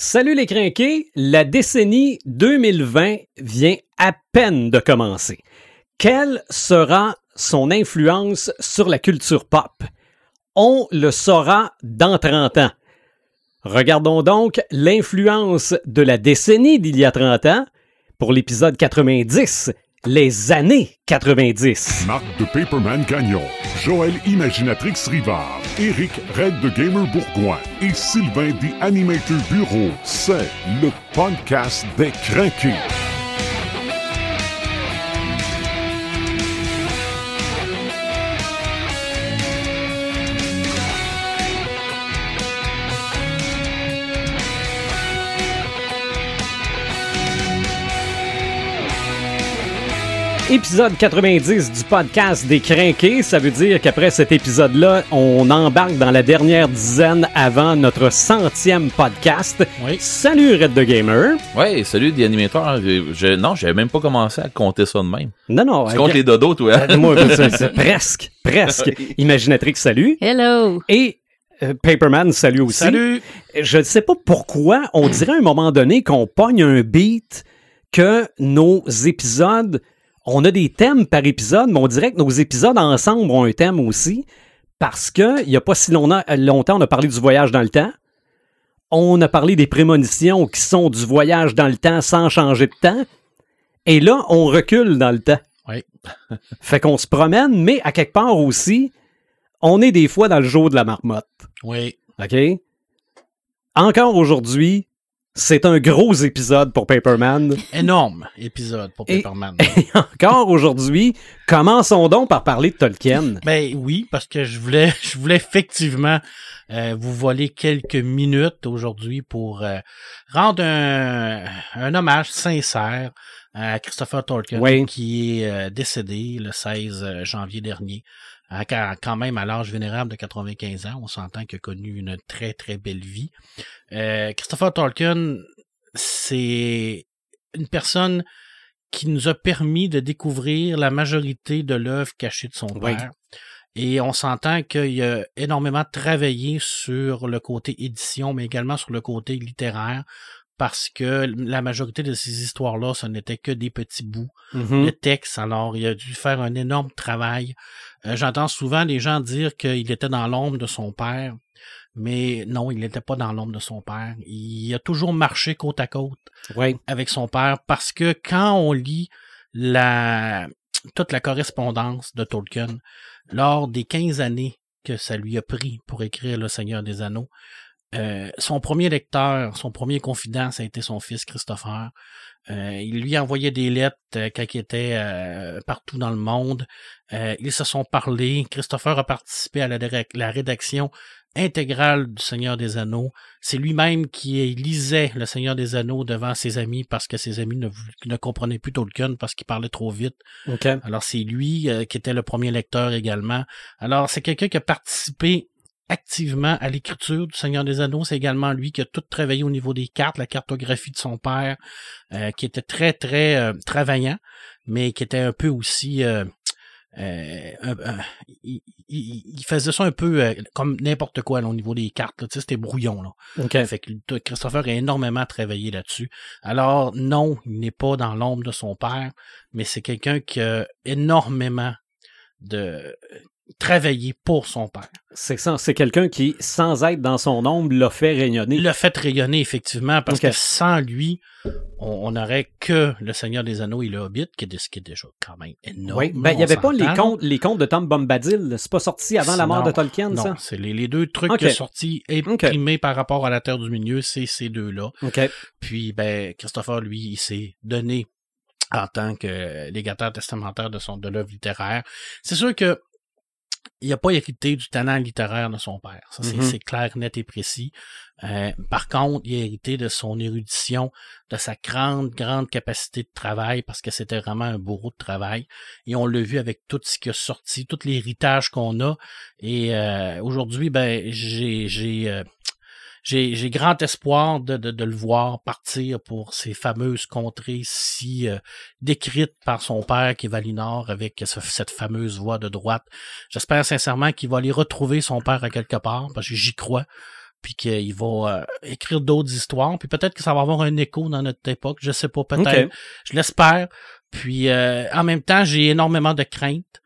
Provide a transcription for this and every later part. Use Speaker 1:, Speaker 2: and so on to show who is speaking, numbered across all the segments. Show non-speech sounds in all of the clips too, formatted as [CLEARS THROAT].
Speaker 1: Salut les crinqués, la décennie 2020 vient à peine de commencer. Quelle sera son influence sur la culture pop? On le saura dans 30 ans. Regardons donc l'influence de la décennie d'il y a 30 ans pour l'épisode 90, les années 90.
Speaker 2: Marc de Paperman Gagnon, Joël Imaginatrix Rivard, Eric Red de Gamer Bourgoin et Sylvain des Animator Bureau, c'est le podcast des craqués.
Speaker 1: Épisode 90 du podcast des crinqués, ça veut dire qu'après cet épisode-là, on embarque dans la dernière dizaine avant notre centième podcast.
Speaker 3: Oui.
Speaker 1: Salut Red the Gamer.
Speaker 4: Ouais, salut des animateurs. Je, je- non, j'avais même pas commencé à compter ça de même.
Speaker 1: Non, non.
Speaker 4: Tu
Speaker 1: euh,
Speaker 4: comptes les dodos, toi. hein?
Speaker 1: Moi, ça, ça, presque,
Speaker 4: [LAUGHS]
Speaker 1: presque. Imaginatrix, salut.
Speaker 5: Hello!
Speaker 1: Et euh, Paperman, [LAUGHS] salut aussi.
Speaker 3: Salut!
Speaker 1: Je ne sais pas pourquoi, on dirait à un moment donné qu'on pogne un beat, que nos épisodes, on a des thèmes par épisode, mais on dirait que nos épisodes ensemble ont un thème aussi, parce que il n'y a pas si long- longtemps, on a parlé du voyage dans le temps. On a parlé des prémonitions qui sont du voyage dans le temps sans changer de temps. Et là, on recule dans le temps.
Speaker 3: Oui.
Speaker 1: fait qu'on se promène, mais à quelque part aussi, on est des fois dans le jour de la marmotte.
Speaker 3: Oui.
Speaker 1: OK? Encore aujourd'hui, c'est un gros épisode pour Paperman.
Speaker 3: Énorme [LAUGHS] épisode pour
Speaker 1: Et-
Speaker 3: Paperman.
Speaker 1: Et encore aujourd'hui, commençons donc par parler de Tolkien.
Speaker 3: ben oui, parce que je voulais, [LAUGHS] je voulais effectivement euh, vous voler quelques minutes aujourd'hui pour euh, rendre un, un hommage sincère à Christopher Tolkien,
Speaker 1: Oui.
Speaker 3: qui est euh, décédé le 16 janvier dernier. à- quand quand même à l'âge vénérable de 95 ans, on s'entend qu'il a connu une très très belle vie. Euh, Christopher Tolkien, c'est une personne qui nous a permis de découvrir la majorité de l'œuvre cachée de son
Speaker 1: Oui.
Speaker 3: père. Et on s'entend qu'il a énormément travaillé sur le côté édition, mais également sur le côté littéraire, parce que la majorité de ces histoires-là, ce n'était que des petits bouts
Speaker 1: Mhm. Mm-hmm.
Speaker 3: de texte. Alors, il a dû faire un énorme travail. Euh, J'entends souvent les gens dire qu'il était dans l'ombre de son père, mais non, il n'était pas dans l'ombre de son père. Il a toujours marché côte à côte
Speaker 1: Oui.
Speaker 3: [LAUGHS] avec son père parce que quand on lit la toute la correspondance de Tolkien lors des 15 années que ça lui a pris pour écrire Le Seigneur des Anneaux, euh, son premier lecteur, son premier confident, ça a été son fils Christopher. Euh, il lui envoyait des lettres euh, quand il était euh, partout dans le monde. Euh, ils se sont parlé. Christopher a participé à la, direc- la rédaction intégrale du Seigneur des Anneaux. C'est lui-même qui lisait Le Seigneur des Anneaux devant ses amis parce que ses amis ne, vou- ne comprenaient plus Tolkien parce qu'il parlait trop vite.
Speaker 1: OK.
Speaker 3: Alors c'est lui euh, qui était le premier lecteur également. Alors c'est quelqu'un qui a participé activement à l'écriture du Seigneur des Anneaux. C'est également lui qui a tout travaillé au niveau des cartes, la cartographie de son père, euh, qui était très très euh, travaillant, mais qui était un peu aussi euh, euh, un- un- il, il- il faisait ça un peu euh, comme n'importe quoi là, au niveau des cartes. là. Tu sais, c'était brouillon. Là.
Speaker 1: OK.
Speaker 3: Fait que t- Christopher a énormément travaillé là-dessus. Alors, non, il n'est pas dans l'ombre de son père, mais c'est quelqu'un qui a énormément de travaillé pour son père.
Speaker 1: C'est ça, c'est quelqu'un qui, sans être dans son ombre, l'a fait rayonner.
Speaker 3: Il l'a fait rayonner, effectivement, parce
Speaker 1: Ok.
Speaker 3: que sans lui, on n'aurait que le Seigneur des Anneaux et le Hobbit, qui est, dé- ce qui est déjà quand même énorme.
Speaker 1: Oui. Ben, il n'y
Speaker 3: on
Speaker 1: avait pas les
Speaker 3: s'entend.
Speaker 1: contes, les contes de Tom Bombadil. C'est pas sorti avant la mort
Speaker 3: Non,
Speaker 1: de Tolkien,
Speaker 3: Non,
Speaker 1: hein, ça?
Speaker 3: c'est les, les deux trucs
Speaker 1: Ok.
Speaker 3: qui sont sortis imprimés par rapport à la Terre du Milieu, c'est ces deux-là.
Speaker 1: OK.
Speaker 3: Puis, ben, Christopher, lui, il s'est donné en tant que légataire testamentaire de son de l'œuvre littéraire. C'est sûr que il n'a pas hérité du talent littéraire de son père. Ça, c'est
Speaker 1: Mhm.
Speaker 3: c'est clair, net et précis. Euh, par contre, il a hérité de son érudition, de sa grande, grande capacité de travail, parce que c'était vraiment un bourreau de travail. Et on l'a vu avec tout ce qui a sorti, tout l'héritage qu'on a. Et euh, aujourd'hui, ben, j'ai j'ai euh, j'ai j'ai grand espoir de, de, de le voir partir pour ces fameuses contrées si euh, décrites par son père qui est Valinor avec ce- cette fameuse voix de droite. J'espère sincèrement qu'il va aller retrouver son père à quelque part parce que j'y crois. puis qu'il va euh, écrire d'autres histoires, puis peut-être que ça va avoir un écho dans notre époque, je sais pas, peut-être,
Speaker 1: Ok.
Speaker 3: je l'espère. Puis euh, en même temps, j'ai énormément de crainte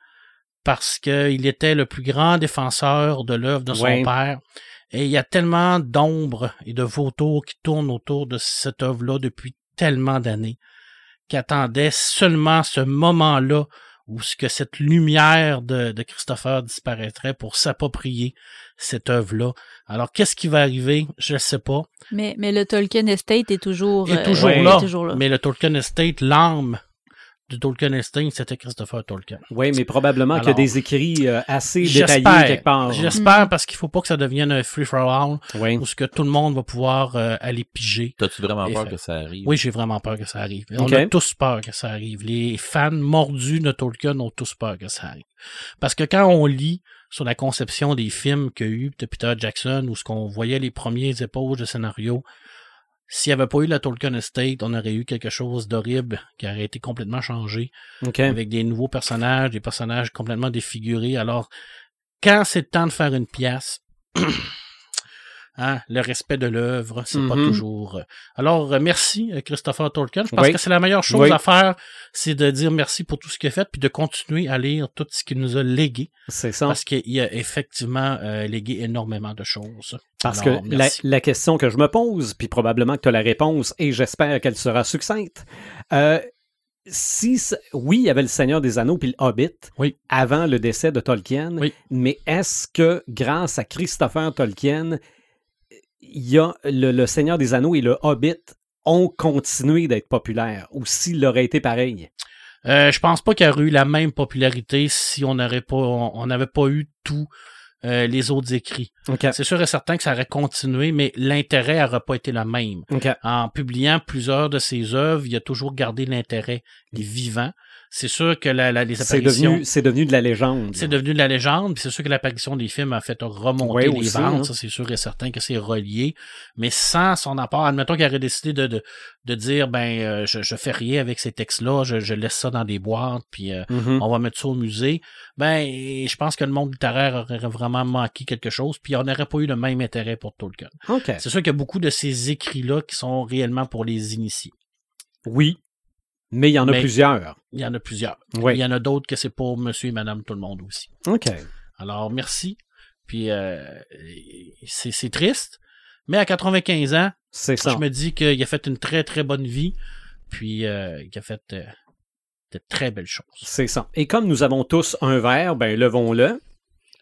Speaker 3: parce qu'il était le plus grand défenseur de l'œuvre de son
Speaker 1: Ouais.
Speaker 3: père. Et il y a tellement d'ombres et de vautours qui tournent autour de cette œuvre-là depuis tellement d'années qu'attendait seulement ce moment-là où ce que cette lumière de, de Christopher disparaîtrait pour s'approprier cette œuvre-là. Alors, qu'est-ce qui va arriver? Je ne sais pas.
Speaker 5: Mais, mais le Tolkien Estate est toujours,
Speaker 3: Est
Speaker 5: euh,
Speaker 3: toujours
Speaker 5: est
Speaker 3: là.
Speaker 5: toujours là.
Speaker 3: Mais le Tolkien Estate, l'âme du Tolkien Estate, c'était Christopher Tolkien.
Speaker 1: Oui, mais probablement qu'il y a
Speaker 3: Alors,
Speaker 1: des écrits euh, assez détaillés quelque part.
Speaker 3: J'espère,
Speaker 5: Mm.
Speaker 3: j'espère parce qu'il faut pas que ça devienne un free-for-all
Speaker 1: Oui.
Speaker 3: où ce que tout le monde va pouvoir euh, aller piger.
Speaker 4: T'as-tu vraiment
Speaker 3: Et
Speaker 4: peur
Speaker 3: fait-
Speaker 4: que ça arrive?
Speaker 3: Oui, j'ai vraiment peur que ça arrive. On
Speaker 1: Ok.
Speaker 3: a tous peur que ça arrive. Les fans mordus de Tolkien ont tous peur que ça arrive. Parce que quand on lit sur la conception des films qu'il y a eu de Peter Jackson, où ce qu'on voyait les premiers épaules de scénario, s'il n'y avait pas eu la Tolkien Estate, on aurait eu quelque chose d'horrible qui aurait été complètement changé
Speaker 1: OK.
Speaker 3: avec des nouveaux personnages, des personnages complètement défigurés. Alors, quand c'est le temps de faire une pièce, [CLEARS THROAT] hein, le respect de l'œuvre, c'est pas
Speaker 1: Mhm.
Speaker 3: toujours. euh, Alors, euh, merci euh, Christopher Tolkien. Je pense
Speaker 1: Oui.
Speaker 3: que c'est la meilleure chose
Speaker 1: Oui.
Speaker 3: à faire, c'est de dire merci pour tout ce qu'il a fait, puis de continuer à lire tout ce qu'il nous a légué,
Speaker 1: C'est ça.
Speaker 3: parce qu'il a effectivement euh, légué énormément de choses.
Speaker 1: Parce
Speaker 3: Alors,
Speaker 1: que la,
Speaker 3: merci.
Speaker 1: la question que je me pose, puis probablement que tu as la réponse, et j'espère qu'elle sera succincte. euh, si, c- oui, il y avait le Seigneur des Anneaux puis le Hobbit
Speaker 3: Oui.
Speaker 1: avant le décès de Tolkien,
Speaker 3: Oui.
Speaker 1: mais est-ce que grâce à Christopher Tolkien, il y a le, le Seigneur des Anneaux et le Hobbit ont continué d'être populaires ou s'il aurait été pareil?
Speaker 3: Euh, je pense pas qu'il y aurait eu la même popularité si on n'aurait pas, on on n'avait pas eu tous euh, les autres écrits.
Speaker 1: OK.
Speaker 3: Euh, C'est sûr et certain que ça aurait continué, mais l'intérêt n'aurait pas été le même.
Speaker 1: OK.
Speaker 3: En publiant plusieurs de ses œuvres, il a toujours gardé l'intérêt des vivants. C'est sûr que la, la- les
Speaker 1: C'est
Speaker 3: apparitions...
Speaker 1: devenu, c'est devenu de la légende.
Speaker 3: C'est devenu de la légende, puis c'est sûr que l'apparition des films a fait remonter
Speaker 1: Ouais,
Speaker 3: les
Speaker 1: aussi,
Speaker 3: ventes,
Speaker 1: hein.
Speaker 3: ça c'est sûr et certain que c'est relié, mais sans son apport, admettons qu'il aurait décidé de, de, de dire ben euh, je, je fais rien avec ces textes-là, je, je laisse ça dans des boîtes, puis euh,
Speaker 1: Mhm.
Speaker 3: on va mettre ça au musée, ben je pense que le monde littéraire aurait vraiment manqué quelque chose, puis on n'aurait pas eu le même intérêt pour Tolkien.
Speaker 1: OK.
Speaker 3: C'est sûr qu'il y a beaucoup de ces écrits-là qui sont réellement pour les initiés.
Speaker 1: Oui, mais il y en a
Speaker 3: Mais-
Speaker 1: plusieurs.
Speaker 3: Il y en a plusieurs. Il
Speaker 1: Oui.
Speaker 3: y en a d'autres que c'est pour monsieur et madame tout le monde aussi.
Speaker 1: OK.
Speaker 3: Alors, merci. Puis, euh, c'est c'est triste. Mais à 95 ans,
Speaker 1: C'est ça.
Speaker 3: je me dis qu'il a fait une très, très bonne vie. Puis, euh, qu'il a fait euh, de très belles choses.
Speaker 1: C'est ça. Et comme nous avons tous un verre, ben levons-le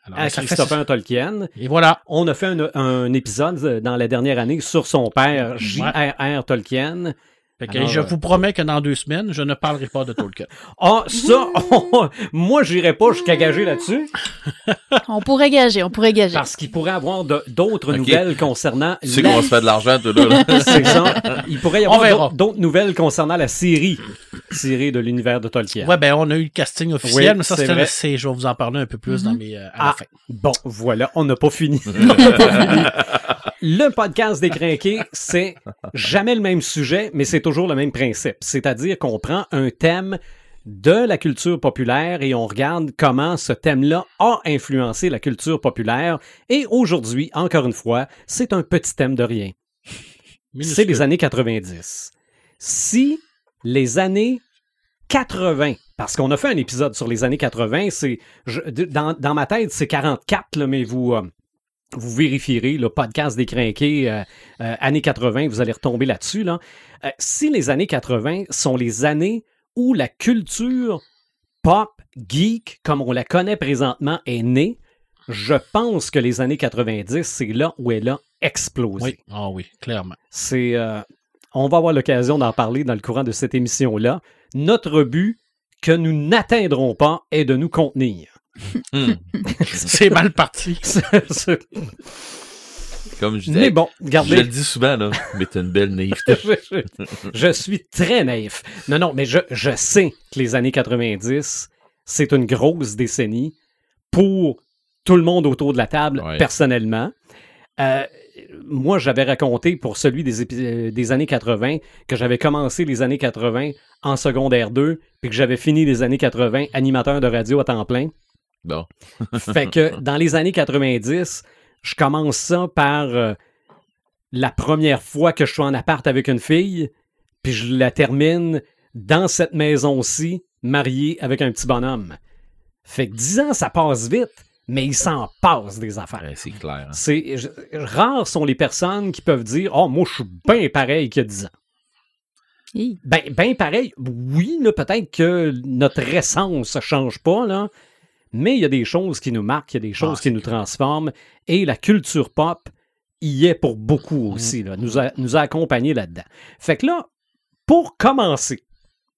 Speaker 3: Alors,
Speaker 1: à
Speaker 3: Ben, ça fait-
Speaker 1: Christopher Tolkien.
Speaker 3: Et voilà.
Speaker 1: On a fait un, un épisode euh, dans la dernière année sur son père, J.R.R. Tolkien.
Speaker 3: Fait que
Speaker 1: Alors,
Speaker 3: je
Speaker 1: euh,
Speaker 3: vous promets que dans deux semaines, je ne parlerai pas de Tolkien.
Speaker 1: Ah, ça, [LAUGHS] moi, j'irai pas jusqu'à gager là-dessus
Speaker 5: On pourrait gager, on pourrait gager.
Speaker 1: parce qu'il pourrait avoir de- d'autres
Speaker 4: Ok.
Speaker 1: nouvelles concernant.
Speaker 4: Tu sais
Speaker 1: la-
Speaker 4: qu'on se fait de l'argent, tout là.
Speaker 1: [LAUGHS]
Speaker 4: là.
Speaker 1: C'est ça. Il pourrait y
Speaker 3: On
Speaker 1: avoir
Speaker 3: verra.
Speaker 1: d'autres- d'autres nouvelles concernant la série tirée de l'univers de Tolkien.
Speaker 3: Ouais, ben, on a eu le casting officiel,
Speaker 1: Oui,
Speaker 3: mais ça,
Speaker 1: c'est
Speaker 3: c'était
Speaker 1: vrai.
Speaker 3: le- c'est- Je vais vous en parler un peu plus dans mes, euh, à la
Speaker 1: Ah.
Speaker 3: fin.
Speaker 1: Bon, voilà, on n'a pas fini. [LAUGHS] On n'a pas fini. le podcast des crinqués, c'est jamais le même sujet, mais c'est toujours le même principe. C'est-à-dire qu'on prend un thème de la culture populaire et on regarde comment ce thème-là a influencé la culture populaire. Et aujourd'hui, encore une fois, c'est un petit thème de rien. C'est
Speaker 3: Minuscule.
Speaker 1: les années 90. Si les années 80, parce qu'on a fait un épisode sur les années 80, c'est je- d- dans, dans ma tête, c'est 44, là, mais vous, euh, vous vérifierez le podcast décrinqué euh, euh, années 80, vous allez retomber là-dessus. Là. Euh, si les années 80 sont les années où la culture pop, geek, comme on la connaît présentement, est née, je pense que les années 90, c'est là où elle a explosé.
Speaker 3: Oui, ah oui,
Speaker 1: [LAUGHS]
Speaker 3: clairement.
Speaker 1: C'est, euh, on va avoir l'occasion d'en parler dans le courant de cette émission-là. Notre but que nous n'atteindrons pas est de nous contenir. [LAUGHS]
Speaker 4: Hmm.
Speaker 3: C'est mal parti.
Speaker 1: C'est- c'est-
Speaker 4: Comme je
Speaker 1: Mais
Speaker 4: disais,
Speaker 1: bon,
Speaker 4: je le
Speaker 1: regardez.
Speaker 4: dis souvent, là, mais t'as une belle naïveté.
Speaker 1: [LAUGHS] Je, je suis très naïf. Non, non, mais je, je sais que les années 90, c'est une grosse décennie pour tout le monde autour de la table,
Speaker 4: Ouais.
Speaker 1: personnellement. Euh, moi, j'avais raconté pour celui des, épi- euh, des années 80 que j'avais commencé les années 80 en secondaire 2, puis que j'avais fini les années 80 animateur de radio à temps plein.
Speaker 4: Bon.
Speaker 1: Fait que dans les années 90, je commence ça par euh, la première fois que je suis en appart avec une fille, puis je la termine dans cette maison-ci, mariée avec un petit bonhomme. Fait que 10 ans, ça passe vite, mais il s'en passe des affaires.
Speaker 4: Ben, c'est clair. hein.
Speaker 1: C'est je- rares sont les personnes qui peuvent dire "Oh, moi je suis bien pareil qu'il y a 10 ans."
Speaker 5: Hi.
Speaker 1: Ben, ben pareil, oui, là, peut-être que notre essence ne change pas, là, mais il y a des choses qui nous marquent, il y a des choses
Speaker 3: Ah,
Speaker 1: qui nous transforment, et la culture pop y est pour
Speaker 4: Mm-hmm.
Speaker 1: beaucoup aussi, là, nous, a, nous a accompagnés là-dedans. Fait que là, pour commencer,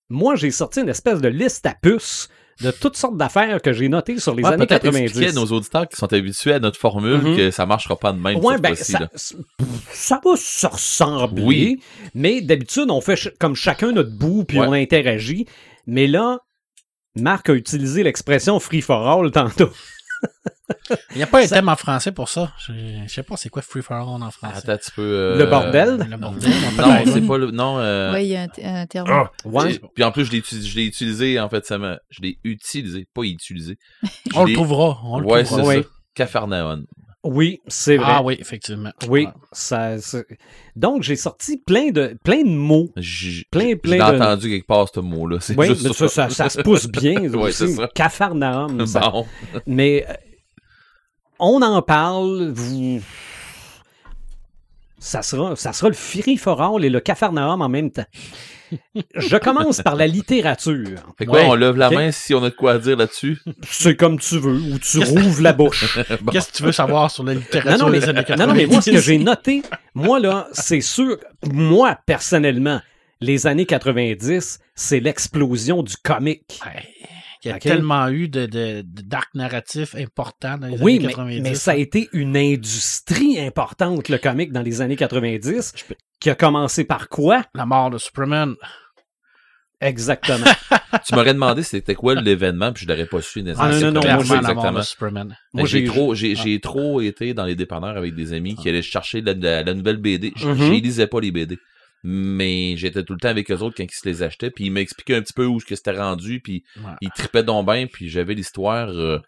Speaker 1: moi, j'ai sorti une espèce de liste à puces de toutes sortes d'affaires que j'ai notées sur les
Speaker 4: Ouais,
Speaker 1: années
Speaker 4: peut-être expliquer
Speaker 1: 90.
Speaker 4: à nos auditeurs qui sont habitués à notre formule
Speaker 1: Mhm.
Speaker 4: que ça marchera pas de même
Speaker 1: Ouais,
Speaker 4: cette
Speaker 1: ben,
Speaker 4: fois-ci,
Speaker 1: ça,
Speaker 4: là.
Speaker 1: ça va se ressembler,
Speaker 4: Oui.
Speaker 1: mais d'habitude, on fait ch- comme chacun notre bout, puis
Speaker 4: Ouais.
Speaker 1: on interagit. Mais là, Marc a utilisé l'expression free for all tantôt.
Speaker 3: Il n'y a pas un thème en français pour ça. Je, je sais pas c'est quoi free for all en français.
Speaker 4: Attends, tu peux... euh,
Speaker 1: Le bordel.
Speaker 3: Ah, Le bordel.
Speaker 4: Non,
Speaker 3: peut-être.
Speaker 4: c'est pas le... Non, euh,
Speaker 5: Oui, il y a un, t- un terme.
Speaker 4: Ah,
Speaker 1: Ouais.
Speaker 4: Et- Puis en plus, je l'ai utilisé, je l'ai utilisé en fait, ça m'a- je l'ai utilisé, pas utilisé. Je
Speaker 3: On le
Speaker 4: l'ai-
Speaker 3: trouvera. On le
Speaker 4: Ouais, c'est
Speaker 3: trouvera.
Speaker 1: Oui.
Speaker 4: ça. Cafarnaon.
Speaker 1: Oui, c'est vrai.
Speaker 3: Ah oui, effectivement.
Speaker 1: Oui,
Speaker 3: Ouais.
Speaker 1: ça, c'est- Donc, j'ai sorti plein de, plein de mots.
Speaker 4: J'ai
Speaker 1: Plein,
Speaker 4: j'ai-
Speaker 1: plein
Speaker 4: j'ai
Speaker 1: de-
Speaker 4: entendu quelque part ce mot-là. C'est
Speaker 1: Oui,
Speaker 4: juste
Speaker 1: mais ça, ça, ça se pousse bien.
Speaker 4: [LAUGHS] Ouais,
Speaker 1: aussi.
Speaker 4: c'est ça.
Speaker 1: Capharnaüm, ça-
Speaker 4: [LAUGHS] Bon.
Speaker 1: Mais euh, on en parle. Vous... Ça, sera, ça sera le free for all et le cafarnaum en même temps. Je commence par la littérature.
Speaker 4: Fait quoi,
Speaker 3: Ouais.
Speaker 4: on lève la
Speaker 1: Ok.
Speaker 4: main si on a de quoi à
Speaker 1: [LAUGHS]
Speaker 4: dire là-dessus? [LAUGHS]
Speaker 1: C'est comme tu veux, ou tu rouvres la bouche.
Speaker 4: Bon.
Speaker 3: Qu'est-ce que tu veux savoir sur la littérature
Speaker 1: Non, non, mais, euh,
Speaker 3: des années 90?
Speaker 1: non, non, mais moi, ce que
Speaker 3: [LAUGHS]
Speaker 1: j'ai noté, moi, là, c'est sûr, moi, personnellement, les années 90, c'est l'explosion du comique.
Speaker 3: Ouais. Il y a
Speaker 1: Ok.
Speaker 3: tellement eu de, de, de dark narratif important dans les
Speaker 1: Oui,
Speaker 3: années
Speaker 1: mais,
Speaker 3: 90.
Speaker 1: mais ça a été une industrie importante, le comique, dans les années 90, qui a commencé par quoi?
Speaker 3: La mort de Superman.
Speaker 1: Exactement.
Speaker 3: [LAUGHS]
Speaker 4: tu m'aurais demandé c'était quoi l'événement, puis je l'aurais pas su
Speaker 1: Ah, non,
Speaker 4: nécessairement.
Speaker 1: non, non,
Speaker 4: Clairement,
Speaker 1: moi, j'ai-
Speaker 3: Clairement, la mort
Speaker 4: exactement.
Speaker 3: de Superman.
Speaker 1: Moi,
Speaker 4: j'ai
Speaker 1: j'ai- Ah.
Speaker 4: trop, j'ai, j'ai trop été dans les dépanneurs avec des amis qui allaient chercher la, la- la nouvelle BD. J-
Speaker 1: Mhm.
Speaker 4: J'y lisais pas les BD. Mais j'étais tout le temps avec eux autres quand ils se les achetaient, puis ils m'expliquaient un petit peu où ce que c'était rendu, puis
Speaker 3: Ouais.
Speaker 4: ils tripaient donc bien, puis j'avais l'histoire... euh,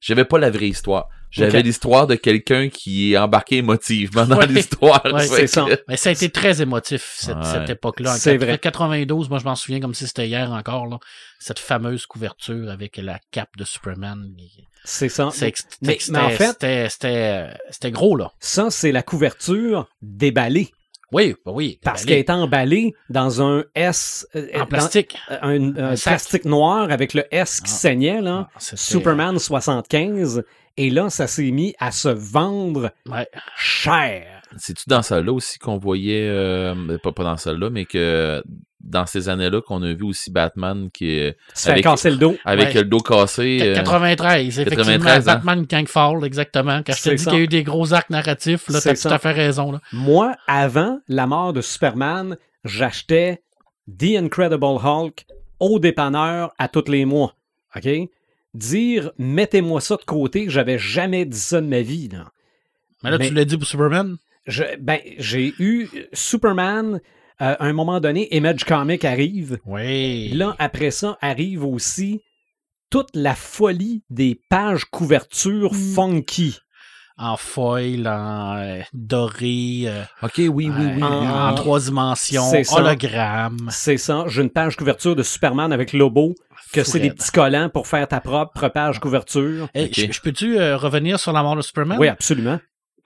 Speaker 4: J'avais pas la vraie histoire. J'avais
Speaker 1: Ok.
Speaker 4: l'histoire de quelqu'un qui est embarqué émotivement dans
Speaker 3: [LAUGHS] Ouais.
Speaker 4: l'histoire.
Speaker 3: Ouais,
Speaker 4: Fait
Speaker 1: c'est
Speaker 4: que-
Speaker 1: ça.
Speaker 3: Mais ça a été très émotif, cette,
Speaker 4: Ouais.
Speaker 3: cette époque-là. En
Speaker 1: C'est
Speaker 3: quatre-
Speaker 1: vrai.
Speaker 3: 92, moi, je m'en souviens comme si c'était hier encore, là, cette fameuse couverture avec la cape de Superman.
Speaker 1: C'est ça.
Speaker 3: C'est ex-
Speaker 1: mais-
Speaker 3: c'était-
Speaker 1: mais en fait-
Speaker 3: c'était- c'était c'était gros, là.
Speaker 1: Ça, c'est la couverture déballée.
Speaker 3: Oui, bah oui.
Speaker 1: Parce qu'elle
Speaker 3: déballé.
Speaker 1: est emballée dans un S. euh,
Speaker 3: en
Speaker 1: dans-
Speaker 3: plastique.
Speaker 1: euh, Un, un
Speaker 3: Un sac.
Speaker 1: plastique noir avec le S qui
Speaker 3: Ah.
Speaker 1: saignait, là.
Speaker 3: Ah, c'était-
Speaker 1: Superman 75. Et là, ça s'est mis à se vendre
Speaker 3: Ouais.
Speaker 1: cher.
Speaker 4: C'est-tu dans celle-là aussi qu'on voyait, euh, mais pas, pas dans celle-là, mais que dans ces années-là qu'on a vu aussi Batman qui est
Speaker 1: Se fait
Speaker 4: Avec-
Speaker 1: casser le dos.
Speaker 4: avec
Speaker 3: Ouais.
Speaker 4: le dos cassé. euh,
Speaker 3: 93, effectivement.
Speaker 4: 93, hein.
Speaker 3: Batman Kang Fall, exactement. Quand je te
Speaker 1: C'est
Speaker 3: dis
Speaker 1: ça.
Speaker 3: qu'il y a eu des gros arcs narratifs, là,
Speaker 1: C'est
Speaker 3: t'as
Speaker 1: ça.
Speaker 3: tout à fait raison, là.
Speaker 1: Moi, avant la mort de Superman, j'achetais The Incredible Hulk au dépanneur à tous les mois. OK? Dire mettez-moi ça de côté, j'avais jamais dit ça de ma vie. Là.
Speaker 3: Mais là,
Speaker 1: Mais-
Speaker 3: tu l'as dit pour Superman?
Speaker 1: Je- ben, j'ai eu Superman. euh, à un moment donné, Image Comic arrive.
Speaker 3: Oui.
Speaker 1: Là, après ça, arrive aussi toute la folie des pages couverture
Speaker 5: Mm.
Speaker 1: funky.
Speaker 3: En foil, en euh, doré, euh,
Speaker 4: Ok, oui, oui,
Speaker 3: euh,
Speaker 4: oui.
Speaker 3: en
Speaker 1: Ah.
Speaker 3: trois dimensions,
Speaker 1: C'est ça.
Speaker 3: hologramme.
Speaker 1: C'est ça. J'ai une page couverture de Superman avec Lobo, que c'est des
Speaker 3: Fred.
Speaker 1: petits collants pour faire ta propre page couverture.
Speaker 3: Ah.
Speaker 1: Ben
Speaker 3: Hey,
Speaker 4: Ok.
Speaker 3: je- Je peux-tu euh, revenir sur la mort de Superman?
Speaker 1: Oui, absolument.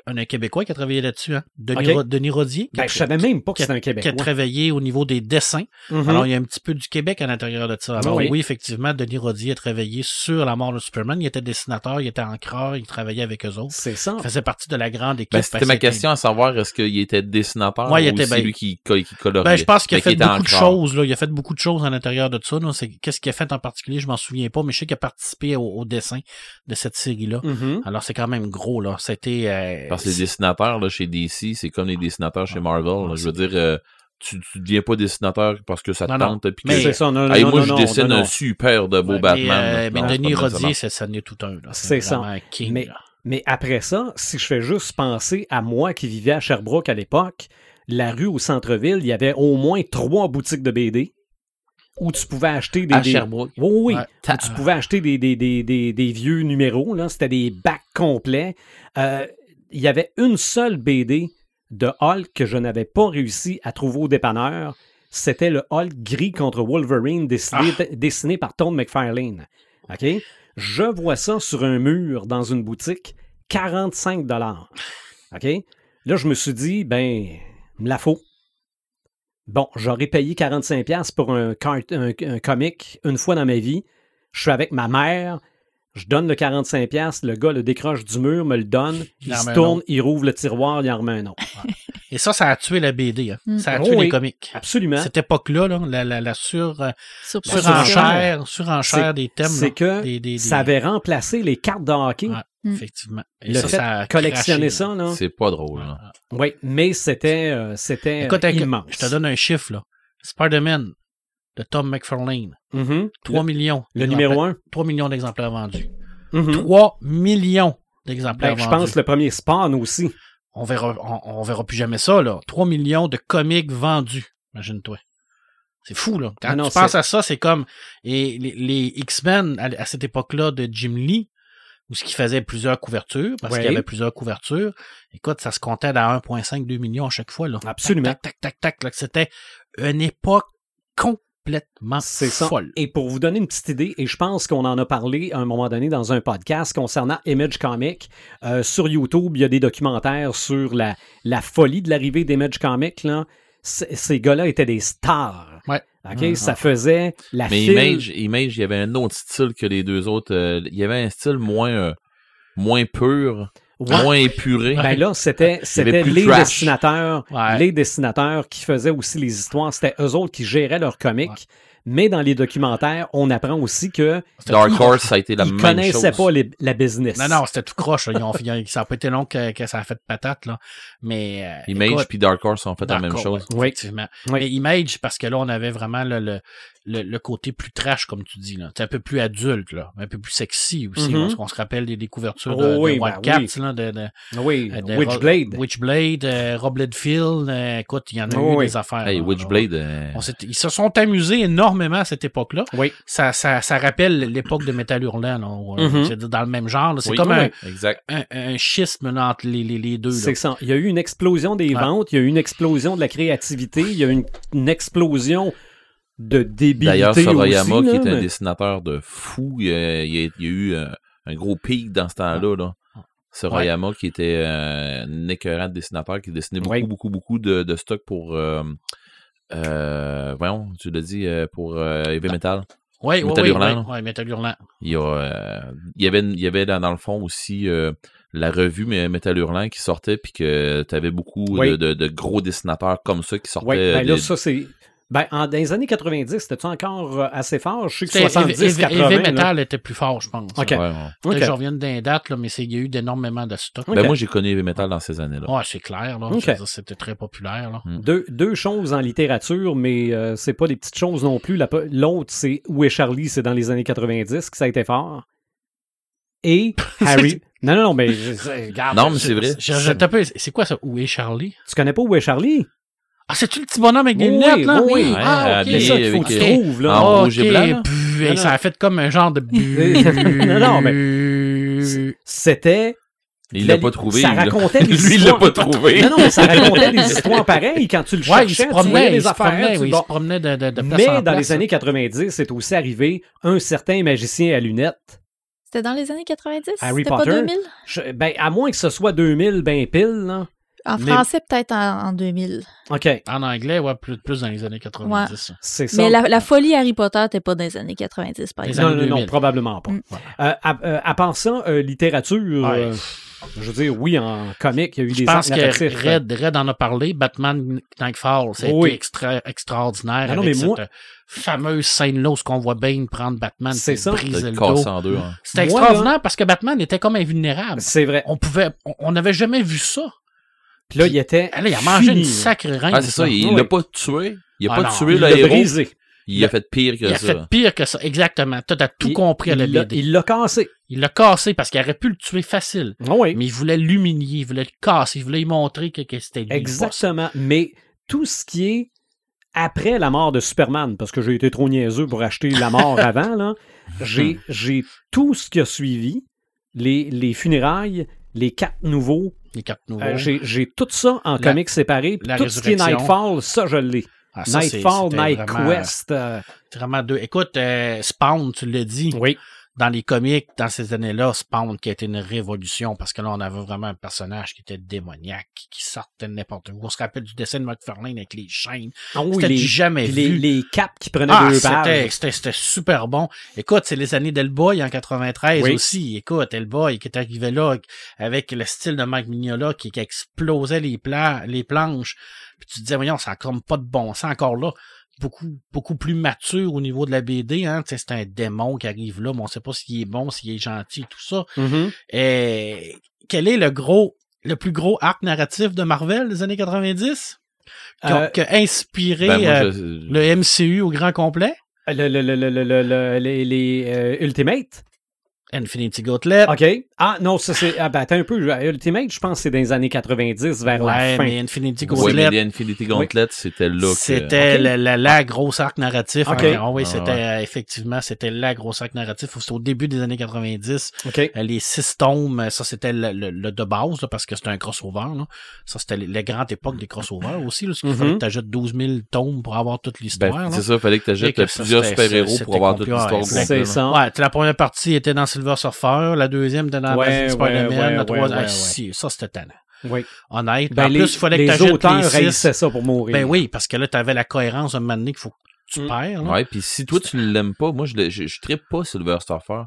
Speaker 3: Un Québécois qui a travaillé là-dessus, hein? Denis,
Speaker 1: Ok.
Speaker 3: Ro- Denis Rodier, qui,
Speaker 1: Ben, je savais même pas que
Speaker 3: qui a-
Speaker 1: c'était un
Speaker 3: qui a
Speaker 1: Québécois.
Speaker 3: travaillé au niveau des dessins.
Speaker 1: Mhm.
Speaker 3: Alors, il y a un petit peu du Québec à l'intérieur de ça. Alors,
Speaker 1: Oui.
Speaker 3: oui. effectivement, Denis Rodier a travaillé sur la mort de Superman. Il était dessinateur, il était encreur, il travaillait avec eux autres.
Speaker 1: C'est ça.
Speaker 3: Il faisait partie de la grande équipe.
Speaker 4: Ben,
Speaker 3: parce
Speaker 4: c'était
Speaker 3: que
Speaker 4: ma question à savoir est-ce qu'il était dessinateur
Speaker 3: Ouais, il
Speaker 4: ou
Speaker 3: était
Speaker 4: c'est
Speaker 3: bien.
Speaker 4: lui qui, co- qui colorait.
Speaker 3: Ben, je pense qu'il a
Speaker 4: Fait
Speaker 3: fait
Speaker 4: qu'il était
Speaker 3: beaucoup de
Speaker 4: encore.
Speaker 3: choses. Là. Il a fait beaucoup de choses à l'intérieur de ça. là. C'est- Qu'est-ce qu'il a fait en particulier, je m'en souviens pas, mais je sais qu'il a participé au, au dessin de cette série-là.
Speaker 1: Mhm.
Speaker 3: Alors, c'est quand même gros. là. C'était... euh,
Speaker 4: Mm-hmm. Parce que les dessinateurs là, chez DC, c'est comme les dessinateurs
Speaker 3: Ah.
Speaker 4: chez Marvel. là. Je veux dire, euh, tu ne deviens pas dessinateur parce que ça te
Speaker 3: Non, non.
Speaker 4: tente. puis que-
Speaker 3: Mais-
Speaker 1: C'est ça. Non, non,
Speaker 4: Hey,
Speaker 1: non,
Speaker 4: moi,
Speaker 1: non,
Speaker 4: je
Speaker 1: non,
Speaker 4: dessine
Speaker 1: non, non.
Speaker 4: un super de beau
Speaker 3: mais,
Speaker 4: Batman.
Speaker 3: euh,
Speaker 4: Non,
Speaker 3: mais
Speaker 4: c'est pas
Speaker 3: Denis
Speaker 4: comme ça
Speaker 3: Rodier,
Speaker 4: marche.
Speaker 3: ça, ça n'est tout un. là.
Speaker 1: C'est ça.
Speaker 3: vraiment un King,
Speaker 1: Mais-
Speaker 3: là.
Speaker 1: Mais après ça, si je fais juste penser à moi qui vivais à Sherbrooke à l'époque, la rue au centre-ville, il y avait au moins trois boutiques de BD où tu pouvais acheter des.
Speaker 4: À
Speaker 1: des-
Speaker 4: Sherbrooke.
Speaker 1: Oui, oui, oui.
Speaker 3: Ouais.
Speaker 1: Où tu pouvais acheter des, des, des, des, des vieux numéros. là. C'était des bacs complets. Euh, il y avait une seule BD de Hulk que je n'avais pas réussi à trouver au dépanneur. C'était le Hulk gris contre Wolverine dessiné, dessiné par Tom McFarlane. OK? Je vois ça sur un mur dans une boutique, 45 dollars. OK? Là, je me suis dit, ben, me la faut. Bon, j'aurais payé 45 pièces pour un, cart- un, un comic une fois dans ma vie. Je suis avec ma mère, je donne le 45 pièces, le gars le décroche du mur, me le donne, il
Speaker 3: en
Speaker 1: se
Speaker 3: remet un
Speaker 1: tourne,
Speaker 3: autre.
Speaker 1: il rouvre le tiroir, il en remet un
Speaker 3: [LAUGHS]
Speaker 1: autre.
Speaker 3: Et ça, ça a tué la BD. hein.
Speaker 5: Mm.
Speaker 3: Ça a
Speaker 1: Oh
Speaker 3: tué
Speaker 1: oui.
Speaker 3: les comiques.
Speaker 1: Absolument.
Speaker 3: Cette époque-là, là, la, la, la sur, euh,
Speaker 5: Sur
Speaker 1: La
Speaker 3: surenchère, surenchère des thèmes.
Speaker 1: C'est
Speaker 3: là.
Speaker 1: que
Speaker 3: Des- des-
Speaker 1: ça
Speaker 3: des-
Speaker 1: avait remplacé les cartes de hockey.
Speaker 3: Ouais.
Speaker 5: Mm.
Speaker 3: Effectivement. Et
Speaker 1: Le fait
Speaker 3: a
Speaker 1: collectionner
Speaker 3: craché,
Speaker 1: ça, là.
Speaker 4: C'est pas drôle. là.
Speaker 1: Oui, mais c'était euh, c'était
Speaker 3: Écoute,
Speaker 1: euh,
Speaker 3: écoute,
Speaker 1: immense.
Speaker 3: Je te donne un chiffre, là. Spider-Man de Tom McFarlane.
Speaker 1: Mhm.
Speaker 3: 3 millions.
Speaker 1: Le numéro un.
Speaker 3: 3 millions d'exemplaires vendus.
Speaker 1: Mhm.
Speaker 3: 3 millions d'exemplaires
Speaker 1: Ben, je
Speaker 3: vendus.
Speaker 1: pense le premier Spawn aussi.
Speaker 3: On verra, on, on verra plus jamais ça, là. 3 millions de comics vendus. Imagine-toi. C'est fou, là. Quand
Speaker 1: Ah non,
Speaker 3: tu penses
Speaker 1: c'est-
Speaker 3: à ça, c'est comme et les, les X-Men à, à cette époque-là de Jim Lee, où ce qui faisait plusieurs couvertures, parce
Speaker 1: Ouais.
Speaker 3: qu'il y avait plusieurs couvertures. Écoute, ça se comptait à 1,5, 2 millions à chaque fois, là.
Speaker 1: Absolument.
Speaker 3: Tac, tac, tac, tac. là. C'était une époque
Speaker 4: Ah,
Speaker 3: complètement
Speaker 1: C'est ça.
Speaker 3: folle.
Speaker 1: Et pour vous donner une petite idée, et je pense qu'on en a parlé à un moment donné dans un podcast concernant Image Comic, euh, sur YouTube, il y a des documentaires sur la, la folie de l'arrivée d'Image Comic. Là. C- Ces gars-là étaient des stars.
Speaker 3: Ouais.
Speaker 1: OK?
Speaker 3: Mhm.
Speaker 1: Ça faisait la
Speaker 4: Mm-hmm. Mais
Speaker 1: file.
Speaker 4: Image, Image, il y avait un autre style que les deux autres. euh, il y avait un style moins, euh, moins pur,
Speaker 1: Ouais.
Speaker 4: moins épuré.
Speaker 1: Ben là, c'était, c'était
Speaker 4: avait plus
Speaker 1: les
Speaker 4: trash.
Speaker 1: dessinateurs,
Speaker 3: Ouais.
Speaker 1: les dessinateurs qui faisaient aussi les histoires. C'était eux autres qui géraient leurs comics. Mais dans les documentaires, on apprend aussi que
Speaker 4: Dark Horse, ça a été la
Speaker 1: ils
Speaker 4: même
Speaker 1: connaissaient
Speaker 4: chose.
Speaker 1: pas les- la business.
Speaker 3: Non, non, c'était tout croche. là. Ils ont, ils ont- ça a pas été long que, que ça a fait de patate, là. Mais. euh,
Speaker 4: Image
Speaker 3: écoute,
Speaker 4: puis Dark Horse ont fait la même
Speaker 3: D'accord,
Speaker 4: chose.
Speaker 3: ouais,
Speaker 1: Oui.
Speaker 3: Effectivement.
Speaker 1: Oui.
Speaker 3: Mais Image, parce que là, on avait vraiment le, le, le, le côté plus trash, comme tu dis. là. C'est un peu plus adulte, là. un peu plus sexy aussi.
Speaker 1: Mhm.
Speaker 3: On, se- on se rappelle des, des couvertures de,
Speaker 1: Oh
Speaker 3: de
Speaker 1: oui, ben
Speaker 3: Wildcats,
Speaker 1: oui.
Speaker 3: là, de, de-
Speaker 1: Oui,
Speaker 3: de
Speaker 1: Witchblade.
Speaker 3: Ro- Witchblade, euh, Rob Liefeld, euh, écoute, il y en a
Speaker 1: Oh
Speaker 3: eu
Speaker 1: oui.
Speaker 3: des affaires.
Speaker 4: Hey,
Speaker 3: là,
Speaker 4: Witchblade,
Speaker 3: là.
Speaker 4: euh,
Speaker 3: On s'est- ils se sont amusés énormément à cette époque-là.
Speaker 1: Oui.
Speaker 3: Ça, ça, ça rappelle l'époque de Metal Hurlant, là, où, euh,
Speaker 1: Mhm.
Speaker 3: c'est dans le même genre. là. C'est
Speaker 4: oui,
Speaker 3: comme un,
Speaker 4: oui, Exact.
Speaker 3: un, un schisme là, entre les, les, les deux. là.
Speaker 1: C'est ça. Il y a eu une explosion des
Speaker 3: Ouais.
Speaker 1: ventes, il y a eu une explosion de la créativité, il y a eu une, une explosion de débilité
Speaker 4: D'ailleurs, Sorayama,
Speaker 1: aussi,
Speaker 4: qui
Speaker 1: là,
Speaker 4: est un
Speaker 1: mais-
Speaker 4: dessinateur de fou, il, euh, il y a, il y a eu euh, un gros pic dans ce
Speaker 1: Ah.
Speaker 4: temps-là. Là. Sorayama, qui était euh, un écœurant dessinateur, qui dessinait beaucoup,
Speaker 1: Ouais.
Speaker 4: beaucoup, beaucoup de, de stock pour. Euh, euh, voyons, tu l'as dit, euh, pour euh, Heavy Metal.
Speaker 3: Oui, oui,
Speaker 4: Metal
Speaker 3: oui,
Speaker 4: Hurlant,
Speaker 3: oui, Metal Hurlant.
Speaker 4: Il y, a, euh, il y avait, il y avait dans, dans le fond aussi euh, la revue mais Metal Hurlant qui sortait, puis que tu avais beaucoup
Speaker 1: Oui.
Speaker 4: de, de- de gros dessinateurs comme ça qui sortaient.
Speaker 1: Oui, ben là,
Speaker 4: des-
Speaker 1: ça, c'est. Ben, en, dans les années 90, c'était-tu encore euh, assez fort? Je sais que
Speaker 3: C'était-
Speaker 1: 70,
Speaker 3: Heavy-
Speaker 1: 80.
Speaker 3: Heavy
Speaker 1: là.
Speaker 3: Metal était plus fort, je pense.
Speaker 1: Ok.
Speaker 4: Ouais, ouais.
Speaker 3: Peut-être
Speaker 1: Ok.
Speaker 3: que Je reviens d'un date, là, mais c'est- il y a eu d'énormément de stock.
Speaker 1: Ok.
Speaker 4: Ben, moi, j'ai connu Heavy Metal dans ces années-là.
Speaker 3: Ouais, c'est clair. là.
Speaker 1: Ok.
Speaker 3: Je veux dire, C'était très populaire. Là.
Speaker 4: Hmm.
Speaker 1: Deux, deux choses en littérature, mais euh, c'est pas des petites choses non plus. La pe- L'autre, c'est Où est Charlie? C'est dans les années 90 que ça a été fort.
Speaker 3: [LAUGHS]
Speaker 1: Et Harry. non, non, non, mais je- je- regarde.
Speaker 4: Non, mais c'est vrai.
Speaker 3: Je, je tape- c'est quoi ça? Où est Charlie?
Speaker 1: Tu connais pas Où est Charlie?
Speaker 3: Ah, c'est-tu le petit bonhomme avec des
Speaker 1: Oui,
Speaker 3: lunettes, là?
Speaker 1: oui, oui.
Speaker 3: Ah, ok.
Speaker 1: C'est
Speaker 4: Et
Speaker 1: ça qu'il faut
Speaker 4: avec,
Speaker 1: que tu
Speaker 4: euh,
Speaker 1: trouves, là.
Speaker 4: en
Speaker 3: Ah,
Speaker 4: rouge et
Speaker 3: ok.
Speaker 4: blanc, là.
Speaker 3: Puis, hey,
Speaker 1: Non,
Speaker 3: ça a fait comme un genre de...
Speaker 1: [LAUGHS] Non, non,
Speaker 3: mais...
Speaker 1: C'était.
Speaker 4: Il l'a
Speaker 1: la-
Speaker 4: pas trouvé.
Speaker 1: Ça
Speaker 4: il l'a- [LAUGHS]
Speaker 1: racontait des
Speaker 4: Lui, il l'a
Speaker 1: histoires.
Speaker 4: pas trouvé.
Speaker 1: Non, non,
Speaker 4: [LAUGHS]
Speaker 1: mais ça racontait des histoires pareilles quand tu le
Speaker 3: Ouais,
Speaker 1: cherchais.
Speaker 3: il se
Speaker 1: tu voyais
Speaker 3: promenait, il
Speaker 1: des
Speaker 3: se
Speaker 1: affaires.
Speaker 3: promenait,
Speaker 1: tu-
Speaker 3: oui, il
Speaker 1: bon.
Speaker 3: se promenait de, de, de place
Speaker 1: Mais
Speaker 3: en
Speaker 1: dans
Speaker 3: place,
Speaker 1: les
Speaker 3: là.
Speaker 1: années 90, c'est aussi arrivé un certain magicien à lunettes.
Speaker 5: C'était dans les années 90?
Speaker 1: Harry
Speaker 5: C'était pas
Speaker 1: Potter?
Speaker 5: 2000?
Speaker 1: Je- ben, à moins que ce soit 2000, ben pile, là.
Speaker 5: En
Speaker 1: Mais-
Speaker 5: français, peut-être en, en 2000.
Speaker 1: OK,
Speaker 3: En anglais, ouais, plus, plus dans les années 90. ça.
Speaker 1: c'est ça.
Speaker 5: Mais la, la folie Harry Potter n'était pas dans les années 90, par
Speaker 3: Les
Speaker 5: exemple.
Speaker 1: Non,
Speaker 3: années
Speaker 1: non, non,
Speaker 3: 2000.
Speaker 1: probablement pas.
Speaker 5: Mm.
Speaker 1: Euh, à, euh, à part ça, euh, littérature,
Speaker 3: Ouais.
Speaker 1: euh, je veux dire, oui, en comique, il y a eu
Speaker 3: Je
Speaker 1: des
Speaker 3: pense
Speaker 1: arcs narratifs.
Speaker 3: que Red, Red en a parlé. Batman Night Falls, c'était
Speaker 1: Oui. Ah
Speaker 3: extra, extraordinaire.
Speaker 1: Non, non,
Speaker 3: avec
Speaker 1: mais moi-
Speaker 3: cette euh, fameuse scène-là où ce qu'on voit Bane prendre Batman,
Speaker 1: C'est
Speaker 3: c'est
Speaker 1: ça.
Speaker 3: ça. briser
Speaker 4: Le
Speaker 3: le
Speaker 4: casse
Speaker 3: dos.
Speaker 4: en deux. hein.
Speaker 3: C'était
Speaker 1: Moi,
Speaker 3: extraordinaire parce que Batman était comme invulnérable.
Speaker 1: C'est vrai.
Speaker 3: On pouvait, on- on n'avait jamais vu ça.
Speaker 1: Puis là, il était.
Speaker 3: Ah, là, il a mangé
Speaker 1: fini.
Speaker 3: une sacrée reine.
Speaker 4: Ah, c'est ça. Il
Speaker 1: Oui.
Speaker 4: l'a pas tué. Il a
Speaker 3: Ah,
Speaker 4: pas
Speaker 3: non,
Speaker 4: tué
Speaker 1: Il
Speaker 4: le
Speaker 1: l'a
Speaker 4: héros.
Speaker 1: brisé.
Speaker 4: Il a fait pire que
Speaker 3: Il a fait
Speaker 4: ça.
Speaker 3: pire que ça. Exactement. Toi, T'as tout
Speaker 1: Il-
Speaker 3: compris à la
Speaker 1: il l'a-
Speaker 3: BD.
Speaker 1: Il l'a cassé.
Speaker 3: Il l'a cassé parce qu'il aurait pu le tuer facile.
Speaker 1: Oui.
Speaker 3: Mais il voulait l'humilier, il voulait le casser, il voulait lui montrer que, que c'était lui. le boss.
Speaker 1: Exactement. Mais tout ce qui est après la mort de Superman, parce que j'ai été trop niaiseux pour acheter la mort
Speaker 3: [LAUGHS]
Speaker 1: avant, là, j'ai,
Speaker 3: Hmm.
Speaker 1: j'ai tout ce qui a suivi, les, les funérailles, les quatre nouveaux,
Speaker 3: les cartes
Speaker 1: Euh,
Speaker 3: nouvelles.
Speaker 1: j'ai- J'ai tout ça en
Speaker 3: Oh. La-
Speaker 1: comics séparés. puis
Speaker 3: la
Speaker 1: Tout ce qui est
Speaker 3: résurrection.
Speaker 1: Nightfall, ça, je l'ai.
Speaker 3: Ah, ça, c'est-
Speaker 1: Nightfall,
Speaker 3: c'était
Speaker 1: Night
Speaker 3: vraiment-
Speaker 1: Quest. euh,
Speaker 3: Vraiment deux. Écoute, euh, Spawn, tu l'as dit,
Speaker 1: oui.
Speaker 3: dans les comics, dans ces années-là, Spawn qui a été une révolution parce que là, on avait vraiment un personnage qui était démoniaque, qui sortait de n'importe où. On se rappelle du dessin de McFarlane avec les chaînes.
Speaker 1: Ah oui,
Speaker 3: C'était
Speaker 1: les,
Speaker 3: du jamais
Speaker 1: puis les-
Speaker 3: vu.
Speaker 1: les capes qui prenaient
Speaker 3: Ah,
Speaker 1: deux
Speaker 3: c'était,
Speaker 1: pages.
Speaker 3: c'était, c'était super bon. Écoute, c'est les années d'Elboy en 93
Speaker 1: Oui.
Speaker 3: aussi. Écoute, Elboy qui est arrivé là avec le style de Mike Mignola qui, qui explosait les, plans, les planches. Puis tu te disais, voyons, ça n'a comme pas de bon sens encore là. Beaucoup, beaucoup plus mature au niveau de la BD. Hein. Tu sais, C'est un démon qui arrive là, mais on sait pas s'il est bon, s'il est gentil, tout ça.
Speaker 1: Mhm.
Speaker 3: Et quel est le gros, le plus gros arc narratif de Marvel des années 90? Qui a,
Speaker 1: Euh,
Speaker 3: qui a inspiré
Speaker 4: Ben, moi,
Speaker 3: euh,
Speaker 4: je-
Speaker 3: le MCU au grand complet?
Speaker 1: le- le- le- le- le- le- le- les, les, euh, Ultimate.
Speaker 3: Infinity Gauntlet.
Speaker 1: [LAUGHS] OK. Ah non, ça c'est. Ah ben attends un peu. je- Ultimate, je pense que c'est dans les années 90 vers
Speaker 3: ouais,
Speaker 1: la fin.
Speaker 3: mais Infinity
Speaker 4: Ouais, mais
Speaker 3: Gauntlet,
Speaker 4: les Infinity Gauntlet, c'était là que...
Speaker 3: c'était
Speaker 1: Ok.
Speaker 3: la, la, la grosse arc narratif.
Speaker 1: Ok.
Speaker 3: Ah, oui,
Speaker 4: Ah,
Speaker 3: c'était
Speaker 4: ouais.
Speaker 3: euh, effectivement, c'était la grosse arc narratif. C'était au début des années 90.
Speaker 1: OK.
Speaker 3: Euh, Les six tomes, ça c'était le, le- le de base, là, parce que c'était un crossover. Là. Ça, c'était les- la grande époque des crossovers aussi. Là, parce qu'il
Speaker 1: Mhm.
Speaker 3: fallait que tu ajoutes 12 000 tomes pour avoir toute l'histoire.
Speaker 4: Ben,
Speaker 3: là.
Speaker 4: c'est ça, il fallait que tu
Speaker 3: Et que ça,
Speaker 4: plusieurs
Speaker 3: c'était-
Speaker 4: super-héros
Speaker 3: c'était
Speaker 4: pour avoir toute
Speaker 3: complet,
Speaker 4: l'histoire
Speaker 3: ouais,
Speaker 4: au complet,
Speaker 3: exact.
Speaker 1: C'est ça.
Speaker 4: là.
Speaker 3: Ouais, la première partie était dans Silver Surfer, la deuxième était dans
Speaker 1: Ouais,
Speaker 3: Amazing Spider-Man,
Speaker 1: ouais,
Speaker 3: la
Speaker 1: ouais,
Speaker 3: troisième.
Speaker 1: ouais,
Speaker 3: Ah,
Speaker 1: ouais.
Speaker 3: si, ça c'était tannant.
Speaker 1: Oui.
Speaker 3: Honnête.
Speaker 1: Ben,
Speaker 3: en
Speaker 1: les,
Speaker 3: plus, il fallait que
Speaker 1: les
Speaker 3: tu ajoutes
Speaker 1: auteurs
Speaker 3: les six.
Speaker 1: haïssaient ça pour mourir.
Speaker 3: Ben oui, parce que là, t'avais la cohérence d'un moment donné qu'il faut que tu
Speaker 1: hein. Mm.
Speaker 3: perds. Là.
Speaker 4: Ouais, puis si toi tu ne l'aimes pas, moi je, le- je, je trippe pas Silver Surfer.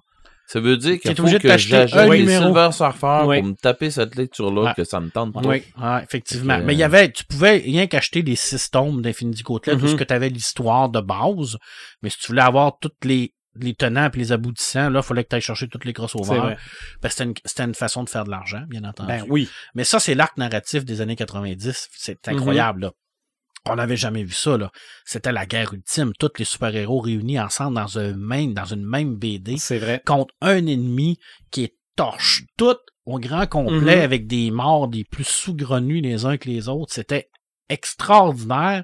Speaker 4: Ça veut dire
Speaker 3: T'es
Speaker 4: qu'il faut
Speaker 3: obligé de
Speaker 4: que
Speaker 3: t'acheter un
Speaker 4: j'ajoute les
Speaker 3: numéro. Ah.
Speaker 4: Silver Surfer
Speaker 1: Ouais.
Speaker 4: pour me taper cette lecture-là
Speaker 3: Ouais.
Speaker 4: que ça me tente pas.
Speaker 1: Ouais. Oui.
Speaker 3: Ah, effectivement.
Speaker 4: Fait que,
Speaker 3: Mais il y
Speaker 4: euh,
Speaker 3: avait, tu pouvais rien qu'acheter les six tomes d'Infinity Gauntlet,
Speaker 1: Mhm.
Speaker 3: parce que tu avais l'histoire de base. Mais si tu voulais avoir toutes les, les tenants et les aboutissants, là, il fallait que tu ailles chercher toutes les
Speaker 1: C'est vrai.
Speaker 3: crossovers. Ben, c'était une, c'était une façon de faire de l'argent, bien entendu.
Speaker 1: Ben oui.
Speaker 3: Mais ça, c'est l'arc narratif des années 90. C'est
Speaker 1: Mhm.
Speaker 3: incroyable, là. On n'avait jamais vu ça, là. C'était la guerre ultime. Tous les super-héros réunis ensemble dans, un même, dans une même BD.
Speaker 1: C'est vrai.
Speaker 3: contre un ennemi qui est torche tout au grand complet
Speaker 1: Mhm.
Speaker 3: avec des morts des plus saugrenus les uns que les autres. C'était extraordinaire.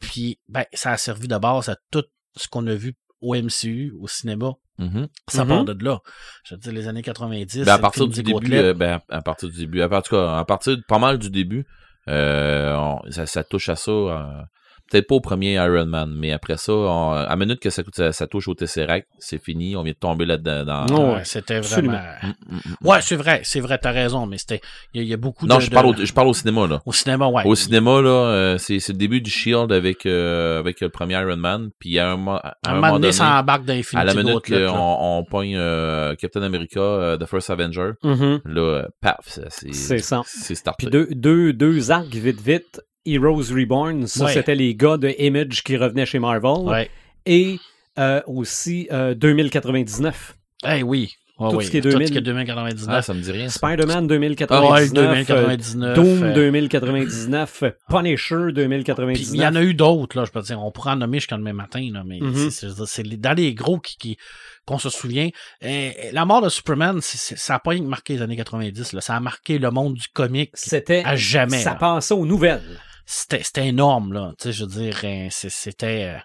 Speaker 3: Puis, ben, ça a servi de base à tout ce qu'on a vu au MCU, au cinéma.
Speaker 4: Mhm.
Speaker 3: Ça
Speaker 1: Mhm.
Speaker 3: part de là. Je veux dire, les années 90.
Speaker 4: Ben, à partir du
Speaker 3: Infinity
Speaker 4: début,
Speaker 3: Gauntlet.
Speaker 4: euh, ben, à à partir du début, à part- en tout cas, à partir de- pas mal du début, euh, on- ça, ça touche à ça. euh, Peut-être pas au premier Iron Man, mais après ça, on- à minute que ça, ça, ça touche au Tesseract, c'est fini, on vient de tomber là-dedans. dans-
Speaker 1: Non.
Speaker 3: Ouais, c'était
Speaker 1: absolument.
Speaker 3: vraiment.
Speaker 4: Mm, mm, mm.
Speaker 3: Ouais, c'est vrai, c'est vrai, t'as raison, mais c'était. Il y a- il y, a beaucoup
Speaker 4: Non,
Speaker 3: de.
Speaker 4: je
Speaker 3: de-
Speaker 4: parle, au, je parle au cinéma, là.
Speaker 3: au cinéma, ouais.
Speaker 4: Au cinéma, là, euh, c'est c'est le début du Shield avec, euh, avec le premier Iron Man. Puis à un, mo- à un
Speaker 3: À un moment donné, ça embarque dans Infinity
Speaker 4: à la minute
Speaker 3: Gauntlet, là.
Speaker 4: qu'on on pogne euh, Captain America, euh, The First Avenger,
Speaker 1: Mhm.
Speaker 3: Mm-hmm.
Speaker 4: là, euh, paf, ça, c'est
Speaker 1: C'est ça.
Speaker 4: c'est starté.
Speaker 1: Puis deux, deux, deux arcs vite vite. Heroes Reborn, ça
Speaker 3: Ouais.
Speaker 1: c'était les gars de Image qui revenaient chez Marvel.
Speaker 3: Ouais.
Speaker 1: Et euh, aussi euh, 2099.
Speaker 3: Eh oui. Ouais,
Speaker 1: Tout
Speaker 3: oui.
Speaker 1: ce qui est
Speaker 3: Tout
Speaker 1: 2000.
Speaker 3: ce qui est 2099.
Speaker 4: Ah, ça me dit rien. ça.
Speaker 1: Spider-Man
Speaker 3: Ah,
Speaker 1: 2099.
Speaker 3: ouais, 2099.
Speaker 1: Doom
Speaker 3: euh,
Speaker 1: 2099, Punisher
Speaker 3: puis il y en
Speaker 1: 2099.
Speaker 3: a eu d'autres, là, je peux te dire. On pourra en nommer jusqu'à demain matin, là, mais
Speaker 1: Mhm.
Speaker 3: c'est- c'est- c'est les- dans les gros qui, qui- qu'on se souvient. Et- et la mort de Superman, c'est- c'est- ça n'a pas rien que marqué les années 90, là. Ça a marqué le monde du comic
Speaker 1: C'était
Speaker 3: à jamais.
Speaker 1: ça
Speaker 3: là.
Speaker 1: passait aux nouvelles.
Speaker 3: C'était c'était énorme, là. Tu sais, je veux dire, euh, c'est- c'était. euh,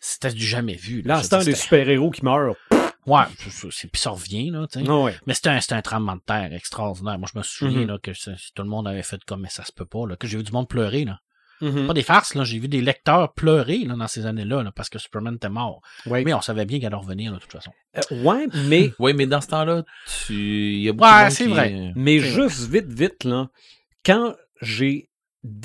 Speaker 3: C'était du jamais vu. là. Je veux
Speaker 1: L'instant
Speaker 3: dire,
Speaker 1: des
Speaker 3: c'était-
Speaker 1: super-héros qui meurent.
Speaker 3: Ouais, c'est- c'est- c'est- puis ça revient, là, tu sais.
Speaker 1: Ah ouais.
Speaker 3: Mais c'était un, c'était un tremblement de terre extraordinaire. Moi, je me souviens
Speaker 1: Mhm.
Speaker 3: là, que ça- tout le monde avait fait comme, mais ça se peut pas, là, que j'ai vu du monde pleurer. Là.
Speaker 1: Mhm.
Speaker 3: Pas des farces, là, j'ai vu des lecteurs pleurer là, dans ces années-là là, parce que Superman était mort.
Speaker 1: Ouais.
Speaker 3: Mais Mm-hmm. on savait bien qu'il allait revenir, là, de toute façon.
Speaker 1: Euh, ouais, mais
Speaker 4: Oui, mais dans ce temps-là, tu... il y a beaucoup
Speaker 3: Ouais,
Speaker 4: de monde
Speaker 3: c'est
Speaker 4: qui- euh,
Speaker 3: vrai.
Speaker 1: Mais
Speaker 3: C'est
Speaker 1: juste vite, vite, là, quand j'ai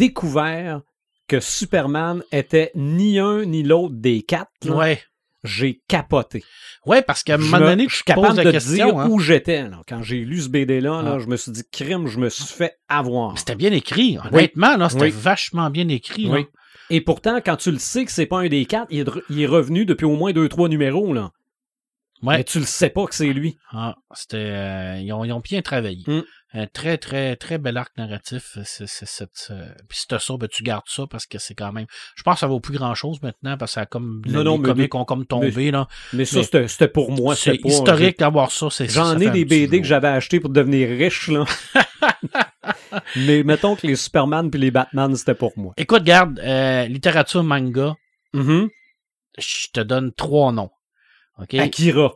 Speaker 1: découvert que Superman était ni un ni l'autre des quatre, là,
Speaker 3: Ouais.
Speaker 1: j'ai capoté.
Speaker 3: Ouais, parce qu'à un
Speaker 1: Je
Speaker 3: moment
Speaker 1: me-
Speaker 3: donné,
Speaker 1: je
Speaker 3: tu
Speaker 1: suis
Speaker 3: te poses
Speaker 1: capable
Speaker 3: la
Speaker 1: de
Speaker 3: question.
Speaker 1: dire
Speaker 3: hein.
Speaker 1: où j'étais. là. Quand j'ai lu ce BD-là, là,
Speaker 3: Ah.
Speaker 1: je me suis dit, crime, je me suis fait avoir.
Speaker 3: Mais C'était bien écrit. Honnêtement, là, c'était
Speaker 1: Oui.
Speaker 3: vachement bien écrit. là.
Speaker 1: Oui. Et pourtant, quand tu le sais que c'est pas un des quatre, il est, dr- il est revenu depuis au moins deux, trois numéros. Là.
Speaker 3: Ouais.
Speaker 1: Mais tu le sais pas que c'est lui.
Speaker 3: Ah, c'était, euh, ils, ont, ils ont bien travaillé.
Speaker 1: Mm.
Speaker 3: Un très, très, très bel arc narratif. C'est, c'est cette, euh, puis si t'as ça, ben, tu gardes ça parce que c'est quand même. Je pense que ça vaut plus grand chose maintenant parce que ça a comme.
Speaker 1: Non,
Speaker 3: les
Speaker 1: non, mais
Speaker 3: comics ont comme tombé, là.
Speaker 1: Mais ça,
Speaker 3: Mais-
Speaker 1: c'était c'était pour moi.
Speaker 3: c'est
Speaker 1: c'était pas-
Speaker 3: historique d'avoir ça. C'est, ça
Speaker 1: J'en
Speaker 3: fait
Speaker 1: ai
Speaker 3: un
Speaker 1: des
Speaker 3: petit
Speaker 1: BD que
Speaker 3: jour.
Speaker 1: j'avais acheté pour devenir riche, [LAUGHS] là. Mais mettons que les Superman puis les Batman, c'était pour moi.
Speaker 3: Écoute, garde, euh, littérature manga,
Speaker 1: Mhm.
Speaker 3: je te donne trois noms. OK?
Speaker 1: Akira.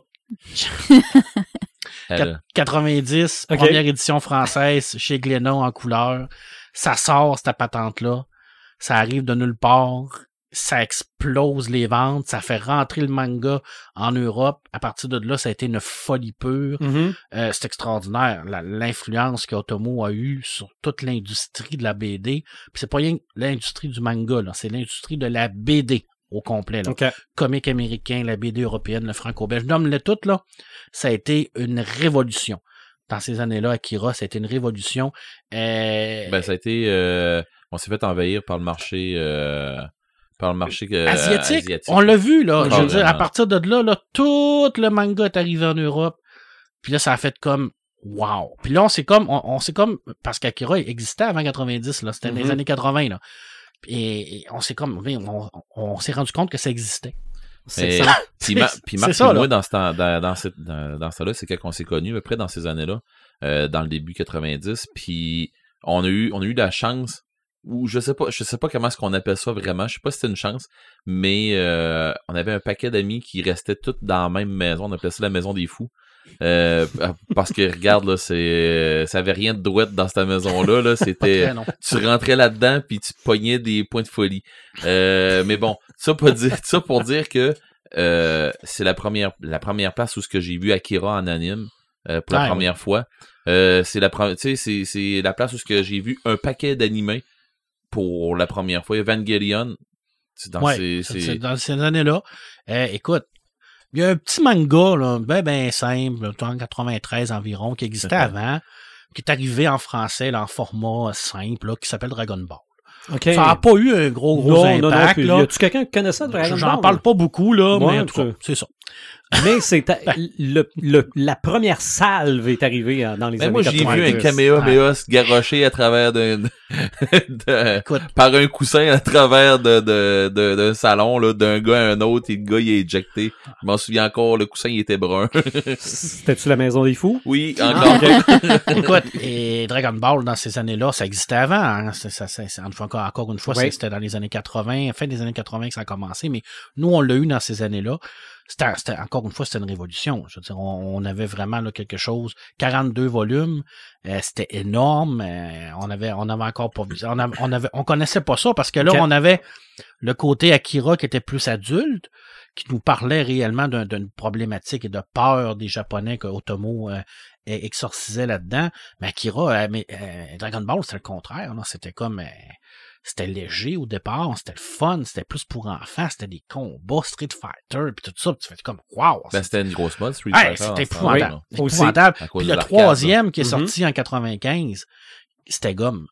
Speaker 4: Elle-
Speaker 3: 90,
Speaker 1: Ok.
Speaker 3: première édition française chez Glénon en couleur. Ça sort, cette patente-là. Ça arrive de nulle part. Ça explose les ventes. Ça fait rentrer le manga en Europe. À partir de là, ça a été une folie pure.
Speaker 1: Mm-hmm.
Speaker 3: Euh, c'est extraordinaire la- l'influence qu'Otomo a eue sur toute l'industrie de la BD. Puis c'est pas rien que l'industrie du manga, là, c'est l'industrie de la BD au complet. Là.
Speaker 1: OK.
Speaker 3: Comique américain, la BD européenne, le franco-belge, nomme-les toutes, là. Ça a été une révolution. Dans ces années-là, Akira, ça a été une révolution. Euh,
Speaker 4: Ben, ça a été. euh, on s'est fait envahir par le marché. euh, par le marché euh,
Speaker 3: asiatique, on l'a vu, là. Je veux dire, à
Speaker 4: Carrément.
Speaker 3: partir de là, là, tout le manga est arrivé en Europe. Puis là, ça a fait comme Wow! Puis là, on s'est comme, on, on s'est comme, parce qu'Akira existait avant 90, là, c'était dans
Speaker 4: Mm-hmm.
Speaker 1: Mhm.
Speaker 3: les années 80, là. Et, et on s'est comme, on, on- on s'est rendu compte que ça existait.
Speaker 1: C'est
Speaker 4: Mais-
Speaker 1: ça.
Speaker 4: Puis, Ma-
Speaker 3: C'est-
Speaker 4: puis
Speaker 3: c'est
Speaker 4: Marc
Speaker 3: ça,
Speaker 4: et moi,
Speaker 3: là.
Speaker 4: dans ce temps, dans, dans ce- dans- dans ce temps-là, c'est quand on s'est connus, à peu près dans ces années-là, euh, dans le début 90. Puis on a eu, on a eu la chance, ou je sais pas, je sais pas comment est-ce qu'on appelle ça vraiment, je sais pas si c'était une chance, mais euh, on avait un paquet d'amis qui restaient tous dans la même maison. On appelait ça la maison des fous. Euh, parce que regarde là, c'est, ça avait rien de douette dans cette maison-là. Là,
Speaker 3: Pas
Speaker 4: c'était
Speaker 3: très long.
Speaker 4: tu rentrais là-dedans puis tu pognais des points de folie. Euh, mais bon, ça pour dire, [LAUGHS] ça pour dire que euh, c'est la première, la première place où ce que j'ai vu Akira en anime euh, pour la
Speaker 3: Ouais.
Speaker 4: première fois. Euh, c'est la pre- tu sais, c'est, c'est la place où ce que j'ai vu un paquet d'animés pour la première fois. Evangelion, c'est dans
Speaker 3: Ouais,
Speaker 4: ces-
Speaker 3: c'est-
Speaker 4: ces-
Speaker 3: c'est dans ces années-là. Euh, écoute, il y a un petit manga, là, ben, ben simple, en 93 environ, qui existait avant, qui est arrivé en français, là, en format simple, là, qui s'appelle Dragon Ball.
Speaker 1: OK.
Speaker 3: Ça n'a pas eu un gros,
Speaker 1: non,
Speaker 3: gros
Speaker 1: non, non,
Speaker 3: impact,
Speaker 1: puis Y
Speaker 3: là.
Speaker 1: a-tu quelqu'un qui connaît ça, Dragon
Speaker 3: J'en
Speaker 1: Ball?
Speaker 3: parle pas beaucoup, là,
Speaker 1: Ouais,
Speaker 3: mais en tout
Speaker 1: tu-
Speaker 3: cas, c'est ça.
Speaker 1: Mais c'est [LAUGHS] à- le, le- la première salve est arrivée hein, dans les
Speaker 4: Mais
Speaker 1: années
Speaker 4: Ben, moi, j'ai vu un
Speaker 1: 90.
Speaker 4: Kamehameha se garrocher à travers d'un, [LAUGHS] de-
Speaker 3: Écoute.
Speaker 4: par un coussin à travers de, de, de- d'un salon, là, d'un gars à un autre, et le gars, il est éjecté. Je m'en souviens encore, le coussin, il était
Speaker 3: [LAUGHS]
Speaker 4: brun. Ah.
Speaker 1: C'était-tu la maison des fous?
Speaker 4: oui, encore.
Speaker 3: Écoute, et Dragon Ball, dans ces années-là, ça existait avant. hein. C'est- ça- ça- ça- une fois encore, encore une fois,
Speaker 1: Oui.
Speaker 3: c'est- c'était dans les années 80, fin des années 80 que ça a commencé, mais nous, on l'a eu dans ces années-là. C'était, c'était- encore une fois, c'était une révolution. Je veux dire, on, on avait vraiment là, quelque chose, 42 volumes, euh, c'était énorme. euh, on avait, on avait encore pas vu ça. on, avait, on avait- on connaissait pas ça parce que là,
Speaker 1: Ok.
Speaker 3: on avait le côté Akira qui était plus adulte, qui nous parlait réellement d'un- d'une problématique et de peur des Japonais que Otomo euh, euh, exorcisait là-dedans. Mais Akira, euh, mais, euh, Dragon Ball, c'était le contraire. là. C'était comme. euh, c'était léger au départ, c'était le fun, c'était plus pour enfants, c'était des combats, Street Fighter, puis tout ça, puis tu fais comme wow!
Speaker 4: Ben, c'était une grosse mode, Street
Speaker 3: Hey,
Speaker 4: Fighter,
Speaker 3: c'était
Speaker 4: dans ce temps-là,
Speaker 3: épouvantable.
Speaker 1: Oui, aussi.
Speaker 3: épouvantable.
Speaker 4: à cause
Speaker 3: Puis
Speaker 4: de
Speaker 3: le
Speaker 4: l'arcade, Mm-hmm.
Speaker 3: troisième qui est
Speaker 1: Mhm.
Speaker 3: sorti en 95, c'était Gomme.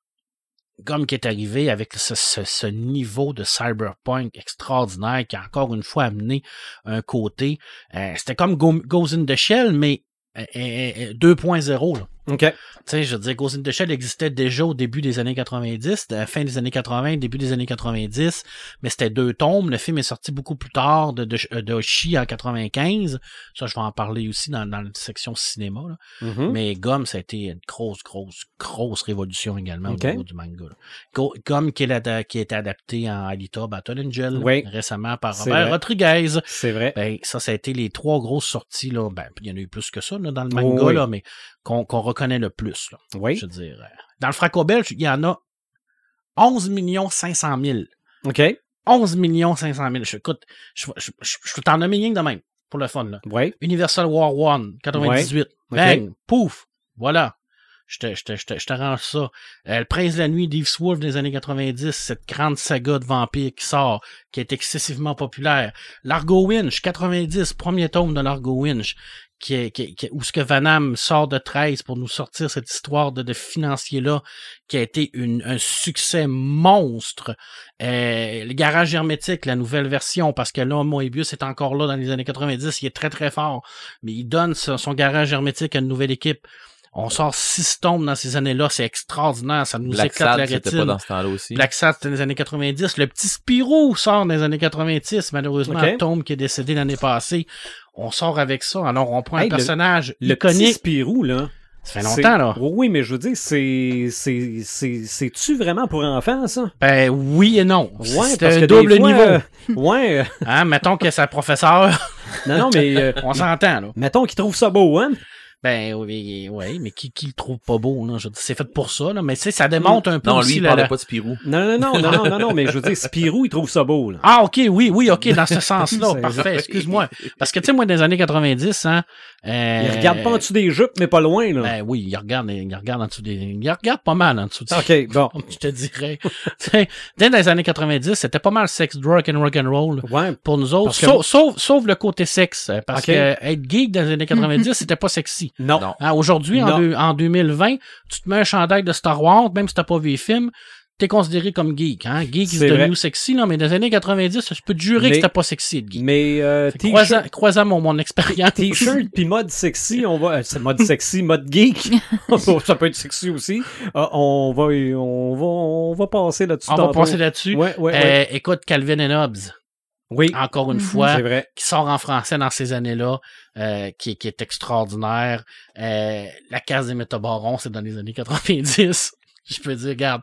Speaker 3: Gomme qui est arrivé avec ce, ce- ce niveau de cyberpunk extraordinaire qui a encore une fois amené un côté. euh, c'était comme Go- Goes in the Shell, mais euh, euh, euh, 2.0. là.
Speaker 1: [LAUGHS] OK.
Speaker 3: Tu sais, je veux dire, Goes in the Shell existait déjà au début des années 90, de la fin des années 80, début des années 90, mais c'était deux tombes. Le film est sorti beaucoup plus tard de, de, euh, de Oshii en 95. Ça, je vais en parler aussi dans, dans la section cinéma. là.
Speaker 1: Mhm.
Speaker 3: Mais Gomme, ça a été une grosse, grosse, grosse révolution également
Speaker 1: Ok.
Speaker 3: au niveau du manga. là. Go- Gomme qui, est la- qui a été adapté en Alita Battle Angel
Speaker 1: Oui.
Speaker 3: récemment par
Speaker 1: C'est
Speaker 3: Robert
Speaker 1: vrai.
Speaker 3: Rodriguez.
Speaker 1: C'est vrai.
Speaker 3: Ben, ça, ça a été les trois grosses sorties. Là. Ben, il y en a eu plus que ça là, dans le manga,
Speaker 1: Oh, oui.
Speaker 3: là, mais qu'on qu'on reconnaît le plus. là.
Speaker 1: Oui.
Speaker 3: Je veux dire, euh, dans le franco-belge, il y en a 11 500 000.
Speaker 1: OK.
Speaker 3: 11 500 000. Je, écoute, je, je, je, je t'en nomme rien que de même, pour le fun. Là.
Speaker 1: Oui.
Speaker 3: Universal War One, 98.
Speaker 1: Ouais.
Speaker 3: Bang, pouf, voilà. Je te, je te, je te, je te range ça. Euh, le Prince de la Nuit d'Yves Wolf des années 90, cette grande saga de vampires qui sort, qui est excessivement populaire. Largo Winch, 90, premier tome de Largo Winch, qui est, qui est- qui est- où ce que Vanham sort de 13 pour nous sortir cette histoire de, de financier-là, qui a été une- un succès monstre. Euh, le garage hermétique, la nouvelle version, parce que là, Moebius est encore là dans les années 90, il est très très fort mais il donne son, son garage hermétique à une nouvelle équipe. On sort six tombes dans ces années-là, c'est extraordinaire, ça nous
Speaker 4: Black
Speaker 3: éclate
Speaker 4: Sad,
Speaker 3: la
Speaker 4: c'était
Speaker 3: rétine.
Speaker 4: pas dans ce temps-là aussi.
Speaker 3: Black Sat, c'était dans les années 90. Le petit Spirou sort dans les années 90, malheureusement,
Speaker 1: Ok.
Speaker 3: Tom qui est décédé l'année passée. On sort avec ça. Alors, on prend
Speaker 1: Hey,
Speaker 3: un
Speaker 1: le-
Speaker 3: personnage
Speaker 1: Le petit
Speaker 3: iconique.
Speaker 1: Spirou, là.
Speaker 3: Ça fait
Speaker 1: c'est-
Speaker 3: longtemps, là.
Speaker 1: Oui, mais je veux dire, c'est. c'est- c'est- C'est-tu vraiment pour enfants, ça?
Speaker 3: Ben oui et non.
Speaker 1: Ouais,
Speaker 3: C'est
Speaker 1: parce
Speaker 3: un
Speaker 1: que
Speaker 3: double
Speaker 1: des fois,
Speaker 3: niveau. [LAUGHS]
Speaker 1: euh, ouais. euh, [LAUGHS]
Speaker 3: Hein, mettons que sa professeure,
Speaker 1: non, non, mais. euh,
Speaker 3: on s'entend, là.
Speaker 1: mettons qu'il trouve ça beau, hein?
Speaker 3: Ben oui, oui, mais qui, qui le trouve pas beau, là? Je veux dire, c'est fait pour ça, là. Mais tu sais, ça démontre un peu
Speaker 4: Non, lui,
Speaker 3: aussi
Speaker 4: il
Speaker 3: la-
Speaker 4: parlait
Speaker 3: la-
Speaker 4: pas de Spirou.
Speaker 1: Non, non, non, non, non, non, non, mais je veux dire, Spirou, il trouve ça beau, là.
Speaker 3: Ah, OK, oui, oui, OK,
Speaker 1: [LAUGHS]
Speaker 3: dans ce sens-là.
Speaker 1: C'est-
Speaker 3: parfait, excuse-moi. Parce que, tu sais, moi, dans les années 90, hein... euh,
Speaker 1: Il regarde pas en dessous des jupes, mais pas loin, là.
Speaker 3: Ben oui, il regarde, il regarde en dessous des... Il regarde pas mal en dessous des...
Speaker 1: Ah, OK, bon.
Speaker 3: [LAUGHS] Je te dirais. Tu sais, dès dans les années 90, c'était pas mal sexe, drug and rock and roll.
Speaker 1: Ouais.
Speaker 3: pour nous autres,
Speaker 1: Parce que-
Speaker 3: sauf, sauf, sauf le côté sexe, euh, parce
Speaker 1: Ok.
Speaker 3: que être geek dans les années
Speaker 1: [LAUGHS]
Speaker 3: 90, c'était pas sexy.
Speaker 1: Non.
Speaker 4: Non.
Speaker 3: Hein, Aujourd'hui, en,
Speaker 1: Non.
Speaker 3: deux- en 2020, tu te mets un chandail de Star Wars, même si t'as pas vu les films, t'es considéré comme geek. Hein? Geek is
Speaker 1: C'est
Speaker 3: the
Speaker 1: vrai.
Speaker 3: new sexy, non, mais dans les années 90, je peux te jurer que
Speaker 1: Mais-
Speaker 3: c'était pas sexy de geek.
Speaker 1: Mais euh,
Speaker 3: Fait que Croisant,
Speaker 1: t-shirt,
Speaker 3: croisant mon, mon expérience.
Speaker 1: t-shirt puis mode sexy, on va. euh, C'est mode sexy, mode
Speaker 3: [LAUGHS]
Speaker 1: geek. ça peut être sexy aussi. Ah, on va, on va, on va passer là-dessus.
Speaker 3: On va
Speaker 1: tantôt.
Speaker 3: passer là-dessus.
Speaker 1: Ouais, ouais, ouais.
Speaker 3: Euh, ah. écoute, Calvin and Hobbes,
Speaker 1: Oui,
Speaker 3: encore une
Speaker 5: Mhm.
Speaker 3: fois,
Speaker 1: c'est vrai.
Speaker 3: qui sort en français dans ces années-là, euh, qui, qui est extraordinaire. Euh, la case des métabarons, c'est dans les années 90. [LAUGHS] Je peux dire, regarde.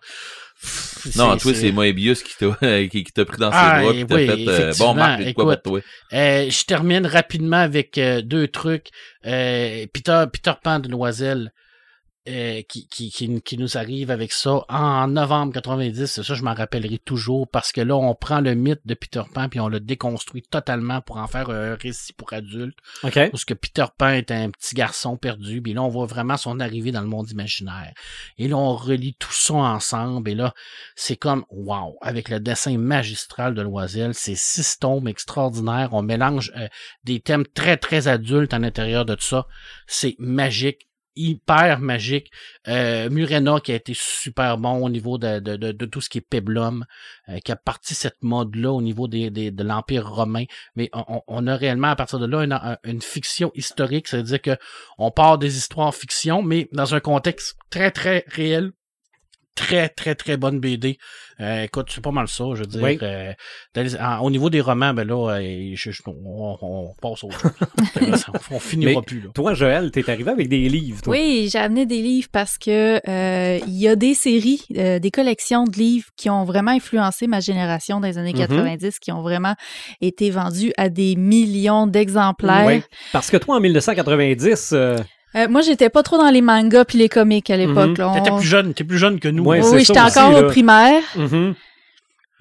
Speaker 3: pff,
Speaker 4: Non, toi, c'est Moebius qui t'a [LAUGHS] qui, qui t'a pris dans ses
Speaker 3: Ah,
Speaker 4: doigts. Puis t'a
Speaker 3: oui,
Speaker 4: fait, euh, bon, Marc, il y a de quoi
Speaker 3: effectivement,
Speaker 4: pour toi?
Speaker 3: Euh, je termine rapidement avec euh, deux trucs. Euh, Peter, Peter Pan de Loisel euh, qui, qui, qui, qui nous arrive avec ça en novembre 90. C'est ça, je m'en rappellerai toujours parce que là, on prend le mythe de Peter Pan puis on le déconstruit totalement pour en faire un récit pour adultes.
Speaker 1: OK.
Speaker 3: Parce que Peter Pan est un petit garçon perdu, puis là, on voit vraiment son arrivée dans le monde imaginaire. Et là, on relie tout ça ensemble, et là, c'est comme, wow, avec le dessin magistral de Loisel, c'est six tomes extraordinaires, on mélange euh, des thèmes très, très adultes à l'intérieur de tout ça. C'est magique, hyper magique. Euh, Murena, qui a été super bon au niveau de, de, de, de tout ce qui est Peblum, euh, qui a parti cette mode-là au niveau des, des- de l'Empire romain mais on- on, on a réellement à partir de là une, un- une fiction historique, c'est-à-dire que on part des histoires en fiction, mais dans un contexte très très réel. Très, très, très bonne BD. Euh, écoute, c'est pas mal ça, je veux dire.
Speaker 1: Oui.
Speaker 3: euh, dans les- en- au niveau des romans, ben là, euh, je- je- on, on passe au
Speaker 1: [LAUGHS]
Speaker 3: chose. on, on finira
Speaker 1: Mais-
Speaker 3: plus, là.
Speaker 1: Toi, Joël, t'es arrivé avec des livres, toi.
Speaker 5: Oui, j'ai amené des livres parce que euh, il y a des séries, euh, des collections de livres qui ont vraiment influencé ma génération dans les années
Speaker 1: Mhm.
Speaker 5: 90, qui ont vraiment été vendus à des millions d'exemplaires.
Speaker 1: Oui. Parce que toi, en 1990, euh,
Speaker 5: Euh, moi, j'étais pas trop dans les mangas puis les comics à l'époque.
Speaker 1: Mhm.
Speaker 5: là. On-
Speaker 3: T'étais plus jeune, t'es plus jeune que nous.
Speaker 1: Ouais,
Speaker 5: Oui,
Speaker 1: c'est
Speaker 5: oui,
Speaker 1: ça
Speaker 5: j'étais
Speaker 1: aussi,
Speaker 5: encore
Speaker 1: là.
Speaker 5: au primaire.
Speaker 3: Mm-hmm.
Speaker 1: mhm.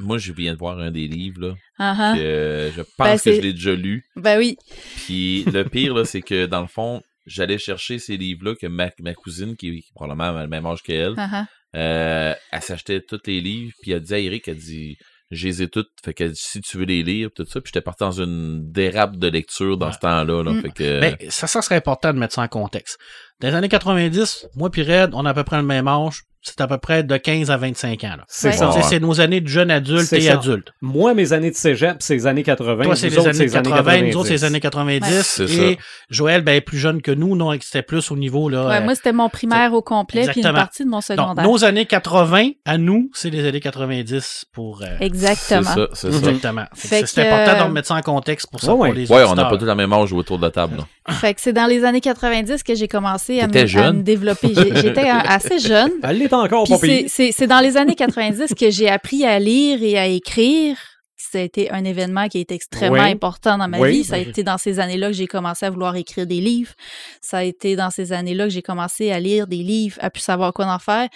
Speaker 4: Moi, je viens de voir un des livres, là.
Speaker 5: Ah, ah.
Speaker 4: que, euh, je pense
Speaker 5: Ben,
Speaker 4: que je
Speaker 5: c'est-
Speaker 4: l'ai déjà lu.
Speaker 5: Ben oui.
Speaker 4: Puis le pire, là, c'est que dans le fond, j'allais chercher ces livres-là que ma, ma cousine, qui est probablement à le même âge qu'elle,
Speaker 5: Ah, ah.
Speaker 4: euh, elle s'achetait tous les livres, puis elle disait à Eric, elle dit, je les ai toutes, fait que si tu veux les lire, tout ça, puis j'étais parti dans une dérape de lecture dans ce temps-là, là,
Speaker 5: Mm.
Speaker 4: fait que...
Speaker 3: Ben, ça, ça serait important de mettre ça en contexte. Dans les années 90, moi puis Red, on a à peu près le même âge. C'est à peu près de 15 à 25 ans. là.
Speaker 1: c'est
Speaker 5: Ouais.
Speaker 1: ça.
Speaker 3: C'est- C'est nos années de jeunes adultes
Speaker 1: C'est
Speaker 3: et
Speaker 1: ça.
Speaker 3: adultes.
Speaker 1: Moi, mes années de cégep, c'est les années 80.
Speaker 3: Toi, c'est
Speaker 1: vous
Speaker 3: les
Speaker 1: autres,
Speaker 3: années 80, nous autres, c'est les années
Speaker 4: Ouais.
Speaker 3: 90.
Speaker 4: C'est
Speaker 3: Et Joël, ben, est plus jeune que nous, non, c'était plus au niveau, là.
Speaker 5: Ouais,
Speaker 3: euh,
Speaker 5: moi, c'était mon primaire au complet puis une
Speaker 3: Exactement.
Speaker 5: partie de mon
Speaker 3: donc,
Speaker 5: secondaire.
Speaker 3: nos années 80, à nous, c'est les années 90 pour, euh,
Speaker 4: c'est
Speaker 5: Exactement.
Speaker 4: ça, c'est ça.
Speaker 1: Mhm.
Speaker 3: exactement. Fait que
Speaker 5: Fait
Speaker 3: C'est
Speaker 5: que- euh,
Speaker 3: important de remettre ça en contexte pour ça.
Speaker 1: Ouais,
Speaker 3: pour
Speaker 1: ouais.
Speaker 3: les
Speaker 4: Ouais, on n'a
Speaker 3: auditeurs.
Speaker 4: pas tous la même âge autour de la table, là.
Speaker 5: Fait que c'est dans les années 90 que j'ai commencé à me,
Speaker 4: T'étais jeune.
Speaker 5: à me développer. J'ai- J'étais euh, assez jeune.
Speaker 1: Elle l'est encore,
Speaker 5: Puis
Speaker 1: pas
Speaker 5: c'est-
Speaker 1: pire.
Speaker 5: c'est c'est dans les années 90 que j'ai appris à lire et à écrire. Ça a été un événement qui a été extrêmement
Speaker 1: Oui.
Speaker 5: important dans ma
Speaker 1: Oui.
Speaker 5: vie. Ça a été dans ces années-là que j'ai commencé à vouloir écrire des livres. Ça a été dans ces années-là que j'ai commencé à lire des livres, à plus savoir quoi en faire.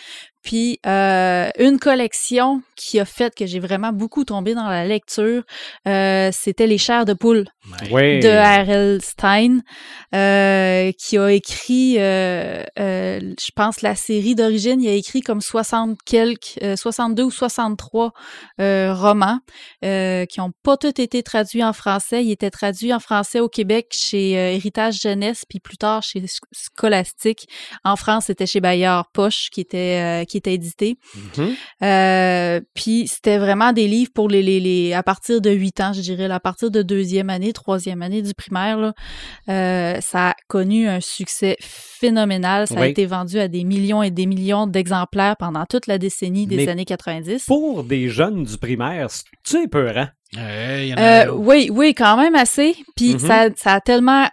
Speaker 5: Puis euh, une collection qui a fait que j'ai vraiment beaucoup tombé dans la lecture, euh, c'était Les chairs de poule
Speaker 3: Ouais.
Speaker 1: Ouais.
Speaker 5: de R.L. Stein, euh, qui a écrit, euh, euh, je pense, la série d'origine. Il a écrit comme 60 quelques, euh, 62 ou 63 euh, romans euh, qui n'ont pas tous été traduits en français. Ils étaient traduits en français au Québec chez euh, Héritage Jeunesse, puis plus tard chez Sc- Scholastique. En France, c'était chez Bayard Poche qui était, euh, qui était édité.
Speaker 1: Mhm.
Speaker 5: Euh, puis c'était vraiment des livres pour les, les, les à partir de 8 ans, je dirais, là, à partir de deuxième année, troisième année du primaire, là, euh, ça a connu un succès phénoménal. Ça a
Speaker 1: Oui.
Speaker 5: été vendu à des millions et des millions d'exemplaires pendant toute la décennie des
Speaker 1: Mais
Speaker 5: années 90.
Speaker 1: Pour des jeunes du primaire, c'est épeurant.
Speaker 3: Ouais, il y en a
Speaker 5: Euh,
Speaker 3: un autre.
Speaker 5: oui, oui, quand même assez. Puis
Speaker 1: Mhm.
Speaker 5: ça, ça a tellement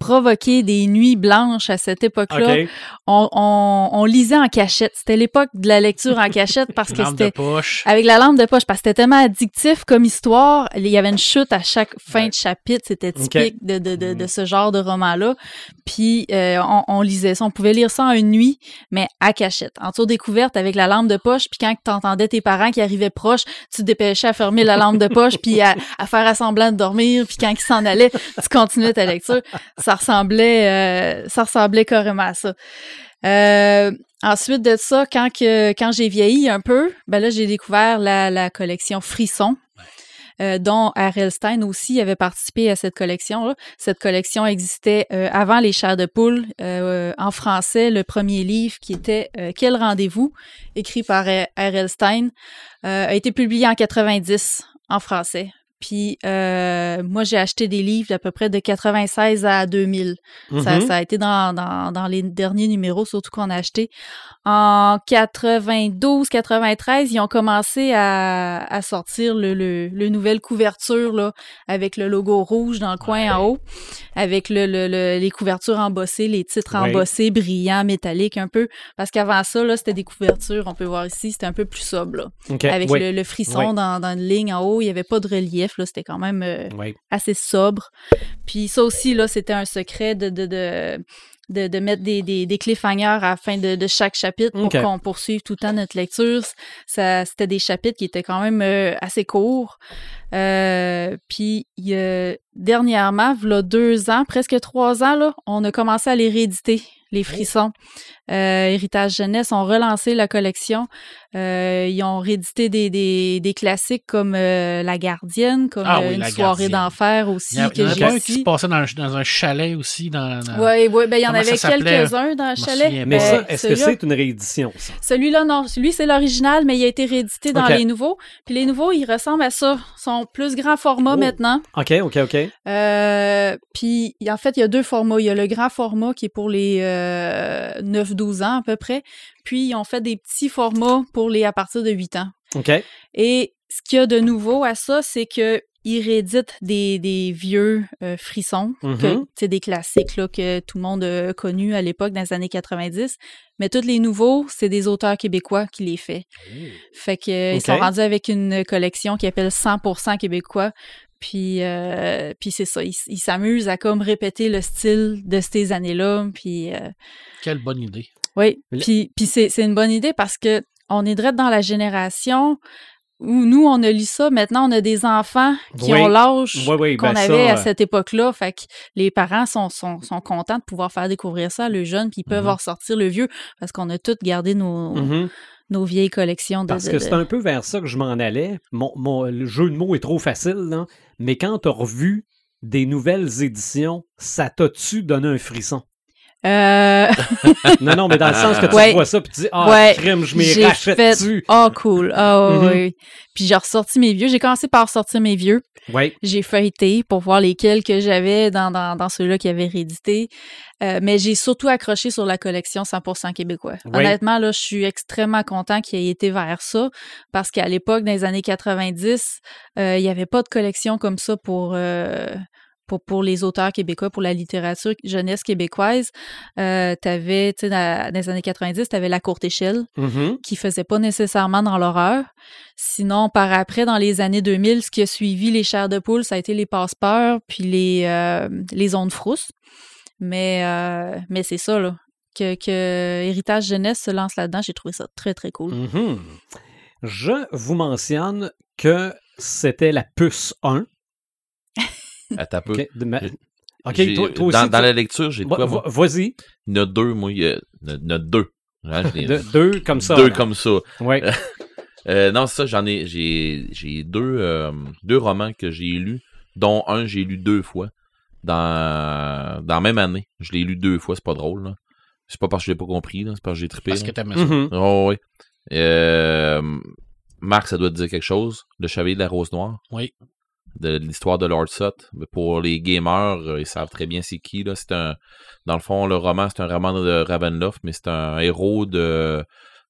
Speaker 5: provoquer des nuits blanches à cette époque-là.
Speaker 1: OK.
Speaker 5: On, on- on lisait en cachette. C'était l'époque de la lecture en cachette parce que
Speaker 3: Lampe de
Speaker 5: c'était
Speaker 3: poche.
Speaker 5: avec la lampe de poche, parce que c'était tellement addictif comme histoire. Il y avait une chute à chaque fin de chapitre. C'était typique de, de, de, de ce genre de roman-là. Puis euh, on, on lisait ça. On pouvait lire ça en une nuit, mais à cachette. En tour découverte avec la lampe de poche. Puis quand tu entendais tes parents qui arrivaient proches, tu te dépêchais à fermer la lampe de poche puis à, à faire à semblant de dormir. Puis quand ils s'en allaient, tu continuais ta lecture. Ça ressemblait, euh, ça ressemblait carrément à ça. Euh, Ensuite de ça, quand, que, quand j'ai vieilli un peu, ben là, j'ai découvert la, la collection Frisson, euh, dont R.L. Stein aussi avait participé à cette collection-là. Cette collection existait euh, avant Les Chairs de poule. Euh, en français, le premier livre qui était euh, Quel rendez-vous, écrit par R.L. Stein, euh, a été publié en 90 en français. Puis euh, moi, j'ai acheté des livres d'à peu près de 96 à 2000.
Speaker 3: Mm-hmm.
Speaker 5: Ça,
Speaker 1: Mhm.
Speaker 5: ça a été dans, dans, dans les derniers numéros, surtout qu'on a acheté. En 92-93, ils ont commencé à, à sortir le, le, le nouvelle couverture là, avec le logo rouge dans le coin en haut, avec le, le- le- les couvertures embossées, les titres
Speaker 1: Ouais.
Speaker 5: embossés, brillants, métalliques un peu. Parce qu'avant ça, là, c'était des couvertures, on peut voir ici, c'était un peu plus sobre. là.
Speaker 1: OK,
Speaker 5: Avec
Speaker 1: oui,
Speaker 5: le, le frisson
Speaker 1: Ouais.
Speaker 5: dans, dans une ligne en haut, il n'y avait pas de relief, là, c'était quand même... euh,
Speaker 1: oui.
Speaker 5: assez sobre. Puis ça aussi, là, c'était un secret de, de, de, de, de mettre des, des, des cliffhangers à la fin de, de chaque chapitre pour
Speaker 1: Ok.
Speaker 5: qu'on poursuive tout le temps notre lecture. Ça, c'était des chapitres qui étaient quand même euh, assez courts. Euh, puis il y a- dernièrement, voilà deux ans, presque trois ans, là, on a commencé à les rééditer,
Speaker 3: Oh.
Speaker 5: les frissons. Euh, Héritage Jeunesse ont relancé la collection. Euh, ils ont réédité des, des, des classiques comme euh, La Gardienne, comme
Speaker 3: Ah
Speaker 5: euh,
Speaker 3: oui,
Speaker 5: Une
Speaker 3: La
Speaker 5: soirée
Speaker 3: Gardienne.
Speaker 5: d'enfer aussi
Speaker 3: Il y en- il y en
Speaker 5: que
Speaker 3: a
Speaker 5: j'ai
Speaker 3: pas un qui se
Speaker 5: ici.
Speaker 3: passait dans un, dans un chalet aussi. Dans, dans-
Speaker 5: Oui, ouais, ben, il y en
Speaker 3: Comment ça
Speaker 5: avait
Speaker 3: s'appelait?
Speaker 5: quelques-uns dans le
Speaker 3: m'en
Speaker 5: chalet.
Speaker 3: souviens
Speaker 1: Mais
Speaker 5: Ben,
Speaker 3: pas.
Speaker 1: ça, est-ce que
Speaker 5: celui-là-
Speaker 1: c'est une réédition, ça?
Speaker 5: Celui-là, non. Lui, c'est l'original, mais il a été réédité dans
Speaker 1: Ok.
Speaker 5: les nouveaux. Puis les nouveaux, ils ressemblent à ça. Ils sont plus grand format
Speaker 1: Oh.
Speaker 5: maintenant.
Speaker 1: OK, OK, OK.
Speaker 5: Euh, puis, en fait, il y a deux formats. Il y a le grand format qui est pour les euh, 9-12 ans à peu près. Puis, ils ont fait des petits formats pour les à partir de 8 ans.
Speaker 1: OK.
Speaker 5: Et ce qu'il y a de nouveau à ça, c'est que ils rééditent des, des vieux euh, frissons,
Speaker 1: Mhm.
Speaker 3: Mm-hmm.
Speaker 5: que, tu sais, des classiques là, que tout le monde a connus à l'époque dans les années 90. Mais tous les nouveaux, c'est des auteurs québécois qui les fait. Fait que euh, ils
Speaker 1: Oh. Ok.
Speaker 5: sont rendus avec une collection qui appelle 100% québécois. Puis, euh, puis c'est ça, ils s- ils s'amusent à comme répéter le style de ces années-là. Puis euh,
Speaker 3: Quelle bonne idée.
Speaker 5: oui,
Speaker 1: Le-
Speaker 5: puis, puis c'est, c'est une bonne idée parce que on est direct dans la génération où nous, on a lu ça. Maintenant, on a des enfants qui
Speaker 1: Oui.
Speaker 5: ont l'âge
Speaker 1: Oui, oui,
Speaker 5: qu'on
Speaker 1: ben ça,
Speaker 5: avait à
Speaker 1: euh,
Speaker 5: cette époque-là. Fait que les parents sont, sont, sont contents de pouvoir faire découvrir ça à le jeune, puis ils peuvent
Speaker 1: Mhm.
Speaker 5: en ressortir le vieux parce qu'on a toutes gardé nos,
Speaker 3: Mm-hmm.
Speaker 1: mhm.
Speaker 5: nos vieilles collections de.
Speaker 1: Parce
Speaker 5: de-
Speaker 1: que
Speaker 5: de-
Speaker 1: c'est un peu vers ça que je m'en allais. Mon, mon- le jeu de mots est trop facile, là. mais quand tu as revu des nouvelles éditions, ça t'a-tu donné un frisson?
Speaker 5: Euh,
Speaker 1: Non, non, mais dans le sens que tu
Speaker 5: Ouais.
Speaker 1: vois ça et tu dis Ah,
Speaker 5: Ouais.
Speaker 1: crème, je m'y
Speaker 5: j'ai
Speaker 1: rachète
Speaker 5: fait.
Speaker 1: dessus.
Speaker 5: Oh, cool. Ah ouais,
Speaker 1: Mhm.
Speaker 5: ouais. Puis j'ai ressorti mes vieux. J'ai commencé par ressortir mes vieux.
Speaker 1: Oui,
Speaker 5: J'ai feuilleté pour voir lesquels que j'avais dans, dans, dans ceux-là qui avaient réédité. Euh, mais j'ai surtout accroché sur la collection 100% québécois.
Speaker 1: Oui.
Speaker 5: Honnêtement, là, je suis extrêmement content qu'il ait été vers ça parce qu'à l'époque, dans les années 90, euh, il n'y avait pas de collection comme ça pour, euh, pour, pour les auteurs québécois, pour la littérature jeunesse québécoise. Euh, t'avais, tu sais, dans, dans les années 90, tu avais La Courte Échelle
Speaker 1: Mhm.
Speaker 5: qui faisaient pas nécessairement dans l'horreur. Sinon, par après, dans les années 2000, ce qui a suivi les chairs de poule, ça a été les passe-peurs puis les, euh, les ondes frousses. Mais, euh, mais c'est ça, là. Que, que Héritage Jeunesse se lance là-dedans, j'ai trouvé ça très, très cool.
Speaker 1: Mhm. Je vous mentionne que c'était la puce 1.
Speaker 4: Attends un peu.
Speaker 1: Ok, de ma-
Speaker 4: J'ai-
Speaker 1: Ok,
Speaker 4: J'ai-
Speaker 1: toi, toi aussi.
Speaker 4: dans, dans
Speaker 1: tu-
Speaker 4: la lecture, j'ai de
Speaker 1: Va-
Speaker 4: quoi,
Speaker 1: va-
Speaker 4: moi?
Speaker 1: Vas-y,
Speaker 4: Il y en a deux, moi. Il y a, il y en a deux. Hein,
Speaker 1: [LAUGHS]
Speaker 4: je les-
Speaker 1: de- deux comme ça.
Speaker 4: Deux
Speaker 1: là.
Speaker 4: comme ça. [LAUGHS]
Speaker 1: Ouais.
Speaker 4: Euh, non, c'est ça, j'en ai, j'ai, j'ai deux, euh, deux romans que j'ai lus, dont un j'ai lu deux fois dans, dans la même année. Je l'ai lu deux fois, c'est pas drôle. Là. C'est pas parce que j'ai pas compris, là, c'est parce que j'ai trippé.
Speaker 3: Parce
Speaker 4: là.
Speaker 3: que t'aimais ça.
Speaker 1: Mhm.
Speaker 4: Oh, oui. Euh, Marc, ça doit te dire quelque chose. Le Chevalier de la Rose Noire.
Speaker 3: Oui.
Speaker 4: De l'histoire de Lord Sut. Mais Pour les gamers, euh, ils savent très bien c'est qui. Là. C'est un, dans le fond, le roman, c'est un roman de Ravenloft, mais c'est un héros de,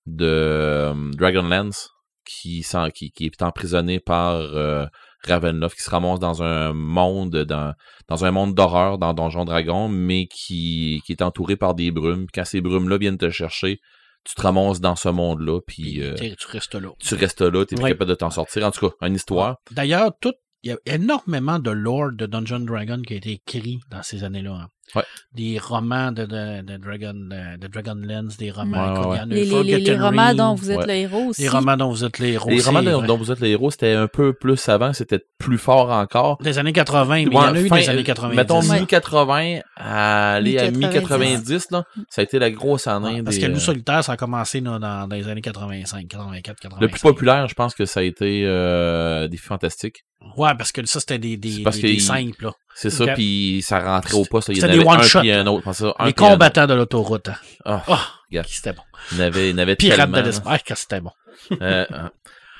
Speaker 4: de euh, Dragonlance qui, s'en- qui, qui est emprisonné par euh, Ravenloft, qui se ramasse dans un monde, dans, dans un monde d'horreur dans Donjon Dragon, mais qui, qui est entouré par des brumes. Puis quand ces brumes-là viennent te chercher, tu te ramasses dans ce monde-là, puis euh,
Speaker 3: T'es- tu restes là.
Speaker 4: tu restes là, t'es plus
Speaker 1: Ouais.
Speaker 4: capable de t'en sortir. En tout cas, une histoire.
Speaker 3: D'ailleurs, tout, il y a énormément de lore de Dungeon Dragon qui a été écrit dans ces années-là. hein.
Speaker 4: Ouais.
Speaker 3: Des romans de, de, de Dragon, de, de Dragonlance, des romans.
Speaker 4: Ouais,
Speaker 3: écoute,
Speaker 4: ouais,
Speaker 3: il y en a eu
Speaker 5: Les, les- les- les
Speaker 3: Forgotten
Speaker 5: romans
Speaker 3: Realm,
Speaker 5: dont vous êtes
Speaker 4: ouais.
Speaker 5: le héros aussi.
Speaker 3: Les romans dont vous êtes les héros.
Speaker 4: Les
Speaker 3: c'est
Speaker 4: romans
Speaker 3: vrai.
Speaker 4: dont vous êtes les héros, c'était un peu plus avant, c'était plus fort encore.
Speaker 3: Des années 80, mais il y
Speaker 4: Ouais,
Speaker 3: en a eu
Speaker 4: fin-
Speaker 3: des années 80.
Speaker 4: Mettons
Speaker 5: Ouais.
Speaker 4: mi-80 à aller à
Speaker 5: Mi-90.
Speaker 4: mi-90, là, ça a été la grosse année.
Speaker 3: parce
Speaker 4: des,
Speaker 3: que
Speaker 4: euh,
Speaker 3: Loup solitaire, ça a commencé là, dans, dans les années 85, 84, 85.
Speaker 4: Le plus populaire, je pense que ça a été euh, des fantastiques.
Speaker 3: Ouais, parce que ça, c'était des, des,
Speaker 4: C'est parce
Speaker 3: des,
Speaker 4: que
Speaker 3: des
Speaker 4: il-
Speaker 3: simples. là.
Speaker 4: C'est ça,
Speaker 3: Ok.
Speaker 4: puis ça rentrait au poste. Il y en
Speaker 3: C'était
Speaker 4: avait
Speaker 3: des
Speaker 4: un
Speaker 3: one-shot.
Speaker 4: puis un autre. Pense ça, un
Speaker 3: les
Speaker 4: puis un autre.
Speaker 3: combattants de l'autoroute. hein.
Speaker 4: Ah,
Speaker 3: Ah,
Speaker 4: regarde.
Speaker 3: c'était bon.
Speaker 4: il y en avait, il y en avait
Speaker 3: Pirates
Speaker 4: tellement,
Speaker 3: de
Speaker 4: là.
Speaker 3: l'espace, quand c'était bon.
Speaker 4: Euh, euh,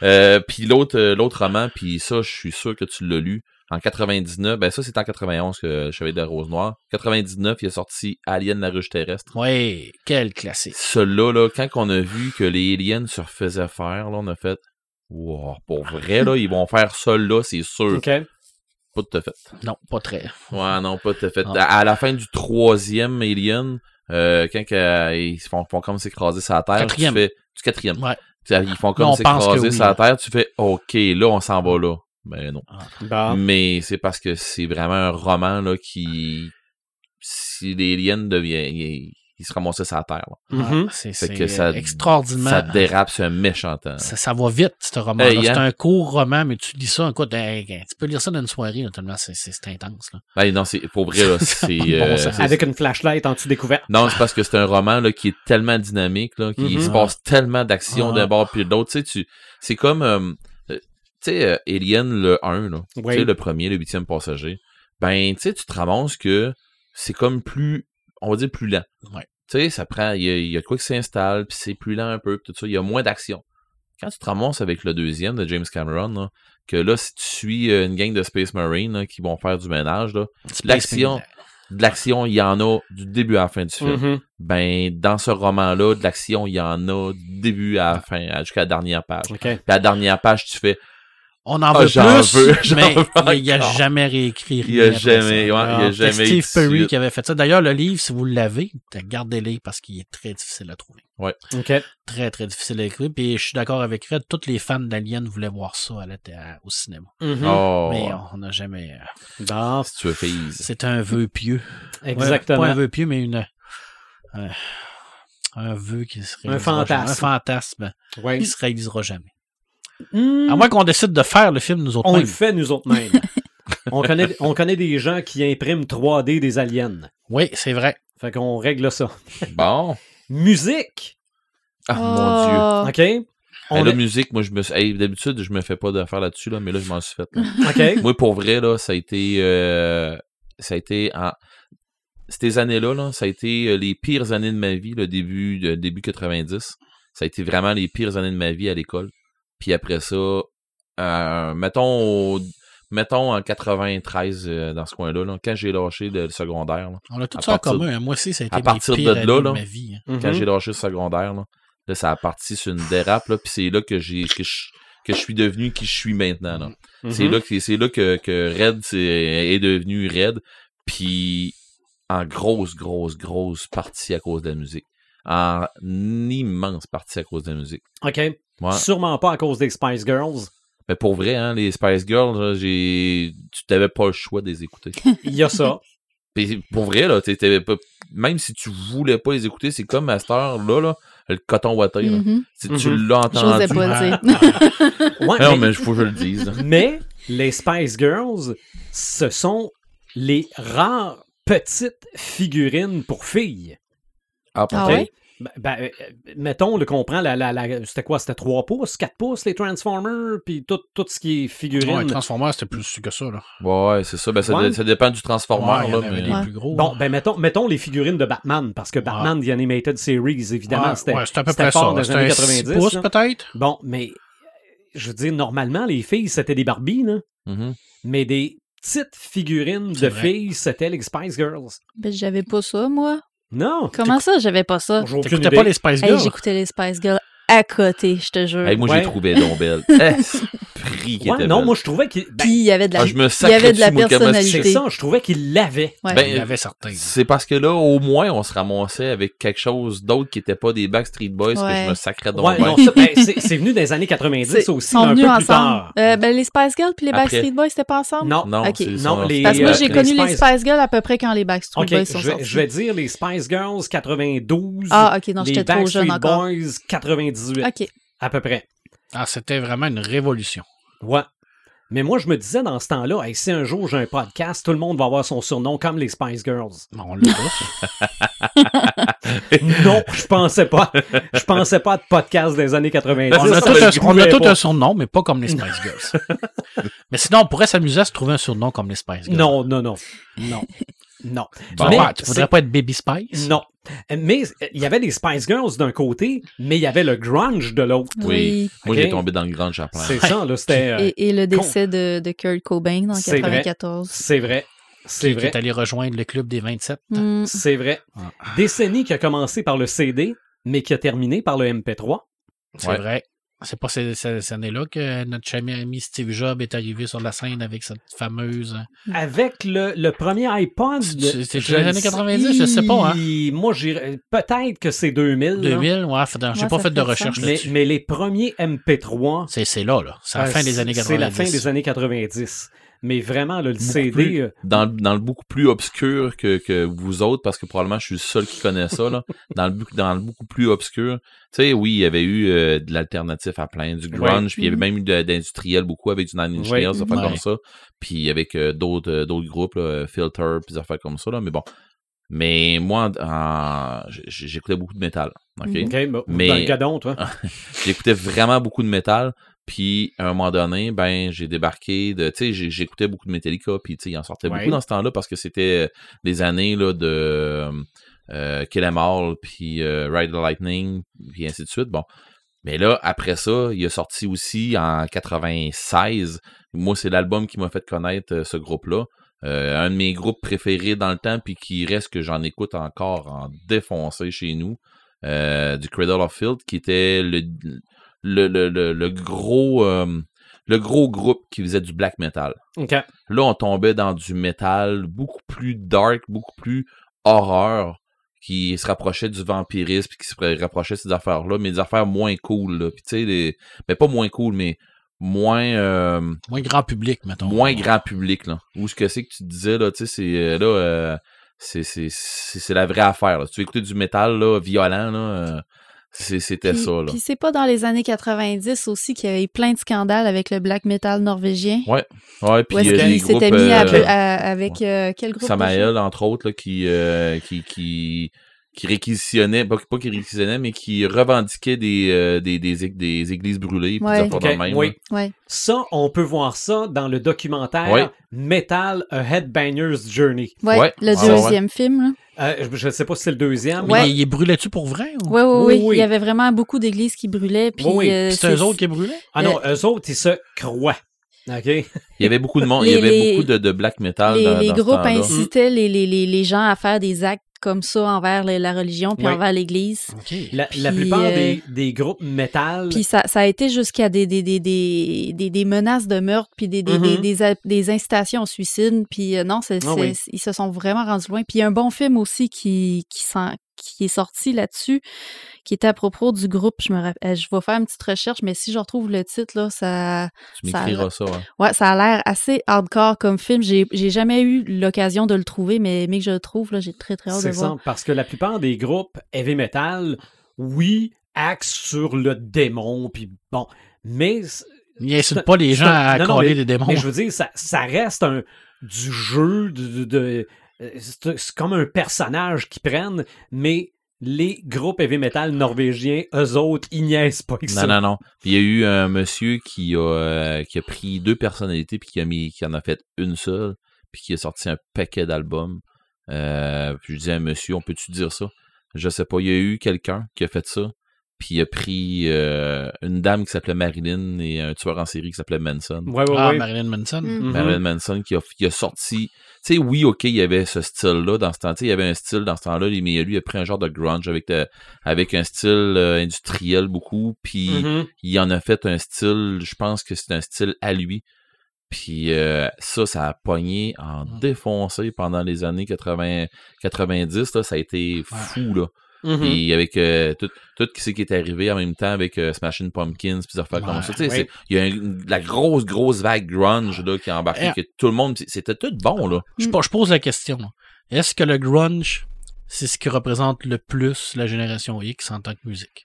Speaker 4: euh, puis l'autre euh, l'autre roman, puis ça, je suis sûr que tu l'as lu. En 99, ben ça, c'est en 91 que Chevalier de la Rose Noire. 99, il a sorti Alien la ruche terrestre.
Speaker 3: Oui, quel classique.
Speaker 4: Celui-là, là, quand on a vu que les aliens se refaisaient faire, là, on a fait Wow, pour vrai, là, ils vont faire ça là, c'est sûr.
Speaker 1: OK.
Speaker 4: Pas tout à fait.
Speaker 3: Non, pas très.
Speaker 4: Ouais, non, pas tout à fait.
Speaker 3: Ah.
Speaker 4: À, à la fin du troisième Alien, euh, quand que- ils se font, font comme s'écraser sa terre,
Speaker 3: Quatrième.
Speaker 4: tu fais du quatrième.
Speaker 3: Ouais.
Speaker 4: Tu- Ils font
Speaker 3: Là,
Speaker 4: comme
Speaker 3: on pense que
Speaker 4: s'écraser
Speaker 3: oui,
Speaker 4: sa
Speaker 3: là.
Speaker 4: terre, tu fais OK, là, on s'en va là. Ben non.
Speaker 3: Ah.
Speaker 1: Bon.
Speaker 4: Mais c'est parce que c'est vraiment un roman là qui. Si les aliens deviennent. Ils, ils se ramassaient sa terre. là.
Speaker 1: Mhm.
Speaker 3: Ouais, c'est
Speaker 4: Fait
Speaker 3: c'est
Speaker 4: que ça-
Speaker 3: extraordinaire.
Speaker 4: Ça dérape, c'est un méchant temps.
Speaker 3: hein. Ça, ça va vite, ce roman-là.
Speaker 4: Hey,
Speaker 3: c'est
Speaker 4: hein.
Speaker 3: un court roman, mais tu lis ça, écoute, hey, tu peux lire ça dans une soirée, là, tellement c'est c'est- c'est intense. Là.
Speaker 4: Ben non, c'est pour vrai,
Speaker 3: [LAUGHS]
Speaker 4: là, c'est. euh,
Speaker 3: sens.
Speaker 4: c'est-
Speaker 1: Avec une flashlight anti-découverte.
Speaker 4: Non, c'est parce que c'est un roman là, qui est tellement dynamique, là, qu'il
Speaker 1: Mhm.
Speaker 4: se passe tellement d'actions
Speaker 3: Mm-hmm. Ah.
Speaker 4: d'un bord puis de l'autre. Tu sais, tu- c'est comme, euh, euh, tu sais, euh, Alien le 1, là, tu sais,
Speaker 1: Oui.
Speaker 4: le premier, le huitième passager. Ben, tu sais, tu te ramasses que c'est comme plus, on va dire plus lent.
Speaker 3: Ouais.
Speaker 4: Tu sais, ça prend, il y, a- il y a de quoi qui s'installe, puis c'est plus lent un peu, puis tout ça, il y a moins d'action. Quand tu te ramasses avec le deuxième de James Cameron, là, que là, si tu suis euh, une gang de Space Marines là, qui vont faire du ménage, là, L'action. de l'action, il y en a du début à la fin du
Speaker 3: Mm-hmm.
Speaker 4: film.
Speaker 1: Mhm.
Speaker 4: Ben, dans ce roman-là, de l'action, il y en a du début à la fin, à- jusqu'à la dernière page. Puis
Speaker 1: OK.
Speaker 4: à la dernière page, tu fais,
Speaker 3: On en
Speaker 4: Ah,
Speaker 3: veut
Speaker 4: j'en
Speaker 3: plus,
Speaker 4: veux, [LAUGHS] j'en
Speaker 3: mais
Speaker 4: veux
Speaker 3: il n'y a
Speaker 4: encore.
Speaker 3: jamais réécrit rien
Speaker 4: il y a
Speaker 3: après ça.
Speaker 4: jamais, ouais, il y a
Speaker 1: Ah,
Speaker 3: C'est
Speaker 4: jamais eu de
Speaker 3: Steve Perry
Speaker 4: suite.
Speaker 3: qui avait fait ça. D'ailleurs, le livre, si vous l'avez, gardez-le parce qu'il est très difficile à trouver.
Speaker 1: OK.
Speaker 3: Très, très difficile à écrire. Puis je suis d'accord avec Red, tous les fans d'Alien voulaient voir ça à la thé- à- au cinéma.
Speaker 1: Mhm.
Speaker 4: Oh,
Speaker 3: Mm-hmm. Mais on n'a jamais. euh,
Speaker 1: Bon,
Speaker 4: si
Speaker 3: [LAUGHS]
Speaker 4: tu veux, fils.
Speaker 3: C'est un vœu pieux. Ouais, pas un
Speaker 1: Exactement.
Speaker 3: vœu pieux, mais une. euh, un vœu qui se réalisera
Speaker 1: fantasme.
Speaker 3: jamais. Un fantasme.
Speaker 1: Ouais.
Speaker 3: Il se réalisera jamais.
Speaker 1: Hmm.
Speaker 4: Ah,
Speaker 3: À moins qu'on décide de faire le film nous autres
Speaker 1: On le
Speaker 3: mêmes.
Speaker 1: fait nous autres
Speaker 4: [LAUGHS]
Speaker 1: mêmes. on, connaît, on connaît des gens qui impriment 3D des aliens.
Speaker 3: Oui, c'est vrai.
Speaker 1: Fait qu'on règle ça.
Speaker 4: Bon.
Speaker 1: Musique!
Speaker 4: Ah,
Speaker 3: Oh.
Speaker 4: mon Dieu.
Speaker 5: Ah.
Speaker 1: OK? On
Speaker 4: Hey,
Speaker 1: est-
Speaker 4: la musique, moi, je me suis- hey, d'habitude, je me fais pas d'affaires là-dessus, là, mais là, je m'en suis fait. là.
Speaker 1: OK?
Speaker 4: [LAUGHS] moi, pour vrai, là, ça a été, euh, ça a été en, ces années-là, là, ça a été euh, les pires années de ma vie, le début, de- début 90. Ça a été vraiment les pires années de ma vie à l'école. Puis après ça, euh, mettons, au- mettons en 93, euh, dans ce coin-là, là, quand j'ai lâché le, le secondaire, là,
Speaker 3: On a tout
Speaker 4: À
Speaker 3: ça en
Speaker 4: partir-
Speaker 3: commun. hein. Moi aussi, ça a été
Speaker 4: à
Speaker 3: mes
Speaker 4: partir
Speaker 3: pires
Speaker 4: de là,
Speaker 3: années
Speaker 4: là.
Speaker 3: ma vie. hein.
Speaker 1: Mhm.
Speaker 4: quand j'ai lâché le secondaire, là, là, ça a parti sur une dérape, là, puis c'est là que j'ai, que je, que je suis devenu qui je suis maintenant, là.
Speaker 1: Mhm.
Speaker 4: C'est là que c'est là que, que Red c'est- est, devenu Red, puis en grosse, grosse, grosse partie à cause de la musique. En immense partie à cause de la musique.
Speaker 1: OK.
Speaker 4: Ouais.
Speaker 1: Sûrement pas à cause des Spice Girls.
Speaker 4: Mais pour vrai, hein, les Spice Girls, là, j'ai tu t'avais pas le choix de les écouter.
Speaker 1: Il y a
Speaker 4: [LAUGHS]
Speaker 1: ça.
Speaker 4: Puis pour vrai, là, t'es- t'avais pas- même si tu voulais pas les écouter, c'est comme à cette heure-là, là, le coton watté. là.
Speaker 5: Mhm.
Speaker 4: Si tu
Speaker 1: Mhm.
Speaker 4: l'as
Speaker 5: J'osais
Speaker 4: entendu.
Speaker 5: pas le dire.
Speaker 1: Ouais,
Speaker 4: Ah Non,
Speaker 1: mais,
Speaker 4: mais faut que je le dise. là.
Speaker 1: mais les Spice Girls, ce sont les rares petites figurines pour filles.
Speaker 4: Ah,
Speaker 5: Ah
Speaker 1: OK?
Speaker 5: ouais?
Speaker 1: Ben, ben, euh, mettons le comprend la, la, la- c'était quoi c'était 3 pouces 4 pouces les Transformers puis tout, tout ce qui est
Speaker 3: Ouais,
Speaker 1: figurine
Speaker 3: Transformers, c'était plus que ça. Là.
Speaker 4: Ouais, c'est ça. Ben, ça,
Speaker 1: Ouais.
Speaker 4: ça dépend du
Speaker 3: Ouais,
Speaker 4: transformeur.
Speaker 3: il y
Speaker 4: là,
Speaker 3: en avait
Speaker 4: mais-
Speaker 3: des
Speaker 5: Ouais.
Speaker 3: plus gros.
Speaker 1: Bon,
Speaker 3: hein.
Speaker 1: ben mettons, mettons les figurines de Batman, parce que Batman, The Animated Series, évidemment,
Speaker 3: Ouais,
Speaker 1: c'était
Speaker 3: ouais, c'était à peu
Speaker 1: c'était
Speaker 3: près ça.
Speaker 1: fort dans les
Speaker 3: C'était
Speaker 1: années
Speaker 3: un
Speaker 1: 90,
Speaker 3: 90, pouces,
Speaker 1: là.
Speaker 3: peut-être.
Speaker 1: Bon, mais euh, je veux dire, normalement, les filles, c'était des Barbies, là,
Speaker 4: Mhm.
Speaker 1: mais des petites figurines
Speaker 3: C'est
Speaker 1: de
Speaker 3: vrai.
Speaker 1: filles, c'était les Spice Girls.
Speaker 5: Ben, j'avais pas ça, moi.
Speaker 1: Non!
Speaker 5: Comment ça, j'avais pas ça?
Speaker 1: J'ai aucune
Speaker 3: T'écoutais
Speaker 1: idée.
Speaker 3: pas les Spice
Speaker 5: Hey,
Speaker 3: Girls.
Speaker 5: j'écoutais les Spice Girls à côté, je te jure.
Speaker 4: Hey, moi,
Speaker 5: [LAUGHS]
Speaker 1: Ouais.
Speaker 4: j'ai trouvé donc belle. Eh, pris qu'il
Speaker 1: Ouais,
Speaker 4: était
Speaker 1: non,
Speaker 4: belle.
Speaker 1: moi, je trouvais qu'il. ben,
Speaker 5: Puis il y avait de la,
Speaker 4: Ah, je me
Speaker 5: il y avait de la
Speaker 4: sacre dessus, moi, comme
Speaker 5: personnalité.
Speaker 1: c'est ça, je trouvais qu'il l'avait.
Speaker 5: Ouais.
Speaker 4: Ben,
Speaker 3: Il y avait certains.
Speaker 4: C'est parce que là, au moins, on se ramassait avec quelque chose d'autre qui n'était pas des Backstreet Boys que
Speaker 5: Ouais.
Speaker 4: je me sacrais donc.
Speaker 1: Ouais,
Speaker 4: bien.
Speaker 1: non, ça, ben, c'est c'est venu des années 90
Speaker 5: C'est-
Speaker 1: aussi,
Speaker 5: sont
Speaker 1: un peu
Speaker 5: venus
Speaker 1: plus
Speaker 5: ensemble.
Speaker 1: tard.
Speaker 5: Euh, ben, les Spice Girls puis les
Speaker 4: Après.
Speaker 5: Backstreet Boys, c'était pas ensemble?
Speaker 1: Non.
Speaker 4: Non,
Speaker 5: Ok.
Speaker 4: c'est-
Speaker 5: Non,
Speaker 4: sont-
Speaker 1: les-
Speaker 5: Parce que moi,
Speaker 1: euh,
Speaker 5: j'ai
Speaker 1: les
Speaker 5: connu les
Speaker 1: Spice-
Speaker 5: Spice Girls à peu près quand les Backstreet
Speaker 1: Ok,
Speaker 5: Boys sont
Speaker 1: je vais,
Speaker 5: sortis.
Speaker 1: je vais dire les Spice Girls 92,
Speaker 5: Ah, ok, non,
Speaker 1: les
Speaker 5: j'étais trop jeune
Speaker 1: Backstreet
Speaker 5: encore.
Speaker 1: Boys 98,
Speaker 5: Ok.
Speaker 1: à peu près.
Speaker 3: Ah, c'était vraiment une révolution.
Speaker 1: Ouais. Mais moi, je me disais dans ce temps-là, Hey, si un jour j'ai un podcast, tout le monde va avoir son surnom comme les Spice
Speaker 3: [LAUGHS]
Speaker 1: Girls.
Speaker 3: Bon,
Speaker 1: [LAUGHS]
Speaker 3: on l'a tous.
Speaker 1: Non, je pensais pas. Je pensais pas de podcast des années 90.
Speaker 3: on
Speaker 1: Ça,
Speaker 3: a tout,
Speaker 1: je
Speaker 3: un, on a
Speaker 1: trouvais
Speaker 3: tout
Speaker 1: pas.
Speaker 3: un surnom, mais pas comme les Spice Girls.
Speaker 1: [LAUGHS]
Speaker 3: mais sinon, on pourrait s'amuser à se trouver un surnom comme les Spice Girls.
Speaker 1: Non, non, non. Non. Non.
Speaker 3: Tu, ne
Speaker 1: Mais
Speaker 3: tu voudrais
Speaker 1: c'est-
Speaker 3: pas être Baby Spice?
Speaker 1: Non. Mais euh, il y avait les Spice Girls d'un côté, mais il y avait le grunge de l'autre.
Speaker 4: Oui. Moi,
Speaker 1: Ok.
Speaker 4: j'ai tombé dans le grand chaplain.
Speaker 1: C'est ça, là. C'était. euh,
Speaker 5: Et, et le décès de, de Kurt Cobain en
Speaker 1: C'est vrai.
Speaker 5: 94.
Speaker 1: c'est vrai. C'est
Speaker 3: Tu
Speaker 1: vrai.
Speaker 3: es allé rejoindre le club des 27.
Speaker 5: Mm.
Speaker 1: C'est vrai.
Speaker 3: Ah.
Speaker 1: Décennie qui a commencé par le CD, mais qui a terminé par le MP3.
Speaker 3: C'est
Speaker 4: Ouais.
Speaker 3: vrai. C'est pas ces, ces- ces années-là que notre chami- ami Steve Jobs est arrivé sur la scène avec cette fameuse.
Speaker 1: Avec le, le premier iPod.
Speaker 3: C'est- c'est
Speaker 1: je
Speaker 3: les années
Speaker 1: le
Speaker 3: 90, je sais pas, hein.
Speaker 1: Hi, Moi, j'irais- peut-être que c'est 2000. là.
Speaker 3: 2000, ouais, fait- j'ai
Speaker 5: Ouais,
Speaker 3: pas
Speaker 5: ça
Speaker 3: fait de
Speaker 5: fait
Speaker 3: recherche
Speaker 1: Mais,
Speaker 3: là-dessus.
Speaker 1: mais les premiers MP3.
Speaker 3: C'est c'est là, là. C'est la
Speaker 1: euh,
Speaker 3: fin des années 90.
Speaker 1: C'est la fin des années 90. Mais vraiment, là, le CD.
Speaker 4: plus.
Speaker 1: euh,
Speaker 4: Dans, le- dans le beaucoup plus obscur que, que vous autres, parce que probablement je suis le seul qui connaît
Speaker 1: [LAUGHS]
Speaker 4: ça, là. dans, le, bu- dans le beaucoup plus obscur. Tu sais, oui, il y avait eu euh, de l'alternatif à plein, du grunge,
Speaker 1: Ouais.
Speaker 4: puis il y avait même eu de- d'industriel beaucoup avec du Nine Inch
Speaker 1: Ouais.
Speaker 4: Nails, des affaires
Speaker 3: Ouais.
Speaker 4: comme ça. Puis avec euh, d'autres euh, d'autres groupes, là, euh, Filter, puis des affaires comme ça, là. Mais bon. Mais moi, en- en- j- j'écoutais beaucoup de métal. OK?
Speaker 5: Mhm.
Speaker 1: ok, bah,
Speaker 4: Mais-
Speaker 1: Dans le gadon, toi.
Speaker 3: Ah.
Speaker 4: j'écoutais vraiment beaucoup de métal. Puis, à un moment donné, ben, j'ai débarqué de, tu sais, j'ai- j'écoutais beaucoup de Metallica, puis, tu sais, il en sortait
Speaker 3: Ouais.
Speaker 4: beaucoup dans ce temps-là parce que c'était euh, les années, là, de euh, Kill Em All, puis euh, Ride the Lightning, puis ainsi de suite. Bon. Mais là, après ça, il a sorti aussi en 96. Moi, c'est l'album qui m'a fait connaître euh, ce groupe-là. Euh, un de mes groupes préférés dans le temps, puis qui reste que j'en écoute encore en défoncé chez nous, euh, du Cradle of Field, qui était le, le, le, le, le gros euh, le gros groupe qui faisait du black metal.
Speaker 1: Ok.
Speaker 4: Là, on tombait dans du metal beaucoup plus dark, beaucoup plus horreur, qui se rapprochait du vampirisme, puis qui se rapprochait de ces affaires-là, mais des affaires moins cool. Là. Puis, tu sais, les... mais pas moins cool, mais moins euh,
Speaker 3: Moins grand public, mettons.
Speaker 4: moins grand public là où ce que c'est que tu te disais là tu sais c'est euh, là euh, c'est c'est c'est c'est la vraie affaire là. si tu veux écouter du métal là violent là euh, c'est- c'était
Speaker 5: Puis-
Speaker 4: ça là
Speaker 5: Puis c'est pas dans les années 90 aussi qu'il y avait eu plein de scandales avec le black metal norvégien.
Speaker 4: ouais
Speaker 5: Ou est-ce
Speaker 4: euh, les
Speaker 5: qu'il s'était
Speaker 4: groupes,
Speaker 5: mis à-
Speaker 4: euh,
Speaker 5: à- avec euh, quel groupe déjà?
Speaker 4: Samael, entre autres, là, qui, euh, qui, qui, qui réquisitionnait, pas, pas qui réquisitionnait, mais qui revendiquait des, euh, des, des, ég- des églises brûlées. puis
Speaker 5: Ouais.
Speaker 4: des affaires
Speaker 1: Ok,
Speaker 4: de même,
Speaker 1: oui.
Speaker 4: là.
Speaker 5: Ouais.
Speaker 1: Ça, on peut voir ça dans le documentaire
Speaker 4: Ouais.
Speaker 1: Metal A Headbanger's Journey.
Speaker 5: Ouais,
Speaker 4: Ouais.
Speaker 5: le
Speaker 4: Ah, ouais.
Speaker 5: deuxième film. Là.
Speaker 1: Euh, je ne sais pas si c'est le deuxième.
Speaker 3: Mais
Speaker 5: Ouais.
Speaker 3: Il, il brûlait-tu pour vrai? Ou...
Speaker 5: Ouais, ouais,
Speaker 1: Oui,
Speaker 5: ouais.
Speaker 1: oui.
Speaker 5: Il y avait vraiment beaucoup d'églises qui brûlaient. Puis,
Speaker 1: Oui, oui.
Speaker 5: euh,
Speaker 3: C'est eux autres qui brûlaient?
Speaker 1: Ah non, eux autres, ils se croient. OK?
Speaker 4: Il y avait beaucoup de monde, il y
Speaker 5: Les-
Speaker 4: avait
Speaker 5: les-
Speaker 4: beaucoup de, de black metal.
Speaker 5: les,
Speaker 4: dans,
Speaker 5: les
Speaker 4: dans ce
Speaker 5: groupes
Speaker 4: temps-là.
Speaker 5: incitaient les, les, les, les gens à faire des actes comme ça envers la, la religion puis
Speaker 1: Oui.
Speaker 5: envers l'Église.
Speaker 3: OK.
Speaker 1: La, la
Speaker 5: Puis,
Speaker 1: plupart
Speaker 5: euh,
Speaker 1: des, des groupes métal.
Speaker 5: Puis ça, ça a été jusqu'à des, des, des, des, des, des menaces de meurtre, puis des, des,
Speaker 4: Mm-hmm.
Speaker 5: des,
Speaker 1: Mhm.
Speaker 5: des a- des incitations au suicide. Puis euh, non, c'est,
Speaker 1: Ah
Speaker 5: c'est-
Speaker 1: oui.
Speaker 5: ils se sont vraiment rendus loin. Puis il y a un bon film aussi qui, qui, s'en- qui est sorti là-dessus, qui était à propos du groupe. Je, me rapp- euh, je vais faire une petite recherche, mais si je retrouve le titre, là, ça,
Speaker 4: Tu m'écriras ça. ouais.
Speaker 5: ouais, ça a l'air assez hardcore comme film. J'ai, j'ai jamais eu l'occasion de le trouver, mais, mais que je le trouve, là, j'ai très, très hâte de
Speaker 1: c'est
Speaker 5: voir.
Speaker 1: ça, parce que la plupart des groupes heavy metal, oui, axent sur le démon, puis bon. Mais,
Speaker 3: Il insulte pas les gens à
Speaker 1: Non, non,
Speaker 3: coller des démons.
Speaker 1: mais je veux dire, ça, ça reste un, du jeu, de, de- de- euh, c'est c'est comme un personnage qu'ils prennent, mais les groupes heavy metal norvégiens, eux autres, ils niaisent pas avec ça.
Speaker 4: Non, non, non. Puis il y a eu un monsieur qui a, euh, qui a pris deux personnalités puis qui, a mis, qui en a fait une seule puis qui a sorti un paquet d'albums. Euh, puis je disais à monsieur, on peut-tu dire ça? Je sais pas, il y a eu quelqu'un qui a fait ça Puis il a pris euh, une dame qui s'appelait Marilyn et un tueur en série qui s'appelait Manson.
Speaker 1: Ouais, ouais,
Speaker 3: Ah,
Speaker 1: ouais.
Speaker 3: Marilyn Manson.
Speaker 5: Mm.
Speaker 1: Mhm.
Speaker 4: Marilyn Manson qui a, qui a sorti. Tu sais, oui, OK, il y avait ce style-là dans ce temps. Tu sais, il y avait un style dans ce temps-là, mais lui, il a pris un genre de grunge avec, de- avec un style euh, industriel beaucoup. Puis
Speaker 1: Mhm.
Speaker 4: il en a fait un style, je pense que c'est un style à lui. Puis euh, ça, ça a pogné en
Speaker 3: Mm.
Speaker 4: défoncé pendant les années 80, 90. Là, ça a été fou, là.
Speaker 5: Mmh.
Speaker 1: Mhm.
Speaker 4: Puis avec euh, tout, tout ce qui est arrivé en même temps avec euh, Smashing Pumpkins, puis des affaires comme
Speaker 3: Ouais,
Speaker 4: ça. Tu sais,
Speaker 1: oui.
Speaker 4: c'est- Il y a une- la grosse, grosse vague grunge là, qui a embarqué,
Speaker 3: Eh.
Speaker 4: que tout le monde... c'est- C'était tout bon, là.
Speaker 3: Je, po- je pose la question. là. Est-ce que le grunge, c'est ce qui représente le plus la génération X en tant que musique?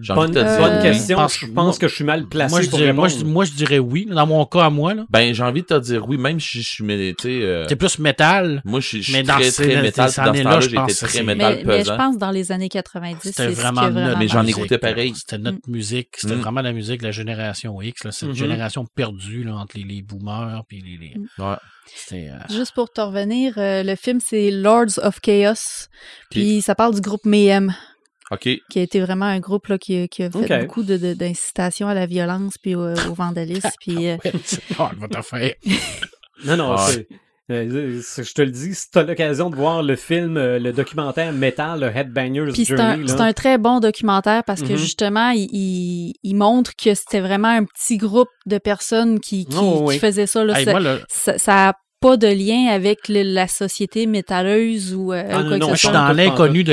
Speaker 4: J'ai
Speaker 1: Bonne,
Speaker 4: envie de te dire
Speaker 1: bonne
Speaker 5: euh,
Speaker 4: oui.
Speaker 1: question.
Speaker 3: pense-
Speaker 1: je pense que je suis mal placé
Speaker 3: moi, je
Speaker 1: pour Euh.
Speaker 3: dirais, moi, je,
Speaker 1: répondre.
Speaker 3: moi, je dirais oui. Dans mon cas, à moi, là.
Speaker 4: Ben, j'ai envie de te dire oui, même si je suis... mais, tu sais, euh,
Speaker 3: C'est plus métal.
Speaker 4: Moi, je suis je
Speaker 3: Mais
Speaker 4: suis
Speaker 3: dans
Speaker 4: très,
Speaker 3: ces-
Speaker 4: très
Speaker 3: dans
Speaker 4: métal.
Speaker 3: ces
Speaker 4: Dans ce
Speaker 3: années-là,
Speaker 4: temps-là,
Speaker 3: je pense
Speaker 4: j'étais
Speaker 3: que
Speaker 4: très
Speaker 3: c'est-
Speaker 4: métal
Speaker 5: Mais, mais je
Speaker 4: pesant.
Speaker 5: pense que dans les années 90,
Speaker 3: C'était
Speaker 5: c'est ce qui a
Speaker 3: vraiment
Speaker 5: vraiment
Speaker 3: notre
Speaker 4: Mais j'en
Speaker 5: marqué.
Speaker 3: musique,
Speaker 4: écoutais
Speaker 3: là.
Speaker 4: pareil.
Speaker 3: C'était notre musique. C'était
Speaker 4: Mm.
Speaker 3: vraiment la musique de la génération X, là, cette
Speaker 1: Mhm.
Speaker 3: génération perdue là, entre les, les boomers puis les.
Speaker 5: Mm.
Speaker 3: les-
Speaker 4: Ouais.
Speaker 3: C'était, euh, [LAUGHS]
Speaker 5: Juste pour te revenir, euh, le film c'est Lords of Chaos, puis
Speaker 4: Puis-
Speaker 5: ça parle du groupe Mayhem,
Speaker 4: OK.
Speaker 5: qui a été vraiment un groupe là, qui, qui a fait
Speaker 1: Ok.
Speaker 5: beaucoup de- de- d'incitation à la violence puis au, au vandalisme, puis euh,
Speaker 3: Ah, elle va t'en faire.
Speaker 1: Non, non,
Speaker 4: Ah.
Speaker 1: c'est- euh, c'est- je te le dis, si t'as l'occasion de voir le film, euh, le documentaire Metal, le Headbangers
Speaker 5: Puis c'est un,
Speaker 1: Journey,
Speaker 5: c'est
Speaker 1: là,
Speaker 5: un très bon documentaire parce que
Speaker 1: Mhm.
Speaker 5: justement, il, il- il montre que c'était vraiment un petit groupe de personnes qui, qui,
Speaker 1: Oh, oui.
Speaker 5: qui faisaient ça. là.
Speaker 3: Hey,
Speaker 5: ça,
Speaker 3: moi, là,
Speaker 5: ça- ça a pas de lien avec le- la société métalleuse ou euh,
Speaker 1: Ah, non, non,
Speaker 5: quoi que
Speaker 3: moi,
Speaker 5: ce
Speaker 3: je suis
Speaker 5: soit.
Speaker 1: pas
Speaker 3: dans
Speaker 1: en tout.
Speaker 3: l'inconnu de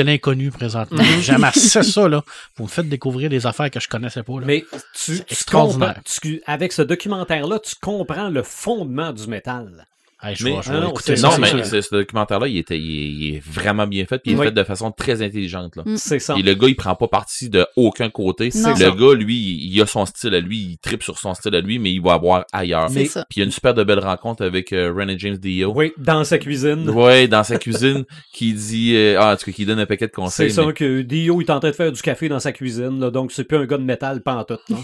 Speaker 1: [LAUGHS]
Speaker 3: l'inconnu présentement. J'aime assez ça, là. Vous me faites découvrir des affaires que je connaissais pas, là.
Speaker 1: Mais tu, tu
Speaker 3: extraordinaire.
Speaker 1: comprends- tu- avec ce documentaire-là, tu comprends le fondement du métal.
Speaker 3: Hey, je
Speaker 4: Mais-
Speaker 3: vais- je
Speaker 1: Ah
Speaker 3: vais
Speaker 1: non,
Speaker 3: écouter
Speaker 1: c'est-
Speaker 3: ça,
Speaker 4: Non,
Speaker 3: c'est
Speaker 4: mais
Speaker 3: sûr.
Speaker 4: ce, ce documentaire-là, il, était, il, il est vraiment bien fait, puis il est
Speaker 1: Oui.
Speaker 4: fait de façon très intelligente. Là.
Speaker 5: Mm.
Speaker 1: C'est ça.
Speaker 4: Et le gars, il prend pas parti de aucun côté.
Speaker 5: Non.
Speaker 4: Le gars, lui, il, il a son style à lui, il tripe sur son style à lui, mais il va avoir ailleurs.
Speaker 5: C'est ça.
Speaker 4: Puis il y a une super de belle rencontre avec euh, René James Dio.
Speaker 1: Oui, dans sa cuisine.
Speaker 4: Ouais, dans sa cuisine, qui dit... euh, ah, en tout cas, qui donne un paquet de
Speaker 1: C'est
Speaker 4: conseils.
Speaker 1: ça
Speaker 4: mais-
Speaker 1: que Dio est en train de faire du café dans sa cuisine, là, donc c'est plus un gars de métal pantoute.
Speaker 4: [LAUGHS]
Speaker 1: Non?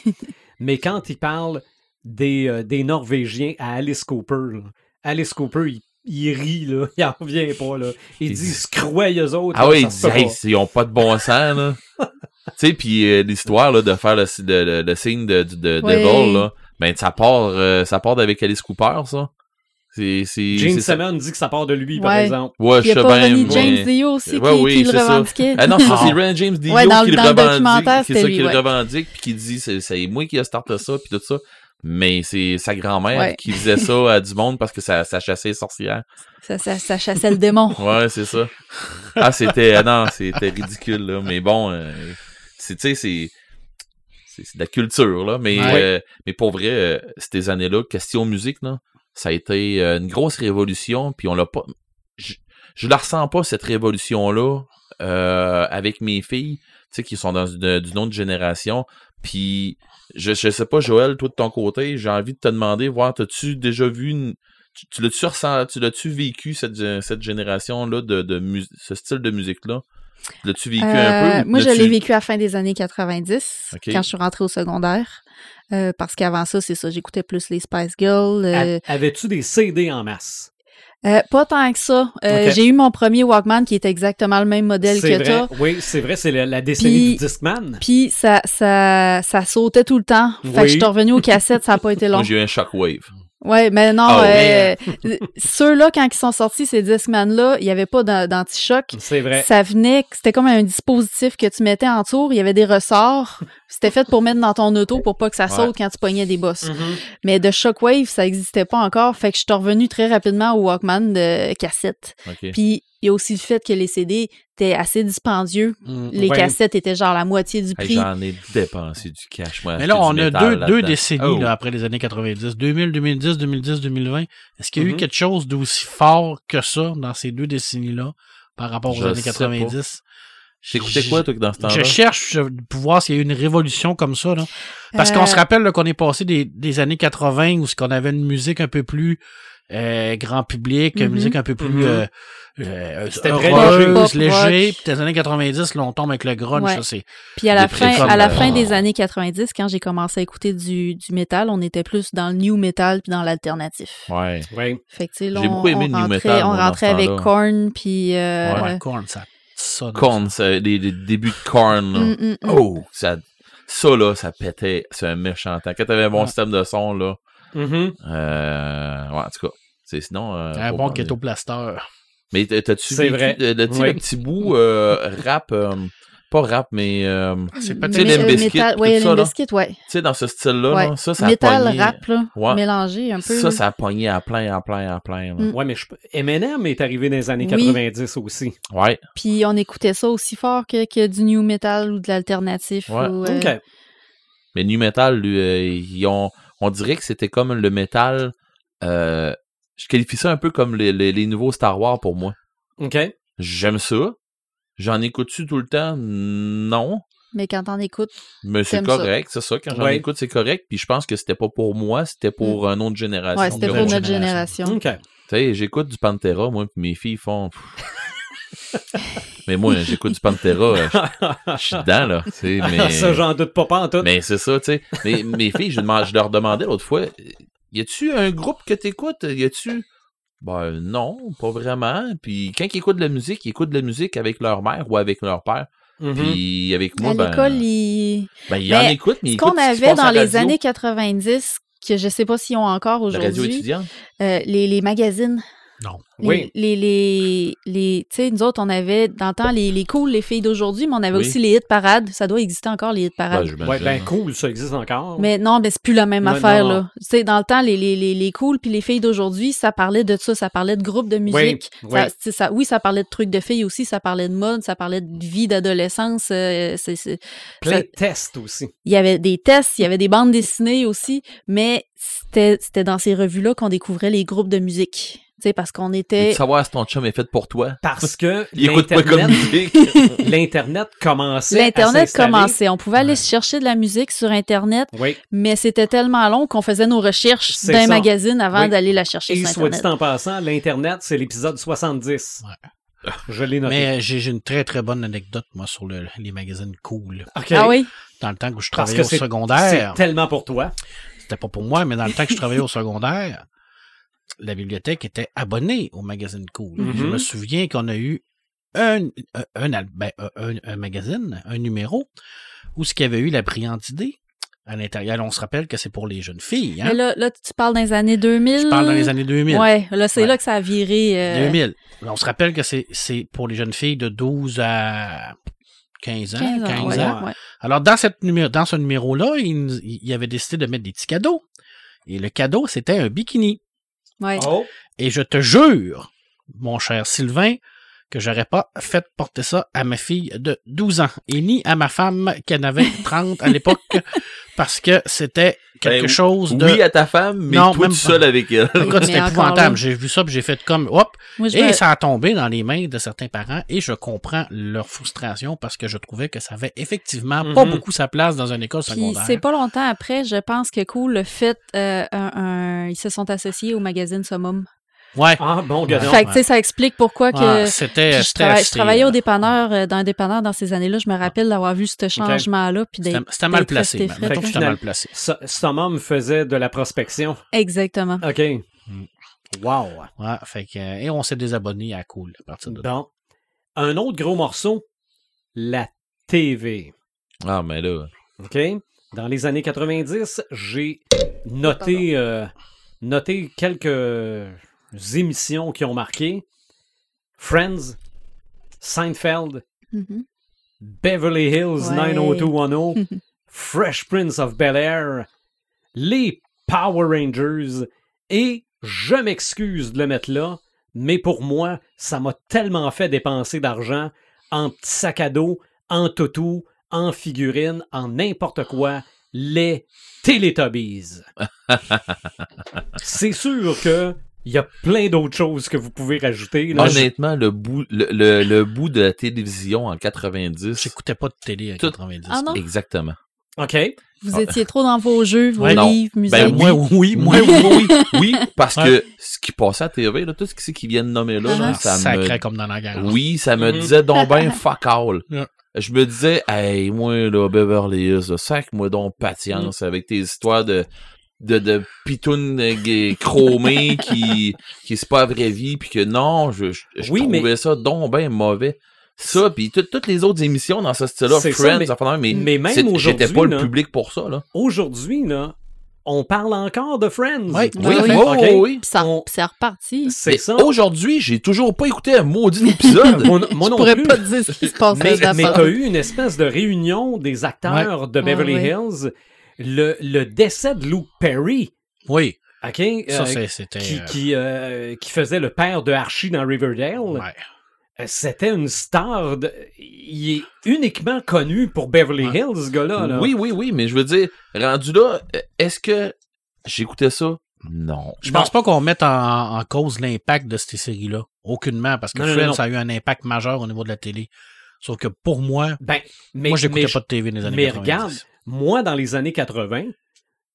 Speaker 1: Mais quand il parle des, euh, des Norvégiens à Alice Cooper, là, Alice Cooper, il, il rit, là, [LAUGHS] il en revient pas. Là. Il,
Speaker 4: Il
Speaker 1: dit
Speaker 4: dit-
Speaker 1: se croyez eux autres.
Speaker 4: Ah
Speaker 1: là,
Speaker 4: oui,
Speaker 1: ça
Speaker 4: il
Speaker 1: se peut
Speaker 4: dit, hey,
Speaker 1: pas.
Speaker 4: c'est- ils ont pas de bon sens,
Speaker 1: [LAUGHS]
Speaker 4: là. tu sais, puis euh, l'histoire là, de faire le, si- le- le- le signe de, du- de, de
Speaker 5: Oui.
Speaker 4: vol, là, ben ça part, euh, ça part d'avec Alice Cooper, ça. C'est, c'est,
Speaker 1: Gene
Speaker 4: c'est ça.
Speaker 1: Simon dit que ça part de lui, par
Speaker 5: Ouais.
Speaker 1: exemple.
Speaker 4: Ouais,
Speaker 5: Il y
Speaker 4: je
Speaker 5: a
Speaker 4: sais
Speaker 5: pas
Speaker 4: bien,
Speaker 5: Ronnie
Speaker 4: mais-
Speaker 5: James Dio aussi
Speaker 4: Ouais,
Speaker 5: qui,
Speaker 4: oui,
Speaker 5: qui le
Speaker 4: c'est ça.
Speaker 5: revendiquait.
Speaker 4: Ah non,
Speaker 5: [LAUGHS]
Speaker 4: ça, c'est Ren James Dio
Speaker 5: Ouais, dans
Speaker 4: qui
Speaker 5: le-
Speaker 4: le
Speaker 5: dans le documentaire,
Speaker 4: revendique. C'est
Speaker 5: c'était
Speaker 4: ça
Speaker 5: lui,
Speaker 4: qui
Speaker 5: ouais.
Speaker 4: le revendique, puis qui dit, c'est, c'est moi qui a starté ça, puis tout ça. Mais c'est sa grand-mère
Speaker 5: Ouais.
Speaker 4: qui faisait ça à du monde parce que ça, ça chassait les sorcières.
Speaker 5: Ça, ça- ça chassait le
Speaker 4: [LAUGHS]
Speaker 5: démon.
Speaker 4: Ouais, c'est ça. Ah, c'était. ah non, c'était ridicule, là. Mais bon, euh, c'est, tu sais, c'est. C'est c'est de la culture, là. Mais,
Speaker 3: Ouais.
Speaker 4: euh, mais pour vrai, euh, ces années-là, question musique, là, ça a été euh, une grosse révolution, puis on l'a pas. Je, je la ressens pas, cette révolution-là, euh, avec mes filles, tu sais, qui sont dans une, d'une autre génération. Puis, je, je sais pas, Joël, toi de ton côté, j'ai envie de te demander, voir, t'as-tu déjà vu une. Tu, tu l'as-tu ressent- tu l'as-tu vécu cette, cette génération-là de, de mus- ce style de musique-là? L'as-tu vécu
Speaker 5: Euh,
Speaker 4: un peu? ou
Speaker 5: moi, je
Speaker 4: l'as-tu-
Speaker 5: l'ai vécu à la fin des années 90,
Speaker 4: Ok.
Speaker 5: quand je suis rentrée au secondaire. Euh, parce qu'avant ça, c'est ça, j'écoutais plus les Spice Girls. euh,
Speaker 1: A- Avais-tu des CD en masse?
Speaker 4: Ah.
Speaker 5: euh, pas tant que ça. Euh,
Speaker 1: Ok.
Speaker 5: J'ai eu mon premier Walkman qui est exactement le même modèle
Speaker 1: C'est
Speaker 5: que
Speaker 1: vrai.
Speaker 5: toi.
Speaker 1: Oui, c'est vrai, c'est la, la décennie
Speaker 5: Puis-
Speaker 1: du Discman.
Speaker 5: Puis ça, ça, ça sautait tout le temps. Fait que
Speaker 1: Oui.
Speaker 5: je suis revenue aux cassettes, ça n'a
Speaker 4: [LAUGHS]
Speaker 5: pas été long.
Speaker 4: Moi, j'ai eu un shockwave.
Speaker 5: Ouais, mais non,
Speaker 4: Ah
Speaker 5: euh, [LAUGHS]
Speaker 4: ouais.
Speaker 5: ceux-là, quand ils sont sortis, ces Discman-là, il n'y avait pas d'an- d'anti-choc.
Speaker 1: C'est vrai.
Speaker 5: Ça venait, c'était comme un dispositif que tu mettais en tour, il y avait des ressorts. C'était fait pour mettre dans ton auto pour pas que ça saute quand tu pognais des bosses.
Speaker 1: Mhm.
Speaker 5: Mais de Shockwave, ça n'existait pas encore. Fait que je suis revenue très rapidement au Walkman de cassette.
Speaker 4: OK.
Speaker 5: Puis il y a aussi le fait que les CD étaient assez dispendieux.
Speaker 3: Mm.
Speaker 5: Les
Speaker 1: Ouais.
Speaker 5: cassettes étaient genre la moitié du
Speaker 4: Hey,
Speaker 5: prix.
Speaker 4: J'en ai dépensé du cash, moi.
Speaker 3: Mais là,
Speaker 4: acheter
Speaker 3: on
Speaker 4: du
Speaker 3: a
Speaker 4: métal
Speaker 3: deux, deux
Speaker 4: là-dedans.
Speaker 3: décennies
Speaker 4: Oh.
Speaker 3: là, après les années 90. 2000, 2010, 2010, 2020. Est-ce qu'il y a
Speaker 4: Mm-hmm.
Speaker 3: eu
Speaker 1: Mhm.
Speaker 3: quelque chose d'aussi fort que ça dans ces deux décennies-là par rapport aux
Speaker 4: Je
Speaker 3: années
Speaker 4: sais
Speaker 3: 90?
Speaker 4: T'écoutais quoi, toi, dans ce temps-là?
Speaker 3: Je cherche euh, pour voir s'il y a eu une révolution comme ça. Là. Parce
Speaker 5: Euh,
Speaker 3: qu'on se rappelle là, qu'on est passé des, des années 80 où ce qu'on avait une musique un peu plus euh, grand public, une
Speaker 5: Mhm.
Speaker 3: musique un peu plus
Speaker 1: Mhm.
Speaker 3: euh, euh,
Speaker 1: C'était très
Speaker 3: heureuse,
Speaker 5: léger. Pop,
Speaker 3: léger.
Speaker 5: rock.
Speaker 3: Puis dans les années 90, là, on tombe avec le grunge.
Speaker 5: Ouais.
Speaker 3: ça, c'est-
Speaker 5: Puis à la
Speaker 4: Des
Speaker 5: fin,
Speaker 4: précoms,
Speaker 5: à la
Speaker 4: euh,
Speaker 5: fin
Speaker 4: oh.
Speaker 5: des années 90, quand j'ai commencé à écouter du, du métal, on était plus dans le new metal puis dans l'alternatif.
Speaker 4: Ouais.
Speaker 1: Ouais.
Speaker 5: Fait que, tu sais, là,
Speaker 4: J'ai
Speaker 5: on,
Speaker 4: beaucoup aimé le
Speaker 5: on
Speaker 4: new
Speaker 5: rentrait,
Speaker 4: metal,
Speaker 5: on
Speaker 4: moi, dans
Speaker 5: rentrait
Speaker 4: ce
Speaker 5: avec
Speaker 4: temps-là.
Speaker 5: Korn puis euh,
Speaker 3: Ouais, Korn, ça ça. là.
Speaker 4: Corn, ça- des, des débuts de corn. là.
Speaker 5: Mm, mm, mm.
Speaker 4: Oh! Ça, ça, là, ça pétait. C'est un méchant temps. Quand t'avais un bon
Speaker 3: Ouais.
Speaker 4: système de son, là.
Speaker 1: mm-hmm.
Speaker 5: Mm.
Speaker 4: euh, ouais, en tout cas. c'est Sinon. euh,
Speaker 3: Un
Speaker 4: faut
Speaker 3: bon
Speaker 4: pas-
Speaker 3: ghetto blaster.
Speaker 4: Mais t'as- t'as-tu
Speaker 1: C'est
Speaker 4: vécu
Speaker 1: vrai.
Speaker 4: de- de- tu sais,
Speaker 1: Oui.
Speaker 4: le petit bout euh, rap, euh, pas rap, mais euh,
Speaker 3: C'est
Speaker 5: Mais,
Speaker 4: Tu sais,
Speaker 5: euh,
Speaker 4: Limp
Speaker 3: peut-être.
Speaker 4: Bizkit,
Speaker 5: métal-
Speaker 4: tout
Speaker 5: ouais,
Speaker 4: ça, là.
Speaker 5: Limp Bizkit, ouais.
Speaker 4: tu sais, dans ce style-là,
Speaker 5: Ouais.
Speaker 4: là, ça, ça a
Speaker 5: Métal,
Speaker 4: pogné.
Speaker 5: rap, là,
Speaker 4: Ouais.
Speaker 5: mélangé un peu.
Speaker 4: Ça,
Speaker 5: là.
Speaker 4: ça a pogné à plein, à plein, à plein. là.
Speaker 5: Mm.
Speaker 1: Ouais, mais je... Eminem est arrivé dans les années
Speaker 5: Oui.
Speaker 1: 90 aussi.
Speaker 4: Ouais.
Speaker 5: Puis on écoutait ça aussi fort que, que du new metal ou de l'alternatif.
Speaker 4: Ouais.
Speaker 5: ou, euh,
Speaker 1: OK.
Speaker 4: Mais nu metal, lui, euh, ils ont- on dirait que c'était comme le métal. euh, je qualifie ça un peu comme les, les- les nouveaux Star Wars pour moi.
Speaker 1: OK.
Speaker 4: J'aime ça. J'en écoute-tu tout le temps? Non.
Speaker 5: Mais quand on écoute,
Speaker 4: Mais c'est
Speaker 5: T'aimes ça.
Speaker 4: correct, c'est ça. Quand j'en
Speaker 1: Ouais.
Speaker 4: écoute, c'est correct. Puis je pense que c'était pas pour moi, c'était pour une autre génération.
Speaker 5: Mm. ouais, c'était
Speaker 4: de
Speaker 5: pour
Speaker 4: monde.
Speaker 5: notre
Speaker 3: génération.
Speaker 5: génération.
Speaker 4: [LAUGHS]
Speaker 1: OK. Ah,
Speaker 4: Tu sais, j'écoute du Pantera, moi, puis mes filles font.
Speaker 5: [LAUGHS]
Speaker 4: mais moi, j'écoute du Pantera, euh, je je suis dedans, là. tu sais, Mais...
Speaker 1: Ça, j'en doute pas, pas en tout.
Speaker 4: Mais c'est ça, tu sais. Mais mes filles, je, demande- je leur demandais l'autre fois, y a-tu un groupe que t'écoutes? Y a-tu? Ben non, pas vraiment. Puis quand ils écoutent de la musique, ils écoutent de la musique avec leur mère ou avec leur père.
Speaker 1: Mhm.
Speaker 4: Puis avec moi,
Speaker 5: à
Speaker 4: ben,
Speaker 5: l'école, il-
Speaker 4: ben, ils
Speaker 5: Mais
Speaker 4: en écoutent, mais ils
Speaker 5: ce
Speaker 4: écoutent
Speaker 5: qu'on
Speaker 4: qui se
Speaker 5: avait
Speaker 4: passe à
Speaker 5: dans
Speaker 4: la
Speaker 5: les
Speaker 4: radio,
Speaker 5: années 90, que je sais pas s'ils ont encore
Speaker 4: La radio
Speaker 5: aujourd'hui,
Speaker 4: étudiante.
Speaker 5: euh, les, les magazines.
Speaker 3: Non.
Speaker 5: Les,
Speaker 1: Oui.
Speaker 5: les, les, les- tu sais, nous autres, on avait dans le temps les, les cool, les filles d'aujourd'hui, mais on avait
Speaker 4: Oui.
Speaker 5: aussi les hit parades. Ça doit exister encore, les hit
Speaker 4: Ben,
Speaker 5: parades.
Speaker 4: j'imagine,
Speaker 1: Ouais, ben
Speaker 4: hein.
Speaker 1: cool, ça existe encore.
Speaker 5: Mais non, mais c'est plus la même
Speaker 1: Non,
Speaker 5: affaire,
Speaker 1: non, non.
Speaker 5: là. Tu sais, dans le temps, les, les, les, les cools puis les filles d'aujourd'hui, ça parlait de ça, ça parlait de groupes de musique.
Speaker 1: Oui, oui.
Speaker 5: Ça- tu sais, ça- oui, ça parlait de trucs de filles aussi, ça parlait de mode, ça parlait de vie d'adolescence. euh, c'est- c'est-
Speaker 1: Plein
Speaker 5: ça-
Speaker 1: de tests aussi.
Speaker 5: Il y avait des tests, il y avait des bandes dessinées aussi, mais c'était c'était dans ces revues-là qu'on découvrait les groupes de musique. Tu sais, parce qu'on
Speaker 4: Et
Speaker 5: était...
Speaker 4: de savoir si ton chum est fait pour toi.
Speaker 1: Parce que
Speaker 4: [LAUGHS] Il écoute pas comme
Speaker 1: l'Internet-
Speaker 4: musique.
Speaker 1: [LAUGHS] l'Internet commençait. à
Speaker 5: L'Internet
Speaker 1: s'installer.
Speaker 5: commençait. On pouvait aller
Speaker 1: Ouais.
Speaker 5: chercher de la musique sur Internet,
Speaker 1: Oui.
Speaker 5: mais c'était tellement long qu'on faisait nos recherches
Speaker 1: C'est
Speaker 5: d'un
Speaker 1: ça.
Speaker 5: magazine avant
Speaker 1: Oui.
Speaker 5: d'aller la chercher
Speaker 1: Et
Speaker 5: sur
Speaker 1: soit
Speaker 5: Internet.
Speaker 1: dit en passant, l'Internet, c'est l'épisode 70. Je l'ai noté.
Speaker 3: Mais euh, j'ai j'ai une très très bonne anecdote, moi, sur le- les magazines cool.
Speaker 1: OK.
Speaker 5: Ah oui?
Speaker 3: Dans le temps que je
Speaker 1: Parce
Speaker 3: travaillais
Speaker 1: que
Speaker 3: au
Speaker 1: c'est-
Speaker 3: secondaire,
Speaker 1: C'est tellement pour toi.
Speaker 3: c'était pas pour moi, mais dans le temps que je travaillais au secondaire, la bibliothèque était abonnée au magazine cool.
Speaker 1: Mhm.
Speaker 3: Je me souviens qu'on a eu un, un, un al- ben, un- un magazine, un numéro, où ce qu'il y avait eu la brillante idée à l'intérieur. On se rappelle que c'est pour les jeunes filles. hein.
Speaker 5: Mais là, là, tu parles dans les années 2000.
Speaker 3: Je parle dans les années 2000.
Speaker 5: Ouais, là, c'est
Speaker 3: Ouais.
Speaker 5: là que ça a viré. euh,
Speaker 3: 2000. On se rappelle que c'est- c'est pour les jeunes filles de 12 à 15 ans.
Speaker 5: 15 ans.
Speaker 3: 15
Speaker 5: ouais,
Speaker 3: hein, ans.
Speaker 5: ouais.
Speaker 3: Alors, dans, cette numé- dans ce numéro-là, il, nous- il avait décidé de mettre des petits cadeaux. Et le cadeau, c'était un bikini.
Speaker 5: Ouais.
Speaker 1: Oh.
Speaker 3: Et je te jure, mon cher Sylvain, que j'aurais pas fait porter ça à ma fille de 12 ans et ni à ma femme qui
Speaker 5: [LAUGHS]
Speaker 3: en avait 30 à l'époque parce que c'était quelque
Speaker 4: Ben,
Speaker 3: chose de...
Speaker 4: Oui
Speaker 3: [LAUGHS]
Speaker 4: à ta femme, mais
Speaker 3: Non,
Speaker 4: toi
Speaker 3: même
Speaker 4: tout
Speaker 3: pas.
Speaker 4: seul avec elle.
Speaker 5: Mais-
Speaker 3: Écoute, c'était
Speaker 5: mais encore
Speaker 3: épouvantable.
Speaker 5: là,
Speaker 3: J'ai vu ça, puis j'ai fait comme, hop,
Speaker 5: Moi, je
Speaker 3: et
Speaker 5: me-
Speaker 3: ça a tombé dans les mains de certains parents et je comprends leur frustration parce que je trouvais que ça avait effectivement pas
Speaker 1: Mhm.
Speaker 3: beaucoup sa place dans une école
Speaker 5: Puis
Speaker 3: secondaire.
Speaker 5: c'est pas longtemps après, je pense que Cool le fait euh, un, un- ils se sont associés au magazine Summum.
Speaker 3: Ouais.
Speaker 1: Ah, bon, gars,
Speaker 3: Ouais.
Speaker 1: non.
Speaker 5: fait que tu sais, ça explique pourquoi
Speaker 3: Ouais,
Speaker 5: que
Speaker 3: c'était
Speaker 5: Puis je,
Speaker 3: c'était
Speaker 5: trava- je
Speaker 3: assez-
Speaker 5: travaillais au dépanneur euh, dans un dépanneur dans ces années-là, je me rappelle d'avoir vu ce changement là puis
Speaker 3: euh, c'était
Speaker 5: d'être-
Speaker 3: c'était mal
Speaker 5: d'être
Speaker 3: placé.
Speaker 5: resté
Speaker 3: man.
Speaker 5: frais,
Speaker 3: Mettons que
Speaker 1: Fait
Speaker 3: c'était
Speaker 1: que
Speaker 3: mal placé.
Speaker 1: Ce- Summum faisait de la prospection.
Speaker 5: exactement.
Speaker 1: OK.
Speaker 4: Mm.
Speaker 1: Wow.
Speaker 3: Ouais, fait que, euh, et on s'est désabonné à cool à partir de là.
Speaker 1: Bon. Un autre gros morceau, la TV.
Speaker 4: [LAUGHS] Ah, mais là.
Speaker 1: OK? Dans les années 90, j'ai noté, euh, noté quelques émissions qui ont marqué. Friends, Seinfeld,
Speaker 5: Mhm.
Speaker 1: Beverly Hills
Speaker 5: Ouais.
Speaker 1: 90210, Fresh Prince of Bel Air, les Power Rangers, et je m'excuse de le mettre là, mais pour moi, ça m'a tellement fait dépenser d'argent en petits sacs à dos, en toutou, en figurines, en n'importe quoi, les Teletubbies. C'est sûr que il y a plein d'autres choses que vous pouvez rajouter. là.
Speaker 4: Honnêtement, le bout, le, le- le bout de la télévision en 90.
Speaker 3: J'écoutais pas de télé à
Speaker 4: Tout-
Speaker 3: 90.
Speaker 5: Ah non?
Speaker 4: Exactement.
Speaker 1: OK.
Speaker 5: Vous étiez trop dans vos jeux, vos
Speaker 3: Ouais,
Speaker 4: non.
Speaker 5: livres, musique.
Speaker 4: Ben,
Speaker 3: moi, oui, moi,
Speaker 4: oui, oui,
Speaker 3: [LAUGHS]
Speaker 4: oui, parce que ce qui passait à TV, là, tout ce qui- qui vient de nommer là, là,
Speaker 5: Ah,
Speaker 4: ça
Speaker 3: sacré
Speaker 4: me,
Speaker 3: comme dans la guerre.
Speaker 4: oui, ça me
Speaker 5: Mm-hmm.
Speaker 1: Mhm.
Speaker 4: disait donc
Speaker 5: [LAUGHS]
Speaker 4: ben fuck all.
Speaker 3: Ouais.
Speaker 4: Je me disais, hey, moi, là, Beverly Hills, là, sac-moi donc patience
Speaker 5: Mm.
Speaker 4: avec tes histoires de, de, de pitounes euh, gai- chromées qui, qui c'est pas la vraie vie, puis que non, je, je, je
Speaker 1: Oui, mais-
Speaker 4: trouvais ça donc ben mauvais. Ça, puis tout- toutes les autres émissions dans ce style-là,
Speaker 1: C'est
Speaker 4: Friends,
Speaker 1: ça, mais-
Speaker 4: affaires de même, mais,
Speaker 1: mais même
Speaker 4: c'est-
Speaker 1: aujourd'hui,
Speaker 4: j'étais pas
Speaker 1: là.
Speaker 4: le public pour ça, là.
Speaker 1: Aujourd'hui, là, on parle encore de Friends.
Speaker 3: Oui,
Speaker 5: Ah Oui, oui.
Speaker 4: oh,
Speaker 1: Ok.
Speaker 4: oui.
Speaker 5: Puis ça-
Speaker 1: On-
Speaker 5: puis c'est reparti.
Speaker 1: C'est
Speaker 4: Mais
Speaker 1: ça.
Speaker 4: Aujourd'hui, j'ai toujours pas écouté un
Speaker 1: [LAUGHS]
Speaker 4: maudit épisode.
Speaker 1: Moi, non- moi
Speaker 5: Je
Speaker 1: non
Speaker 5: pourrais
Speaker 1: plus.
Speaker 5: pas te dire ce qui se passe
Speaker 1: Mais,
Speaker 5: là-dedans.
Speaker 1: mais t'as eu une espèce de réunion des acteurs de Beverly
Speaker 5: Ouais,
Speaker 1: Hills. Le, le décès de Luke Perry,
Speaker 3: Oui,
Speaker 1: ok, euh,
Speaker 3: ça c'est- c'était...
Speaker 1: qui,
Speaker 3: euh,
Speaker 1: qui, euh, qui faisait le père de Archie dans Riverdale,
Speaker 3: ouais.
Speaker 1: euh, c'était une star. de- Il est uniquement connu pour Beverly
Speaker 3: Ouais.
Speaker 1: Hills, ce gars-là. là.
Speaker 4: Oui, oui, oui, mais je veux dire, rendu là, euh, est-ce que j'écoutais ça? Non.
Speaker 3: Je pense pas qu'on mette en, en cause l'impact de ces séries-là. Aucunement, parce que
Speaker 1: Non, non,
Speaker 3: Friends
Speaker 1: non.
Speaker 3: a eu un impact majeur au niveau de la télé. Sauf que pour moi,
Speaker 1: Ben, mais,
Speaker 3: moi,
Speaker 1: mais
Speaker 3: j'écoutais
Speaker 1: je-
Speaker 3: pas de TV dans les années
Speaker 1: mais
Speaker 3: 90.
Speaker 1: regarde, moi, dans les années 80,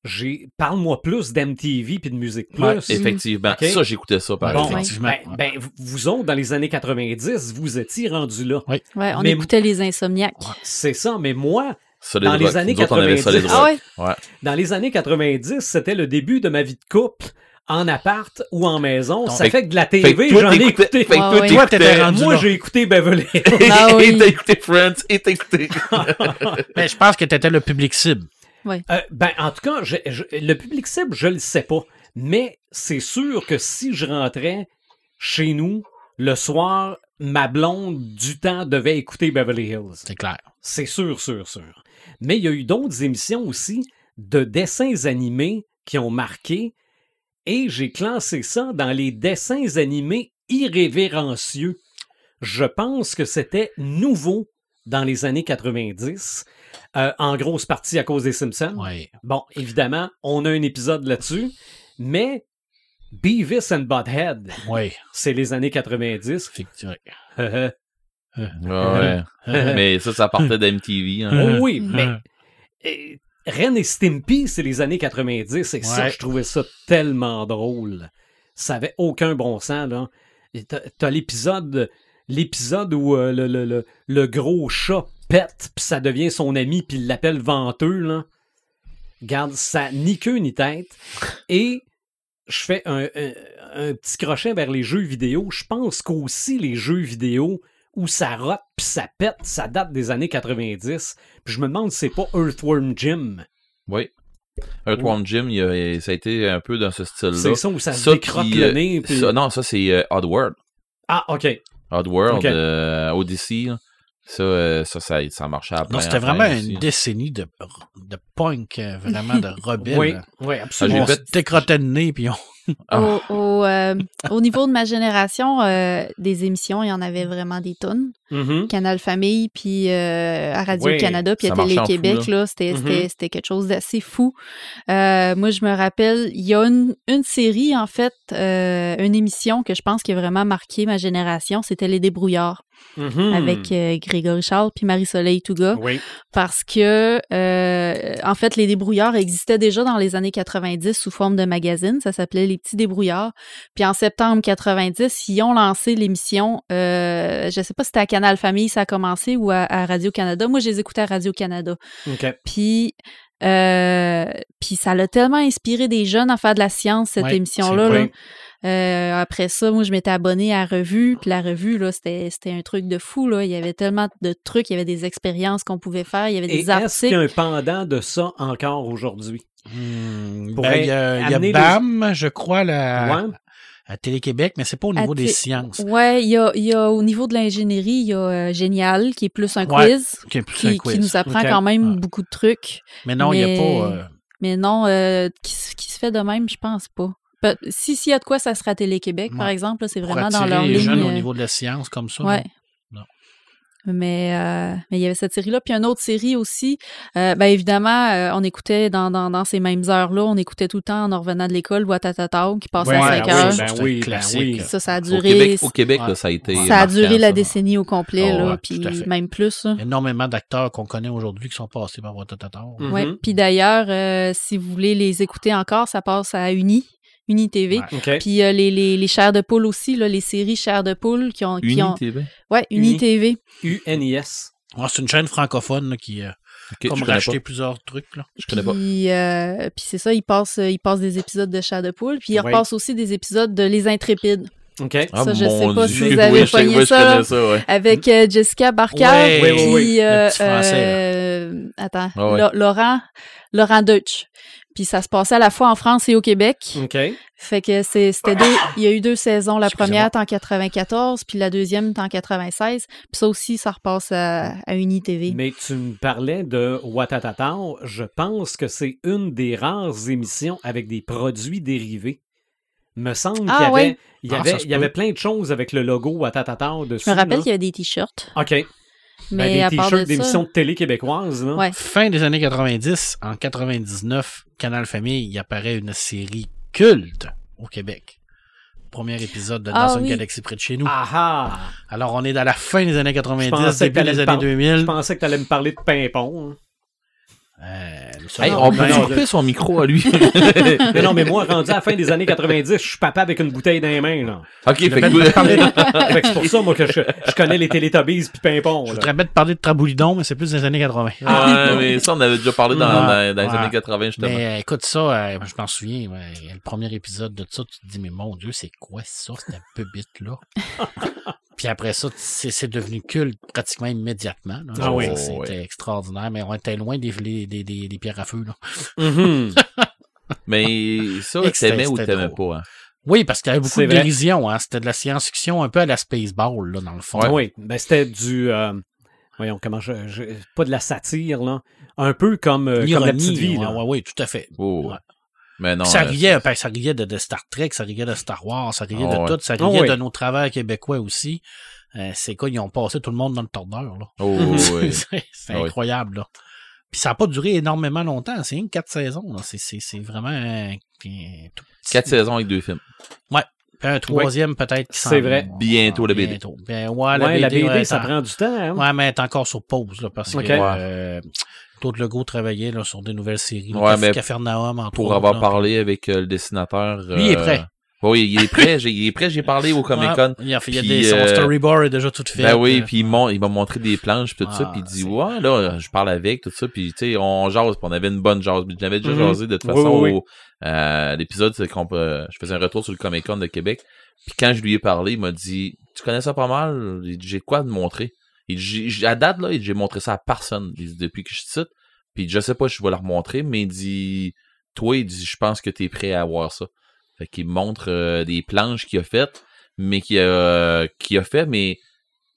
Speaker 1: j'ai parle-moi plus d'MTV puis de musique plus.
Speaker 3: Ouais,
Speaker 4: Effectivement.
Speaker 1: Ok.
Speaker 4: Ça, j'écoutais ça, par
Speaker 1: Bon,
Speaker 4: exemple.
Speaker 3: effectivement.
Speaker 1: ben, ben, vous autres, dans les années 90, vous étiez rendus là.
Speaker 5: Ouais, on
Speaker 1: mais-
Speaker 5: écoutait les insomniaques.
Speaker 1: C'est ça, mais moi,
Speaker 4: Solid
Speaker 1: Dans les
Speaker 4: Rock.
Speaker 1: années
Speaker 4: Nous autres, on avait Solid
Speaker 1: 90.
Speaker 5: Ah
Speaker 4: Rock.
Speaker 5: ouais?
Speaker 1: dans les années 90, c'était le début de ma vie de couple, en appart ou en maison.
Speaker 3: Donc,
Speaker 1: ça fait,
Speaker 4: fait-
Speaker 1: que de la
Speaker 4: Fait que
Speaker 1: TV,
Speaker 4: toi,
Speaker 1: j'en ai
Speaker 4: t'écoutais-
Speaker 1: écouté.
Speaker 4: Fait que
Speaker 5: Ouais,
Speaker 4: toi,
Speaker 5: Ah ouais.
Speaker 3: Toi, t'étais
Speaker 4: t'écoutais-
Speaker 3: rendu
Speaker 1: Moi,
Speaker 3: là.
Speaker 1: j'ai écouté Beverly Hills.
Speaker 5: Ah oui.
Speaker 4: [LAUGHS] Et t'as écouté Friends, et t'as écouté.
Speaker 3: Mais je pense que t'étais le public cible.
Speaker 1: Euh, ben, en tout cas, je- je- le public cible, je le sais pas. Mais c'est sûr que si je rentrais chez nous le soir, ma blonde du temps devait écouter Beverly Hills.
Speaker 3: C'est clair.
Speaker 1: C'est sûr, sûr, sûr. Mais il y a eu d'autres émissions aussi de dessins animés qui ont marqué. Et j'ai classé ça dans les dessins animés irrévérencieux. Je pense que c'était nouveau dans les années 90, euh, en grosse partie à cause des Simpsons.
Speaker 3: Ouais.
Speaker 1: Bon, évidemment, on a un épisode là-dessus, mais Beavis and Butthead,
Speaker 3: Ouais.
Speaker 1: c'est les années [LAUGHS] 90.
Speaker 3: Fait que, ouais.
Speaker 1: Euh,
Speaker 4: Ah Ouais. mais ça, ça partait d'MTV. Hein.
Speaker 1: oh oui, mais
Speaker 3: Hum.
Speaker 1: Et Eh, Ren et Stimpy, c'est les années 90, et ça,
Speaker 3: Ouais.
Speaker 1: je trouvais ça tellement drôle. Ça avait aucun bon sens, là. Et T'as t'as l'épisode l'épisode où euh, le, le- le- le gros chat pète, puis ça devient son ami, puis il l'appelle venteux, là. Garde, ça ni queue ni tête. Et je fais un, un- un petit crochet vers les jeux vidéo. Je pense qu'aussi les jeux vidéo où ça rote puis ça pète, ça date des années 90. Puis je me demande si c'est pas Earthworm Jim.
Speaker 4: Oui. Earthworm Jim, il y a- ça a été un peu dans ce style-là.
Speaker 1: C'est ça où ça, se
Speaker 4: Ça
Speaker 1: décrotte
Speaker 4: qui,
Speaker 1: le
Speaker 4: euh,
Speaker 1: nez. puis-
Speaker 4: Ça- non, ça, c'est euh, Oddworld.
Speaker 1: Ah, ok.
Speaker 4: Oddworld,
Speaker 1: Ok.
Speaker 4: euh, Odyssey. là. Ça, euh, ça, ça, ça marchait à plein,
Speaker 3: Non, c'était
Speaker 4: à plein
Speaker 3: vraiment
Speaker 4: aussi.
Speaker 3: une décennie de, de punk, euh, vraiment
Speaker 5: [LAUGHS]
Speaker 3: de rebelles.
Speaker 1: Oui, oui, absolument.
Speaker 4: j'ai
Speaker 3: On
Speaker 4: fait-
Speaker 3: se décrottait le nez, puis on...
Speaker 4: Ah.
Speaker 5: Au, au, euh, au niveau de ma génération, euh, des émissions, il y en avait vraiment des tonnes.
Speaker 4: Ah,
Speaker 1: Mhm.
Speaker 5: Canal Famille, puis euh, à Radio-Canada, puis à
Speaker 4: ça marchait en fou,
Speaker 5: Télé-Québec, là, c'était c'était- c'était quelque chose d'assez fou. Euh, moi, je me rappelle, il y a une, une série, en fait, euh, une émission que je pense qui a vraiment marqué ma génération, c'était Les Débrouillards,
Speaker 1: Mhm.
Speaker 5: avec euh, Grégory Charles puis Marie-Soleil Touga
Speaker 1: Oui.
Speaker 5: parce que, euh, en fait, les débrouillards existaient déjà dans les années 90 sous forme de magazine. Ça s'appelait Les Petits Débrouillards. Puis en septembre 90, ils ont lancé l'émission. euh, je sais pas si c'était à Canal Famille, ça a commencé, ou à, à Radio-Canada. Moi, je les écoutais à Radio-Canada.
Speaker 1: Ok.
Speaker 5: Puis, euh, puis ça l'a tellement inspiré des jeunes à faire de la science, cette
Speaker 3: Ouais,
Speaker 5: émission-là.
Speaker 1: c'est-
Speaker 5: là.
Speaker 1: oui.
Speaker 5: Euh, après ça, moi, je m'étais abonnée à Revue. Puis la Revue, là, c'était c'était un truc de fou. Là. Il y avait tellement de trucs, il y avait des expériences qu'on pouvait faire, il y avait
Speaker 1: Et
Speaker 5: des
Speaker 1: est-ce qu'il y
Speaker 5: articles.
Speaker 1: a un pendant de ça encore aujourd'hui?
Speaker 3: Hmm,
Speaker 1: Pour
Speaker 3: ben, il y a, il y a
Speaker 1: amener les-
Speaker 3: BAM, je crois, la,
Speaker 1: Ouais.
Speaker 3: à Télé-Québec, mais c'est pas au
Speaker 5: À
Speaker 3: niveau des
Speaker 5: Té-
Speaker 3: sciences.
Speaker 5: Ouais, il y a, il y a au niveau de l'ingénierie, il y a euh, Génial, qui est plus un
Speaker 3: Ouais,
Speaker 5: quiz,
Speaker 3: qui est plus un
Speaker 5: qui,
Speaker 3: quiz.
Speaker 5: qui nous apprend
Speaker 1: Ok.
Speaker 5: quand même
Speaker 3: Ouais.
Speaker 5: beaucoup de trucs.
Speaker 3: Mais non, il
Speaker 5: mais-
Speaker 3: n'y a pas. euh,
Speaker 5: Mais non, euh, qui, se- qui se fait de même, je pense pas. Pe- Si s'il y a de quoi, ça sera à Télé-Québec, par
Speaker 3: Ouais.
Speaker 5: exemple. là, C'est
Speaker 3: pour
Speaker 5: vraiment dans
Speaker 3: attirer
Speaker 5: leur
Speaker 3: les
Speaker 5: ligne.
Speaker 3: jeunes au
Speaker 5: euh,
Speaker 3: niveau de la science comme ça.
Speaker 5: Ouais.
Speaker 3: Non.
Speaker 5: Mais euh, mais il y avait cette série-là. Puis une autre série aussi. Euh, ben évidemment, euh, on écoutait dans, dans, dans ces mêmes heures-là, on écoutait tout le temps en en revenant de l'école Watatatao qui passait à
Speaker 1: Ouais,
Speaker 5: 5
Speaker 1: ah oui,
Speaker 5: heures.
Speaker 1: ben
Speaker 3: C'est un
Speaker 1: oui, ben
Speaker 3: classique.
Speaker 1: oui.
Speaker 5: Ça, ça a
Speaker 4: Au
Speaker 5: duré.
Speaker 4: Québec, au Québec
Speaker 3: Ouais.
Speaker 4: là, ça a été.
Speaker 5: ça a
Speaker 4: marquant,
Speaker 5: duré la
Speaker 4: ça.
Speaker 5: décennie au complet,
Speaker 4: Oh,
Speaker 5: là,
Speaker 4: ouais,
Speaker 5: puis
Speaker 3: tout à fait.
Speaker 5: même plus. là.
Speaker 3: Énormément d'acteurs qu'on connaît aujourd'hui qui sont passés par Watatator.
Speaker 1: Mhm.
Speaker 5: Ouais. Puis d'ailleurs, euh, si vous voulez les écouter encore, ça passe à Uni, Uni TV.
Speaker 3: Ouais.
Speaker 1: Ok.
Speaker 5: Puis euh, les, les, les chairs de poule aussi, là, les séries chairs de poule qui ont. Qui
Speaker 4: Uni
Speaker 5: ont...
Speaker 4: TV.
Speaker 3: ben.
Speaker 5: Ouais, Uni,
Speaker 1: Uni.
Speaker 5: TV.
Speaker 1: UNIS.
Speaker 3: Ouais, c'est une chaîne francophone là, qui a
Speaker 4: Ok, je
Speaker 3: comme
Speaker 4: connais pas.
Speaker 3: racheté plusieurs trucs. Là.
Speaker 4: Je connais pas.
Speaker 5: Puis, euh, puis c'est ça, il passe, il passe des épisodes de Chat de poule, puis il
Speaker 1: Ouais.
Speaker 5: repasse aussi des épisodes de Les Intrépides.
Speaker 1: OK.
Speaker 5: Ça, je
Speaker 4: Ah, mon
Speaker 5: sais pas si
Speaker 4: Dieu.
Speaker 5: vous avez
Speaker 4: Oui, je sais-
Speaker 5: pogné
Speaker 4: oui, je
Speaker 5: ça,
Speaker 4: connais
Speaker 5: là.
Speaker 4: ça, ouais.
Speaker 5: avec euh, Jessica Barker,
Speaker 1: ouais,
Speaker 3: Ouais,
Speaker 1: ouais,
Speaker 5: puis
Speaker 1: ouais,
Speaker 5: euh,
Speaker 3: le petit français,
Speaker 5: euh, attends,
Speaker 4: Ah ouais.
Speaker 5: Lo- Laurent, Laurent Deutsch. Puis ça se passait à la fois en France et au Québec.
Speaker 1: OK.
Speaker 5: Fait que c'est- c'était deux, il y a eu deux saisons. La
Speaker 3: Excusez-moi.
Speaker 5: première t'es en 94, puis la deuxième t'es en 96. Puis ça aussi, ça repasse à, à Uni TV.
Speaker 1: Mais tu me parlais de Watatata. Je pense que c'est une des rares émissions avec des produits dérivés. Me semble
Speaker 5: Ah,
Speaker 1: qu'il y avait,
Speaker 5: ouais.
Speaker 1: il y
Speaker 3: Ah,
Speaker 1: avait,
Speaker 3: ça se
Speaker 1: il y avait
Speaker 3: peut.
Speaker 1: plein de choses avec le logo Watatata dessus.
Speaker 5: Je me rappelle
Speaker 1: là.
Speaker 5: qu'il y a des t-shirts,
Speaker 1: OK. Ben,
Speaker 5: mais à
Speaker 1: des
Speaker 5: part de
Speaker 1: t-shirts
Speaker 5: ça,
Speaker 1: d'émissions de télé québécoises. Là.
Speaker 5: Ouais.
Speaker 3: Fin des années 90, en 99, Canal Famille, il apparaît une série culte au Québec. Premier épisode de Dans
Speaker 5: Ah
Speaker 3: une
Speaker 5: oui.
Speaker 3: galaxie près de chez nous.
Speaker 1: Ah ah!
Speaker 3: Alors, on est dans la fin des années
Speaker 1: Je
Speaker 3: 90,
Speaker 1: pensais
Speaker 3: début
Speaker 1: que t'allais
Speaker 3: des
Speaker 1: me
Speaker 3: années
Speaker 1: parler- Je
Speaker 3: 2000.
Speaker 1: pensais que tu allais me parler de pimpon. hein.
Speaker 3: Euh, nous sommes-
Speaker 4: Hey,
Speaker 1: Non,
Speaker 4: on peut
Speaker 1: non,
Speaker 4: lui
Speaker 1: non,
Speaker 4: couper son micro à lui.
Speaker 1: Mais non, mais moi, rendu à la fin des années 90, je suis papa avec une bouteille dans les mains. Là.
Speaker 4: ok, fait que
Speaker 1: Fait que c'est pour ça, moi, que je, je connais les Teletubbies puis pimpon.
Speaker 3: Je
Speaker 1: là.
Speaker 3: voudrais bien te parler de Traboulidon, mais c'est plus des années 80.
Speaker 4: Ah, mais ça, on avait déjà parlé dans,
Speaker 5: Ah.
Speaker 3: Ouais.
Speaker 4: dans- dans les
Speaker 3: Ouais.
Speaker 4: années 80, justement.
Speaker 3: Mais euh, écoute ça, euh, je m'en souviens, ouais, le premier épisode de ça, tu te dis, mais mon Dieu, c'est quoi ça, cette bite
Speaker 1: [LAUGHS]
Speaker 3: là Puis après ça, tu- c'est c'est devenu culte pratiquement immédiatement. là.
Speaker 1: Ah
Speaker 3: Ça,
Speaker 1: oui.
Speaker 3: C'était
Speaker 4: Ouais.
Speaker 3: extraordinaire, mais on était loin des, des, des, des- des pierres à feu. Là.
Speaker 1: Mhm.
Speaker 4: Mais ça,
Speaker 3: Et que c'était-
Speaker 4: t'aimais ou
Speaker 3: c'était
Speaker 4: t'aimais
Speaker 3: drôle.
Speaker 4: pas? hein?
Speaker 3: Oui, parce qu'il y avait beaucoup
Speaker 1: C'est
Speaker 3: de
Speaker 1: vrai.
Speaker 3: dérision. Hein. C'était de la science-fiction un peu à la Spaceball, là, dans le fond.
Speaker 1: Oui, ben c'était du. euh, voyons, comment je, je- Pas de la satire, là. Un peu comme, euh,
Speaker 3: Une
Speaker 1: comme la
Speaker 3: ironie,
Speaker 1: petite vie,
Speaker 3: ouais,
Speaker 1: là.
Speaker 3: ouais, ouais, tout à fait.
Speaker 4: Oh.
Speaker 3: Ouais.
Speaker 4: Mais non.
Speaker 3: Puis ça
Speaker 4: euh,
Speaker 3: riait, ben, ça riait de, de Star Trek, ça riait de Star Wars, ça riait
Speaker 4: Ah
Speaker 3: de
Speaker 4: ouais.
Speaker 3: tout, ça riait
Speaker 1: Ah ouais.
Speaker 3: de nos travailleurs québécois aussi. Euh, c'est quoi, ils ont passé tout le monde dans le tordeur, là.
Speaker 4: Oh, oui.
Speaker 3: [LAUGHS] c'est c'est
Speaker 4: Ah ouais.
Speaker 3: incroyable, là. Puis ça n'a pas duré énormément longtemps, c'est une quatre saisons, là. C'est- C'est c'est vraiment euh, un tout petit.
Speaker 4: Quatre saisons avec deux films.
Speaker 3: Puis un troisième peut-être qui s'en
Speaker 1: C'est vrai.
Speaker 3: vient.
Speaker 4: Bientôt, la BD.
Speaker 3: Bientôt. Ben, ouais,
Speaker 1: Ouais,
Speaker 3: la BD,
Speaker 1: la BD,
Speaker 3: ouais,
Speaker 1: ça
Speaker 3: t'en-
Speaker 1: prend du temps. hein.
Speaker 3: Ouais, mais elle est encore sur pause, là, parce
Speaker 1: Ok.
Speaker 3: que
Speaker 1: Ouais.
Speaker 3: euh, Claude Legault travaillait là, sur des nouvelles séries.
Speaker 4: Ouais,
Speaker 3: Ouais,
Speaker 4: mais
Speaker 3: Cafarnaum, entre
Speaker 4: Pour
Speaker 3: autres,
Speaker 4: avoir
Speaker 3: là.
Speaker 4: parlé avec euh, le dessinateur. euh,
Speaker 3: Lui, il est prêt.
Speaker 4: Oui, il est prêt. j'ai- Il est prêt. J'ai parlé au Comic Con.
Speaker 3: Ouais, il a fait, il y a
Speaker 4: Puis,
Speaker 3: des, son
Speaker 4: euh,
Speaker 3: storyboard est déjà tout fait.
Speaker 4: Ben oui,
Speaker 3: Euh,
Speaker 4: puis il m'ont- il m'a montré des planches puis tout ça,
Speaker 3: Ah,
Speaker 4: puis il dit
Speaker 3: c'est-
Speaker 4: ouais là, euh, je parle avec tout ça, puis tu sais on jase, puis on avait une bonne jase, mais j'avais déjà
Speaker 1: Mhm.
Speaker 3: Mm-hmm.
Speaker 4: jasé de toute
Speaker 1: Oui,
Speaker 4: façon
Speaker 1: oui, oui.
Speaker 4: au- euh, l'épisode c'est qu'on peut- je faisais un retour sur le Comic Con de Québec, puis quand je lui ai parlé, il m'a dit tu connais ça pas mal, Il dit, j'ai quoi de montrer, il dit, J'ai- j'ai- à date là, il dit, j'ai montré ça à personne Il dit, depuis que je cite, puis je sais pas si je vais leur montrer, mais il dit toi il dit je pense que t'es prêt à avoir ça, fait qu'il me montre euh, des planches qu'il a faites, mais qu'il a, euh, qu'il a fait mais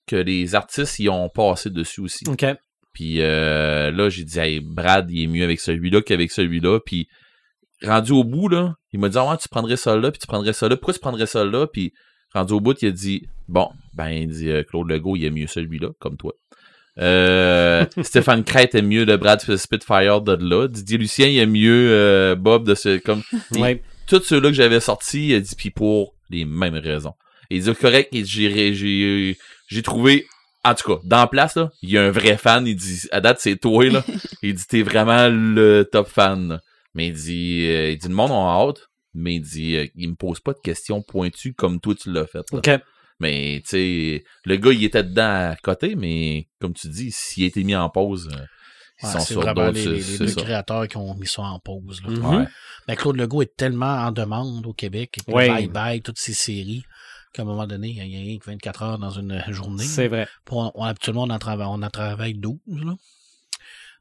Speaker 4: que les artistes y ont passé dessus aussi.
Speaker 1: OK.
Speaker 4: Puis euh, là, j'ai dit, hey, Brad, il est mieux avec celui-là qu'avec celui-là. Puis rendu au bout, là, il m'a dit, ah ouais, tu prendrais ça là, puis tu prendrais ça là. Pourquoi tu prendrais ça là? Puis rendu au bout, il a dit, bon, ben, il dit, euh, Claude Legault, il est mieux celui-là, comme toi. Euh, Stéphane Crête est mieux le Brad Spitfire de là. Didier Lucien, il est mieux euh, Bob de ce. Comme, Il-
Speaker 1: Ouais.
Speaker 4: tous ceux-là que j'avais sortis, il a dit, puis pour les mêmes raisons. Il dit, correct, il dit, j'ai, j'ai, j'ai trouvé, en tout cas, dans la place, là, il y a un vrai fan, il dit, à date, c'est toi,
Speaker 3: [LAUGHS]
Speaker 4: là. il dit, t'es vraiment le top fan. là. Mais il dit, euh, il dit, le monde a hâte, mais il dit, euh, il me pose pas de questions pointues comme toi, tu l'as fait. là.
Speaker 1: OK.
Speaker 4: Mais, tu sais, le gars, il était dedans à côté, mais, comme tu dis, s'il était mis en pause, euh, ils
Speaker 3: ouais,
Speaker 4: sont
Speaker 3: c'est
Speaker 4: sur
Speaker 3: vraiment
Speaker 4: d'autres,
Speaker 3: les,
Speaker 4: c'est,
Speaker 3: les
Speaker 4: c'est
Speaker 3: deux
Speaker 4: ça.
Speaker 3: créateurs qui ont mis ça en pause. là.
Speaker 1: Mhm.
Speaker 4: Ouais.
Speaker 3: Ben, Claude Legault est tellement en demande au Québec, avec le
Speaker 1: Ouais.
Speaker 3: Bye Bye, toutes ces séries, qu'à un moment donné, il y a rien que 24 heures dans une journée.
Speaker 1: C'est vrai.
Speaker 3: Puis on, on- habituellement, on en travaille, on en travaille 12. Là.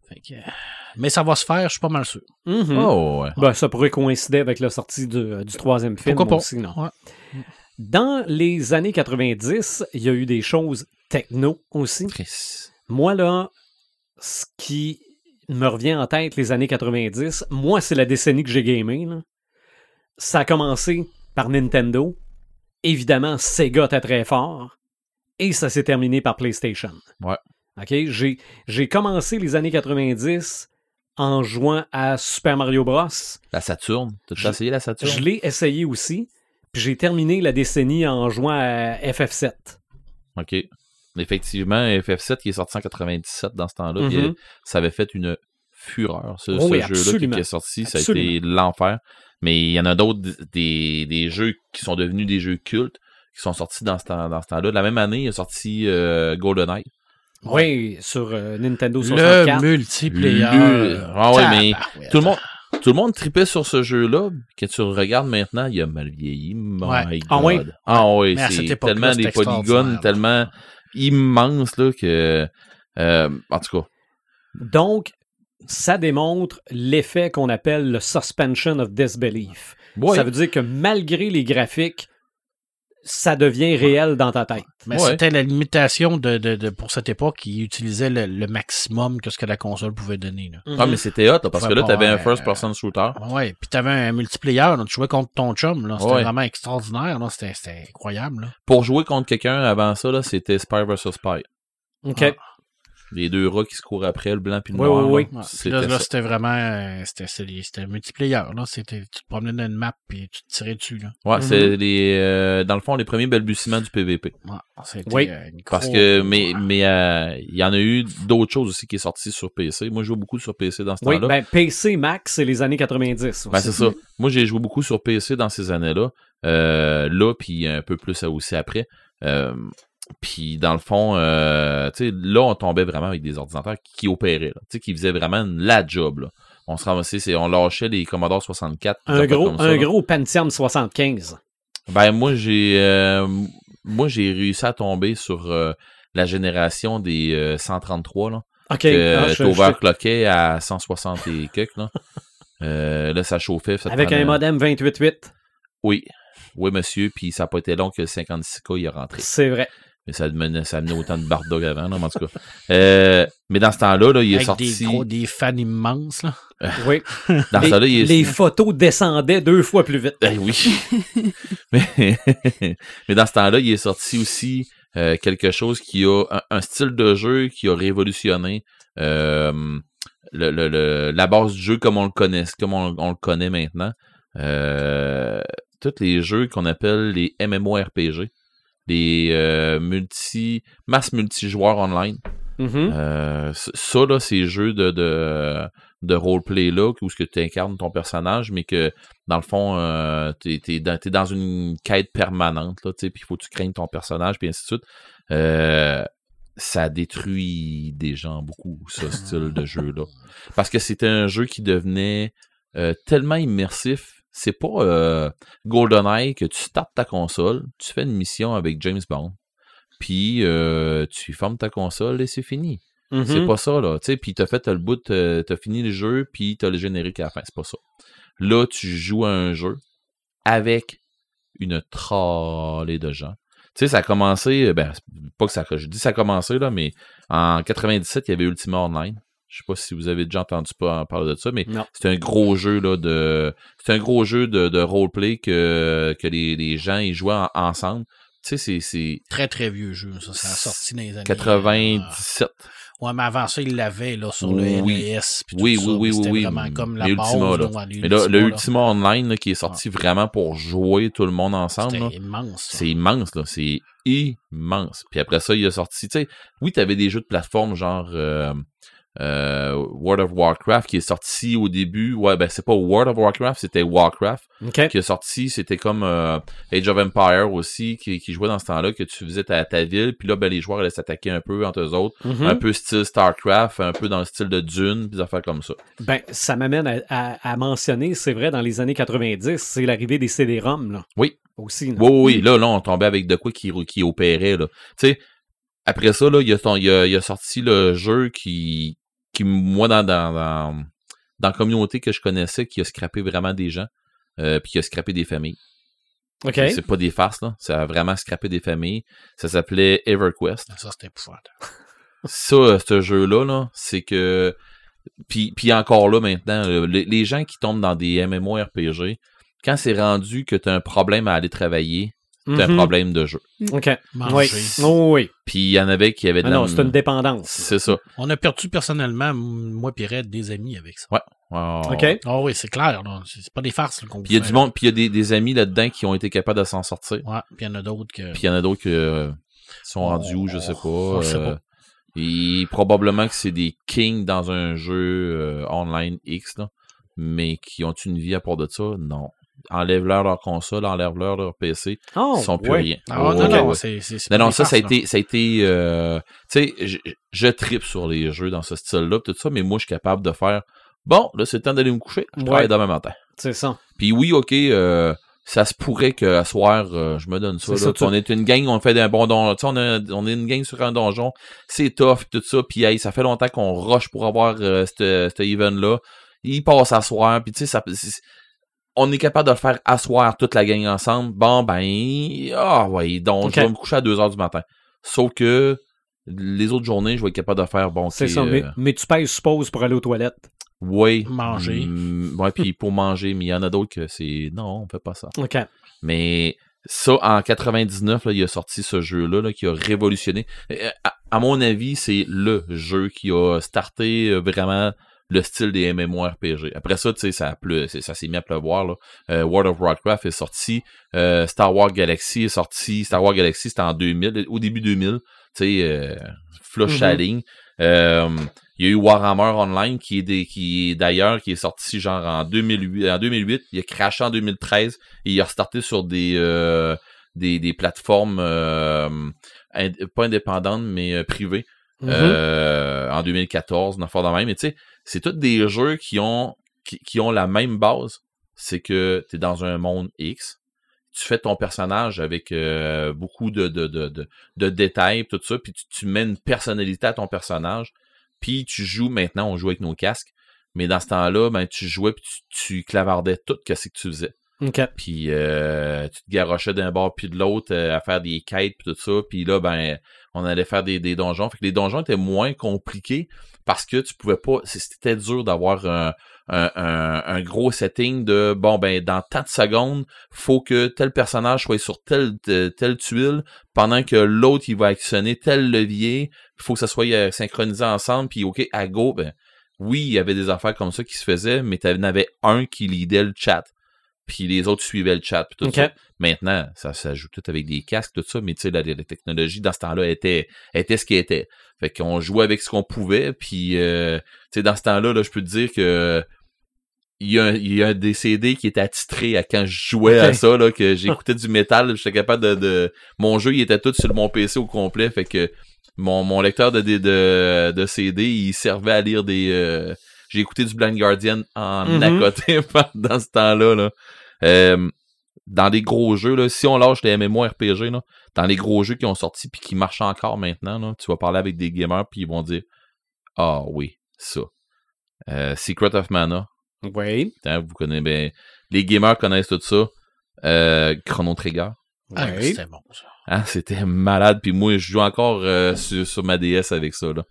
Speaker 3: Fait que, euh, mais ça va se faire, je suis pas mal sûr.
Speaker 1: Mhm.
Speaker 4: Oh, ouais.
Speaker 1: Ben, ça pourrait coïncider avec la sortie du, du troisième film
Speaker 3: Pourquoi pas?
Speaker 1: aussi, non?
Speaker 3: Ouais.
Speaker 1: Dans les années 90, il y a eu des choses techno aussi.
Speaker 4: Chris.
Speaker 1: Moi, là, ce qui me revient en tête les années 90, moi, c'est la décennie que j'ai gamé. là. Ça a commencé par Nintendo. Évidemment, Sega était très fort. Et ça s'est terminé par PlayStation.
Speaker 4: Ouais.
Speaker 1: OK? J'ai, j'ai commencé les années 90 en jouant à Super Mario Bros.
Speaker 4: La Saturne. T'as-tu
Speaker 1: Je-
Speaker 4: essayé la Saturne?
Speaker 1: Je l'ai essayé aussi. Puis j'ai terminé la décennie en jouant à FF7.
Speaker 4: OK. Effectivement, FF7 qui est sorti en 97 dans ce temps-là, puis,
Speaker 1: Mhm.
Speaker 4: euh, ça avait fait une fureur, ce,
Speaker 1: Oui,
Speaker 4: ce
Speaker 1: oui,
Speaker 4: jeu-là qui- qui,
Speaker 1: absolument.
Speaker 4: est sorti. Ça a
Speaker 1: Absolument.
Speaker 4: été l'enfer. Mais il y en a d'autres, d- des, des jeux qui sont devenus des jeux cultes, qui sont sortis dans ce, temps, dans ce temps-là. La même année, il est sorti euh, GoldenEye.
Speaker 1: Oui, sur euh, Nintendo 64.
Speaker 3: Le multiplayer.
Speaker 4: Le- Ah ouais, mais
Speaker 3: Tabarouette.
Speaker 4: Tout le monde, Tout le monde tripait sur ce jeu-là. Quand tu le regardes maintenant, il a mal vieilli. My
Speaker 3: Ouais.
Speaker 4: God.
Speaker 1: Ah oui?
Speaker 4: Ah oui,
Speaker 3: Mais à cette
Speaker 4: c'est
Speaker 3: époque-là,
Speaker 4: tellement
Speaker 3: c'était
Speaker 4: des polygones,
Speaker 3: extraordinaire,
Speaker 4: tellement immenses là, que. euh, en tout cas,
Speaker 1: Donc, ça démontre l'effet qu'on appelle le suspension of disbelief.
Speaker 4: ouais,
Speaker 1: Ça veut dire que malgré les graphiques, ça devient réel dans ta tête.
Speaker 3: Mais
Speaker 4: Ouais.
Speaker 3: c'était la limitation de, de, de- pour cette époque qui utilisait le, le maximum que ce que la console pouvait donner. Là.
Speaker 4: ah, mais c'était hot là, parce
Speaker 3: Mhm. Ouais,
Speaker 4: que là,
Speaker 3: bon,
Speaker 4: t'avais
Speaker 3: ouais,
Speaker 4: un first-person shooter.
Speaker 3: Ouais, puis t'avais un multiplayer, là, tu jouais contre ton chum, là. C'était
Speaker 4: Ouais.
Speaker 3: vraiment extraordinaire, là. C'était, c'était incroyable, là.
Speaker 4: Pour jouer contre quelqu'un avant ça, là, c'était Spy vs. Spy.
Speaker 1: OK.
Speaker 3: Ah.
Speaker 4: Les deux rats qui se courent après, le blanc puis le
Speaker 1: Oui,
Speaker 4: noir.
Speaker 1: oui,
Speaker 4: là.
Speaker 3: Ouais. Puis
Speaker 4: C'était
Speaker 3: Là, là,
Speaker 4: ça.
Speaker 3: c'était vraiment, euh, c'était, c'était, c'était un multiplayer, là. C'était, tu te promenais dans une map puis tu te tirais dessus, là.
Speaker 4: Ouais,
Speaker 1: Mhm.
Speaker 4: c'est les, euh, dans le fond, les premiers balbutiements du PVP.
Speaker 3: Ouais. C'était
Speaker 1: Oui,
Speaker 3: euh, une
Speaker 4: Parce
Speaker 3: grosse-
Speaker 4: que, mais, mais, euh, il y en a eu d'autres choses aussi qui est sorti sur PC. Moi, je joue beaucoup sur PC dans ce
Speaker 1: Oui,
Speaker 4: temps-là.
Speaker 1: ben PC Max, c'est les années 90. aussi.
Speaker 4: Ben, c'est ça. Moi, j'ai joué beaucoup sur PC dans ces années-là. Euh, là, puis un peu plus aussi après. Euh, puis dans le fond, euh, tu sais, là, on tombait vraiment avec des ordinateurs qui opéraient, là. tu sais, qui faisaient vraiment la job. là. On se ramassait, c'est- on lâchait les Commodore 64. des
Speaker 1: un
Speaker 4: affaires
Speaker 1: gros,
Speaker 4: comme ça,
Speaker 1: un
Speaker 4: là.
Speaker 1: gros Pentium 75.
Speaker 4: Ben moi j'ai euh, moi j'ai réussi à tomber sur euh, la génération des euh, 133 là.
Speaker 1: OK.
Speaker 4: Que
Speaker 1: ah, je- je-
Speaker 4: t'overclockais à 160 et quelques là. Euh, là ça chauffait. ça te
Speaker 1: avec
Speaker 4: prenait-
Speaker 1: un modem 28.8,
Speaker 4: Oui. Oui, monsieur, puis ça n'a pas été long que le 56K il est rentré.
Speaker 1: c'est vrai.
Speaker 4: Mais ça amenait, ça amenait autant de barda qu'avant, là, mais en tout cas. Euh, mais dans ce temps-là, là, il est
Speaker 3: Avec
Speaker 4: sorti.
Speaker 3: des gros, des fans immenses, là.
Speaker 4: Bah.
Speaker 1: Oui.
Speaker 4: Dans ce
Speaker 1: les,
Speaker 4: temps-là, il est
Speaker 1: les photos descendaient deux fois plus vite.
Speaker 4: Ben oui. mais, [LAUGHS] mais dans ce temps-là, il est sorti aussi euh, quelque chose qui a un, un style de jeu qui a révolutionné euh, le- le- le- la base du jeu comme on le connaît, comme on, on le connaît maintenant. Euh, tous les jeux qu'on appelle les MMORPG, les euh, multi, mass multijoueurs online.
Speaker 1: Mhm.
Speaker 4: Euh, c- ça, là, ces jeux de, de, de roleplay-là, où ce que tu incarnes ton personnage, mais que dans le fond, euh, t'es t'es dans, t'es dans une quête permanente, là, tu sais, puis il faut que tu craignes ton personnage, puis ainsi de suite. Euh, ça détruit des gens beaucoup, ce style de jeu-là. Parce que c'était un jeu qui devenait euh, tellement immersif. C'est pas euh, GoldenEye que tu tapes ta console, tu fais une mission avec James Bond, puis euh, tu fermes ta console et c'est fini.
Speaker 1: Mhm.
Speaker 4: C'est pas ça, là. Tu sais, puis t'as fait, t'as le bout, euh, t'as t'as fini le jeu, puis t'as le générique à la fin. C'est pas ça. Là, tu joues à un jeu avec une trollée de gens. Tu sais, ça a commencé, ben, c'est pas que ça, je dis ça a commencé, là, mais en 97, il y avait Ultima Online. Je sais pas si vous avez déjà entendu pas parler de ça, mais
Speaker 1: Non.
Speaker 4: c'est un gros jeu, là, de, c'est un gros jeu de, de roleplay que, que les, les gens, ils jouaient en- ensemble. Tu sais, c'est- c'est
Speaker 3: Très, très vieux jeu, ça. Ça a sorti dans les
Speaker 1: Ah.
Speaker 3: années. euh,
Speaker 4: 97.
Speaker 3: Ouais, mais avant ça, il l'avait, là, sur le
Speaker 4: Oui.
Speaker 3: NES. puis
Speaker 4: Oui,
Speaker 3: tout ça,
Speaker 4: oui, oui,
Speaker 3: mais C'était
Speaker 4: oui, oui.
Speaker 3: vraiment comme la
Speaker 4: Mais
Speaker 3: base.
Speaker 4: Ultima, là.
Speaker 3: ouais,
Speaker 4: Mais là, le
Speaker 3: là,
Speaker 4: Ultima Online là, qui est sorti vraiment pour jouer tout le monde ensemble, là,
Speaker 3: C'était immense. ça.
Speaker 4: c'est immense, là. C'est immense. Puis après ça, il a sorti, tu sais, oui, t'avais des jeux de plateforme genre euh, euh, World of Warcraft qui est sorti au début. Ouais, ben c'est pas World of Warcraft, c'était Warcraft
Speaker 1: OK.
Speaker 4: qui est sorti, c'était comme euh, Age of Empire aussi, qui, qui jouait dans ce temps-là, que tu faisais ta, ta ville, puis là, ben, les joueurs allaient s'attaquer un peu entre eux autres,
Speaker 3: Hmm.
Speaker 1: Mhm.
Speaker 4: un peu style StarCraft, un peu dans le style de Dune, puis des affaires comme ça.
Speaker 1: Ben, ça m'amène à, à- à mentionner, c'est vrai, dans les années 90, c'est l'arrivée des CD-ROM, là.
Speaker 4: Oui.
Speaker 1: Aussi, là.
Speaker 4: Oui, oui, oui, là, là, on tombait avec de quoi qui, qui opérait, là. Tu sais, après ça, là, il a, son- il a- il a sorti le jeu qui, qui moi, dans, dans, dans, dans la communauté que je connaissais, qui a scrappé vraiment des gens, euh, puis qui a scrappé des familles.
Speaker 1: OK.
Speaker 4: C'est pas des farces, là. Ça a vraiment scrappé des familles. Ça s'appelait EverQuest.
Speaker 3: Ça, c'était épouvantable.
Speaker 4: Ça, euh, ce jeu-là, là, c'est que. Puis, puis encore là maintenant, le- les, les gens qui tombent dans des MMORPG, quand c'est rendu que t'as un problème à aller travailler, t'as un
Speaker 1: Mhm.
Speaker 4: problème de jeu.
Speaker 1: OK. Oui.
Speaker 3: Manger.
Speaker 1: Oh, oui.
Speaker 4: Puis il y en avait qui avaient de
Speaker 1: Ah non,
Speaker 4: la-
Speaker 1: c'est une dépendance.
Speaker 4: C'est ça.
Speaker 3: On a perdu personnellement, m- moi et Red, des amis avec ça.
Speaker 4: Oh.
Speaker 1: OK.
Speaker 3: Ah oui, c'est clair. là. C'est c'est pas des farces là, qu'on
Speaker 4: Puis il y a
Speaker 3: fait,
Speaker 4: du
Speaker 3: là.
Speaker 4: monde, puis il y a des, des amis là-dedans qui ont été capables de s'en sortir.
Speaker 3: Ouais, puis il y en a d'autres que.
Speaker 4: Puis il y en a d'autres euh, qui sont rendus où, je sais pas.
Speaker 1: Oh,
Speaker 3: On sait
Speaker 4: euh,
Speaker 3: pas.
Speaker 4: et probablement que c'est des kings dans un jeu euh, online X, là, mais qui ont une vie à part de ça? Non. Enlève-leur leur console, enlève-leur leur PC,
Speaker 1: Oh,
Speaker 4: ils sont plus
Speaker 1: ouais.
Speaker 4: rien.
Speaker 3: Ah, non,
Speaker 4: Oh,
Speaker 3: non,
Speaker 4: ouais.
Speaker 3: c'est, c'est, c'est
Speaker 4: Non,
Speaker 3: pas
Speaker 4: non,
Speaker 3: des
Speaker 4: ça, ça a
Speaker 3: farces, là.
Speaker 4: été. Ça a été euh, tu sais, je, je tripe sur les jeux dans ce style-là, pis tout ça, mais moi, je suis capable de faire Bon, là, c'est le temps d'aller me coucher. Je
Speaker 1: Ouais.
Speaker 4: travaille demain matin.
Speaker 1: C'est ça.
Speaker 4: Puis oui, OK, euh, ça se pourrait qu'à soir, euh, je me donne ça.
Speaker 1: C'est
Speaker 4: là.
Speaker 1: ça,
Speaker 4: Tu sais, On est une gang, on fait un bon donjon. Tu sais, on, est- on est une gang sur un donjon. C'est tough, tout ça. Puis hey, ça fait longtemps qu'on rush pour avoir euh, cet cet event-là. Il passe à soir. Puis tu sais, ça, c'est- on est capable de le faire asseoir toute la gang ensemble. Bon, ben, ah ouais, donc
Speaker 1: OK.
Speaker 4: je vais me coucher à 2 heures du matin. Sauf que les autres journées, je vais être capable de faire, bon,
Speaker 1: C'est
Speaker 4: OK,
Speaker 1: ça. Mais,
Speaker 4: euh,
Speaker 1: mais tu payes, suppose, pour aller aux toilettes.
Speaker 4: ouais.
Speaker 3: Manger.
Speaker 4: Mm, ouais, puis pour manger, mais il y en a d'autres que c'est, non, on fait pas ça.
Speaker 1: OK.
Speaker 4: Mais ça, en 99, là, il a sorti ce jeu-là là, qui a révolutionné. Euh, À, à mon avis, c'est le jeu qui a starté euh, vraiment le style des MMORPG. Après ça, tu sais, ça, a pleu- c'est- ça s'est mis à pleuvoir. Là. Euh, World of Warcraft est sorti. euh, Star Wars Galaxy est sorti. Star Wars Galaxy, c'était en 2000, au début 2000. Tu sais, euh, flush à la
Speaker 1: Mhm.
Speaker 4: ligne. Euh, il y a eu Warhammer Online qui est des- qui est d'ailleurs qui est sorti genre en 2008 en 2008, il a craché en 2013 et il a restarté sur des euh, des, des plateformes euh, ind- pas indépendantes mais euh, privées
Speaker 1: Mhm.
Speaker 4: euh, en 2014, une affaire de même. Mais tu sais, c'est tous des jeux qui ont, qui, qui ont la même base. C'est que tu es dans un monde X, tu fais ton personnage avec euh, beaucoup de, de, de, de, de détails, tout ça, puis tu, tu mets une personnalité à ton personnage, puis tu joues, maintenant on joue avec nos casques, mais dans ce temps-là, ben, tu jouais, puis tu, tu clavardais tout que ce que tu faisais
Speaker 1: OK.
Speaker 4: puis euh, tu te garochais d'un bord puis de l'autre euh, à faire des quêtes puis tout ça puis là ben on allait faire des, des donjons fait que les donjons étaient moins compliqués parce que tu pouvais pas c'est- c'était dur d'avoir un, un, un- un gros setting de bon ben dans tant de secondes faut que tel personnage soit sur telle euh, telle tuile pendant que l'autre il va actionner tel levier faut que ça soit euh, synchronisé ensemble puis ok à go ben oui il y avait des affaires comme ça qui se faisaient mais t'en avais un qui lidait le chat puis les autres suivaient le chat puis tout
Speaker 1: OK.
Speaker 4: ça Maintenant, ça s'ajoute tout avec des casques, tout ça, mais tu sais, la, la technologie dans ce temps-là était, était ce qu'elle était. Fait qu'on jouait avec ce qu'on pouvait, puis euh, tu sais, dans ce temps-là, là, je peux te dire que il y, a, un- il y a un des CD qui était attitré à quand je jouais à
Speaker 1: Ok.
Speaker 4: ça, là, que j'écoutais du métal, j'étais capable de, de- Mon jeu, il était tout sur mon PC au complet, fait que mon, mon lecteur de, de, de, de CD, il servait à lire des... euh, J'ai écouté du Blind Guardian en
Speaker 1: Mhm.
Speaker 4: à côté [LAUGHS] pendant ce temps-là, là. Euh, dans les gros jeux, là, si on lâche les MMORPG, là, dans les gros jeux qui ont sorti puis qui marchent encore maintenant, là, tu vas parler avec des gamers puis ils vont dire Ah oui, ça. Euh, Secret of Mana,
Speaker 1: Oui.
Speaker 4: hein, vous connaissez ben, les gamers connaissent tout ça. Euh, Chrono Trigger.
Speaker 3: Ah,
Speaker 1: Oui.
Speaker 3: c'était bon, ça.
Speaker 4: Hein, [LAUGHS] c'était malade. Puis moi, je joue encore euh, sur, sur ma DS avec ça. Là.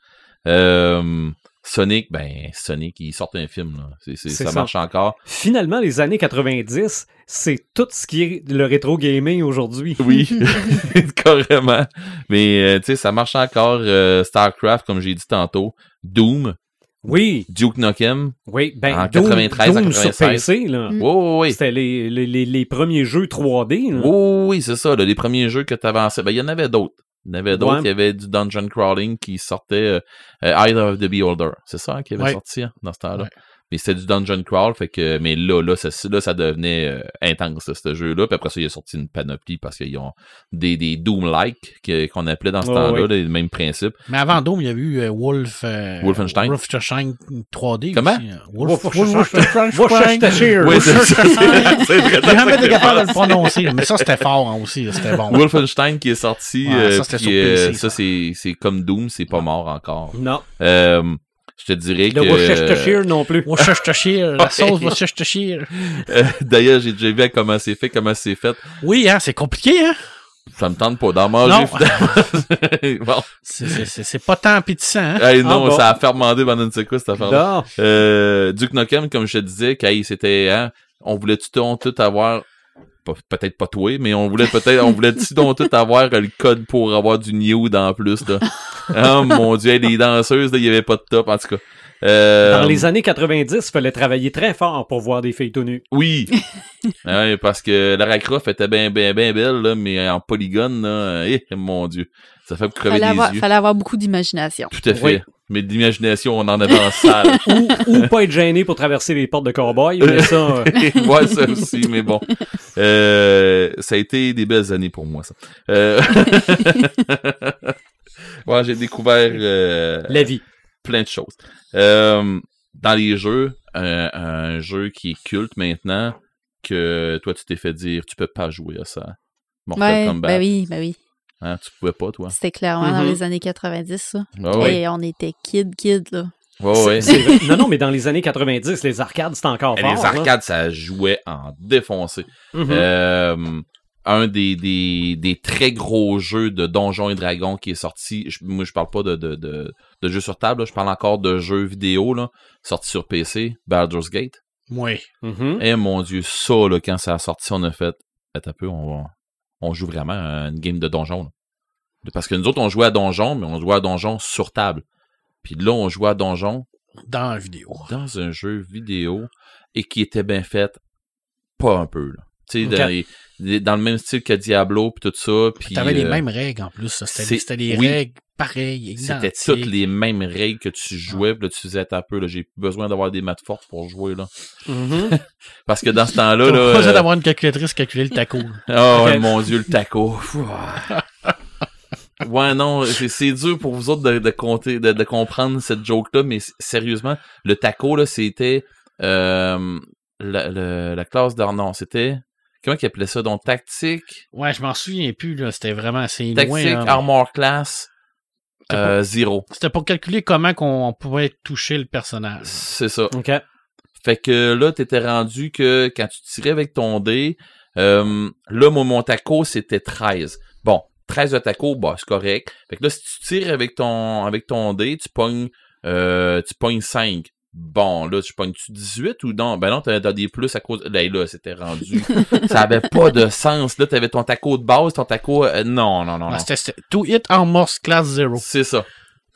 Speaker 4: Euh, Sonic, ben Sonic, ils sortent un film. Là. C'est- c'est-
Speaker 1: C'est
Speaker 4: ça,
Speaker 1: ça.
Speaker 4: marche encore.
Speaker 1: Finalement, les années 90, c'est tout ce qui est le rétro gaming aujourd'hui.
Speaker 4: Oui, [LAUGHS] carrément. Mais euh, tu sais, ça marche encore. euh, StarCraft, comme j'ai dit tantôt. Doom,
Speaker 1: Oui.
Speaker 4: Duke Nukem.
Speaker 1: Oui. Ben,
Speaker 4: En
Speaker 1: Doom,
Speaker 4: 93, en
Speaker 1: Doom sur
Speaker 4: 96.
Speaker 1: PC, là.
Speaker 4: Oui, oui,
Speaker 5: Mm.
Speaker 4: Oh, oui.
Speaker 1: C'était les, les, les, les premiers jeux 3D. là.
Speaker 4: Oui, oui, oui, c'est ça. là, les premiers jeux que tu avançais, ben, il y en avait d'autres. Il y en avait d'autres.
Speaker 1: Ouais.
Speaker 4: Il y avait du dungeon crawling qui sortait euh, euh, Eye of the Beholder. C'est ça hein, qui avait
Speaker 3: Ouais.
Speaker 4: sorti hein, dans ce temps-là.
Speaker 3: Ouais.
Speaker 4: Mais c'était du dungeon crawl, fait que mais là, là, ça, là, ça devenait euh, intense là, ce jeu-là. Puis après ça, il a sorti une panoplie parce qu'ils ont des, des Doom-like que- qu'on appelait dans ce
Speaker 1: Ouais,
Speaker 4: temps-là,
Speaker 1: ouais.
Speaker 4: les mêmes principes.
Speaker 3: Mais avant Doom, il y a eu euh, Wolf, euh,
Speaker 4: Wolfenstein.
Speaker 3: Wolfenstein 3D.
Speaker 4: Comment?
Speaker 3: aussi, hein. Wolf-
Speaker 4: oh,
Speaker 1: Wolfenstein.
Speaker 3: Wolfenstein.
Speaker 1: Worcestershire.
Speaker 4: Oui, c'est ça.
Speaker 3: Wolfenstein.
Speaker 4: C'est très
Speaker 3: J'ai jamais
Speaker 4: exactement
Speaker 3: été capable de le
Speaker 4: ça.
Speaker 3: prononcer, mais ça, c'était fort hein, aussi. C'était bon.
Speaker 4: Wolfenstein qui est sorti,
Speaker 3: Ouais,
Speaker 4: euh,
Speaker 3: ça, c'était
Speaker 4: puis,
Speaker 3: sur
Speaker 4: euh,
Speaker 3: PC,
Speaker 4: ça,
Speaker 3: ça.
Speaker 4: c'est c'est comme Doom, c'est pas mort encore.
Speaker 1: Non.
Speaker 4: Euh, je te dirais
Speaker 1: Le
Speaker 4: oh, que
Speaker 1: Worcestershire non plus.
Speaker 3: Worcestershire, la sauce Worcestershire.
Speaker 4: Euh, d'ailleurs, j'ai déjà vu à comment c'est fait, comment c'est fait.
Speaker 3: Oui, hein, c'est compliqué, hein?
Speaker 4: Ça me tente pas d'en manger.
Speaker 3: Non.
Speaker 4: finalement. [LAUGHS] bon.
Speaker 3: C'est- C'est c'est- c'est pas tant appétissant, hein?
Speaker 4: Hey, non,
Speaker 1: Ah, bon.
Speaker 4: ça a fermenté pendant une secousse, cette affaire-là.
Speaker 1: Non.
Speaker 4: Euh, Duke Nukem, comme je te disais, qu'aïe, c'était, hein, on voulait tout, donc tout avoir, pas- peut-être pas toi, mais on voulait peut-être, on voulait tout, donc tout avoir le code pour avoir du nude en plus,
Speaker 1: [LAUGHS]
Speaker 4: là. Oh mon dieu, hey, les danseuses, là, il y avait pas de top, en tout cas. Euh,
Speaker 1: Dans les années 90, il fallait travailler très fort pour voir des filles tout nues.
Speaker 4: Oui. Ah Ouais, parce que Lara Croft était bien, bien, bien belle, là, mais en polygone, là, eh, mon Dieu. Ça fait crever
Speaker 5: Fallait
Speaker 4: les
Speaker 5: avoir,
Speaker 4: yeux.
Speaker 5: fallait avoir beaucoup d'imagination.
Speaker 4: Tout à fait.
Speaker 1: Oui.
Speaker 4: Mais de l'imagination, on en avait en
Speaker 5: [LAUGHS]
Speaker 4: salle.
Speaker 1: Ou,
Speaker 4: [LAUGHS]
Speaker 1: ou pas être gêné pour traverser les portes de cowboy, mais ça. euh,
Speaker 4: Eh, ouais, ça aussi, mais bon. Euh, ça a été des belles années pour moi, ça. Euh, [LAUGHS] ouais, j'ai découvert euh,
Speaker 1: la vie.
Speaker 4: plein de choses. Euh, dans les jeux, un, un jeu qui est culte maintenant, que toi, tu t'es fait dire, tu peux pas jouer à ça. Mortal
Speaker 5: Ouais,
Speaker 4: Kombat.
Speaker 5: ben oui, ben oui.
Speaker 4: Hein, tu pouvais pas, toi.
Speaker 5: C'était clairement dans
Speaker 1: Mhm.
Speaker 5: les années 90, ça.
Speaker 4: Ah ouais.
Speaker 5: Et on était kid, kid, là.
Speaker 4: Ouais, Oh, ouais. [LAUGHS]
Speaker 1: C'est vrai. Non, non, mais dans les années 90, les arcades, c'était encore
Speaker 4: Et
Speaker 1: fort.
Speaker 4: les
Speaker 1: là.
Speaker 4: arcades, ça jouait en défoncé.
Speaker 1: Mhm.
Speaker 4: Euh, un des, des, des très gros jeux de Donjons et Dragons qui est sorti. je- moi, je parle pas de, de, de, de jeux sur table, là, je parle encore de jeux vidéo là, sortis sur PC, Baldur's Gate.
Speaker 3: Oui.
Speaker 1: Mhm.
Speaker 4: Eh mon dieu, ça, là, quand ça a sorti, on a fait. Attends un peu, on, va- on joue vraiment à une game de donjon. là. Parce que nous autres, on jouait à donjon, mais on jouait à donjon sur table. Puis là, on jouait à donjon
Speaker 3: Dans la vidéo.
Speaker 4: dans un jeu vidéo et qui était bien fait, pas un peu. Là. Tu sais,
Speaker 1: Ok.
Speaker 4: dans, les- les- dans le même style que Diablo, puis tout ça. Puis,
Speaker 3: T'avais les
Speaker 4: euh,
Speaker 3: mêmes règles en plus. ça. C'était
Speaker 4: c'est-
Speaker 3: c'était les
Speaker 4: oui.
Speaker 3: règles pareilles.
Speaker 4: C'était
Speaker 3: identiques. Ah.
Speaker 4: toutes les mêmes règles que tu jouais. puis Là, tu faisais un peu, là, j'ai plus besoin d'avoir des maths fortes pour jouer. là. [LAUGHS]
Speaker 1: Mhm.
Speaker 4: Parce que dans ce temps-là...
Speaker 3: [LAUGHS] T'as
Speaker 4: là,
Speaker 3: pas besoin
Speaker 4: euh,
Speaker 3: d'avoir une calculatrice calculer le taco. là.
Speaker 4: Oh
Speaker 1: Ok.
Speaker 4: ouais, mon dieu, le taco. Fou, ah. ouais, non, c'est c'est dur pour vous autres de, de compter, de, de comprendre cette joke-là, mais s- sérieusement, le taco, là, c'était euh, la, le- la classe d'art. Non, c'était. Comment ils appelaient ça? Donc, tactique,
Speaker 3: Ouais, je m'en souviens plus. là. C'était vraiment assez
Speaker 4: tactique,
Speaker 3: loin. hein. là, mais
Speaker 4: armor class,
Speaker 3: C'était
Speaker 4: euh, zéro.
Speaker 3: C'était pour calculer comment qu'on pouvait toucher le personnage.
Speaker 4: C'est ça.
Speaker 1: OK.
Speaker 4: Fait que là, t'étais rendu que quand tu tirais avec ton dé, euh, là, mon, mon taco, c'était 13. Bon, 13 de taco, bah, c'est correct. Fait que là, si tu tires avec ton avec ton dé, tu pognes euh, tu pognes 5. Bon, là, tu pognes-tu 18 ou non? Ben non, t'as t'as des plus à cause... Là, là c'était rendu... ça avait pas de sens. Là, t'avais ton taco de base, ton taco... euh, non, non, non,
Speaker 3: Ouais,
Speaker 4: non.
Speaker 3: c'était- c'était To hit armors class 0.
Speaker 4: C'est ça.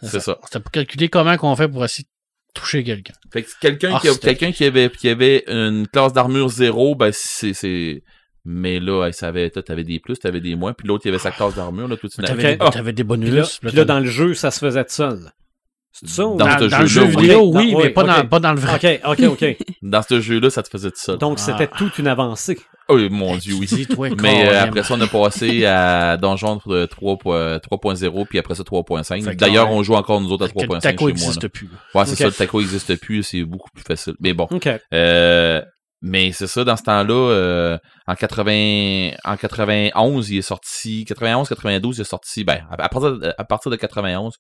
Speaker 4: C'est ça.
Speaker 3: C'était pour calculer comment qu'on fait pour essayer de toucher quelqu'un.
Speaker 4: Fait que quelqu'un
Speaker 3: Ah,
Speaker 4: qui, a-
Speaker 3: c'était-
Speaker 4: quelqu'un qui avait qui avait une classe d'armure zéro, ben c'est c'est mais là, elle savait, toi, t'avais des plus, t'avais des moins, puis l'autre, il avait sa classe d'armure, là, tout de suite.
Speaker 3: T'avais
Speaker 4: Ah,
Speaker 3: des, t'avais des bonus.
Speaker 1: Puis là,
Speaker 3: puis là,
Speaker 1: puis là, dans le jeu, ça se faisait tout seul. C'est ça? ou-
Speaker 4: Dans
Speaker 3: dans,
Speaker 4: ce
Speaker 3: dans le jeu
Speaker 4: jeu-là, oui.
Speaker 3: vidéo, oui,
Speaker 1: Dans-
Speaker 3: mais
Speaker 1: oui,
Speaker 3: pas, dans,
Speaker 1: ok.
Speaker 3: pas dans le vrai.
Speaker 1: OK, OK, OK.
Speaker 4: Dans ce jeu-là, ça te faisait tout ça.
Speaker 1: Donc,
Speaker 3: Ah.
Speaker 1: c'était toute une avancée.
Speaker 4: Oh mon dieu, oui.
Speaker 3: ben, Dis, toi,
Speaker 4: [LAUGHS] Mais euh,
Speaker 3: Colin.
Speaker 4: après ça, on a passé à Donjon de 3 point- 3.0, puis après ça,
Speaker 3: Fait
Speaker 4: 3.5.
Speaker 3: que
Speaker 4: D'ailleurs,
Speaker 3: quand
Speaker 4: on joue encore, nous autres, à
Speaker 3: que le
Speaker 4: 3.5 chez
Speaker 3: taco
Speaker 4: moi.
Speaker 3: n'existe plus.
Speaker 4: là. Ouais, c'est
Speaker 1: Ok.
Speaker 4: ça, le taco existe plus, c'est beaucoup plus facile. Mais bon.
Speaker 1: OK.
Speaker 4: Euh, mais c'est ça, dans ce temps-là, euh, en, 80, en 91, il est sorti. 91, 92, il est sorti. Ben, à, à partir de, à partir de 91,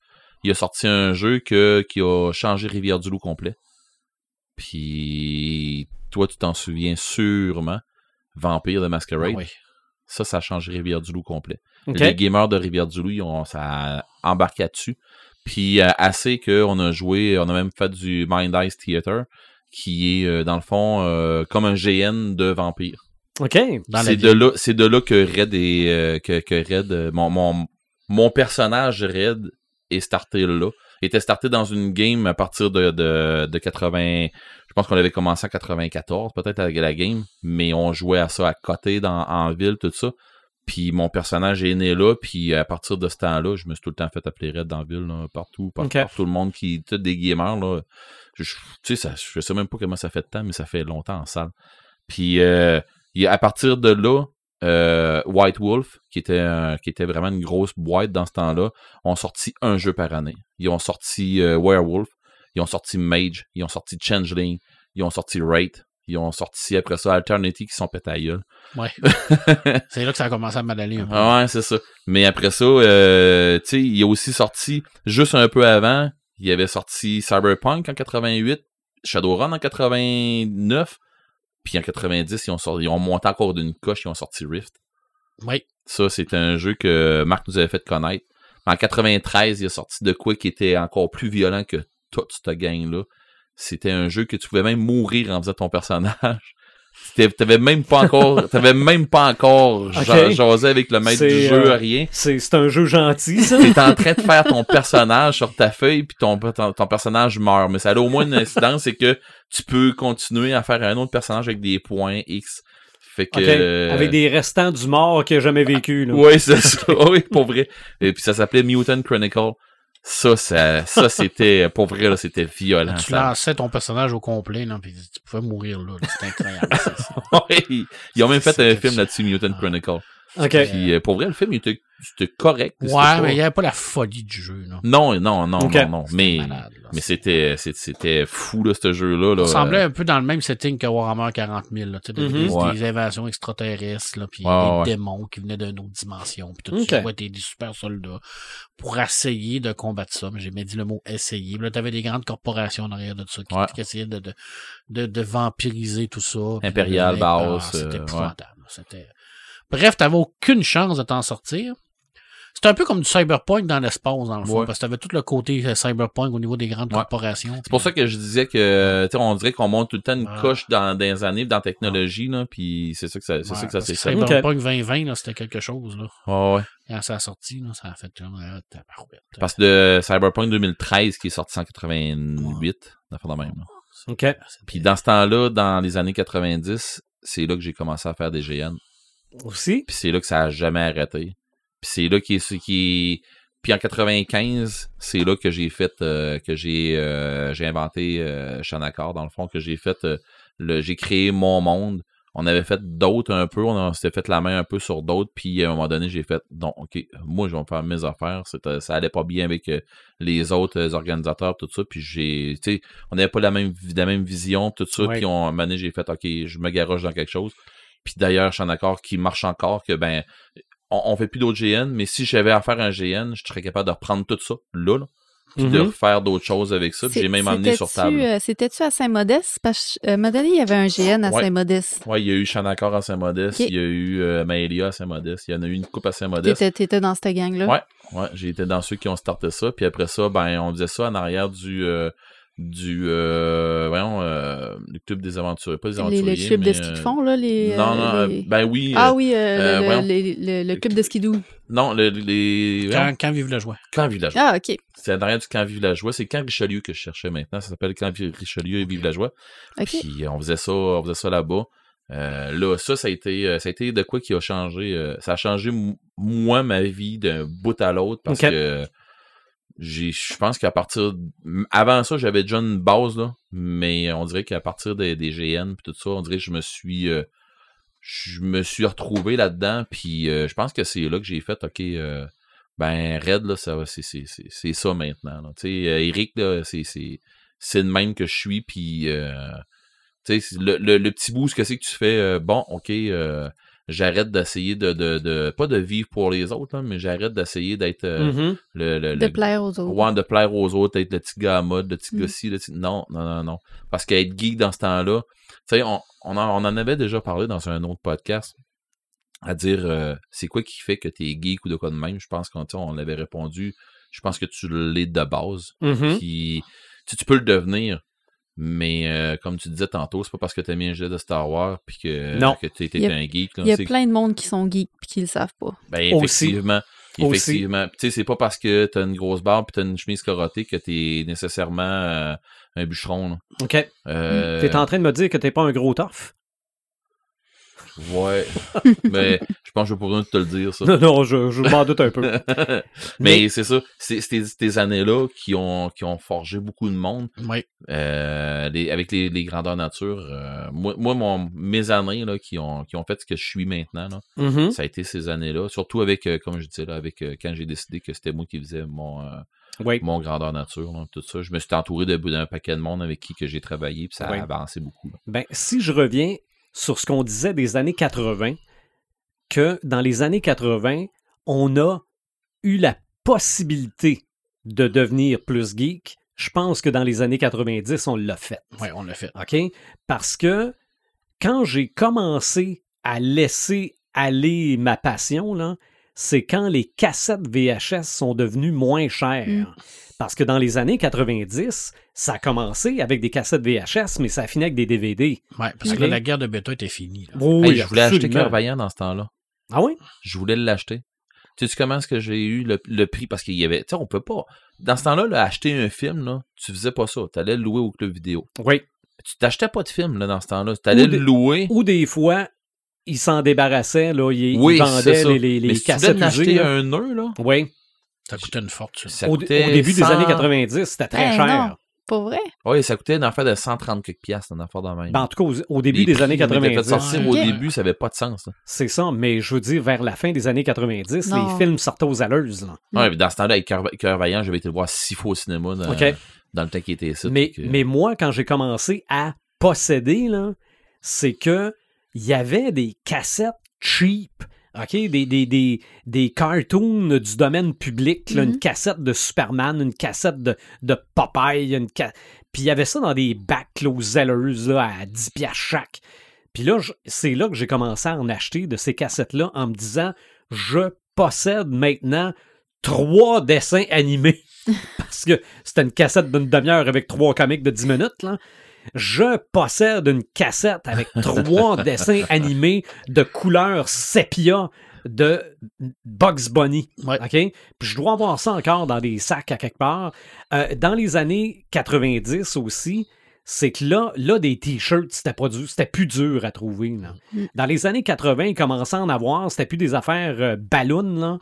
Speaker 4: il a sorti un jeu que, qui a changé Rivière-du-Loup complet. Puis, toi, tu t'en souviens sûrement. Vampire de Masquerade.
Speaker 3: Ah Oui.
Speaker 4: Ça, ça a changé Rivière-du-Loup complet.
Speaker 1: OK.
Speaker 4: Les gamers de Rivière-du-Loup, ils ont, ça a embarqué là-dessus. Puis euh, assez qu'on a joué, on a même fait du Mind Ice Theater, qui est euh, dans le fond euh, comme un GN de vampire.
Speaker 1: OK.
Speaker 3: Dans la
Speaker 4: C'est
Speaker 3: vie.
Speaker 4: de là, c'est de là que Red est, euh, que, que Red, euh, mon, mon, mon personnage Red est starté là. Il était starté dans une game à partir de, de, de 80. Je pense qu'on avait commencé en 94, peut-être avec la game, mais on jouait à ça à côté dans, en ville, tout ça. Puis mon personnage est né là, puis à partir de ce temps-là, je me suis tout le temps fait appeler Red dans la ville, là, partout, par,
Speaker 1: Ok.
Speaker 4: par tout le monde qui tous des gamers. Là. Je, je- tu sais, ça, je sais même pas comment ça fait de temps, mais ça fait longtemps en salle. Puis euh, il y a- à partir de là, euh, White Wolf, qui était, un- qui était vraiment une grosse boîte dans ce temps-là, ont sorti un jeu par année. Ils ont sorti euh, Werewolf, ils ont sorti Mage, ils ont sorti Changeling, ils ont sorti Wraith, ils ont sorti après ça Alternity qui sont pétés à la gueule.
Speaker 3: Ouais. c'est là que ça a commencé à mal aller un peu.
Speaker 4: Ah ouais, c'est ça. Mais après ça, euh, tu sais, il a aussi sorti, juste un peu avant, il avait sorti Cyberpunk en 88, Shadowrun en 89, puis en 90, ils ont, sorti, ils ont monté encore d'une coche, ils ont sorti Rift.
Speaker 3: Oui.
Speaker 4: Ça, c'est un jeu que Marc nous avait fait connaître. En 93, il a sorti de quoi qui était encore plus violent que toute cette gang-là. C'était un jeu que tu pouvais même mourir en faisant ton personnage. [LAUGHS] C'était- T'avais même pas encore, t'avais même pas encore ja-
Speaker 1: Ok.
Speaker 4: jasé avec le maître du
Speaker 1: C'est,
Speaker 4: jeu,
Speaker 1: euh,
Speaker 4: rien.
Speaker 1: C'est c'est un jeu gentil,
Speaker 4: [LAUGHS]
Speaker 1: ça.
Speaker 4: T'es en train de faire ton personnage sur ta feuille, puis ton, ton, ton personnage meurt. Mais ça a au moins une incidence, c'est que tu peux continuer à faire un autre personnage avec des points X. Fait que. euh,
Speaker 1: OK. Avec des restants du mort qui a jamais vécu. Là.
Speaker 4: Oui, c'est
Speaker 3: [LAUGHS]
Speaker 4: ça. [LAUGHS] Oui, pour vrai. Et puis ça s'appelait Mutant Chronicle. Ça, ça,
Speaker 3: [LAUGHS]
Speaker 4: ça c'était, pour vrai, là, c'était violent.
Speaker 3: tu
Speaker 4: ça.
Speaker 3: lançais ton personnage au complet, là, puis
Speaker 4: [LAUGHS]
Speaker 3: tu pouvais mourir là. là. C'était incroyable. ça, ça.
Speaker 4: [LAUGHS] Ouais. Ils ont même fait
Speaker 3: C'est
Speaker 4: un
Speaker 3: quelque
Speaker 4: film là-dessus, Mutant
Speaker 3: Ah.
Speaker 4: Chronicle.
Speaker 1: OK.
Speaker 4: Puis euh, pour vrai, le film, il était, c'était correct. C'était
Speaker 3: Ouais,
Speaker 4: pas-
Speaker 3: mais il n'y avait pas la folie du jeu, là.
Speaker 4: Non, non, non,
Speaker 1: Ok.
Speaker 4: non, non.
Speaker 3: C'était
Speaker 4: Mais,
Speaker 3: malade, là.
Speaker 4: mais c'était, c'est- c'était fou, là, ce jeu-là. Là. euh,
Speaker 3: Ça semblait un peu dans le même setting que Warhammer 40 000. Là, tu sais, des,
Speaker 1: Mhm.
Speaker 3: des-
Speaker 4: Ouais.
Speaker 3: des invasions extraterrestres, là, puis
Speaker 4: Ouais, ouais,
Speaker 3: des
Speaker 4: ouais.
Speaker 3: démons qui venaient d'une autre dimension. Puis tout
Speaker 1: Ok.
Speaker 3: ça, ouais, t'es des super soldats pour essayer de combattre ça. Mais j'ai bien dit le mot essayer. Puis Là, t'avais des grandes corporations derrière de ça qui,
Speaker 4: Ouais.
Speaker 3: qui essayaient de, de, de, de vampiriser tout ça. puis de
Speaker 4: Impérial,
Speaker 3: devenir- ah,
Speaker 4: Baos,
Speaker 3: C'était
Speaker 4: euh,
Speaker 3: épouvantable. là. C'était... Bref, t'avais aucune chance de t'en sortir. C'était un peu comme du cyberpunk dans l'espace, dans le fond,
Speaker 4: Ouais.
Speaker 3: parce que t'avais tout le côté euh, cyberpunk au niveau des grandes
Speaker 4: Ouais.
Speaker 3: corporations.
Speaker 4: C'est pour ça que je disais que, tu sais, on dirait qu'on monte tout le temps une
Speaker 3: Ah.
Speaker 4: coche dans, dans les années, dans la technologie, là, puis c'est ça que ça, c'est ça que ça s'est fait.
Speaker 1: Ok.
Speaker 3: Cyberpunk 2020, là, c'était quelque chose, là.
Speaker 4: Ouais, ouais.
Speaker 3: Quand ça a sorti, là, ça a fait comme, ah, tabarouette.
Speaker 4: Parce que de Cyberpunk 2013, qui est sorti en 88, on a fait de même. là.
Speaker 1: OK.
Speaker 3: euh,
Speaker 4: Puis dans ce temps-là, dans les années 90, c'est là que j'ai commencé à faire des GN.
Speaker 1: Aussi.
Speaker 4: Puis c'est là que ça a jamais arrêté. Puis c'est là qui est qui puis en 95, c'est là que j'ai fait euh, que j'ai euh, j'ai inventé euh, Shanakar dans le fond que j'ai fait euh, le j'ai créé mon monde. On avait fait d'autres un peu, on, a- on s'était fait la main un peu sur d'autres, puis à un moment donné, j'ai fait non, OK, moi je vais me faire mes affaires, C'était- ça allait pas bien avec euh, les autres euh, organisateurs tout ça, puis j'ai tu sais, on n'avait pas la même vi- la même vision tout ça,
Speaker 1: Ouais.
Speaker 4: puis on à un moment donné, j'ai fait OK, je me garoche dans quelque chose. Puis d'ailleurs, Shanakar qui marche encore que ben on, on fait plus d'autres GN, mais si j'avais à faire un GN, je serais capable de reprendre tout ça là, là puis de
Speaker 1: Mhm.
Speaker 4: refaire d'autres choses avec ça. puis J'ai même amené sur table.
Speaker 5: C'était-tu à Saint-Modeste? Parce que, euh, à un moment donné, il y avait un GN à
Speaker 4: Ouais.
Speaker 5: Saint-Modeste.
Speaker 4: Ouais, il y a eu Shanakar à Saint-Modeste,
Speaker 5: Ok.
Speaker 4: il y a eu euh, Maëlia à Saint-Modeste, il y en a eu une coupe à Saint-Modeste.
Speaker 5: T'étais t'étais dans cette gang-là.
Speaker 4: Ouais, ouais, j'ai été dans ceux qui ont starté ça, puis après ça, ben on faisait ça en arrière du euh, du euh, voyons euh, le club des aventuriers, pas des
Speaker 5: les,
Speaker 4: aventuriers.
Speaker 5: le club
Speaker 4: mais,
Speaker 5: de ski de
Speaker 4: euh,
Speaker 5: fond, là, les...
Speaker 4: Non, non,
Speaker 5: euh,
Speaker 4: euh,
Speaker 5: les-
Speaker 4: ben oui.
Speaker 5: Ah
Speaker 4: euh,
Speaker 5: oui, euh,
Speaker 4: euh,
Speaker 5: le,
Speaker 4: voyons.
Speaker 5: le- le- le club de skidoo.
Speaker 4: Non, le- les.
Speaker 3: Quand, quand vive le joie.
Speaker 4: Camp villageois.
Speaker 5: Ah, OK.
Speaker 4: C'est en arrière du camp villageois. C'est camp Richelieu que je cherchais maintenant. Ça s'appelle camp Vi- Richelieu et villageois.
Speaker 5: OK.
Speaker 4: Puis euh, on faisait ça, on faisait ça là-bas. Euh, là, ça, ça a été, euh, ça a été de quoi qui a changé. euh, ça a changé m- moi ma vie d'un bout à l'autre parce
Speaker 1: Ok.
Speaker 4: que j'ai, je pense qu'à partir, m- avant ça, j'avais déjà une base là, mais on dirait qu'à partir des, des GN puis tout ça, on dirait que je me suis, euh, je me suis retrouvé là-dedans. Puis euh, je pense que c'est là que j'ai fait, ok. euh, ben, Red, là, ça va, c'est, c'est, c'est, c'est ça maintenant. là. Tu sais, euh, Eric, là, c'est, c'est, c'est le même que je suis, puis euh, tu sais, c'est le, le, le petit bout, ce que c'est que tu fais, euh, bon, ok, euh, j'arrête d'essayer de, de, de- pas de vivre pour les autres, là, mais j'arrête d'essayer d'être euh,
Speaker 1: Mhm.
Speaker 4: le, le,
Speaker 5: De
Speaker 4: le-
Speaker 5: plaire aux autres.
Speaker 4: Ouais, de plaire aux autres, d'être le petit gars à mode, le petit
Speaker 5: Mm.
Speaker 4: gars ci, le petit... Non, non, non, non. Parce qu'être geek dans ce temps-là, tu sais, on, on, en, on en avait déjà parlé dans un autre podcast, à dire, euh, c'est quoi qui fait que t'es geek ou de quoi de même? Je pense qu'on tu sais, on l'avait répondu, je pense que tu l'es de base.
Speaker 5: Hmm?
Speaker 1: Mhm.
Speaker 4: Puis, tu, sais, tu peux le devenir, mais euh, comme tu disais tantôt, c'est pas parce que t'as mis un gilet de Star Wars puis que,
Speaker 1: Non.
Speaker 4: que t'es, t'es
Speaker 5: Il y a-
Speaker 4: un geek. là,
Speaker 5: Il y a
Speaker 4: c'est-
Speaker 5: plein de monde qui sont geeks et qui le savent pas.
Speaker 4: ben,
Speaker 1: Aussi.
Speaker 4: effectivement.
Speaker 1: Aussi.
Speaker 4: Effectivement. Puis, Tu sais, c'est pas parce que t'as une grosse barbe puis t'as une chemise corotée que t'es nécessairement euh, un bûcheron. là.
Speaker 1: OK.
Speaker 4: Euh,
Speaker 1: Hmm, T'es en train de me dire que t'es pas un gros torf? [LAUGHS]
Speaker 4: Ouais. mais je pense que je vais pas besoin de te le dire, ça.
Speaker 1: Non, non, je, je m'en doute un peu.
Speaker 4: [LAUGHS] mais c'est ça. C'est, c'est ces années-là qui ont, qui ont forgé beaucoup de monde.
Speaker 3: Oui.
Speaker 4: Euh, les- avec les, les grandeurs nature, euh, moi, moi, mon, mes années là, qui, ont, qui ont fait ce que je suis maintenant, là,
Speaker 1: Mhm.
Speaker 4: ça a été ces années-là. Surtout avec, euh, comme je disais, là, avec euh, quand j'ai décidé que c'était moi qui faisais mon, euh,
Speaker 1: Oui.
Speaker 4: mon grandeur nature, là, tout ça. Je me suis entouré de- d'un paquet de monde avec qui que j'ai travaillé, puis ça
Speaker 1: Oui.
Speaker 4: a avancé beaucoup. là.
Speaker 1: Ben, si je reviens sur ce qu'on disait des années 80, que dans les années 80, on a eu la possibilité de devenir plus geek, je pense que dans les années 90, on l'a fait.
Speaker 3: Oui, on l'a fait.
Speaker 1: OK? Parce que quand j'ai commencé à laisser aller ma passion, là, c'est quand les cassettes VHS sont devenues moins chères.
Speaker 5: Mm.
Speaker 1: Parce que dans les années 90, ça a commencé avec des cassettes VHS, mais ça finit avec des DVD.
Speaker 3: Ouais, parce que
Speaker 1: Ok.
Speaker 3: là, la guerre de bêta était finie. là.
Speaker 1: Oui,
Speaker 4: Hey, je voulais acheter
Speaker 1: absolument.
Speaker 4: Carvaillant dans ce temps-là.
Speaker 1: Ah oui?
Speaker 4: Je voulais l'acheter. Tu sais comment est-ce que j'ai eu le, le prix? Parce qu'il y avait. Tu sais, on peut pas. Dans ce temps-là, là, acheter un film, là, tu faisais pas ça. Tu allais le louer au club vidéo.
Speaker 1: Oui.
Speaker 4: Tu t'achetais pas de film là, dans ce temps-là. Tu allais
Speaker 1: Ou des-
Speaker 4: le louer.
Speaker 1: Ou des fois, ils s'en débarrassaient, là, ils, ils
Speaker 4: Oui, c'est
Speaker 1: vendaient
Speaker 4: ça.
Speaker 1: les, les- les
Speaker 4: Mais si tu voulais
Speaker 1: cassettes
Speaker 4: en acheter
Speaker 1: usées. là.
Speaker 4: un nœud, là,
Speaker 1: Oui.
Speaker 3: Ça coûtait une fortune.
Speaker 4: ça
Speaker 1: Au, au
Speaker 4: coûtait
Speaker 1: début des
Speaker 4: 100.
Speaker 1: années 90, c'était très
Speaker 5: Eh,
Speaker 1: cher.
Speaker 5: Pour vrai?
Speaker 4: Oui, ça coûtait une affaire de 130 quelques piastres, une affaire de même.
Speaker 1: Ben, en tout cas, au, au début
Speaker 4: Les
Speaker 1: des années
Speaker 4: prix, on
Speaker 1: 90.
Speaker 4: était Fait sortir
Speaker 5: Ok.
Speaker 4: au début, ça n'avait pas de sens. là.
Speaker 1: C'est ça, mais je veux dire, vers la fin des années 90,
Speaker 5: Non.
Speaker 1: les films sortaient aux alleuses. là.
Speaker 5: Mm.
Speaker 4: Ouais, puis dans ce temps-là, avec Cœur Cœur Vaillant, j'avais été le voir six fois au cinéma dans,
Speaker 1: OK.
Speaker 4: dans le temps qu'il était ici.
Speaker 1: Mais,
Speaker 4: puis que-
Speaker 1: mais moi, quand j'ai commencé à posséder, là, c'est que il y avait des cassettes cheap, OK? Des, des, des, des cartoons du domaine public, là,
Speaker 5: Mhm.
Speaker 1: une cassette de Superman, une cassette de, de Popeye, une ca- puis il y avait ça dans des bacs là, aux alleuses, là, à 10 piastres chaque. Puis là, je- c'est là que j'ai commencé à en acheter de ces cassettes-là en me disant je possède maintenant trois dessins animés. [LAUGHS] Parce que c'était une cassette d'une demi-heure avec trois comics de 10 minutes. Là. Je possède une cassette avec trois dessins animés de couleur sépia de Bugs Bunny.
Speaker 3: Ouais.
Speaker 1: OK? Puis je dois avoir ça encore dans des sacs à quelque part. Euh, dans les années 90 aussi, c'est que là, là des t-shirts, c'était pas dur- c'était plus dur à trouver. là.
Speaker 5: Mm.
Speaker 1: Dans les années 80, commençant à en avoir, c'était plus des affaires euh, ballon, là.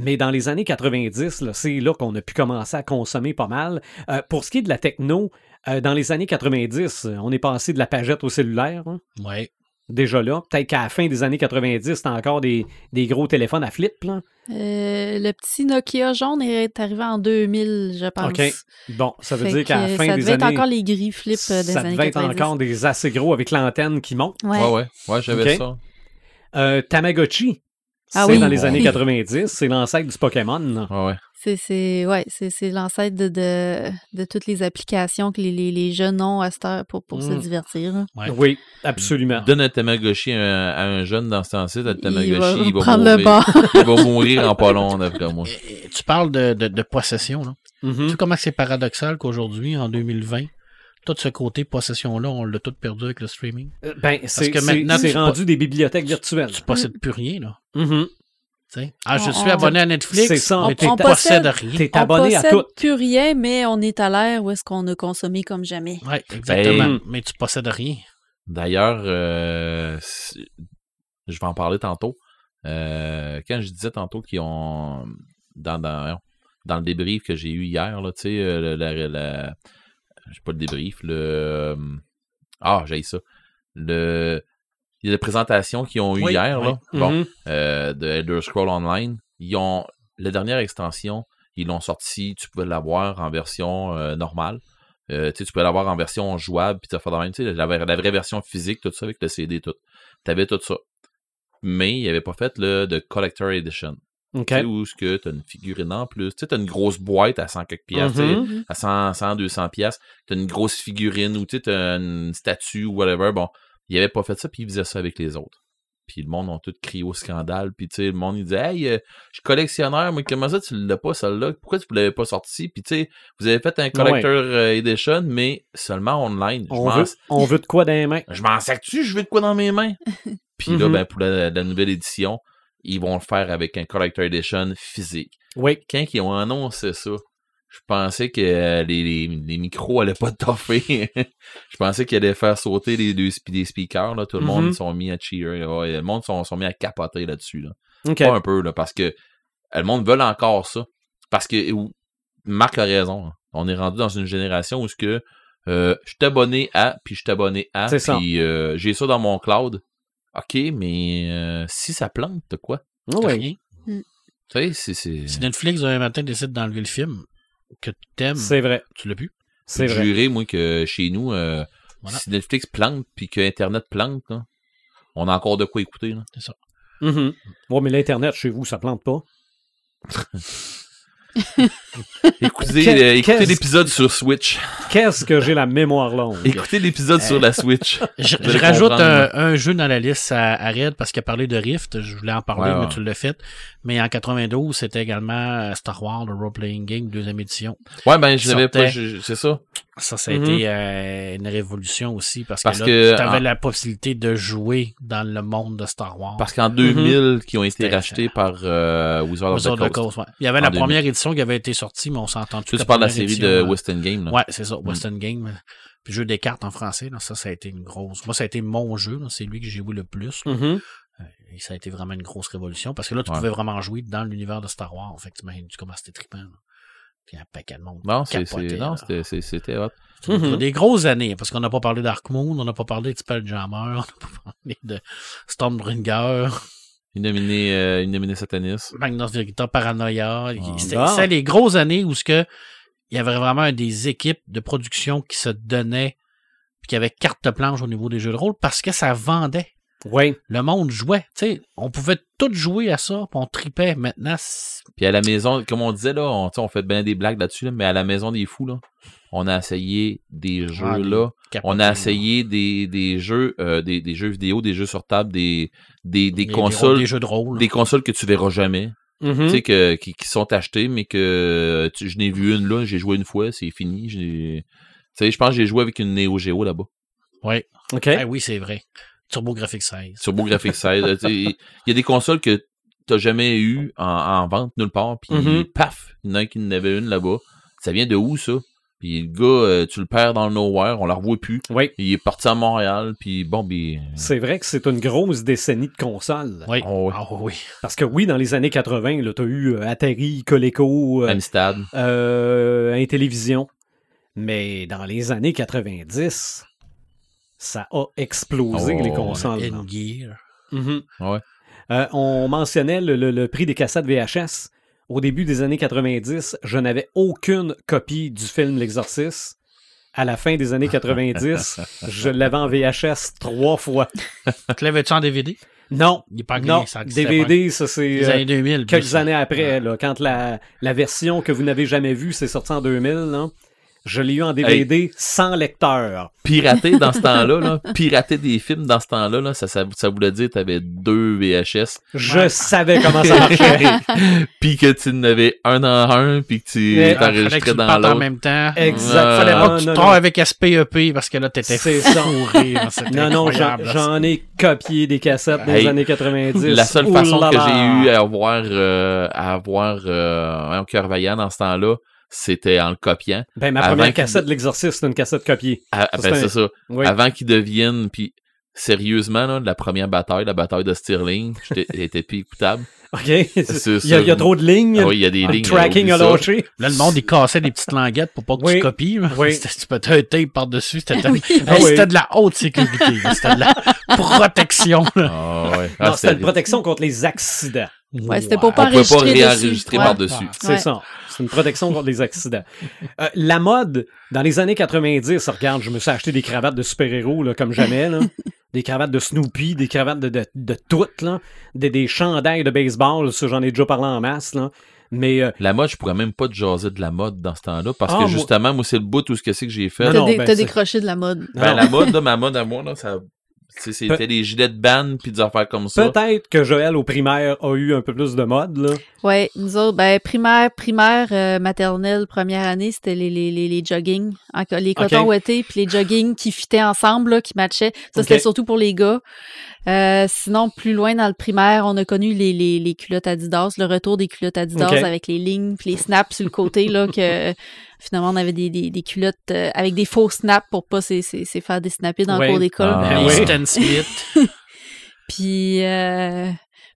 Speaker 1: Mais dans les années 90, là, c'est là qu'on a pu commencer à consommer pas mal. Euh, pour ce qui est de la techno, euh, dans les années 90, euh, on est passé de la pagette au cellulaire. hein,
Speaker 3: Ouais.
Speaker 1: déjà là. Peut-être qu'à la fin des années 90, c'était encore des, des gros téléphones à flip. là.
Speaker 5: Euh, le petit Nokia jaune est arrivé en 2000, je pense.
Speaker 1: OK. Bon, ça veut
Speaker 5: Fait
Speaker 1: dire qu'à
Speaker 5: que
Speaker 1: la fin
Speaker 5: ça
Speaker 1: des
Speaker 5: devait être
Speaker 1: années...
Speaker 5: encore les gris flips euh, des
Speaker 1: ça
Speaker 5: années
Speaker 1: devait être
Speaker 5: 90.
Speaker 1: encore des assez gros avec l'antenne qui monte.
Speaker 5: Ouais.
Speaker 4: Ouais, ouais, ouais, j'avais
Speaker 1: Ok.
Speaker 4: ça.
Speaker 1: Euh, Tamagotchi,
Speaker 5: Ah
Speaker 1: c'est
Speaker 5: oui.
Speaker 1: dans les années
Speaker 5: Oui.
Speaker 1: 90, c'est l'ancêtre du Pokémon. là.
Speaker 4: Ouais, ouais.
Speaker 5: [LAUGHS] C'est, c'est, ouais, c'est, c'est l'ancêtre de, de, de toutes les applications que les, les, les jeunes ont à cette heure pour, pour se
Speaker 1: Mm.
Speaker 5: divertir. hein. là.
Speaker 3: Ouais.
Speaker 1: Oui, absolument.
Speaker 4: Donne un Tamagotchi à, un- à un jeune dans ce temps-ci, le Tamagotchi,
Speaker 5: Il va
Speaker 4: il va,
Speaker 5: prendre
Speaker 4: mourir.
Speaker 5: le bord.
Speaker 1: [LAUGHS]
Speaker 4: il va mourir en pas long, d'après moi.
Speaker 3: Et- et Tu parles de, de, de possession,
Speaker 4: Mm.
Speaker 3: là. Tu
Speaker 1: Mhm.
Speaker 3: sais comment c'est paradoxal qu'aujourd'hui, en 2020, tout ce côté possession-là, on l'a tout perdu avec le streaming.
Speaker 1: Euh, Ben, c'est
Speaker 3: que
Speaker 1: c'est-
Speaker 3: maintenant,
Speaker 1: c'est
Speaker 3: tu
Speaker 1: rendu des bibliothèques virtuelles.
Speaker 4: Mm.
Speaker 3: Tu possèdes plus rien, là.
Speaker 1: Mhm.
Speaker 3: Tu sais. Ah, je
Speaker 5: On-
Speaker 3: suis
Speaker 5: on-
Speaker 3: abonné à Netflix,
Speaker 1: C'est ça, on-
Speaker 3: mais tu
Speaker 5: on
Speaker 3: possèdes
Speaker 5: possède-
Speaker 3: rien.
Speaker 1: T'es abonné
Speaker 5: on
Speaker 1: à
Speaker 5: possède
Speaker 1: tout.
Speaker 5: plus rien, mais on est à l'ère où est-ce qu'on a consommé comme jamais.
Speaker 3: Ouais, exactement.
Speaker 1: Ben-
Speaker 3: Mais tu possèdes rien.
Speaker 4: D'ailleurs, euh, c'est- je vais en parler tantôt. Euh, quand je disais tantôt qu'ils ont. Dans, dans, dans le débrief que j'ai eu hier, là, tu sais, euh, la. la, la- je sais pas le débrief, le. Ah, j'ai ça. Le. Il y a des présentations qu'ils ont eues
Speaker 3: Oui, Mm-hmm.
Speaker 4: hier, là. Bon,
Speaker 1: Mhm.
Speaker 4: euh, de Elder Scroll Online, ils ont la dernière extension, ils l'ont sorti, tu pouvais l'avoir en version euh, normale. Euh, tu sais, tu pouvais l'avoir en version jouable, puis t'as fait de même, tu sais, la, la vraie version physique, tout ça, avec le CD, et tout. T'avais tout ça. Mais ils n'avaient pas fait le de Collector Edition.
Speaker 1: OK.
Speaker 4: Tu sais, où ce que t'as une figurine en plus. Tu sais, t'as une grosse boîte à 100 quelques piastres, tu sais,
Speaker 1: Mhm.
Speaker 5: Mhm.
Speaker 4: à 100, 100 200 pièces t'as une grosse figurine ou tu sais, t'as une statue ou whatever. Bon, il avait pas fait ça, puis il faisait ça avec les autres. Puis le monde ont tout crié au scandale, puis tu sais, le monde il disait Hey, euh, je suis collectionneur, mais comment ça tu l'as pas celle-là? Pourquoi tu l'avais pas sorti? Puis tu sais, vous avez fait un collector euh, edition, mais seulement online. Je
Speaker 1: On,
Speaker 4: m'en-
Speaker 1: veut, on veut de quoi dans les mains?
Speaker 4: je m'en sac-tu, je veux de quoi dans
Speaker 1: [LAUGHS]
Speaker 4: mes mains. Puis là,
Speaker 1: Mhm.
Speaker 4: ben, pour la, la nouvelle édition, ils vont le faire avec un collector edition physique
Speaker 1: Oui.
Speaker 4: quand ils ont annoncé ça, je pensais que euh, les, les- les micros allaient pas [LAUGHS] toffer. je pensais qu'ils allaient faire sauter les deux spe- les speakers. Là. Tout le monde
Speaker 1: Mhm.
Speaker 4: ils sont mis à cheerer. ouais. le monde sont, sont mis à capoter là-dessus. Là.
Speaker 1: OK. Ah
Speaker 4: Pas un peu, là, parce que euh, le monde veut encore ça. Parce que ou- Marc a raison. hein. On est rendu dans une génération où ce que euh, je suis abonné à, puis je suis abonné à,
Speaker 1: C'est ça.
Speaker 4: puis euh, j'ai ça dans mon cloud. OK, mais euh, si ça plante, t'as quoi?
Speaker 1: Ah oui.
Speaker 3: Rien.
Speaker 4: Tu sais, c'est- c'est...
Speaker 3: Si Netflix un matin décide d'enlever le film que tu t'aimes,
Speaker 1: C'est vrai.
Speaker 3: tu l'as
Speaker 4: [LAUGHS]
Speaker 3: plus.
Speaker 1: C'est
Speaker 4: J'ai
Speaker 1: vrai.
Speaker 4: juré, moi, que chez nous, euh,
Speaker 3: Voilà.
Speaker 4: si Netflix plante puis que Internet plante, là, on a encore de quoi écouter. là.
Speaker 1: Mhm. Ouais, mais l'Internet, chez vous, ça plante pas.
Speaker 4: Écoutez,
Speaker 1: Qu'est-
Speaker 4: euh, écoutez
Speaker 1: qu'est-ce-
Speaker 4: l'épisode sur
Speaker 3: [LAUGHS]
Speaker 4: Switch.
Speaker 1: Qu'est-ce que j'ai la mémoire longue?
Speaker 4: Écoutez l'épisode sur la
Speaker 3: [LAUGHS]
Speaker 4: Switch.
Speaker 3: Je,
Speaker 4: Vous
Speaker 3: je
Speaker 4: allez
Speaker 3: rajoute un,
Speaker 4: comprendre.
Speaker 3: un jeu dans la liste à, à Red parce qu'il a parlé de Rift. Je voulais en parler,
Speaker 4: Ouais,
Speaker 3: mais
Speaker 4: ouais.
Speaker 3: tu l'as fait. Mais en 92, c'était également euh, Star Wars, le role-playing game, deuxième édition.
Speaker 4: Ouais, ben, je n'avais pas.
Speaker 3: Sortait.
Speaker 4: je- je- C'est ça.
Speaker 3: Ça, ça a
Speaker 1: Mhm.
Speaker 3: été euh, une révolution aussi parce,
Speaker 4: Parce
Speaker 3: que,
Speaker 4: que-
Speaker 3: tu avais
Speaker 4: en-
Speaker 3: la possibilité de jouer dans le monde de Star Wars.
Speaker 4: Parce qu'en 2000, qui ont été
Speaker 3: Mm-hmm. C'était-
Speaker 4: rachetés par euh, Wizard,
Speaker 3: Wizard
Speaker 4: of
Speaker 3: of
Speaker 4: the
Speaker 3: the
Speaker 4: Coast.
Speaker 3: Coast, ouais. Il y avait
Speaker 4: En
Speaker 3: la
Speaker 4: 2000.
Speaker 3: première édition qui avait été sortie, mais on s'entend
Speaker 4: Tu, sais, tu parles de la série de
Speaker 3: hein?
Speaker 4: Western Game. là. Mm.
Speaker 3: Ouais, c'est ça, Western Game. euh, Puis jeu des cartes en français, là, ça, ça a été une grosse. Moi, ça a été mon jeu, là, c'est lui que j'ai joué le plus. là.
Speaker 1: Mhm.
Speaker 3: Et ça a été vraiment une grosse révolution parce que là, tu
Speaker 4: Mm. Ouais.
Speaker 3: pouvais vraiment jouer dans l'univers de Star Wars. Fait que tu m'as dit comment c'était trippant. là. Puis un paquet de monde.
Speaker 4: Non, c'est-
Speaker 3: capotait,
Speaker 4: c'est-
Speaker 3: là.
Speaker 4: non, c'était- c'est- c'était hot.
Speaker 3: C'est
Speaker 4: [LAUGHS]
Speaker 1: Mhm.
Speaker 3: des grosses années, parce qu'on n'a pas parlé d'Ark Moon, on n'a pas parlé de Spelljammer, [LAUGHS] on n'a pas parlé de Stormbringer,
Speaker 4: Il nominait, euh, il nominait Satanis.
Speaker 3: Magnus Vegeta, Paranoia.
Speaker 4: Ah.
Speaker 3: C'était
Speaker 1: bon.
Speaker 3: c'était les grosses années où ce que, il y avait vraiment des équipes de production qui se donnaient, puis qui avaient carte planche au niveau des jeux de rôle, parce que ça vendait.
Speaker 1: Oui.
Speaker 3: Le monde jouait. Tu sais, on pouvait tout jouer à ça, puis on tripait. Maintenant, c'est-
Speaker 4: Puis à la maison, comme on disait, là, on, tu sais, on fait bien des blagues là-dessus, là, mais à la maison des fous, là, on a essayé des jeux,
Speaker 3: Ah, des-
Speaker 4: là. On a
Speaker 3: capoté,
Speaker 4: essayé des, des jeux, euh, des, des jeux vidéo, des jeux sur table, des, des, des
Speaker 3: des-
Speaker 4: consoles,
Speaker 3: des
Speaker 4: des,
Speaker 3: jeux Mmh. de rôle.
Speaker 4: consoles que tu verras jamais,
Speaker 1: Mhm.
Speaker 4: tu sais que qui, qui sont achetées, mais que tu- je n'ai vu une là, j'ai joué une fois, c'est fini. j'ai- Tu sais, je pense que j'ai joué avec une Neo Geo là-bas.
Speaker 3: Ouais.
Speaker 1: OK.
Speaker 3: Ah oui, c'est vrai. Turbo Graphics 16.
Speaker 4: Turbo Graphics 16. euh, tu sais, Il y a des consoles que t'as jamais eu en, en vente nulle part, puis
Speaker 3: Mmh
Speaker 1: Mhm.
Speaker 4: paf, il y en a un qui en avait une là-bas. Ça vient de où ça? Puis le gars, euh, tu le perds dans le nowhere, on la revoit plus.
Speaker 1: Oui.
Speaker 4: Il est parti à Montréal, puis bon, ben.
Speaker 1: C'est vrai que c'est une grosse décennie de consoles.
Speaker 3: Oui.
Speaker 4: Oh, ouais.
Speaker 3: Ah oui.
Speaker 1: Parce que oui, dans les années 80, là, t'as eu euh, Atari, Coleco, euh,
Speaker 4: Amistad.
Speaker 1: euh, Intellivision. Mais dans les années 90, ça a explosé
Speaker 4: Oh,
Speaker 1: les consoles. là.
Speaker 3: Endgear.
Speaker 1: Mhm.
Speaker 4: Ouais.
Speaker 1: Euh, on mentionnait le, le- le prix des cassettes VHS. Au début des années 90, je n'avais aucune copie du film L'Exorciste. À la fin des années 90, je l'avais en VHS trois fois.
Speaker 3: Tu l'avais-tu en
Speaker 1: Euh,
Speaker 3: DVD?
Speaker 1: Non,
Speaker 3: Il est pas
Speaker 1: non,
Speaker 3: gagné, ça existait pas.
Speaker 1: DVD, ça c'est
Speaker 3: Les
Speaker 1: euh,
Speaker 3: années 2000.
Speaker 1: quelques
Speaker 3: plus.
Speaker 1: années après, là, quand la, la version que vous n'avez jamais vue, c'est sorti en 2000, là. je l'ai eu en DVD sans lecteur.
Speaker 4: Pirater dans ce temps-là, là, pirater des films dans ce temps-là, là, ça, ça, ça voulait dire que t'avais deux
Speaker 3: [LAUGHS]
Speaker 4: VHS,
Speaker 1: Je savais comment ça marchait.
Speaker 4: puis que tu en avais un en un, puis que
Speaker 1: Mais-
Speaker 4: tu
Speaker 3: Ah, fallait que tu
Speaker 4: t'enregistrais
Speaker 3: le
Speaker 4: dans
Speaker 3: partes en
Speaker 4: l'autre.
Speaker 3: même temps.
Speaker 1: Exact.
Speaker 3: Fallait
Speaker 4: Ah,
Speaker 3: pas que tu
Speaker 1: non,
Speaker 3: te
Speaker 1: non.
Speaker 3: trompes avec SPEP parce que là, t'étais
Speaker 1: C'est
Speaker 3: fou
Speaker 1: ça.
Speaker 3: rire. C'était
Speaker 1: Non, non, j'en
Speaker 3: incroyable.
Speaker 1: j'en ai copié des cassettes des
Speaker 4: Hey,
Speaker 1: années 90.
Speaker 4: La seule façon
Speaker 1: Oulala.
Speaker 4: que j'ai eu à avoir, euh, à avoir euh, un cœur vaillant dans ce temps-là, c'était en le copiant.
Speaker 1: Ben, ma
Speaker 4: avant
Speaker 1: première
Speaker 4: qu'il-
Speaker 1: cassette de l'exorciste, c'est une cassette copiée.
Speaker 4: À-
Speaker 1: c'est
Speaker 4: Après ça,
Speaker 1: un-
Speaker 4: ça.
Speaker 1: Oui.
Speaker 4: Avant qu'ils deviennent, puis sérieusement, là, la première bataille, la bataille de Stirling, j'étais j'étais plus
Speaker 3: [LAUGHS]
Speaker 4: écoutable.
Speaker 1: OK. il, y a,
Speaker 4: [LAUGHS] c'est-
Speaker 1: il y a trop de lignes.
Speaker 4: Ah oui, il y a des
Speaker 1: le
Speaker 4: lignes.
Speaker 1: tracking
Speaker 4: oublie
Speaker 1: a
Speaker 4: ça.
Speaker 1: lâché.
Speaker 3: Là, le monde, il cassait des petites languettes pour pas que
Speaker 1: Oui.
Speaker 3: tu copies.
Speaker 1: Oui.
Speaker 3: [LAUGHS] C'était- Tu mettais un tape par-dessus. C'était tellement- Hey,
Speaker 1: Ah oui.
Speaker 3: c'était de la haute sécurité. là. C'était de la protection. là.
Speaker 4: Ah ouais. Ah,
Speaker 1: Non, c'était une
Speaker 4: c'était-
Speaker 1: protection contre les accidents.
Speaker 5: Ouais, c'était pour
Speaker 4: on
Speaker 5: pas
Speaker 4: pouvait pas
Speaker 5: enregistrer.
Speaker 4: réenregistrer
Speaker 5: dessus. Ouais.
Speaker 4: par-dessus.
Speaker 1: C'est
Speaker 5: Ouais.
Speaker 1: ça. C'est une protection contre les accidents. Euh, la mode, dans les années 90, regarde, je me suis acheté des cravates de super-héros là, comme jamais. là. des cravates de Snoopy, des cravates de, de, de toutes, là. Des, des chandails de baseball, ça j'en ai déjà parlé en masse. Là. Mais euh,
Speaker 4: La mode, je pourrais même pas te jaser de la mode dans ce temps-là, parce
Speaker 1: Ah,
Speaker 4: que
Speaker 1: moi-
Speaker 4: justement, moi, c'est le bout où ce que c'est que j'ai fait.
Speaker 1: Non,
Speaker 5: T'as
Speaker 1: non,
Speaker 5: dé-
Speaker 1: ben,
Speaker 5: t'as
Speaker 1: c'est-
Speaker 5: décroché de la mode.
Speaker 4: Ben,
Speaker 1: non.
Speaker 4: la mode, là, ma mode à moi, là, ça, tu sais,
Speaker 1: Pe-
Speaker 4: c'était les gilets de ban puis des affaires comme ça.
Speaker 1: peut-être que Joël au primaire a eu un peu plus de mode. Là.
Speaker 5: Ouais, nous autres, ben, primaire, primaire, euh, maternelle, première année, c'était les, les, les, les jogging, en co- les cotons
Speaker 1: Ok.
Speaker 5: ouettés, puis les jogging qui fitaient ensemble, là, qui matchaient. Ça, c'était
Speaker 1: Ok.
Speaker 5: surtout pour les gars. Euh, sinon, plus loin dans le primaire, on a connu les, les, les culottes Adidas, le retour des culottes Adidas
Speaker 1: Ok.
Speaker 5: avec les lignes, puis les snaps sur le côté, là, que [LAUGHS] euh, finalement, on avait des, des, des culottes euh, avec des faux snaps pour pas se se- se faire des snappés dans
Speaker 1: Ouais.
Speaker 5: le cours d'école.
Speaker 4: Ah,
Speaker 1: Ben
Speaker 3: Les
Speaker 1: oui.
Speaker 3: Stan Smith,
Speaker 5: Puis, euh,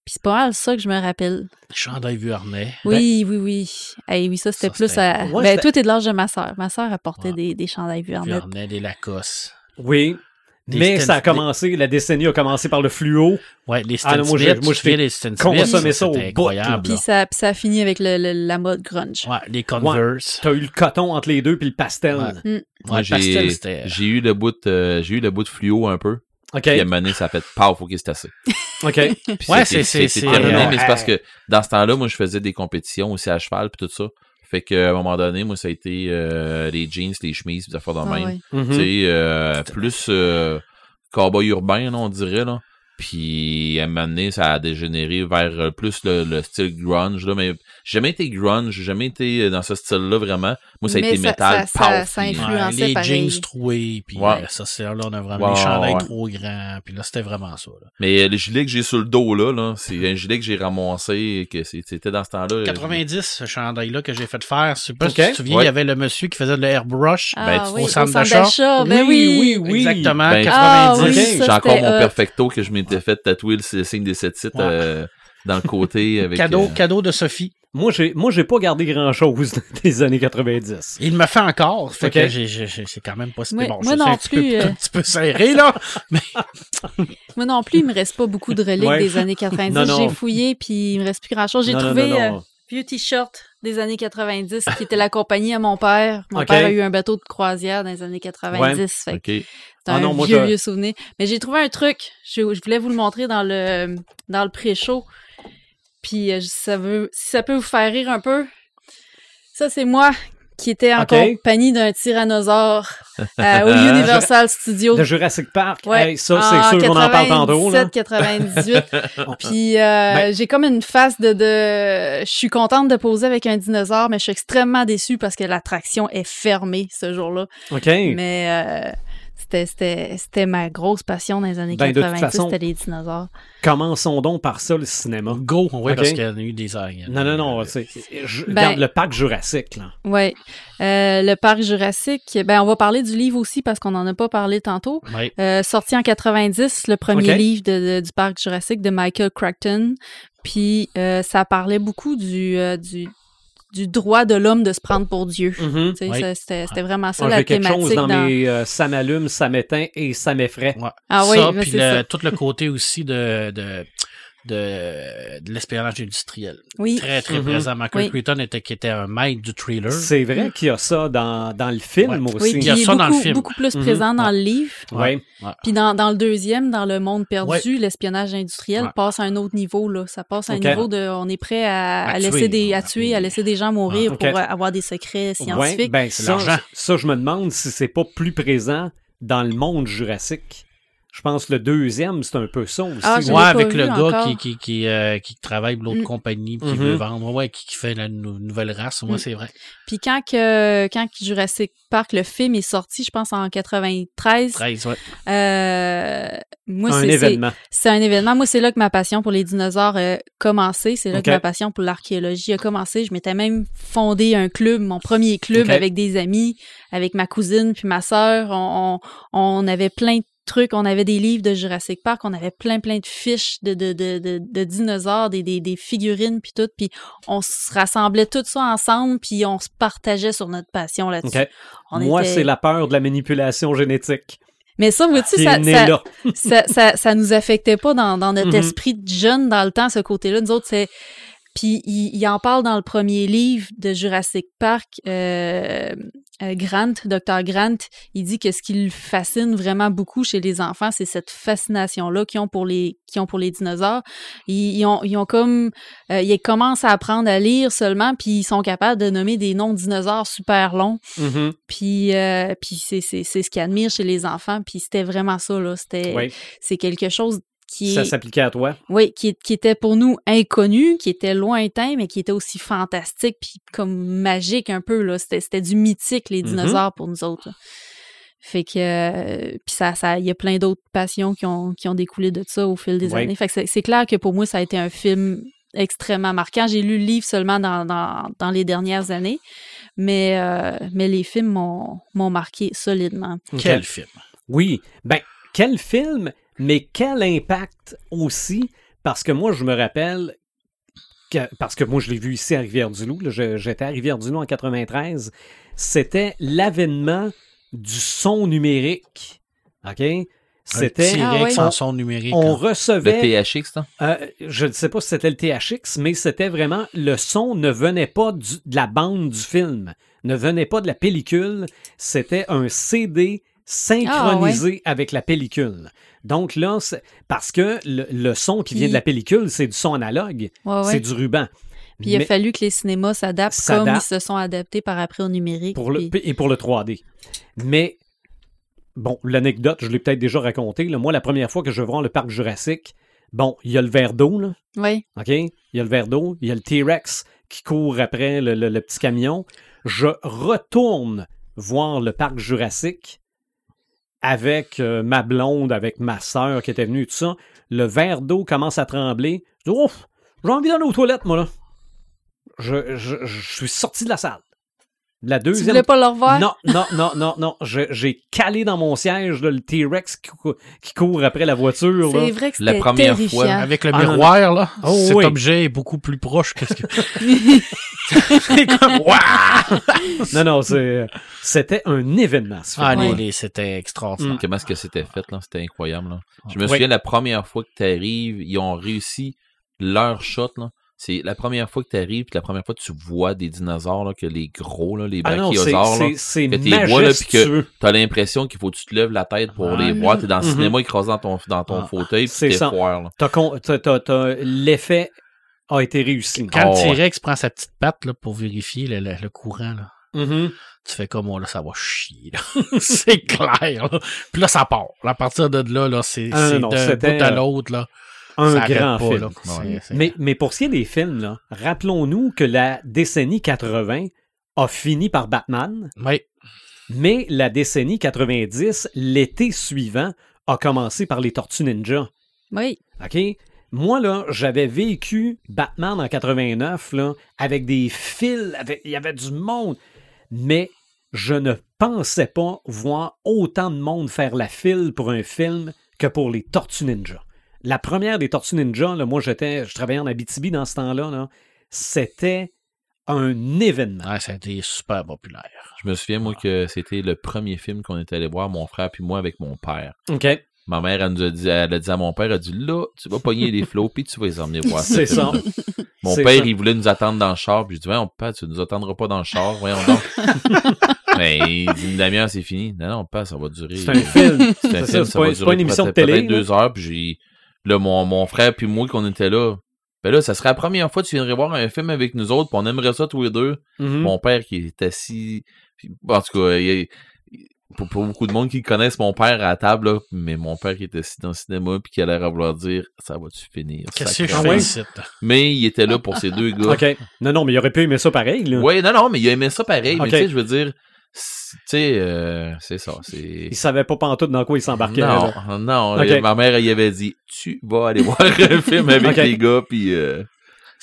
Speaker 5: puis c'est pas mal ça que je me rappelle.
Speaker 3: les chandails Vuarnet.
Speaker 5: Oui, oui, oui. Eh oui, ça, c'était
Speaker 3: Ben, Ça,
Speaker 5: plus
Speaker 3: c'était-
Speaker 5: à.
Speaker 1: Ouais,
Speaker 5: ben,
Speaker 1: c'était-
Speaker 5: tout est de l'âge de ma sœur. Ma sœur apportait
Speaker 3: Ouais.
Speaker 5: des, des chandails Vuarnet.
Speaker 3: Vuarnet, les Lacoste.
Speaker 1: Oui.
Speaker 3: Des
Speaker 1: Mais
Speaker 3: Stan
Speaker 1: ça a
Speaker 3: Smith.
Speaker 1: commencé, la décennie a commencé par le fluo.
Speaker 3: Ouais, les Stan
Speaker 1: Ah non, moi, je-
Speaker 3: Smith.
Speaker 1: moi, je
Speaker 3: tu fais
Speaker 1: fais
Speaker 3: les Stan Smith.
Speaker 1: consommer ça au
Speaker 3: c'était
Speaker 1: bout, là.
Speaker 3: incroyable.
Speaker 5: Puis
Speaker 3: là.
Speaker 5: ça, puis ça a fini avec le- le- la mode grunge.
Speaker 3: Ouais, les Converse.
Speaker 1: T'as eu le coton entre les deux puis le pastel.
Speaker 3: Ouais.
Speaker 4: Moi,
Speaker 3: Ouais, le pastel, c'était-
Speaker 4: j'ai, j'ai eu le bout, de- euh, j'ai eu le bout de fluo un peu.
Speaker 1: OK.
Speaker 4: Puis à un moment donné, ça a fait paf, faut qu'il se tasse.
Speaker 1: OK.
Speaker 4: Puis c'était-
Speaker 3: Ouais, c'est- c'est-
Speaker 4: c'était
Speaker 3: c'est-
Speaker 4: terminé,
Speaker 1: Ah,
Speaker 4: mais
Speaker 1: ouais.
Speaker 4: c'est parce que dans ce temps-là, moi, je faisais des compétitions aussi à cheval puis tout ça. Fait qu'à un moment donné, moi, ça a été euh, les jeans, les chemises, puis des affaires de
Speaker 5: Ah
Speaker 4: même.
Speaker 5: ouais.
Speaker 1: Mhm.
Speaker 4: Tu sais, euh, plus euh, cowboy urbain, là, on dirait, là. Puis, à un moment donné, ça a dégénéré vers euh, plus le, le style grunge, là. Mais j'ai jamais été grunge, j'ai jamais été euh, dans ce style-là, vraiment. Moi, ça a
Speaker 5: Mais
Speaker 4: été
Speaker 5: ça-
Speaker 4: métal,
Speaker 5: ça-
Speaker 4: paf,
Speaker 5: ça- ça
Speaker 4: puis-
Speaker 5: influe.
Speaker 3: Ouais,
Speaker 5: influençait
Speaker 3: les
Speaker 5: pareil.
Speaker 3: jeans troués, puis
Speaker 4: Ouais.
Speaker 3: euh, ça, c'est là, on a vraiment
Speaker 4: Ouais,
Speaker 3: les chandails
Speaker 4: ouais.
Speaker 3: trop grands, puis là, c'était vraiment ça. là.
Speaker 4: Mais euh, le gilet que j'ai sur le dos, là, là c'est un gilet que j'ai ramassé, et que c'est- c'était dans ce temps-là. euh,
Speaker 3: 90, ce chandail-là que j'ai fait faire, je sais pas si
Speaker 1: Ok.
Speaker 3: tu te souviens,
Speaker 4: Ouais.
Speaker 3: il y avait le monsieur qui faisait de l'airbrush.
Speaker 5: Ah
Speaker 4: Ben, tu-
Speaker 5: oui,
Speaker 4: au
Speaker 5: au
Speaker 3: centre
Speaker 5: centre
Speaker 3: d'achat.
Speaker 5: d'achat. Ben oui,
Speaker 1: oui, oui.
Speaker 3: Exactement,
Speaker 4: Ben,
Speaker 5: Ah
Speaker 3: 90.
Speaker 1: oui.
Speaker 4: J'ai
Speaker 5: Ça,
Speaker 4: encore
Speaker 5: c'était
Speaker 4: mon
Speaker 5: hot.
Speaker 4: perfecto que je m'étais fait tatouer le, le signe des sept titres
Speaker 3: Ouais.
Speaker 5: [LAUGHS]
Speaker 4: euh, dans le côté avec
Speaker 3: Cadeau,
Speaker 4: euh,
Speaker 3: cadeau de Sophie.
Speaker 1: Moi, j'ai, moi, j'ai pas gardé grand-chose [LAUGHS] des années 90.
Speaker 3: Il me fait encore, fait
Speaker 1: Ok.
Speaker 3: que j'ai- j'ai- j'ai- c'est quand même pas si
Speaker 5: Moi-
Speaker 3: bon.
Speaker 5: moi
Speaker 3: je
Speaker 5: non
Speaker 3: sais, un petit peu-
Speaker 5: plus, euh.
Speaker 3: un petit peu serré, là.
Speaker 5: Moi non plus, il me reste pas beaucoup de reliques
Speaker 1: Ouais.
Speaker 5: des années 90.
Speaker 1: Non, non.
Speaker 5: J'ai fouillé, puis il me reste plus grand-chose. J'ai
Speaker 1: Non, non,
Speaker 5: trouvé
Speaker 1: non, non.
Speaker 5: euh, vieux t-shirt des années 90 qui était la compagnie à mon père. Mon
Speaker 1: Ok.
Speaker 5: père a eu un bateau de croisière dans les années 90. Fait que
Speaker 4: euh, OK.
Speaker 5: c'est
Speaker 1: Ah
Speaker 5: un
Speaker 1: non, moi,
Speaker 5: vieux,
Speaker 1: je-
Speaker 5: vieux souvenir. Mais j'ai trouvé un truc. Je, je voulais vous le montrer dans le, dans le pré-show. Puis euh, ça veut, si ça peut vous faire rire un peu, ça, c'est moi qui était en
Speaker 1: Ok.
Speaker 5: compagnie d'un tyrannosaure euh,
Speaker 1: [LAUGHS]
Speaker 5: au Universal Studios.
Speaker 1: Le Jurassic Park,
Speaker 5: Ouais. Ah,
Speaker 1: hey, ça, c'est sûr, on en parle tantôt. Là.
Speaker 5: 97,
Speaker 1: [LAUGHS]
Speaker 5: 98. Puis euh,
Speaker 1: Ben-
Speaker 5: j'ai comme une face de, de. Je suis contente de poser avec un dinosaure, mais je suis extrêmement déçue parce que l'attraction est fermée ce jour-là.
Speaker 1: OK.
Speaker 5: Mais euh, c'était- c'était c'était ma grosse passion dans les années
Speaker 1: Ben, de toute
Speaker 5: 90,
Speaker 1: façon-
Speaker 5: c'était les dinosaures.
Speaker 1: Commençons donc par ça, le cinéma.
Speaker 3: Go, oui,
Speaker 1: Ok.
Speaker 3: parce qu'il y en a eu des aiguilles.
Speaker 1: Non, non, non. C'est, je-
Speaker 5: Ben-
Speaker 1: regarde, le parc jurassique, là.
Speaker 5: Oui. Euh, le parc jurassique, ben, on va parler du livre aussi parce qu'on n'en a pas parlé tantôt.
Speaker 3: Ouais.
Speaker 5: Euh, sorti en 90, le premier
Speaker 1: Ok.
Speaker 5: livre de- de- du parc jurassique de Michael Crichton. Puis euh, ça parlait beaucoup du, euh, du, du droit de l'homme de se prendre pour Dieu.
Speaker 1: Mhm.
Speaker 5: Tu sais,
Speaker 3: Oui.
Speaker 5: ça, C'était c'était vraiment ça
Speaker 1: Moi,
Speaker 5: la
Speaker 1: Ah, j'ai quelque
Speaker 5: thématique.
Speaker 1: chose dans,
Speaker 5: dans-
Speaker 1: mes euh, ça m'allume, ça m'éteint et ça m'effraie.
Speaker 3: Ouais.
Speaker 5: Ah oui,
Speaker 3: ça,
Speaker 5: mais
Speaker 3: puis
Speaker 5: c'est
Speaker 3: le-
Speaker 5: ça.
Speaker 3: tout le côté aussi de, de, de, de l'espionnage industriel.
Speaker 5: Oui.
Speaker 3: Très, très
Speaker 1: Mhm.
Speaker 3: présent. Michael
Speaker 5: Oui.
Speaker 3: Crichton était, qui était un maître du thriller.
Speaker 1: C'est vrai qu'il y a ça dans, dans le film
Speaker 3: Ouais.
Speaker 5: Hmm. Oui,
Speaker 1: aussi.
Speaker 5: puis
Speaker 3: Il
Speaker 5: il
Speaker 3: y a
Speaker 5: est
Speaker 3: ça
Speaker 5: beaucoup,
Speaker 3: dans le film.
Speaker 5: beaucoup plus
Speaker 1: Mhm.
Speaker 5: présent dans le livre.
Speaker 1: Ouais.
Speaker 5: Puis dans, dans le deuxième, dans le monde perdu,
Speaker 3: Ouais.
Speaker 5: l'espionnage industriel
Speaker 3: Ouais.
Speaker 5: passe à un autre niveau. Là. Ça passe à un
Speaker 1: Ok.
Speaker 5: niveau de on est prêt à,
Speaker 3: À
Speaker 5: à
Speaker 3: tuer,
Speaker 5: laisser des,
Speaker 3: là.
Speaker 5: à tuer, à laisser des gens mourir
Speaker 1: Ok.
Speaker 5: pour euh, avoir des secrets scientifiques.
Speaker 1: Ouais, ben
Speaker 3: C'est
Speaker 1: ça,
Speaker 3: l'argent.
Speaker 1: ça, je me demande si c'est pas plus présent dans le monde jurassique. Je pense que le deuxième, c'est un peu ça aussi.
Speaker 5: Ah, je
Speaker 1: Ouais.
Speaker 5: l'ai
Speaker 3: Ouais,
Speaker 5: pas
Speaker 3: avec
Speaker 5: vu
Speaker 3: le gars
Speaker 5: encore.
Speaker 3: qui, qui, qui, euh, qui travaille pour l'autre
Speaker 5: Mm.
Speaker 3: compagnie puis qui
Speaker 1: Mhm.
Speaker 3: veut vendre. Ouais, qui, qui fait la nou- nouvelle race. Moi,
Speaker 5: Mm.
Speaker 3: c'est vrai.
Speaker 5: Puis quand, que, quand que Jurassic Park, le film est sorti, je pense en 93,
Speaker 3: 13, ouais.
Speaker 5: euh, moi,
Speaker 1: un
Speaker 5: c'est- c'est
Speaker 1: événement.
Speaker 5: c'est un événement. Moi, c'est là que ma passion pour les dinosaures a commencé. C'est là
Speaker 1: Ok.
Speaker 5: que ma passion pour l'archéologie a commencé. Je m'étais même fondé un club, mon premier club
Speaker 1: Ok.
Speaker 5: avec des amis, avec ma cousine puis ma sœur. On, on, on avait plein de trucs. On avait des livres de Jurassic Park. On avait plein, plein de fiches de, de, de, de, de dinosaures, des, des, des figurines puis tout. Puis on se rassemblait tout ça ensemble puis on se partageait sur notre passion là-dessus.
Speaker 1: Ok.
Speaker 5: On
Speaker 1: Moi,
Speaker 5: était-
Speaker 1: c'est la peur de la manipulation génétique
Speaker 5: Mais ça, vois-tu,
Speaker 1: qui
Speaker 5: ça,
Speaker 1: est née
Speaker 5: ça-
Speaker 1: là.
Speaker 5: ça, ça, ça nous affectait pas dans, dans notre
Speaker 1: Mhm.
Speaker 5: esprit de jeune dans le temps, ce côté-là. Nous autres, c'est. Puis il, il en parle dans le premier livre de Jurassic Park, euh, euh, Grant, Dr. Grant, il dit que ce qui le fascine vraiment beaucoup chez les enfants, c'est cette fascination-là qu'ils ont pour les qu'ils ont pour les dinosaures. Ils, ils ont, ils ont comme euh, ils commencent à apprendre à lire seulement, puis ils sont capables de nommer des noms de dinosaures super longs.
Speaker 1: Mhm.
Speaker 5: Puis, euh, puis c'est, c'est, c'est ce qu'ils admirent chez les enfants. Puis c'était vraiment ça, là. C'était,
Speaker 1: Oui.
Speaker 5: C'est quelque chose qui,
Speaker 1: Ça
Speaker 5: est-
Speaker 1: s'appliquait à toi.
Speaker 5: oui, qui, est- qui était pour nous inconnu, qui était lointain, mais qui était aussi fantastique, puis comme magique un peu, là. C'était, c'était du mythique, les
Speaker 1: Mhm.
Speaker 5: dinosaures, pour nous autres. là. Fait que, euh, puis ça, ça, il y a plein d'autres passions qui ont, qui ont découlé de ça au fil des
Speaker 1: Oui.
Speaker 5: années. Fait que c'est, c'est clair que pour moi, ça a été un film extrêmement marquant. J'ai lu le livre seulement dans, dans, dans les dernières années, mais, euh, mais les films m'ont, m'ont marqué solidement.
Speaker 3: Quel film.
Speaker 1: Oui. Ben, quel film, mais quel impact aussi, parce que moi, je me rappelle, que- parce que moi, je l'ai vu ici à Rivière-du-Loup, là, je- j'étais à Rivière-du-Loup en 93, c'était l'avènement du son numérique. OK?
Speaker 3: Un petit
Speaker 1: C'était.
Speaker 5: Ah
Speaker 3: Rex
Speaker 5: oui.
Speaker 3: en son numérique.
Speaker 1: On
Speaker 3: hein.
Speaker 1: recevait.
Speaker 4: Le THX, là.
Speaker 1: Euh, je ne sais pas si c'était le THX, mais c'était vraiment le son ne venait pas du- de la bande du film, ne venait pas de la pellicule, c'était un CD synchronisé
Speaker 5: Ah,
Speaker 1: avec la pellicule. Donc là, c'est- parce que le, le son qui vient de la
Speaker 5: Il-
Speaker 1: pellicule, c'est du son analogue,
Speaker 5: Ouais, ouais.
Speaker 1: c'est du ruban.
Speaker 5: Puis il a
Speaker 1: Mais
Speaker 5: fallu que les cinémas s'adaptent comme ils
Speaker 1: S'adaptent.
Speaker 5: se sont adaptés par après au numérique.
Speaker 1: pour le,
Speaker 5: puis-
Speaker 1: et pour le 3D. Mais bon, l'anecdote, je l'ai peut-être déjà racontée. là. Moi, la première fois que je vais voir le parc Jurassique, bon, il y a le verre d'eau, là.
Speaker 5: Oui.
Speaker 1: OK? Il y a le verre d'eau, il y a le T-Rex qui court après le, le- le petit camion. Je retourne voir le parc Jurassique avec euh, ma blonde, avec ma sœur qui était venue, tout ça. Le verre d'eau commence à trembler. Je dis, ouf, j'ai envie d'aller aux toilettes, moi, là. Je, je- je suis sorti de la salle. La
Speaker 5: Tu
Speaker 1: deuxième.
Speaker 5: voulais pas le revoir?
Speaker 1: Non, non, non, non, non. Je- J'ai calé dans mon siège là, le T-Rex qui, cou- qui court après la voiture. là.
Speaker 5: C'est vrai que
Speaker 4: La
Speaker 5: c'était
Speaker 4: première
Speaker 5: terrifiant.
Speaker 4: fois.
Speaker 3: Avec le
Speaker 1: Ah, non, non.
Speaker 3: miroir, là,
Speaker 1: Oh,
Speaker 3: cet
Speaker 1: oui.
Speaker 3: objet est beaucoup plus proche que ce
Speaker 5: [LAUGHS]
Speaker 3: que. C'est comme. Ouah!
Speaker 1: [LAUGHS] Non, non, c'est- c'était un événement. ce film.
Speaker 3: Ah, les-
Speaker 5: Ouais.
Speaker 3: les- c'était
Speaker 1: Mm.
Speaker 3: extraordinaire.
Speaker 4: [LAUGHS] Comment est-ce que c'était fait, là? C'était incroyable, là. Je me
Speaker 1: Oui.
Speaker 4: souviens, la première fois que tu arrives, ils ont réussi leur shot, là. C'est la première fois que tu arrives, puis la première fois que tu vois des dinosaures, là, que les gros, là, les
Speaker 1: Ah non, c'est-
Speaker 4: brachiosaures, là.
Speaker 1: c'est c'est
Speaker 4: que t'es bois, là, puis que-
Speaker 1: majestueux.
Speaker 4: T'as l'impression qu'il faut que tu te lèves la tête pour
Speaker 3: Ah,
Speaker 4: les voir. T'es dans le
Speaker 1: Mhm.
Speaker 4: cinéma écrasé dans ton, dans ton
Speaker 3: Ah,
Speaker 4: fauteuil, puis
Speaker 1: c'est
Speaker 4: t'es
Speaker 1: ça.
Speaker 4: foire, là.
Speaker 1: T'as con- t'as- t'as- t'as- L'effet a été réussi.
Speaker 3: Quand
Speaker 4: Oh,
Speaker 3: le
Speaker 4: ouais.
Speaker 3: T-Rex prend sa petite patte là, pour vérifier le, le- le courant, là,
Speaker 1: Mhm.
Speaker 3: tu fais comme, oh, là, ça va chier. là. [LAUGHS] c'est clair. là. Puis là, ça part. Là, à partir de là, là c'est
Speaker 1: Ah, non,
Speaker 3: c'est
Speaker 1: non,
Speaker 3: d'un
Speaker 1: c'était,
Speaker 3: bout à
Speaker 1: euh,
Speaker 3: l'autre. là.
Speaker 1: Un
Speaker 3: ça arrête
Speaker 1: grand
Speaker 3: pas,
Speaker 1: film.
Speaker 3: là.
Speaker 4: Ouais.
Speaker 3: C'est- c'est-
Speaker 1: Mais, mais pour ce qui est des films, là, rappelons-nous que la décennie 80 a fini par Batman,
Speaker 3: Ouais.
Speaker 1: mais la décennie 90, l'été suivant, a commencé par les Tortues Ninja.
Speaker 5: Oui.
Speaker 1: OK? Moi, là, j'avais vécu Batman en 89, là, avec des fils, avec- il y avait du monde, mais je ne pensais pas voir autant de monde faire la file pour un film que pour les Tortues Ninja. La première des Tortues Ninja, là, moi, j'étais, je travaillais en Abitibi dans ce temps-là, là, c'était un événement.
Speaker 3: Ouais, ça a été super populaire.
Speaker 4: Je me souviens,
Speaker 1: Ah.
Speaker 4: moi, que c'était le premier film qu'on était allé voir, mon frère puis moi, avec mon père.
Speaker 1: OK?
Speaker 4: Ma mère, elle nous a dit, elle a dit à mon père, elle a dit, là, tu vas pogner les flots, puis tu vas les emmener voir. ce
Speaker 1: C'est ça. [LAUGHS]
Speaker 4: film-là. Mon
Speaker 1: C'est
Speaker 4: père,
Speaker 1: ça.
Speaker 4: il voulait nous attendre dans le char, puis je dis, on père, tu nous attendras pas dans le char, voyons donc.
Speaker 1: [LAUGHS]
Speaker 4: Mais il dit, Damien, c'est fini. Non, non, père, ça va durer. euh,
Speaker 1: C'est un film.
Speaker 4: C'est un
Speaker 1: ça, c'est
Speaker 4: film, ça
Speaker 1: pas-
Speaker 4: va
Speaker 1: c'est
Speaker 4: durer
Speaker 1: pas une émission de
Speaker 4: peut-être-
Speaker 1: télé,
Speaker 4: peut-être
Speaker 1: là.
Speaker 4: deux heures, puis j'ai. Là, mon, mon frère puis moi, qu'on était là. Ben là, ça serait la première fois que tu viendrais voir un film avec nous autres, puis on aimerait ça tous les deux.
Speaker 1: Mhm.
Speaker 4: Mon père qui est assis. puis- en tout cas, il- il- pour, pour beaucoup de monde qui connaissent mon père à la table, là, mais mon père qui est assis dans le cinéma, puis qui a l'air à vouloir dire Ça va-tu finir
Speaker 3: Qu'est-ce que je
Speaker 4: sacrément?
Speaker 3: fais
Speaker 1: Ah ouais?
Speaker 3: ici? là?
Speaker 4: Mais il était là pour ces deux gars.
Speaker 1: OK. Non, non, mais il aurait pu aimer ça pareil, là.
Speaker 4: Oui, non, non, mais il aimait ça pareil.
Speaker 1: Ok.
Speaker 4: Mais tu sais, je veux dire, c'est- tu sais, euh, c'est ça. C'est. Ah,
Speaker 1: Il savait pas pantoute dans quoi il s'embarquait. là.
Speaker 4: Non, non.
Speaker 1: Ok.
Speaker 4: euh, Ma mère, elle y avait dit Tu vas aller voir un
Speaker 1: [LAUGHS]
Speaker 4: film avec
Speaker 1: Ok.
Speaker 4: les gars, puis. euh,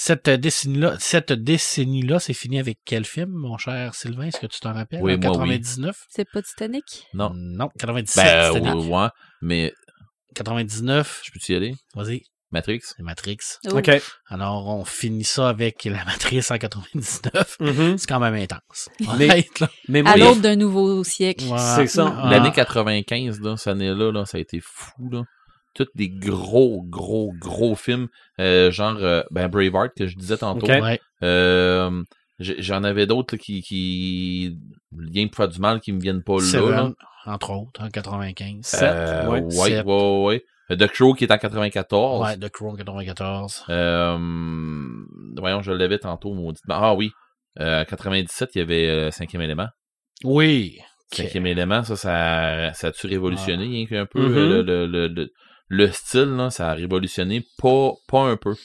Speaker 3: Cette euh, décennie-là, cette décennie-là, c'est fini avec quel film, mon cher Sylvain? Est-ce que tu t'en rappelles?
Speaker 4: Oui,
Speaker 3: En
Speaker 4: moi, oui.
Speaker 3: 99?
Speaker 5: C'est pas Titanic?
Speaker 4: Non.
Speaker 3: Non, 97.
Speaker 4: Ben,
Speaker 3: c'était
Speaker 4: ouais,
Speaker 3: dans-
Speaker 4: ouais, mais
Speaker 3: 99.
Speaker 4: je peux-tu y aller
Speaker 3: Vas-y,
Speaker 4: Matrix
Speaker 3: c'est Matrix.
Speaker 5: Oh.
Speaker 1: OK.
Speaker 3: Alors, on finit ça avec la matrice en 99.
Speaker 1: Mhm.
Speaker 3: C'est quand même intense.
Speaker 1: Mais-
Speaker 3: Honnête, là.
Speaker 1: Mais moi,
Speaker 5: À
Speaker 4: Oui.
Speaker 5: l'aube d'un nouveau siècle.
Speaker 1: C'est ça.
Speaker 3: Ah.
Speaker 4: L'année 95, là, cette année-là, là, ça a été fou. Là. Tous des gros, gros, gros films, euh, genre euh, ben, Braveheart que je disais tantôt.
Speaker 1: Ok.
Speaker 3: Ouais.
Speaker 4: Euh, j'ai- J'en avais d'autres là, qui, qui. Lien pour faire du mal qui me viennent pas là.
Speaker 3: Seven,
Speaker 4: là.
Speaker 3: entre autres, en 95.
Speaker 1: Sept,
Speaker 4: Euh,
Speaker 1: ouais.
Speaker 4: ouais,
Speaker 3: Sept.
Speaker 4: ouais, ouais. Euh, The Crow qui est en 94.
Speaker 3: Ouais, The Crow en 94.
Speaker 4: Euh, voyons, je l'avais tantôt, mauditement. Ah oui. Euh, 97, il y avait euh, cinquième élément.
Speaker 3: Oui. Ok. Ah.
Speaker 4: Cinquième élément, ça, ça, ça a-tu révolutionné rien qu'un peu
Speaker 3: Mm-hmm.
Speaker 1: Mhm.
Speaker 4: euh, le, le, le, le- le style, là, ça a révolutionné pas, pas un peu.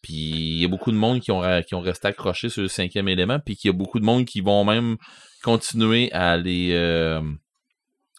Speaker 4: Puis il y a beaucoup de monde qui ont, ra- qui ont resté accrochés sur le cinquième élément, puis qu'il y a beaucoup de monde qui vont même continuer à les, euh,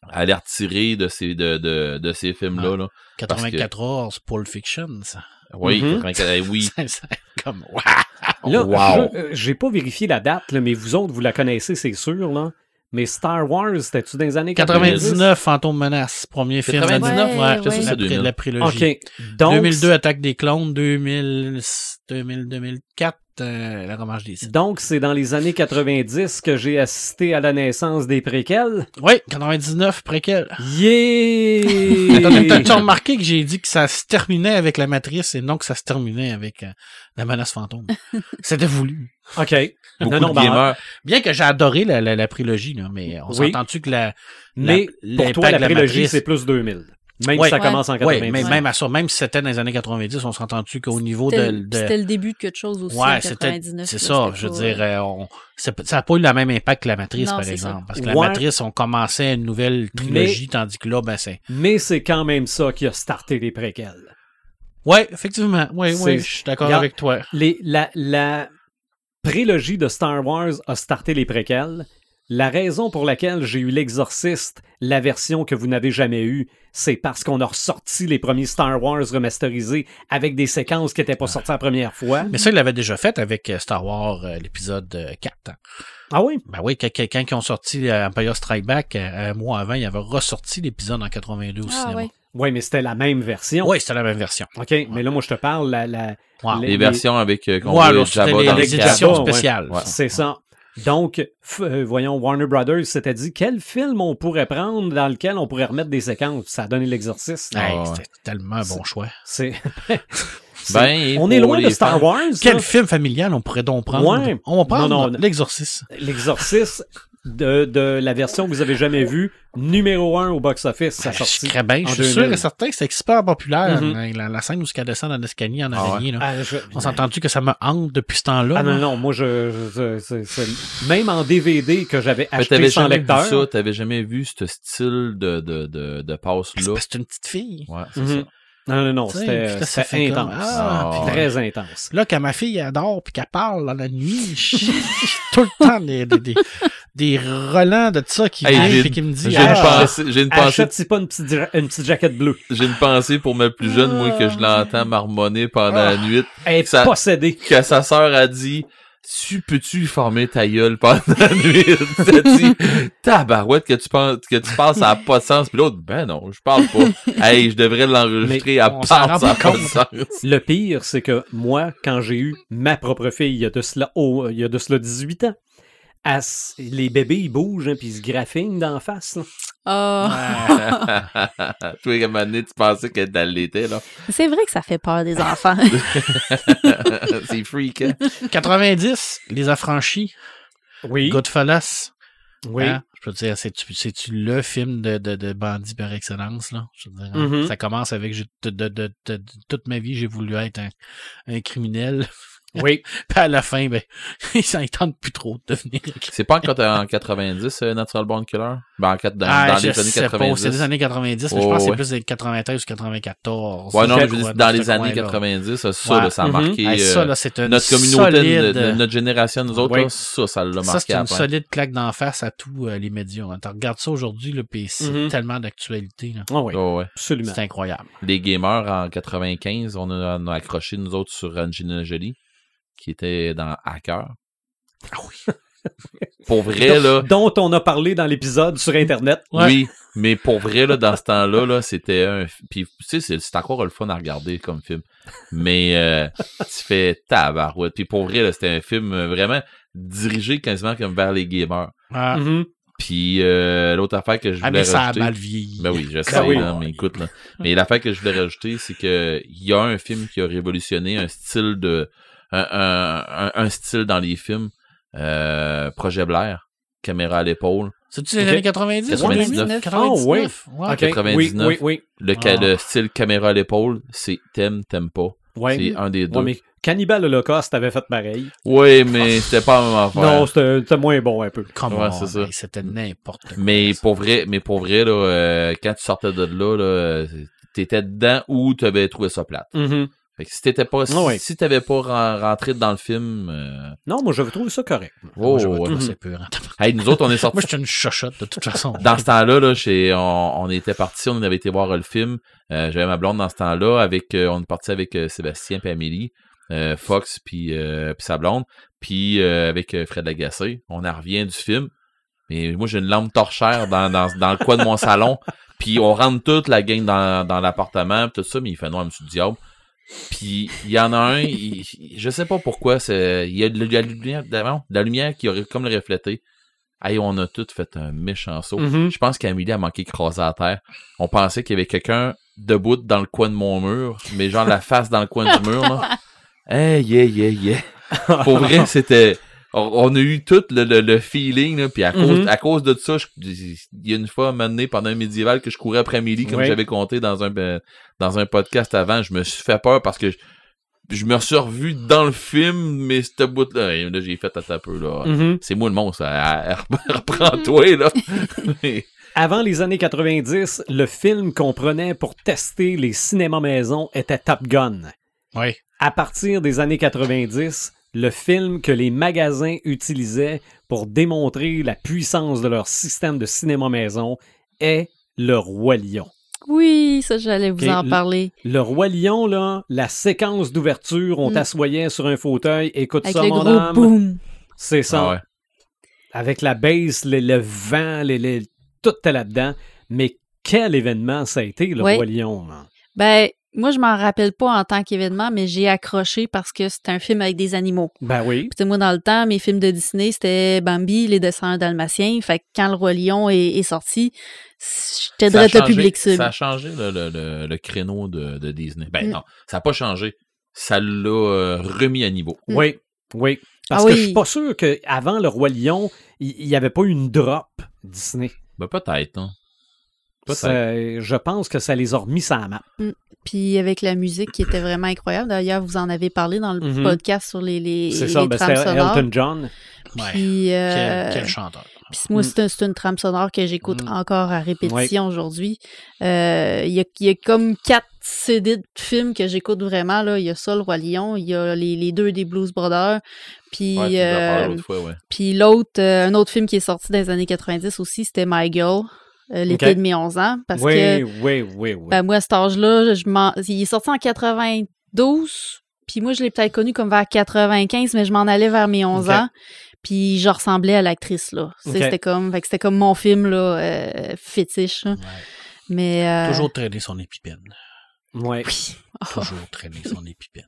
Speaker 4: à les retirer de ces, de, de, de ces films-là.
Speaker 3: Ouais.
Speaker 4: là.
Speaker 3: 94, Pulp Fiction, ça.
Speaker 4: Oui,
Speaker 1: Mhm.
Speaker 4: 84, eh oui.
Speaker 3: [LAUGHS] C'est- c'est comme, ouais.
Speaker 1: Là,
Speaker 4: Wow.
Speaker 1: je- euh, j'ai pas vérifié la date, là, mais vous autres, vous la connaissez, c'est sûr, là. Mais Star Wars, c'était-tu dans les années
Speaker 3: 99, Fantôme Menace, premier film.
Speaker 4: 99,
Speaker 5: ouais,
Speaker 3: ouais,
Speaker 5: je sais,
Speaker 4: c'est
Speaker 3: la,
Speaker 4: 2000.
Speaker 3: la prélogie.
Speaker 1: OK. Donc,
Speaker 3: 2002, Attaque des clones, 2000, 2000 2004, euh, La Remanche des Sith.
Speaker 1: Donc, c'est dans les années 90 que j'ai assisté à la naissance des préquels.
Speaker 3: Oui, 99, préquel.
Speaker 1: Yeah!
Speaker 3: T'as-tu remarqué que j'ai dit que ça se terminait avec la matrice et non que ça se terminait avec euh, la menace fantôme? C'était voulu.
Speaker 1: OK.
Speaker 4: Beaucoup
Speaker 1: Non, non,
Speaker 4: de
Speaker 1: ben,
Speaker 4: gamers.
Speaker 3: bah, Bien que j'ai adoré la, la, la prélogie, là, mais on
Speaker 1: Oui.
Speaker 3: s'entend-tu que la,
Speaker 1: Mais
Speaker 3: la,
Speaker 1: pour toi, la
Speaker 3: l'impact de
Speaker 1: prélogie,
Speaker 3: matrice-
Speaker 1: c'est plus 2000. Même
Speaker 3: Ouais.
Speaker 1: si ça commence en
Speaker 3: Ouais,
Speaker 1: 90.
Speaker 3: mais
Speaker 5: Ouais.
Speaker 3: même à ça, même si c'était dans les années 90, on s'entend-tu qu'au niveau
Speaker 5: C'était
Speaker 3: de...
Speaker 5: le-
Speaker 3: de-
Speaker 5: c'était le début de quelque chose aussi. en
Speaker 3: Ouais, c'était...
Speaker 5: 99, là,
Speaker 3: C'est ça,
Speaker 5: c'était
Speaker 3: je veux
Speaker 5: pas-
Speaker 3: dire, euh, on- c'est p- ça n'a pas eu le même impact que la matrice,
Speaker 5: Non,
Speaker 3: par
Speaker 5: c'est
Speaker 3: exemple.
Speaker 5: ça.
Speaker 3: Parce que la
Speaker 1: Ouais.
Speaker 3: matrice, on commençait une nouvelle trilogie, tandis que là, ben c'est...
Speaker 1: Mais c'est quand même ça qui a starté les préquels.
Speaker 3: Ouais, effectivement, ouais,
Speaker 1: C'est-
Speaker 3: ouais, je suis d'accord
Speaker 1: Regarde,
Speaker 3: avec toi.
Speaker 1: Les- la, la prélogie de Star Wars a starté les préquels. La raison pour laquelle j'ai eu l'exorciste, la version que vous n'avez jamais eue, c'est parce qu'on a ressorti les premiers Star Wars remasterisés avec des séquences qui
Speaker 5: Mm-hmm.
Speaker 1: n'étaient pas sorties la première fois.
Speaker 3: Mais ça, il l'avait déjà fait avec euh, Star Wars, euh, l'épisode euh, 4. hein.
Speaker 1: Ah oui?
Speaker 3: Ben oui, quand, quand- quand ils ont sorti euh, Empire Strike Back, euh, un mois avant, ils avaient ressorti l'épisode en 82 euh, au
Speaker 5: Ah
Speaker 3: cinéma.
Speaker 5: ouais.
Speaker 1: Oui, mais c'était la même version.
Speaker 3: Oui, c'était la même version.
Speaker 1: OK, mais là, moi, je te parle, la, la- [LAUGHS]
Speaker 3: Wow.
Speaker 1: Les-
Speaker 4: Les versions avec euh, qu'on
Speaker 3: Ouais,
Speaker 4: voit
Speaker 3: alors,
Speaker 4: Jabba
Speaker 3: c'était les-
Speaker 4: dans le
Speaker 3: les
Speaker 4: cadre.
Speaker 3: éditions
Speaker 1: Ah, ouais.
Speaker 3: spéciales.
Speaker 4: Ouais.
Speaker 1: c'est ça. Donc, f- euh, voyons, Warner Brothers s'était dit quel film on pourrait prendre dans lequel on pourrait remettre des séquences. Ça a donné l'exercice.
Speaker 3: Hey,
Speaker 4: ouais.
Speaker 3: C'était tellement un bon choix.
Speaker 1: C'est. c'est-
Speaker 4: Ben, et
Speaker 1: on est
Speaker 4: pour
Speaker 1: loin
Speaker 4: les
Speaker 1: de Star
Speaker 4: fans-
Speaker 1: Wars.
Speaker 3: Quel
Speaker 1: là.
Speaker 3: film familial on pourrait donc prendre?
Speaker 1: Ouais.
Speaker 3: On va prendre
Speaker 1: Non, non,
Speaker 3: l'exorcisme.
Speaker 1: L'exorciste de, de la version que vous avez jamais vue, numéro un au box-office, ça
Speaker 3: Ah, Ben, Je suis
Speaker 1: sortit.
Speaker 3: très bien.
Speaker 1: en
Speaker 3: Je suis sûr
Speaker 1: 2000.
Speaker 3: et certain que c'est super populaire.
Speaker 1: Mhm.
Speaker 3: hein, la, la scène où ce qu'elle descend dans l'escalier en
Speaker 4: Ah ouais.
Speaker 3: araignée. là.
Speaker 1: Ah, je-
Speaker 3: On s'est entendu que ça me hante depuis ce temps-là.
Speaker 1: Ah non,
Speaker 3: là.
Speaker 1: non, moi, je, je- je- c'est- c'est- même en DVD que j'avais
Speaker 4: Mais
Speaker 1: acheté
Speaker 4: t'avais
Speaker 1: sans
Speaker 4: jamais vu
Speaker 1: lecteur.
Speaker 4: ça, t'avais jamais vu ce style de, de, de, de
Speaker 3: C'est
Speaker 4: passe-là.
Speaker 3: parce que c'est une petite fille.
Speaker 4: Ouais, c'est
Speaker 1: Mhm.
Speaker 4: ça.
Speaker 1: Non, non, non,
Speaker 3: Tu sais, puis
Speaker 1: c'était
Speaker 3: là, ça
Speaker 1: c'était
Speaker 3: fait comme,
Speaker 1: intense.
Speaker 3: ah,
Speaker 4: Ah,
Speaker 3: puis là,
Speaker 1: Très intense.
Speaker 3: Là, quand ma fille adore puis qu'elle parle dans la nuit, j'ai tout le temps des, des, des, des relents de ça qui
Speaker 4: Hey,
Speaker 3: viennent
Speaker 4: j'ai-
Speaker 3: puis qui me disent
Speaker 4: J'ai
Speaker 3: ah,
Speaker 4: une pensée, j'ai une pensée,
Speaker 1: Achète-y pas une petite, dra- une petite jaquette bleue.
Speaker 4: j'ai une pensée pour ma plus jeune, moi, que je
Speaker 1: Ah,
Speaker 4: l'entends marmonner pendant la nuit.
Speaker 1: Elle est
Speaker 4: Ça-
Speaker 1: possédée.
Speaker 4: que sa sœur a dit tu peux-tu former ta gueule pendant la nuit T'as dit tabarouette que tu penses que tu penses ça a pas de sens puis l'autre ben non je parle pas hey je devrais l'enregistrer à
Speaker 3: on s'en
Speaker 4: part
Speaker 3: rend
Speaker 4: ça a
Speaker 3: pas
Speaker 4: pas de sens
Speaker 1: Le pire, c'est que moi, quand j'ai eu ma propre fille, il y a de cela, oh, il y a de cela 18 ans, elle s- les bébés, ils bougent, hein, puis ils se graffinent d'en face. là.
Speaker 5: Ah.
Speaker 4: [LAUGHS] toi comme année tu pensais que elle l'était là [LAUGHS]
Speaker 5: C'est vrai que ça fait peur des enfants.
Speaker 4: c'est freak hein?
Speaker 3: 90, les affranchis,
Speaker 1: Oui,
Speaker 3: Goodfellas.
Speaker 1: oui.
Speaker 3: Hein? Je veux dire, c'est-tu, c'est-tu le film de, de, de bandit par excellence, là? Je veux dire, hein?
Speaker 1: Mhm.
Speaker 3: ça commence avec j'ai- de, de- de- de- de- toute ma vie, j'ai voulu être un, un criminel. [LAUGHS]
Speaker 1: Oui,
Speaker 3: Puis à la fin, ben, [LAUGHS] ils s'en tentent plus trop de devenir un criminel.
Speaker 4: c'est pas encore en 90 euh, Natural Born Killer ben en quatre- dans, dans
Speaker 3: Ah, je
Speaker 4: les années
Speaker 3: sais pas,
Speaker 4: 90
Speaker 3: c'est des années 90, mais je
Speaker 4: Oh,
Speaker 3: pense que c'est
Speaker 4: ouais.
Speaker 3: plus des 93 ou 94.
Speaker 4: ouais non mais
Speaker 3: Ouais,
Speaker 4: je veux dire,
Speaker 3: ouais,
Speaker 4: dans
Speaker 3: ce
Speaker 4: les années
Speaker 3: coin-là.
Speaker 4: 90 ça, ça, là,
Speaker 3: Ouais. Mm-hmm.
Speaker 4: ça a
Speaker 1: Mhm.
Speaker 4: marqué
Speaker 3: Hey,
Speaker 4: euh,
Speaker 3: ça, là, c'est une
Speaker 4: notre communauté, de-
Speaker 3: solide-
Speaker 4: de- notre génération, nous autres,
Speaker 1: Oui.
Speaker 4: là, ça, ça l'a marqué
Speaker 3: Ça, c'est
Speaker 4: à
Speaker 3: une
Speaker 4: la fin.
Speaker 3: solide claque d'en face à tous euh, les médias. hein. Tu regardes ça aujourd'hui, là, puis c'est
Speaker 1: Mhm.
Speaker 3: tellement d'actualité. là.
Speaker 1: Ah oui,
Speaker 4: Ouais, ouais.
Speaker 1: absolument.
Speaker 3: C'est incroyable.
Speaker 4: Les gamers en 95, on a, on a accroché nous autres sur Angelina Jolie, qui était dans Hacker.
Speaker 3: Ah oui.
Speaker 4: [LAUGHS] Pour vrai, là,
Speaker 1: Dont on a parlé dans l'épisode sur Internet.
Speaker 3: Ouais.
Speaker 4: oui, mais pour vrai, là, dans ce temps-là, là, c'était un. Puis, tu sais, c'est- c'est encore le fun à regarder comme film. Mais euh, tu fais tabarouette. Puis pour vrai, là, c'était un film euh, vraiment dirigé quasiment comme vers les gamers.
Speaker 3: Ah,
Speaker 1: Mhm.
Speaker 4: Puis euh, l'autre affaire que je voulais
Speaker 3: ah, mais ça a
Speaker 4: rajouter-
Speaker 3: mal vieilli.
Speaker 4: Ben oui, je sais,
Speaker 1: oui.
Speaker 4: là, mais écoute, là. Mais l'affaire que je voulais rajouter, c'est que il y a un film qui a révolutionné un style de. un, un- un- un style dans les films. euh, Projet Blair, caméra à l'épaule.
Speaker 3: C'est-tu les
Speaker 1: Ok. Ah,
Speaker 3: années 90?
Speaker 4: 99.
Speaker 3: 99. ouais.
Speaker 1: OK,
Speaker 4: 99.
Speaker 1: Oui, oui,
Speaker 4: Le, ca-
Speaker 3: Ah.
Speaker 4: le style caméra à l'épaule, c'est t'aimes, t'aimes pas.
Speaker 1: oui. Ouais.
Speaker 4: C'est un des deux.
Speaker 1: Ouais,
Speaker 4: Oui,
Speaker 1: mais Cannibal Holocaust avait fait pareil.
Speaker 4: mais, c'était pas la même affaire.
Speaker 1: Non, c'était c'était moins bon un peu.
Speaker 3: Come
Speaker 4: Ouais,
Speaker 3: on,
Speaker 4: c'est ça.
Speaker 3: hey, C'était n'importe quoi.
Speaker 4: Mais
Speaker 3: ça.
Speaker 4: pour vrai, mais pour vrai, là, euh, quand tu sortais de là, là euh, t'étais dedans ou t'avais trouvé ça plate.
Speaker 1: Mhm.
Speaker 4: Fait que si t'étais pas, si,
Speaker 1: Ah ouais.
Speaker 4: si t'avais pas ren- rentré dans le film, euh,
Speaker 1: Non, moi, je trouve ça correct.
Speaker 4: oh,
Speaker 3: Moi, je vais
Speaker 4: ouais.
Speaker 3: trouver
Speaker 1: Mm-hmm.
Speaker 3: ça épurant.
Speaker 4: Hey, nous autres, on est sortis.
Speaker 3: hein. Moi, je suis une chochotte, de toute façon.
Speaker 4: Dans ce temps-là, là, chez, on, on était partis, on avait été voir euh, le film. Euh, J'avais ma blonde dans ce temps-là. Avec, euh, on est parti avec euh, Sébastien puis Amélie, euh, Fox puis, euh, puis sa blonde, puis euh, avec euh, Fred Lagacé. On en revient du film. Mais moi, j'ai une lampe torchère dans, dans, dans le coin de mon salon. Puis on rentre toute la gang dans, dans l'appartement, puis tout ça, mais il fait noir, monsieur diable. Puis il y en a un, il- il- je sais pas pourquoi, c'est il y a de la lumière, de la lumière qui aurait comme le reflété. Hey, on a tous fait un méchant saut.
Speaker 1: Mhm.
Speaker 4: Je pense qu'Amélie a manqué croiser à terre. On pensait qu'il y avait quelqu'un debout dans le coin de mon mur, mais genre la face dans le coin du
Speaker 1: [LAUGHS]
Speaker 4: mur. Là. Hey, yeah, yeah, yeah. Pour vrai, c'était. On on a eu tout le, le- le feeling, là, puis à, cause,
Speaker 1: Mhm.
Speaker 4: à cause de ça, je- il y a une fois, m'amener pendant un médiéval, que je courais après Amélie, comme
Speaker 1: Oui.
Speaker 4: j'avais compté dans un, euh, dans un podcast avant, je me suis fait peur parce que je, je me suis revu dans le film, mais ce bout-là, et là, j'ai fait à peu, là.
Speaker 1: Mhm.
Speaker 4: C'est moi le monstre, elle- elle- [LAUGHS] reprends-toi,
Speaker 5: [LAUGHS]
Speaker 4: là. Mais-
Speaker 1: Avant les années 90, le film qu'on prenait pour tester les cinémas maison était Top Gun.
Speaker 3: Oui.
Speaker 1: À partir des années 90, le film que les magasins utilisaient pour démontrer la puissance de leur système de cinéma maison est Le Roi Lion.
Speaker 5: oui, ça, j'allais vous
Speaker 1: Ok,
Speaker 5: en
Speaker 1: le-
Speaker 5: parler.
Speaker 1: Le Roi Lion, là, la séquence d'ouverture, on
Speaker 5: Mm.
Speaker 1: t'assoyait sur un fauteuil, écoute
Speaker 5: Avec
Speaker 1: ça,
Speaker 5: le
Speaker 1: mon
Speaker 5: gros
Speaker 1: homme.
Speaker 5: boom.
Speaker 1: C'est ça.
Speaker 4: Ah ouais.
Speaker 1: avec la base, le, le vent, les- les- tout était là-dedans. Mais quel événement ça a été, le
Speaker 5: Oui.
Speaker 1: Roi Lion. là.
Speaker 5: Ben, moi, je m'en rappelle pas en tant qu'événement, mais j'ai accroché parce que c'est un film avec des animaux.
Speaker 1: Ben oui.
Speaker 5: Puis, tu sais, moi, dans le temps, mes films de Disney, c'était Bambi, Les Dessins Dalmatiens. Fait que quand Le Roi Lion est, est sorti, j'étais
Speaker 4: Ça a
Speaker 5: direct le
Speaker 4: changé-
Speaker 5: public sub.
Speaker 4: Ça a changé le, le- le- le créneau de, de Disney. Ben
Speaker 5: Mm.
Speaker 4: non, ça n'a pas changé. Ça l'a euh, remis à niveau.
Speaker 5: Mm.
Speaker 1: Oui, oui. Parce
Speaker 5: Ah
Speaker 1: que
Speaker 5: oui.
Speaker 1: je suis pas sûr qu'avant le Roi Lion, il n'y avait pas une drop Disney.
Speaker 4: Ben peut-être, hein. Peut-être.
Speaker 1: Ça- je pense que ça les a remis sur la map.
Speaker 5: Puis avec la musique qui était vraiment incroyable. D'ailleurs, vous en avez parlé dans le
Speaker 1: Mhm.
Speaker 5: podcast sur les, les,
Speaker 1: C'est
Speaker 5: les
Speaker 1: ça, ben,
Speaker 5: trames
Speaker 1: c'était
Speaker 5: sonores.
Speaker 1: Elton John.
Speaker 3: Ouais.
Speaker 5: Puis, euh,
Speaker 3: Quel, quel chanteur.
Speaker 5: Puis moi,
Speaker 1: Mm.
Speaker 5: c'est un- c'est une trame sonore que j'écoute
Speaker 3: Mm.
Speaker 5: encore à répétition aujourd'hui. Euh, Il y, a, il y a comme quatre CD de films que j'écoute vraiment. là. Il y a ça, Le Roi Lion, il y a les, les deux des Blues Brothers, puis
Speaker 4: Ouais, tu nous en
Speaker 5: euh,
Speaker 4: parlais l'autre fois, ouais.
Speaker 5: puis l'autre, euh, un autre film qui est sorti dans les années 90 aussi, c'était My Girl, euh, l'été
Speaker 1: Ok.
Speaker 5: de mes 11 ans, parce
Speaker 1: oui,
Speaker 5: que
Speaker 1: oui, oui, oui.
Speaker 5: ben, moi, à cet âge-là, je m'en- il est sorti en 92, puis moi, je l'ai peut-être connu comme vers 95, mais je m'en allais vers mes 11
Speaker 1: Ok.
Speaker 5: ans, puis je ressemblais à l'actrice, là. Tu sais,
Speaker 1: Ok.
Speaker 5: C'était comme, fait que c'était comme mon film, là, euh, fétiche, là.
Speaker 3: Ouais.
Speaker 5: mais... euh,
Speaker 3: Toujours traîner son épipène.
Speaker 1: Ouais.
Speaker 5: Oui. Oh,
Speaker 3: Toujours traîner son épipène.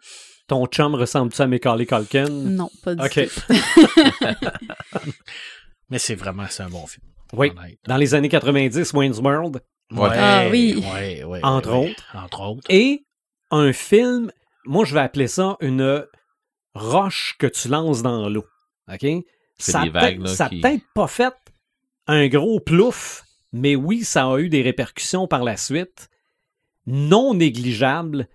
Speaker 1: Ton chum ressemble-tu à Macaulay Culkin?
Speaker 5: non, pas du
Speaker 1: OK.
Speaker 5: tout.
Speaker 3: Mais c'est vraiment, c'est un bon film.
Speaker 1: Oui.
Speaker 3: honnête.
Speaker 1: Dans les années 90, Wayne's World.
Speaker 4: Ouais.
Speaker 5: Ah oui.
Speaker 3: ouais, ouais,
Speaker 1: Entre
Speaker 3: ouais, ouais.
Speaker 1: autres.
Speaker 3: Entre autres.
Speaker 1: Et un film, moi, je vais appeler ça une roche que tu lances dans l'eau. OK?
Speaker 4: C'est
Speaker 1: Ça a
Speaker 4: des vagues,
Speaker 1: peut-être-
Speaker 4: là,
Speaker 1: ça a
Speaker 4: qui-
Speaker 1: peut-être pas fait un gros plouf, mais oui, ça a eu des répercussions par la suite. Non négligeables.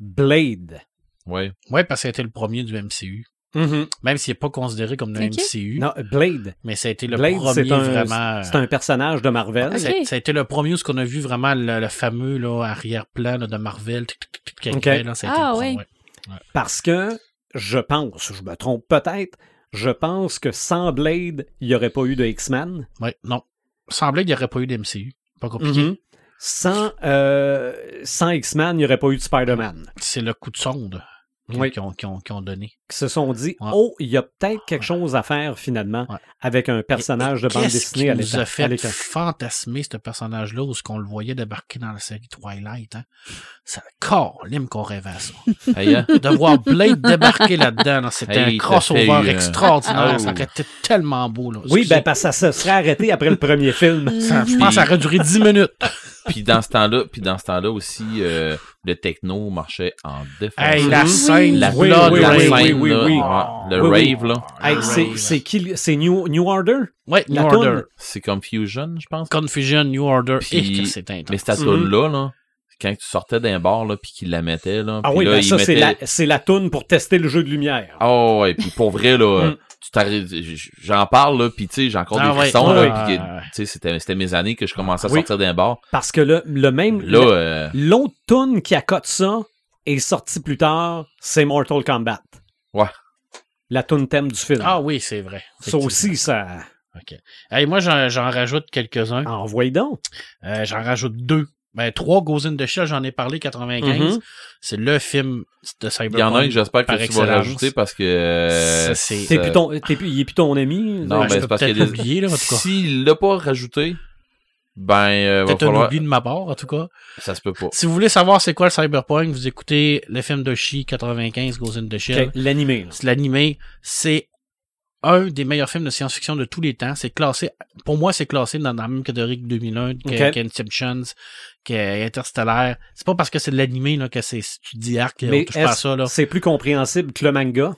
Speaker 1: Blade.
Speaker 5: [LAUGHS]
Speaker 4: Ouais.
Speaker 3: Ouais, parce que c'était le premier du MCU.
Speaker 4: Mm-hmm.
Speaker 3: Même s'il n'est pas considéré comme le
Speaker 5: Ok.
Speaker 3: MCU,
Speaker 1: Non, Blade.
Speaker 3: mais ça a été le
Speaker 1: Blade,
Speaker 3: premier
Speaker 1: c'est un,
Speaker 4: Euh.
Speaker 3: vraiment. euh,
Speaker 1: c'est un personnage de Marvel.
Speaker 5: Ok.
Speaker 3: Ça- Ça a été le premier où ce qu'on a vu vraiment le, le fameux là, arrière-plan là, de Marvel. tic, tic, tic, tic,
Speaker 1: Ok.
Speaker 3: après, là, ça a été
Speaker 5: Ah
Speaker 3: le premier,
Speaker 5: oui.
Speaker 3: ouais.
Speaker 1: Parce que je pense, je me trompe peut-être, je pense que sans Blade, il n'y aurait pas eu de X-Men.
Speaker 3: Ouais, non. Semblait qu'il n'y aurait pas eu d'MCU. Pas compliqué.
Speaker 1: Mhm. Sans, euh, sans X-Men, il n'y aurait pas eu de Spider-Man.
Speaker 3: C'est le coup de sonde qu'ils
Speaker 1: Oui.
Speaker 3: qu'ils ont, qu'ils ont- qu'ils ont donné.
Speaker 1: Qui se sont dit,
Speaker 3: Ouais.
Speaker 1: oh, il y a peut-être quelque chose à faire finalement
Speaker 3: Ouais.
Speaker 1: avec un personnage de bande
Speaker 3: Qu'est-ce
Speaker 1: dessinée
Speaker 3: qui
Speaker 1: à
Speaker 3: nous
Speaker 1: l'éta-
Speaker 3: a
Speaker 1: à
Speaker 3: fait
Speaker 1: l'écran.
Speaker 3: fantasmer ce personnage-là où ce qu'on le voyait débarquer dans la série Twilight. Hein? Ça corlime qu'on rêvait à ça.
Speaker 4: Hey, hein?
Speaker 3: De voir Blade débarquer là-dedans, là, c'était
Speaker 4: Hey,
Speaker 3: un
Speaker 4: il t'a fait
Speaker 3: crossover
Speaker 4: eu, euh,
Speaker 3: extraordinaire.
Speaker 4: oh.
Speaker 3: Ça aurait été tellement beau. Là.
Speaker 1: Oui,
Speaker 3: Excusez.
Speaker 1: ben, parce que ça se serait arrêté après le premier film.
Speaker 3: Ça- je pense que ça aurait duré 10 minutes.
Speaker 4: Puis dans ce temps-là, puis dans ce temps-là aussi, euh, le techno marchait en défense.
Speaker 3: [LAUGHS] Hey, la
Speaker 1: Oui.
Speaker 3: scène,
Speaker 4: Mhm. La
Speaker 1: Oui,
Speaker 3: blood, Ah.
Speaker 1: oui,
Speaker 4: la
Speaker 1: oui,
Speaker 4: scène,
Speaker 1: oui, oui,
Speaker 4: là,
Speaker 1: oui.
Speaker 4: ouais, le
Speaker 1: Oui, oui.
Speaker 4: rave, là,
Speaker 1: Hey,
Speaker 3: [LAUGHS] Ouais.
Speaker 1: c'est- c'est qui- c'est New, New Order?
Speaker 3: Ouais, New
Speaker 1: La
Speaker 3: Order.
Speaker 4: c'est comme Fusion, je pense.
Speaker 3: Confusion, New Order.
Speaker 4: Puis-
Speaker 3: et que c'est intense.
Speaker 4: Mais cette
Speaker 3: Mhm.
Speaker 4: toune-là, là, quand tu sortais d'un bar, là, puis qu'il la mettait, là,
Speaker 1: Ah
Speaker 4: puis
Speaker 1: oui,
Speaker 4: là,
Speaker 1: ben
Speaker 4: il
Speaker 1: ça, c'est
Speaker 4: mettait-
Speaker 1: la, c'est la toune pour tester le jeu de lumière.
Speaker 4: Ah ouais, puis pour vrai,
Speaker 3: [LAUGHS]
Speaker 4: là, tu t'arrives- j- j'en parle, là, puis tu sais, j'ai encore
Speaker 3: Mm. Ah
Speaker 4: des
Speaker 3: ouais,
Speaker 4: frissons,
Speaker 1: ouais,
Speaker 4: là, puis,
Speaker 3: ouais, ouais.
Speaker 4: tu sais, c'était c'était mes années que je commençais à
Speaker 1: Oui.
Speaker 4: sortir d'un bar.
Speaker 1: Parce que le, le même.
Speaker 4: Là, euh,
Speaker 1: L'autre tune qui accote ça est sortie plus tard, c'est Mortal Kombat.
Speaker 4: Ouais.
Speaker 1: La tune thème du film.
Speaker 3: Ah oui, c'est vrai.
Speaker 1: ça aussi, ça
Speaker 3: OK. Hey, moi, j'en j'en rajoute quelques-uns.
Speaker 1: envoie Ah, donc.
Speaker 3: Euh, j'en rajoute deux. Ben, trois Goes in the Shell, j'en ai parlé, 95.
Speaker 1: Mhm.
Speaker 3: C'est le film
Speaker 4: il y
Speaker 3: de
Speaker 4: en
Speaker 3: Cyberpunk.
Speaker 4: a un que j'espère que
Speaker 3: par
Speaker 4: tu vas
Speaker 3: excellence.
Speaker 4: rajouter parce que. euh,
Speaker 3: Ça, c'est-
Speaker 1: T'es plus ton, t'es plus- il est plus ton ami.
Speaker 4: Non, ben,
Speaker 3: Ouais, je
Speaker 4: c'est
Speaker 3: peux
Speaker 4: parce qu'il y a
Speaker 3: peut-être
Speaker 4: des-
Speaker 3: l'oublier, là, en tout cas.
Speaker 4: S'il l'a pas rajouté, ben, euh, va
Speaker 3: Peut-être un
Speaker 4: falloir.
Speaker 3: oubli de ma part, en tout cas.
Speaker 4: Ça se peut pas.
Speaker 3: Si vous voulez savoir c'est quoi le Cyberpunk, vous écoutez le film de Chi 95, Goes in the
Speaker 1: Ok,
Speaker 3: Shell.
Speaker 1: L'animé. là.
Speaker 3: C'est l'animé. C'est un des meilleurs films de science-fiction de tous les temps. C'est classé, pour moi, c'est classé dans dans la même catégorie que 2001, que,
Speaker 1: Ok.
Speaker 3: que Inceptions, que Interstellar. C'est pas parce que c'est de l'animé, là, que c'est, si tu te dis arc,
Speaker 1: Mais
Speaker 3: on touche pas à
Speaker 1: est-ce-
Speaker 3: ça, là. [LAUGHS]
Speaker 1: c'est plus compréhensible que le manga.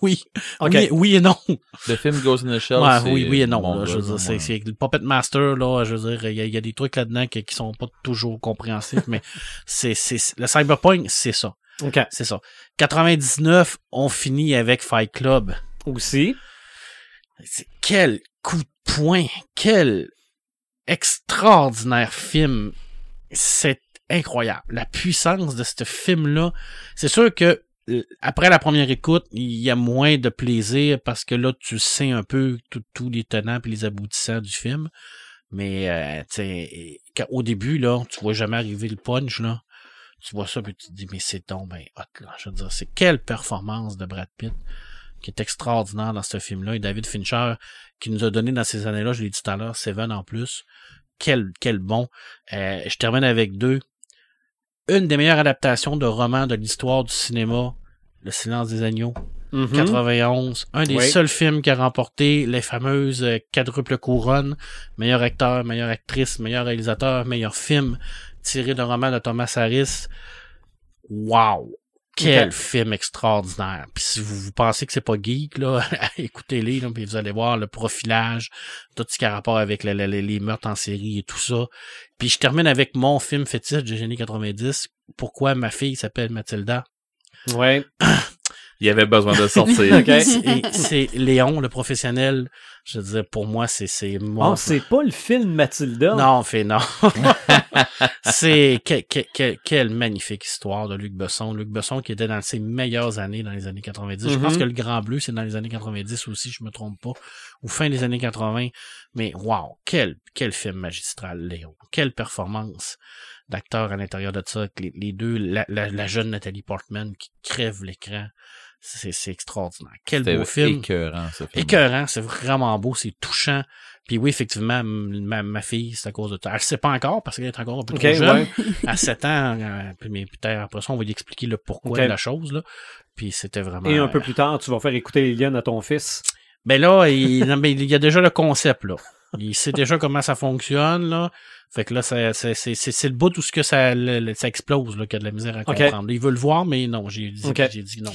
Speaker 3: Oui.
Speaker 1: Ok.
Speaker 3: Oui, oui et non.
Speaker 4: Le film Ghost in the Shell.
Speaker 3: Ouais,
Speaker 4: c'est
Speaker 3: oui, oui et non.
Speaker 4: mon
Speaker 3: là, je
Speaker 4: gars,
Speaker 3: veux dire,
Speaker 4: moi.
Speaker 3: c'est, c'est le Puppet Master, là, je veux dire, il y, a- il y a des trucs là-dedans qui, qui sont pas toujours compréhensifs, mais [LAUGHS] c'est, c'est, le cyberpunk, c'est ça.
Speaker 1: OK.
Speaker 3: C'est ça. 99, on finit avec Fight Club.
Speaker 1: Aussi.
Speaker 3: C'est- Quel coup de poing, quel extraordinaire film. C'est incroyable. La puissance de ce film-là. C'est sûr que euh, après la première écoute, il y a moins de plaisir parce que là, tu sais un peu tout- tous les tenants et les aboutissants du film. Mais euh, tu sais, quand- au début, là, tu vois jamais arriver le punch, là. Tu vois ça, puis tu te dis, mais c'est donc ben hot, là. Je veux dire, c'est quelle performance de Brad Pitt. qui est extraordinaire dans ce film-là, et David Fincher, qui nous a donné dans ces années-là, je l'ai dit tout à l'heure, Seven en plus. Quel, quel bon. Euh, je termine avec deux. Une des meilleures adaptations de romans de l'histoire du cinéma, Le silence des agneaux,
Speaker 1: Mhm.
Speaker 3: 91, un des
Speaker 1: Oui.
Speaker 3: seuls films qui a remporté les fameuses euh, quadruples couronnes, meilleur acteur, meilleure actrice, meilleur réalisateur, meilleur film, tiré d'un roman de Thomas Harris. Wow! Quel film extraordinaire! Puis si vous, vous pensez que c'est pas geek, là, [LAUGHS] écoutez-les, là, puis vous allez voir le profilage, tout ce qui a rapport avec la- la- la- les meurtres en série et tout ça. Puis je termine avec mon film fétiche de Génie 90, Pourquoi ma fille s'appelle Mathilda.
Speaker 1: Ouais.
Speaker 4: Il y avait besoin de sortir. [LAUGHS]
Speaker 1: OK.
Speaker 3: Et c'est Léon, le professionnel. Je veux dire, pour moi, c'est c'est mon.
Speaker 1: Oh, c'est pas le film Mathilda.
Speaker 3: non, fait non. [LAUGHS] c'est que- que- que- quelle magnifique histoire de Luc Besson. Luc Besson qui était dans ses meilleures années dans les années 90. Je
Speaker 1: Mhm.
Speaker 3: pense que le Grand Bleu, c'est dans les années 90 aussi, je me trompe pas, ou fin des années 80. Mais wow, quel quel film magistral, Léon. Quelle performance d'acteur à l'intérieur de ça. avec Les, les deux, la, la- la jeune Nathalie Portman qui crève l'écran. C'est c'est extraordinaire. Quel
Speaker 4: C'était
Speaker 3: beau film
Speaker 4: écœurant, ce film.
Speaker 3: écœurant, c'est vraiment beau, c'est touchant. Puis oui, effectivement, m- ma, ma fille, c'est à cause de ça. Elle ne sait pas encore parce qu'elle est encore un peu
Speaker 1: Ok,
Speaker 3: trop jeune.
Speaker 1: ouais.
Speaker 3: À 7 ans, euh, puis- mais peut-être après ça, on va lui expliquer le pourquoi
Speaker 1: Ok.
Speaker 3: de la chose. Là. Puis c'était vraiment.
Speaker 1: Et un peu plus tard, tu vas faire écouter Eliane à ton fils.
Speaker 3: Mais là, il, non, mais il y a déjà le concept, là. Il sait déjà comment ça fonctionne, là. Fait que là, ça- c'est c'est- c'est- c'est le bout où ce que ça, le- le- ça explose, là, qu'il y a de la misère à
Speaker 1: Ok.
Speaker 3: comprendre. Il veut le voir, mais non, j'ai dit,
Speaker 1: Ok.
Speaker 3: j'ai dit non.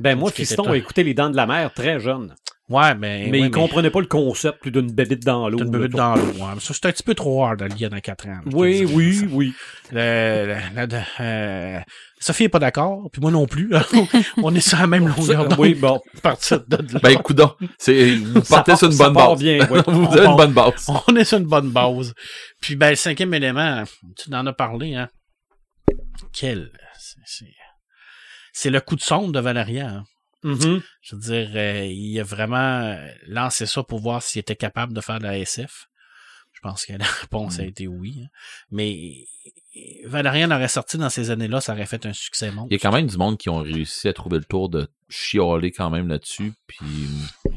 Speaker 1: Ben moi,
Speaker 3: Expliquez
Speaker 1: fiston
Speaker 3: pas.
Speaker 1: a écouté Les Dents de la Mer très jeune.
Speaker 3: Ouais, mais.
Speaker 1: mais
Speaker 3: Eh ouais,
Speaker 1: il comprenait pas le concept plus d'une bébite dans l'eau.
Speaker 3: T'as une
Speaker 1: là,
Speaker 3: bébête
Speaker 1: quoi.
Speaker 3: dans l'eau. Ouais, mais ça, c'est un petit peu trop hard, Alien à 4 ans. là, je te
Speaker 1: Oui,
Speaker 3: dirais.
Speaker 1: oui, oui.
Speaker 3: Le- le- le- euh, Sophie est pas d'accord, puis moi non plus. [LAUGHS] on est sur la même longueur d'onde
Speaker 1: oui, bon.
Speaker 3: à partir de là.
Speaker 4: Ben, coudon. C'est, vous
Speaker 1: Ça
Speaker 4: partez
Speaker 1: part-
Speaker 4: sur une
Speaker 1: ça
Speaker 4: bonne
Speaker 1: part
Speaker 4: base.
Speaker 1: bien,
Speaker 4: [LAUGHS]
Speaker 1: oui.
Speaker 4: vous
Speaker 3: On
Speaker 4: avez
Speaker 3: part-
Speaker 4: une bonne base.
Speaker 3: On est sur une bonne base. Puis ben le cinquième élément, tu en as parlé, hein. Quel. c'est- C'est c'est le coup de sonde de Valérian. hein.
Speaker 1: Mhm.
Speaker 3: Je veux dire, euh, il a vraiment euh, lancé ça pour voir s'il était capable de faire de la SF. Je pense que la réponse a
Speaker 1: Hmm.
Speaker 3: été oui. hein. Mais Valérian aurait sorti dans ces années-là, ça aurait fait un succès monstre.
Speaker 4: Il y a quand même du monde qui ont réussi à trouver le tour de chialer quand même là-dessus. Puis,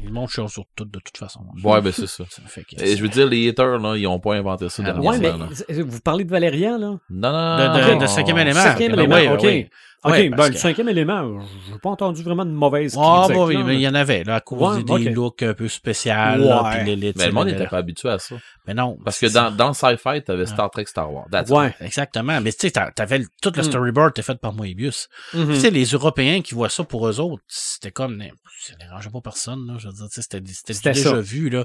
Speaker 3: Le monde chante sur tout, de toute façon.
Speaker 4: ouais, ben, c'est ça.
Speaker 3: Ça fait que-
Speaker 4: Et je veux dire, les haters, là, ils ont pas inventé ça
Speaker 3: Ah,
Speaker 4: dernièrement.
Speaker 1: Ouais, mais
Speaker 4: là.
Speaker 1: euh, vous parlez de Valérian, là?
Speaker 4: Non, non, non.
Speaker 3: de, de,
Speaker 4: non,
Speaker 3: de
Speaker 4: non.
Speaker 3: cinquième élément.
Speaker 1: Cinquième
Speaker 3: Ben
Speaker 1: élément,
Speaker 3: oui, ben
Speaker 1: ok.
Speaker 3: oui.
Speaker 1: OK,
Speaker 3: Ouais,
Speaker 1: ben
Speaker 3: parce
Speaker 1: le
Speaker 3: que-
Speaker 1: cinquième élément, j'ai pas entendu vraiment de mauvaise
Speaker 3: Ah,
Speaker 1: critique,
Speaker 3: bah oui,
Speaker 1: là,
Speaker 3: mais il y en avait, là, à cause
Speaker 1: Ouais,
Speaker 3: des
Speaker 1: ok.
Speaker 3: looks un peu spéciaux, là,
Speaker 1: Ouais.
Speaker 3: puis les, les-
Speaker 4: Mais le monde
Speaker 3: les-
Speaker 4: n'était pas habitué à ça.
Speaker 3: Mais non.
Speaker 4: Parce que
Speaker 3: c'est-
Speaker 4: dans, dans le sci-fi, t'avais Star Trek, Star Wars. That's it.
Speaker 1: Ouais.
Speaker 3: Exactement. Mais tu sais, t'as- t'avais le- tout
Speaker 4: Hmm.
Speaker 3: le
Speaker 1: Mm.
Speaker 3: storyboard était fait par Moebius.
Speaker 1: Mhm.
Speaker 3: Tu sais, les Européens qui voient ça pour eux autres, c'était comme, mais ça dérangeait pas personne, là. Je veux dire, tu sais, c'était, c'était,
Speaker 1: C'était
Speaker 3: déjà
Speaker 1: ça.
Speaker 3: vu, là.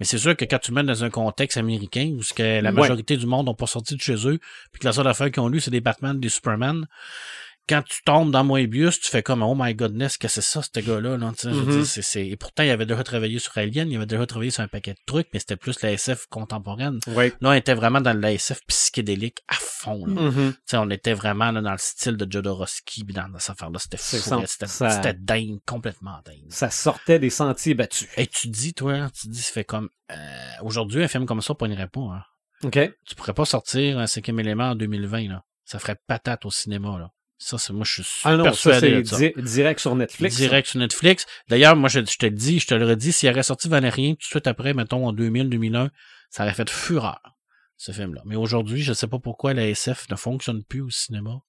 Speaker 3: Mais c'est sûr que quand tu le mets dans un contexte américain où ce que la
Speaker 1: Ouais.
Speaker 3: majorité du monde n'ont pas sorti de chez eux, puis que la seule affaire qu'ils ont lu, c'est des Batman, des Superman. Quand tu tombes dans Moebius, tu fais comme, oh my goodness, qu'est-ce que c'est ça, ce gars-là, là, tu sais, je veux
Speaker 1: Mhm.
Speaker 3: dire, c'est, c'est- Et pourtant, il avait déjà travaillé sur Alien, il avait déjà travaillé sur un paquet de trucs, mais c'était plus la SF contemporaine.
Speaker 1: Ouais.
Speaker 3: Là, on était vraiment dans la SF psychédélique à fond, là.
Speaker 1: Mhm.
Speaker 3: Tu sais, on était vraiment là, dans le style de Jodorowsky, puis dans, dans cette affaire-là, c'était fou,
Speaker 1: C'est ça,
Speaker 3: c'était,
Speaker 1: ça-
Speaker 3: c'était dingue, complètement dingue.
Speaker 1: Ça sortait des sentiers battus.
Speaker 3: Et tu dis, toi, tu dis, ça fait comme... euh, aujourd'hui, un film comme ça pognerait pas. Hein.
Speaker 1: OK.
Speaker 3: Tu pourrais pas sortir un cinquième élément en 2020, là. Ça ferait patate au cinéma, là. Ça, c'est, moi, je suis
Speaker 1: Ah non, ça,
Speaker 3: persuadé
Speaker 1: c'est
Speaker 3: de ça.
Speaker 1: di- direct sur Netflix. ça.
Speaker 3: Direct sur Netflix. D'ailleurs, moi, je, je te le dis, je te le redis, s'il aurait sorti Valérien tout de suite après, mettons en 2000, 2001, ça aurait fait fureur, ce film-là. Mais aujourd'hui, je sais pas pourquoi la SF ne fonctionne plus au cinéma.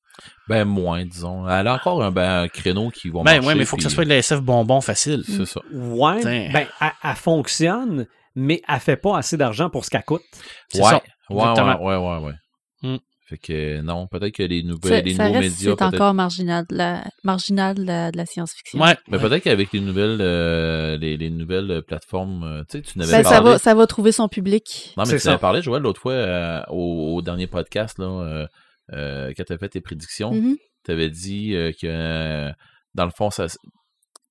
Speaker 4: Ben, moins, disons. Elle a encore un, ben, un créneau qui va
Speaker 3: Ben
Speaker 4: marcher.
Speaker 3: ouais, mais il faut que ça
Speaker 4: puis-
Speaker 3: soit de la SF bonbon facile.
Speaker 4: C'est ça.
Speaker 1: Ouais,
Speaker 3: Tiens.
Speaker 1: ben, elle, elle fonctionne, mais elle fait pas assez d'argent pour ce qu'elle coûte.
Speaker 3: C'est
Speaker 4: ouais.
Speaker 3: ça,
Speaker 4: Ouais, ouais,
Speaker 3: exactement.
Speaker 4: ouais, ouais, ouais.
Speaker 3: Hmm.
Speaker 4: Fait que euh, non, peut-être que les, nouveaux
Speaker 5: Ça,
Speaker 4: les
Speaker 5: ça
Speaker 4: nouveaux
Speaker 5: reste,
Speaker 4: médias.
Speaker 5: c'est
Speaker 4: Peut-être
Speaker 5: encore marginal de la, marginal de la, de la science-fiction.
Speaker 3: Ouais.
Speaker 4: Mais peut-être qu'avec les nouvelles euh, les, les nouvelles plateformes, euh, tu sais, tu n'avais
Speaker 5: Ben,
Speaker 4: parlé.
Speaker 5: ça, va, ça va trouver son public.
Speaker 4: Non, mais
Speaker 1: C'est
Speaker 4: tu en as
Speaker 1: ça.
Speaker 4: parlé, Joël, l'autre fois euh, au, au dernier podcast, là, euh, euh, quand tu as fait tes prédictions,
Speaker 5: Mhm.
Speaker 4: tu avais dit euh, que euh, dans le fond, ça.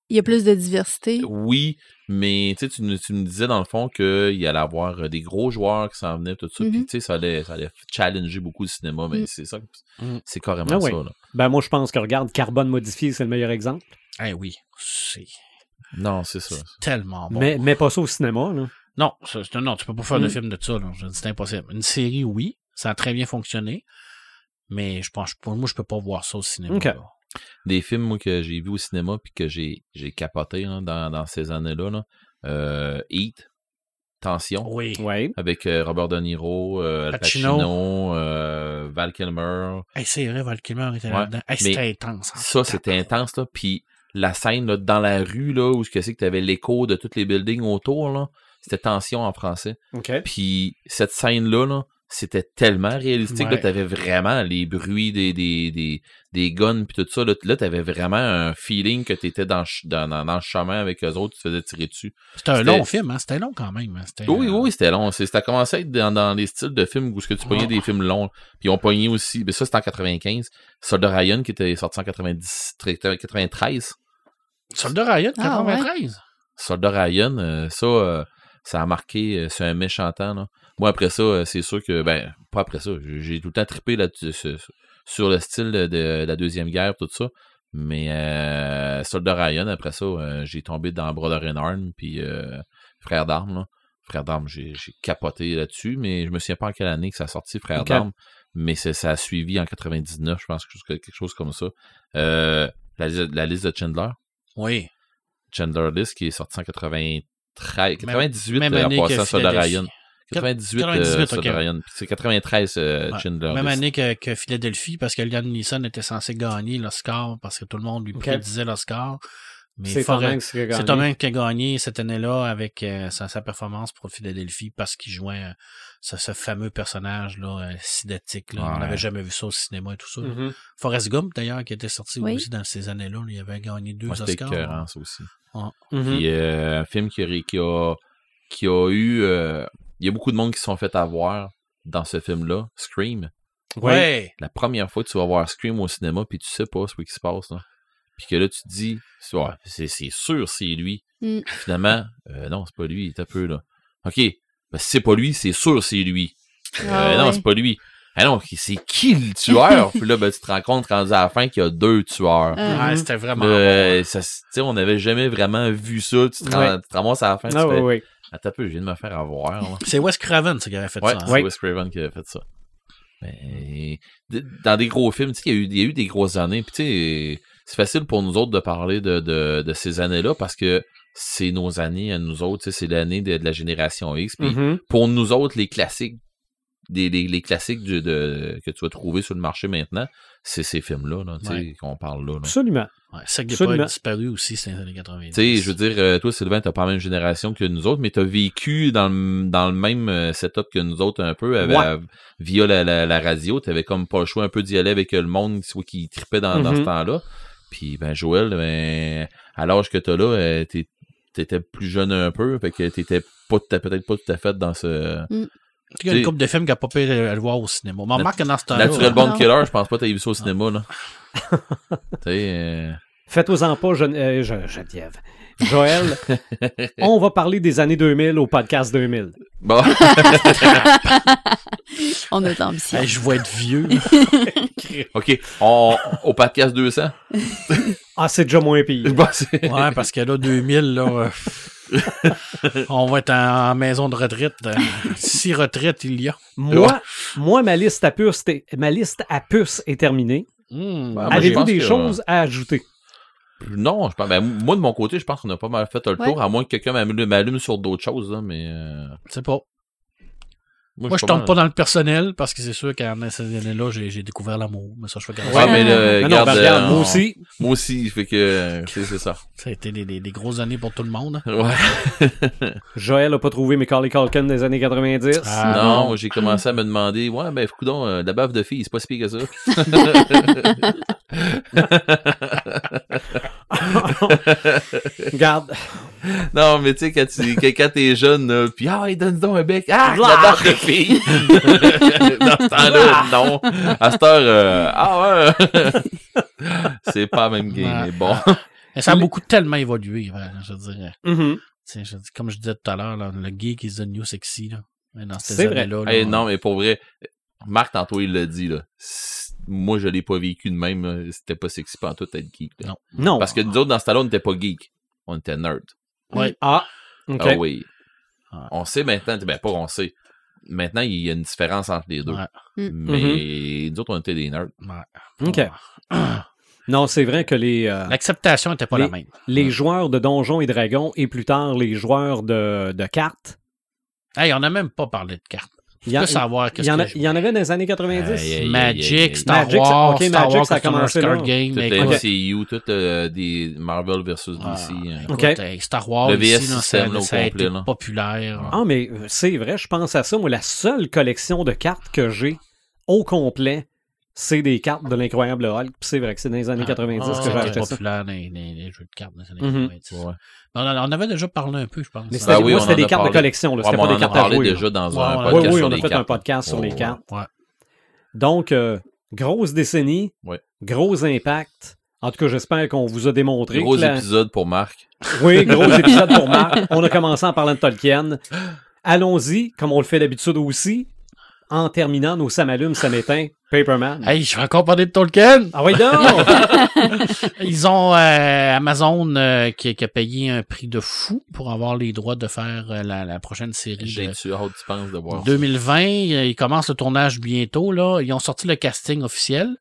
Speaker 5: Il y a plus de diversité.
Speaker 4: Oui, mais tu sais, tu nous- tu me disais dans le fond qu'il allait avoir euh, des gros joueurs qui s'en venaient, tout ça,
Speaker 5: Mhm.
Speaker 4: puis tu sais, ça allait, ça allait challenger beaucoup le cinéma, mais
Speaker 5: Mm.
Speaker 4: c'est ça,
Speaker 3: Mm.
Speaker 4: c'est carrément
Speaker 1: Ah
Speaker 4: ça,
Speaker 1: oui.
Speaker 4: là.
Speaker 1: Ben, moi, je pense que, regarde, Carbone modifié, c'est le meilleur exemple.
Speaker 3: Eh oui, c'est
Speaker 4: Non, c'est ça.
Speaker 3: c'est tellement Ah bon.
Speaker 1: Mais, mais pas ça au cinéma, là.
Speaker 3: Non, ça, c'est- non, tu peux pas faire de
Speaker 1: Mm.
Speaker 3: film de ça, là. Je dis, C'est impossible. Une série, oui, ça a très bien fonctionné. Mais je pense, pour moi, je peux pas voir ça au cinéma.
Speaker 1: Ok.
Speaker 3: là.
Speaker 4: des films moi, que j'ai vu au cinéma puis que j'ai j'ai capoté là, dans, dans ces années-là. Là. Euh, Heat, Tension,
Speaker 3: Oui.
Speaker 1: Oui.
Speaker 4: avec euh, Robert De Niro, euh, Al
Speaker 3: Oh. Pacino. Ah,
Speaker 4: Pacino, euh, Val Kilmer.
Speaker 3: Hey, c'est vrai, Val Kilmer était
Speaker 4: Ouais,
Speaker 3: là-dedans.
Speaker 4: mais
Speaker 3: Hey, c'était intense. hein.
Speaker 4: Ça, c'était intense. Là. Puis la scène là, dans la rue, là, où ce que c'est que tu avais l'écho de tous les buildings autour, là, c'était Tension en français.
Speaker 1: OK.
Speaker 4: Puis cette scène-là, là, c'était tellement réalistique.
Speaker 3: Ouais.
Speaker 4: Là, t'avais vraiment les bruits des, des, des, des guns puis tout ça. Là, t- là, t'avais vraiment un feeling que t'étais dans, le ch- dans, dans, dans le chemin avec eux autres, tu te faisais tirer dessus.
Speaker 3: C'était un
Speaker 4: c'était-
Speaker 3: long film, hein? C'était long quand même. hein. C'était,
Speaker 4: Oui,
Speaker 3: euh,
Speaker 4: oui, c'était long. C'est- Ça commençait à être dans, dans les styles de films où ce que tu pognais
Speaker 3: Ouais.
Speaker 4: des films longs. Puis on pognait aussi, mais ça c'était en 95, Soldat Ryan qui était sorti en 90, 93.
Speaker 3: Soldat Ryan,
Speaker 5: Ah,
Speaker 3: 93.
Speaker 4: Soldat Ryan, euh, ça, euh, ça a marqué, euh, c'est un méchant temps. là. Moi, après ça, euh, c'est sûr que, ben, pas après ça, j'ai j'ai tout le temps trippé là, tu- sur, sur le style de, de la Deuxième Guerre, tout ça. Mais euh, Soldat Ryan, après ça, euh, j'ai tombé dans Brother in Arms, puis euh, Frère d'Armes. là. Frère d'Armes, j'ai j'ai capoté là-dessus, mais je me souviens pas en quelle année que ça a sorti, Frère
Speaker 1: Ok.
Speaker 4: d'Armes. Mais c'est- ça a suivi en 99, je pense, quelque chose- quelque chose comme ça. Euh, la, liste- la liste de Chandler.
Speaker 3: Oui.
Speaker 4: Chandler List qui est sorti en 93, 98
Speaker 3: même
Speaker 4: euh, en
Speaker 3: année que
Speaker 4: passant Soda
Speaker 3: Philadelphie.
Speaker 4: Ryan. 98,
Speaker 3: 98,
Speaker 4: euh,
Speaker 3: ok.
Speaker 4: Soda Ryan. Puis C'est 93 euh,
Speaker 3: Ouais.
Speaker 4: Chandler
Speaker 3: Même
Speaker 4: List.
Speaker 3: année que, que Philadelphie, parce que Liam Neeson était censé gagner l'Oscar, parce que tout le monde lui
Speaker 1: Ok.
Speaker 3: prédisait l'Oscar. Mais
Speaker 1: C'est Tom
Speaker 3: Forrest-
Speaker 1: Hanks qui a gagné.
Speaker 3: C'est Tom Hanks qui a gagné cette année-là avec euh, sa, sa performance pour Philadelphie parce qu'il jouait euh, ce, ce fameux personnage là, euh, sidatique. Là. On
Speaker 4: Ouais.
Speaker 3: n'avait jamais vu ça au cinéma et tout ça. là.
Speaker 1: Mhm.
Speaker 3: Forrest Gump, d'ailleurs, qui était sorti
Speaker 5: Oui.
Speaker 3: aussi dans ces années-là, là, il avait gagné deux
Speaker 4: Moi, c'était
Speaker 3: Oscars.
Speaker 4: écœurant, ça aussi.
Speaker 1: Mhm.
Speaker 4: Puis, euh, un film qui, a- qui a, qui a eu... euh, il y a beaucoup de monde qui se sont fait avoir dans ce film-là, Scream.
Speaker 3: Ouais.
Speaker 4: La première fois que tu vas voir Scream au cinéma, puis tu sais pas ce qui se passe. là. Puis que là, tu te dis, Ouais, c'est c'est sûr, c'est lui.
Speaker 5: Mm.
Speaker 4: Finalement, euh, non, c'est pas lui, t'as peu, là. OK, ben, si c'est pas lui, c'est sûr, c'est lui. Euh,
Speaker 5: Ah
Speaker 4: Non,
Speaker 5: ouais.
Speaker 4: c'est pas lui. Ah non, qui- c'est qui le tueur? Puis là, ben, tu te rends compte rendu à la fin qu'il y a deux tueurs.
Speaker 5: Ah.
Speaker 3: Ouais,
Speaker 1: Mhm.
Speaker 3: c'était vraiment.
Speaker 4: Euh, ça se- tu sais, on n'avait jamais vraiment vu ça. Tu te, rends-
Speaker 1: Ouais.
Speaker 4: tu te ramasses à la fin, tu
Speaker 1: Ah, oui,
Speaker 4: fais,
Speaker 1: oui.
Speaker 4: Attends un peu, je viens de me faire avoir. là.
Speaker 3: C'est Wes Craven ça, qui avait fait
Speaker 4: Ouais,
Speaker 3: ça. hein.
Speaker 4: c'est
Speaker 1: Ouais.
Speaker 4: Wes Craven qui a fait ça. Mais, d- dans des gros films, tu sais, il y, a eu- il y a eu des grosses années. Puis, tu sais, c'est facile pour nous autres de parler de, de- de ces années-là parce que c'est nos années à nous autres. tu sais, C'est l'année de, de la génération X. Puis,
Speaker 1: Mhm.
Speaker 4: pour nous autres, les classiques, des, les, les classiques du- de, que tu vas trouver sur le marché maintenant, c'est ces films-là, là, tu sais,
Speaker 3: Ouais.
Speaker 4: qu'on parle là. là.
Speaker 1: Absolument.
Speaker 3: Ouais, C'est que des
Speaker 1: Absolument.
Speaker 3: poètes disparus aussi, c'est dans les années 90.
Speaker 4: Tu sais, je veux dire, euh, toi, Sylvain, t'as pas la même génération que nous autres, mais t'as vécu dans le, dans le même euh, setup que nous autres un peu, avec-
Speaker 1: Ouais.
Speaker 4: euh, via la, la, la radio. T'avais comme pas le choix un peu d'y aller avec euh, le monde soit qui tripait dans, dans ce
Speaker 3: Mm-hmm.
Speaker 1: Mhm.
Speaker 4: temps-là. Puis, ben, Joël, ben, à l'âge que t'as là, euh, t'es- t'étais plus jeune un peu, fait que t'étais pas tout à- peut-être pas tout à fait dans ce...
Speaker 3: Il y a une
Speaker 4: t'sais-
Speaker 3: couple de films qui a pas pu euh, le voir au cinéma. Mais on
Speaker 4: Nat-
Speaker 3: remarque que dans ce temps-là.
Speaker 4: Natural
Speaker 5: bon.
Speaker 4: Born
Speaker 5: Non.
Speaker 4: Killer, je pense pas que t'as vu ça au cinéma, là. tu sais, euh,
Speaker 1: Faites-vous-en pas, Gen- euh, Je- Geneviève.
Speaker 4: [LAUGHS]
Speaker 1: Joël, on va parler des années 2000 au podcast 2000.
Speaker 4: bon. [LAUGHS]
Speaker 5: On a de l'ambition.
Speaker 3: euh, Hey, je vais être vieux.
Speaker 4: OK. On, au podcast 200.
Speaker 1: Ah, c'est déjà moins pire.
Speaker 4: Bon, c'est-
Speaker 3: Ouais, parce que là, 2000, là, euh, on va être en, en maison de retraite. euh, si retraite il y a.
Speaker 1: Moi, moi ma, liste à puce, t'est- ma liste à puce est terminée.
Speaker 4: Ah,
Speaker 3: Hmm.
Speaker 4: moi, je
Speaker 1: Avez-vous
Speaker 4: pense
Speaker 1: des
Speaker 4: que-
Speaker 1: choses à ajouter?
Speaker 4: non, je pense, ben, moi, de mon côté, je pense qu'on a pas mal fait le
Speaker 5: Ouais.
Speaker 4: tour, à moins que quelqu'un m'allume m'allume sur d'autres choses, là, mais... euh,
Speaker 3: C'est pas. Moi,
Speaker 4: suis
Speaker 3: je tombe pas
Speaker 4: mal-
Speaker 3: dans le personnel parce que c'est sûr qu'en ces années-là, j'ai j'ai découvert l'amour. Mais ça, je fais quand
Speaker 4: Ouais,
Speaker 5: Ah.
Speaker 4: mais
Speaker 1: Non,
Speaker 4: le,
Speaker 1: non,
Speaker 4: garde,
Speaker 1: ben, regarde,
Speaker 4: euh,
Speaker 1: moi
Speaker 4: on-
Speaker 1: aussi,
Speaker 4: Moi aussi, fait que... euh, C'est c'est ça.
Speaker 3: Ça a été des, des- des grosses années pour tout le monde.
Speaker 4: Ouais.
Speaker 1: Joël a pas trouvé Macaulay Culkin des années 90.
Speaker 3: Ah,
Speaker 4: non, j'ai commencé à me demander, ouais, ben, coudon, euh, la bave de fille, c'est pas si pire que ça.
Speaker 1: Regarde,
Speaker 4: Non, mais tu sais, quand, tu- que- quand t'es jeune, là, pis ah, il donne donc un bec. Ah, la
Speaker 1: Blah!
Speaker 4: barre de fille! [LAUGHS] Dans ce temps-là, non. À cette heure, euh, ah ouais! [LAUGHS] C'est pas la même game,
Speaker 3: Ouais. Ah,
Speaker 4: mais bon.
Speaker 3: Et ça a beaucoup tellement évolué. ouais, je veux dire,
Speaker 1: Mhm.
Speaker 3: tu sais, je veux dire, comme je disais tout à l'heure, là, le gay qui se donne new sexy. Là, Mais dans ces
Speaker 1: C'est vrai.
Speaker 3: années-là. là,
Speaker 4: Hey, Eh, non, mais pour vrai, Marc, tantôt, il l'a dit, là. C'est- Moi, je l'ai pas vécu de même. là. C'était pas sexy pas tout être geek. là.
Speaker 3: Non.
Speaker 1: non.
Speaker 4: Parce que nous autres, dans ce temps-là, on n'était pas geek. On était nerd.
Speaker 1: Ah, ok.
Speaker 4: Ah oui.
Speaker 3: Ouais.
Speaker 4: On sait maintenant, ben pas on sait. Maintenant, il y a une différence entre les deux.
Speaker 3: Ouais. Mm-hmm.
Speaker 5: Mm.
Speaker 4: Mais nous autres, on était des nerds.
Speaker 3: Ouais. Ah. [CLEARS THROAT]
Speaker 1: Ok.
Speaker 3: Ouais.
Speaker 1: Non, c'est vrai que les, euh,
Speaker 3: L'acceptation n'était pas la même.
Speaker 4: Ah.
Speaker 1: les joueurs de Donjons et Dragons et plus tard les joueurs de, de cartes,
Speaker 3: Hey, on n'a même pas parlé de cartes.
Speaker 1: il
Speaker 3: Tu
Speaker 1: y, en-
Speaker 3: peux savoir
Speaker 1: il
Speaker 3: qu'est-ce
Speaker 1: y en
Speaker 3: que
Speaker 1: a-
Speaker 3: je-
Speaker 1: il y en avait dans les années 90.
Speaker 4: Aïe, aïe.
Speaker 3: Magic, Star
Speaker 1: Magic,
Speaker 3: Wars,
Speaker 1: ok,
Speaker 3: Star
Speaker 1: Magic,
Speaker 3: Wars,
Speaker 1: ça a
Speaker 3: Customers
Speaker 1: commencé
Speaker 3: Card
Speaker 1: là.
Speaker 3: Game,
Speaker 4: Tout
Speaker 3: écoute,
Speaker 4: MCU, tout euh, des Marvel versus
Speaker 3: Ah,
Speaker 4: DC. hein.
Speaker 3: écoute,
Speaker 1: Ok.
Speaker 3: hey, Star Wars,
Speaker 4: Le VS
Speaker 3: ici, là,
Speaker 4: système,
Speaker 3: ça-
Speaker 4: là, au
Speaker 3: ça a été
Speaker 4: complet, là.
Speaker 3: populaire.
Speaker 1: Ah, mais c'est vrai, je pense à ça. Moi, la seule collection de cartes que j'ai au complet, c'est des cartes de l'incroyable Hulk. Puis c'est vrai que c'est dans les années 90
Speaker 3: Ah,
Speaker 1: que j'ai
Speaker 3: C'était
Speaker 1: acheté ça.
Speaker 3: populaire dans les, les- les jeux de cartes dans les années
Speaker 1: Mhm.
Speaker 3: 90.
Speaker 4: Ouais.
Speaker 3: On en- on avait déjà parlé un peu, je pense.
Speaker 1: Mais
Speaker 3: hein.
Speaker 1: c'était
Speaker 4: Ah oui,
Speaker 1: moi,
Speaker 4: on
Speaker 1: c'était
Speaker 4: en
Speaker 1: des
Speaker 4: a
Speaker 1: cartes de
Speaker 4: parlé.
Speaker 1: collection. là,
Speaker 4: Ouais,
Speaker 1: C'était
Speaker 4: mais
Speaker 1: pas
Speaker 4: on
Speaker 1: des
Speaker 4: en a
Speaker 1: cartes à
Speaker 4: parlé
Speaker 1: jouer. là.
Speaker 4: déjà dans
Speaker 3: Ouais,
Speaker 4: un
Speaker 3: on a-
Speaker 1: Oui,
Speaker 4: podcast
Speaker 1: oui,
Speaker 4: sur
Speaker 1: on a
Speaker 4: les
Speaker 1: fait un
Speaker 4: cartes. Oh.
Speaker 1: podcast sur
Speaker 4: Ouais,
Speaker 1: les
Speaker 4: ouais.
Speaker 1: cartes.
Speaker 3: Ouais.
Speaker 1: Donc, euh, grosse décennie,
Speaker 4: Ouais.
Speaker 1: gros impact. En tout cas, j'espère qu'on vous a démontré.
Speaker 4: Gros
Speaker 1: que la-
Speaker 4: épisode pour Marc.
Speaker 1: Oui,
Speaker 4: [LAUGHS]
Speaker 1: gros épisode pour Marc. On a commencé en parlant de Tolkien. Allons-y, comme on le fait d'habitude aussi, en terminant nos Samalumes, Samétain, Paperman.
Speaker 3: Hey, je vais encore parler de Tolkien! [LAUGHS]
Speaker 1: Ah oui, non!
Speaker 3: Ils ont euh, Amazon euh, qui, qui a payé un prix de fou pour avoir les droits de faire euh, la, la prochaine série de
Speaker 4: J'ai-tu hâte, tu penses, de voir ça?
Speaker 3: 2020. euh, Ils commencent le tournage bientôt. Là. Ils ont sorti le casting officiel.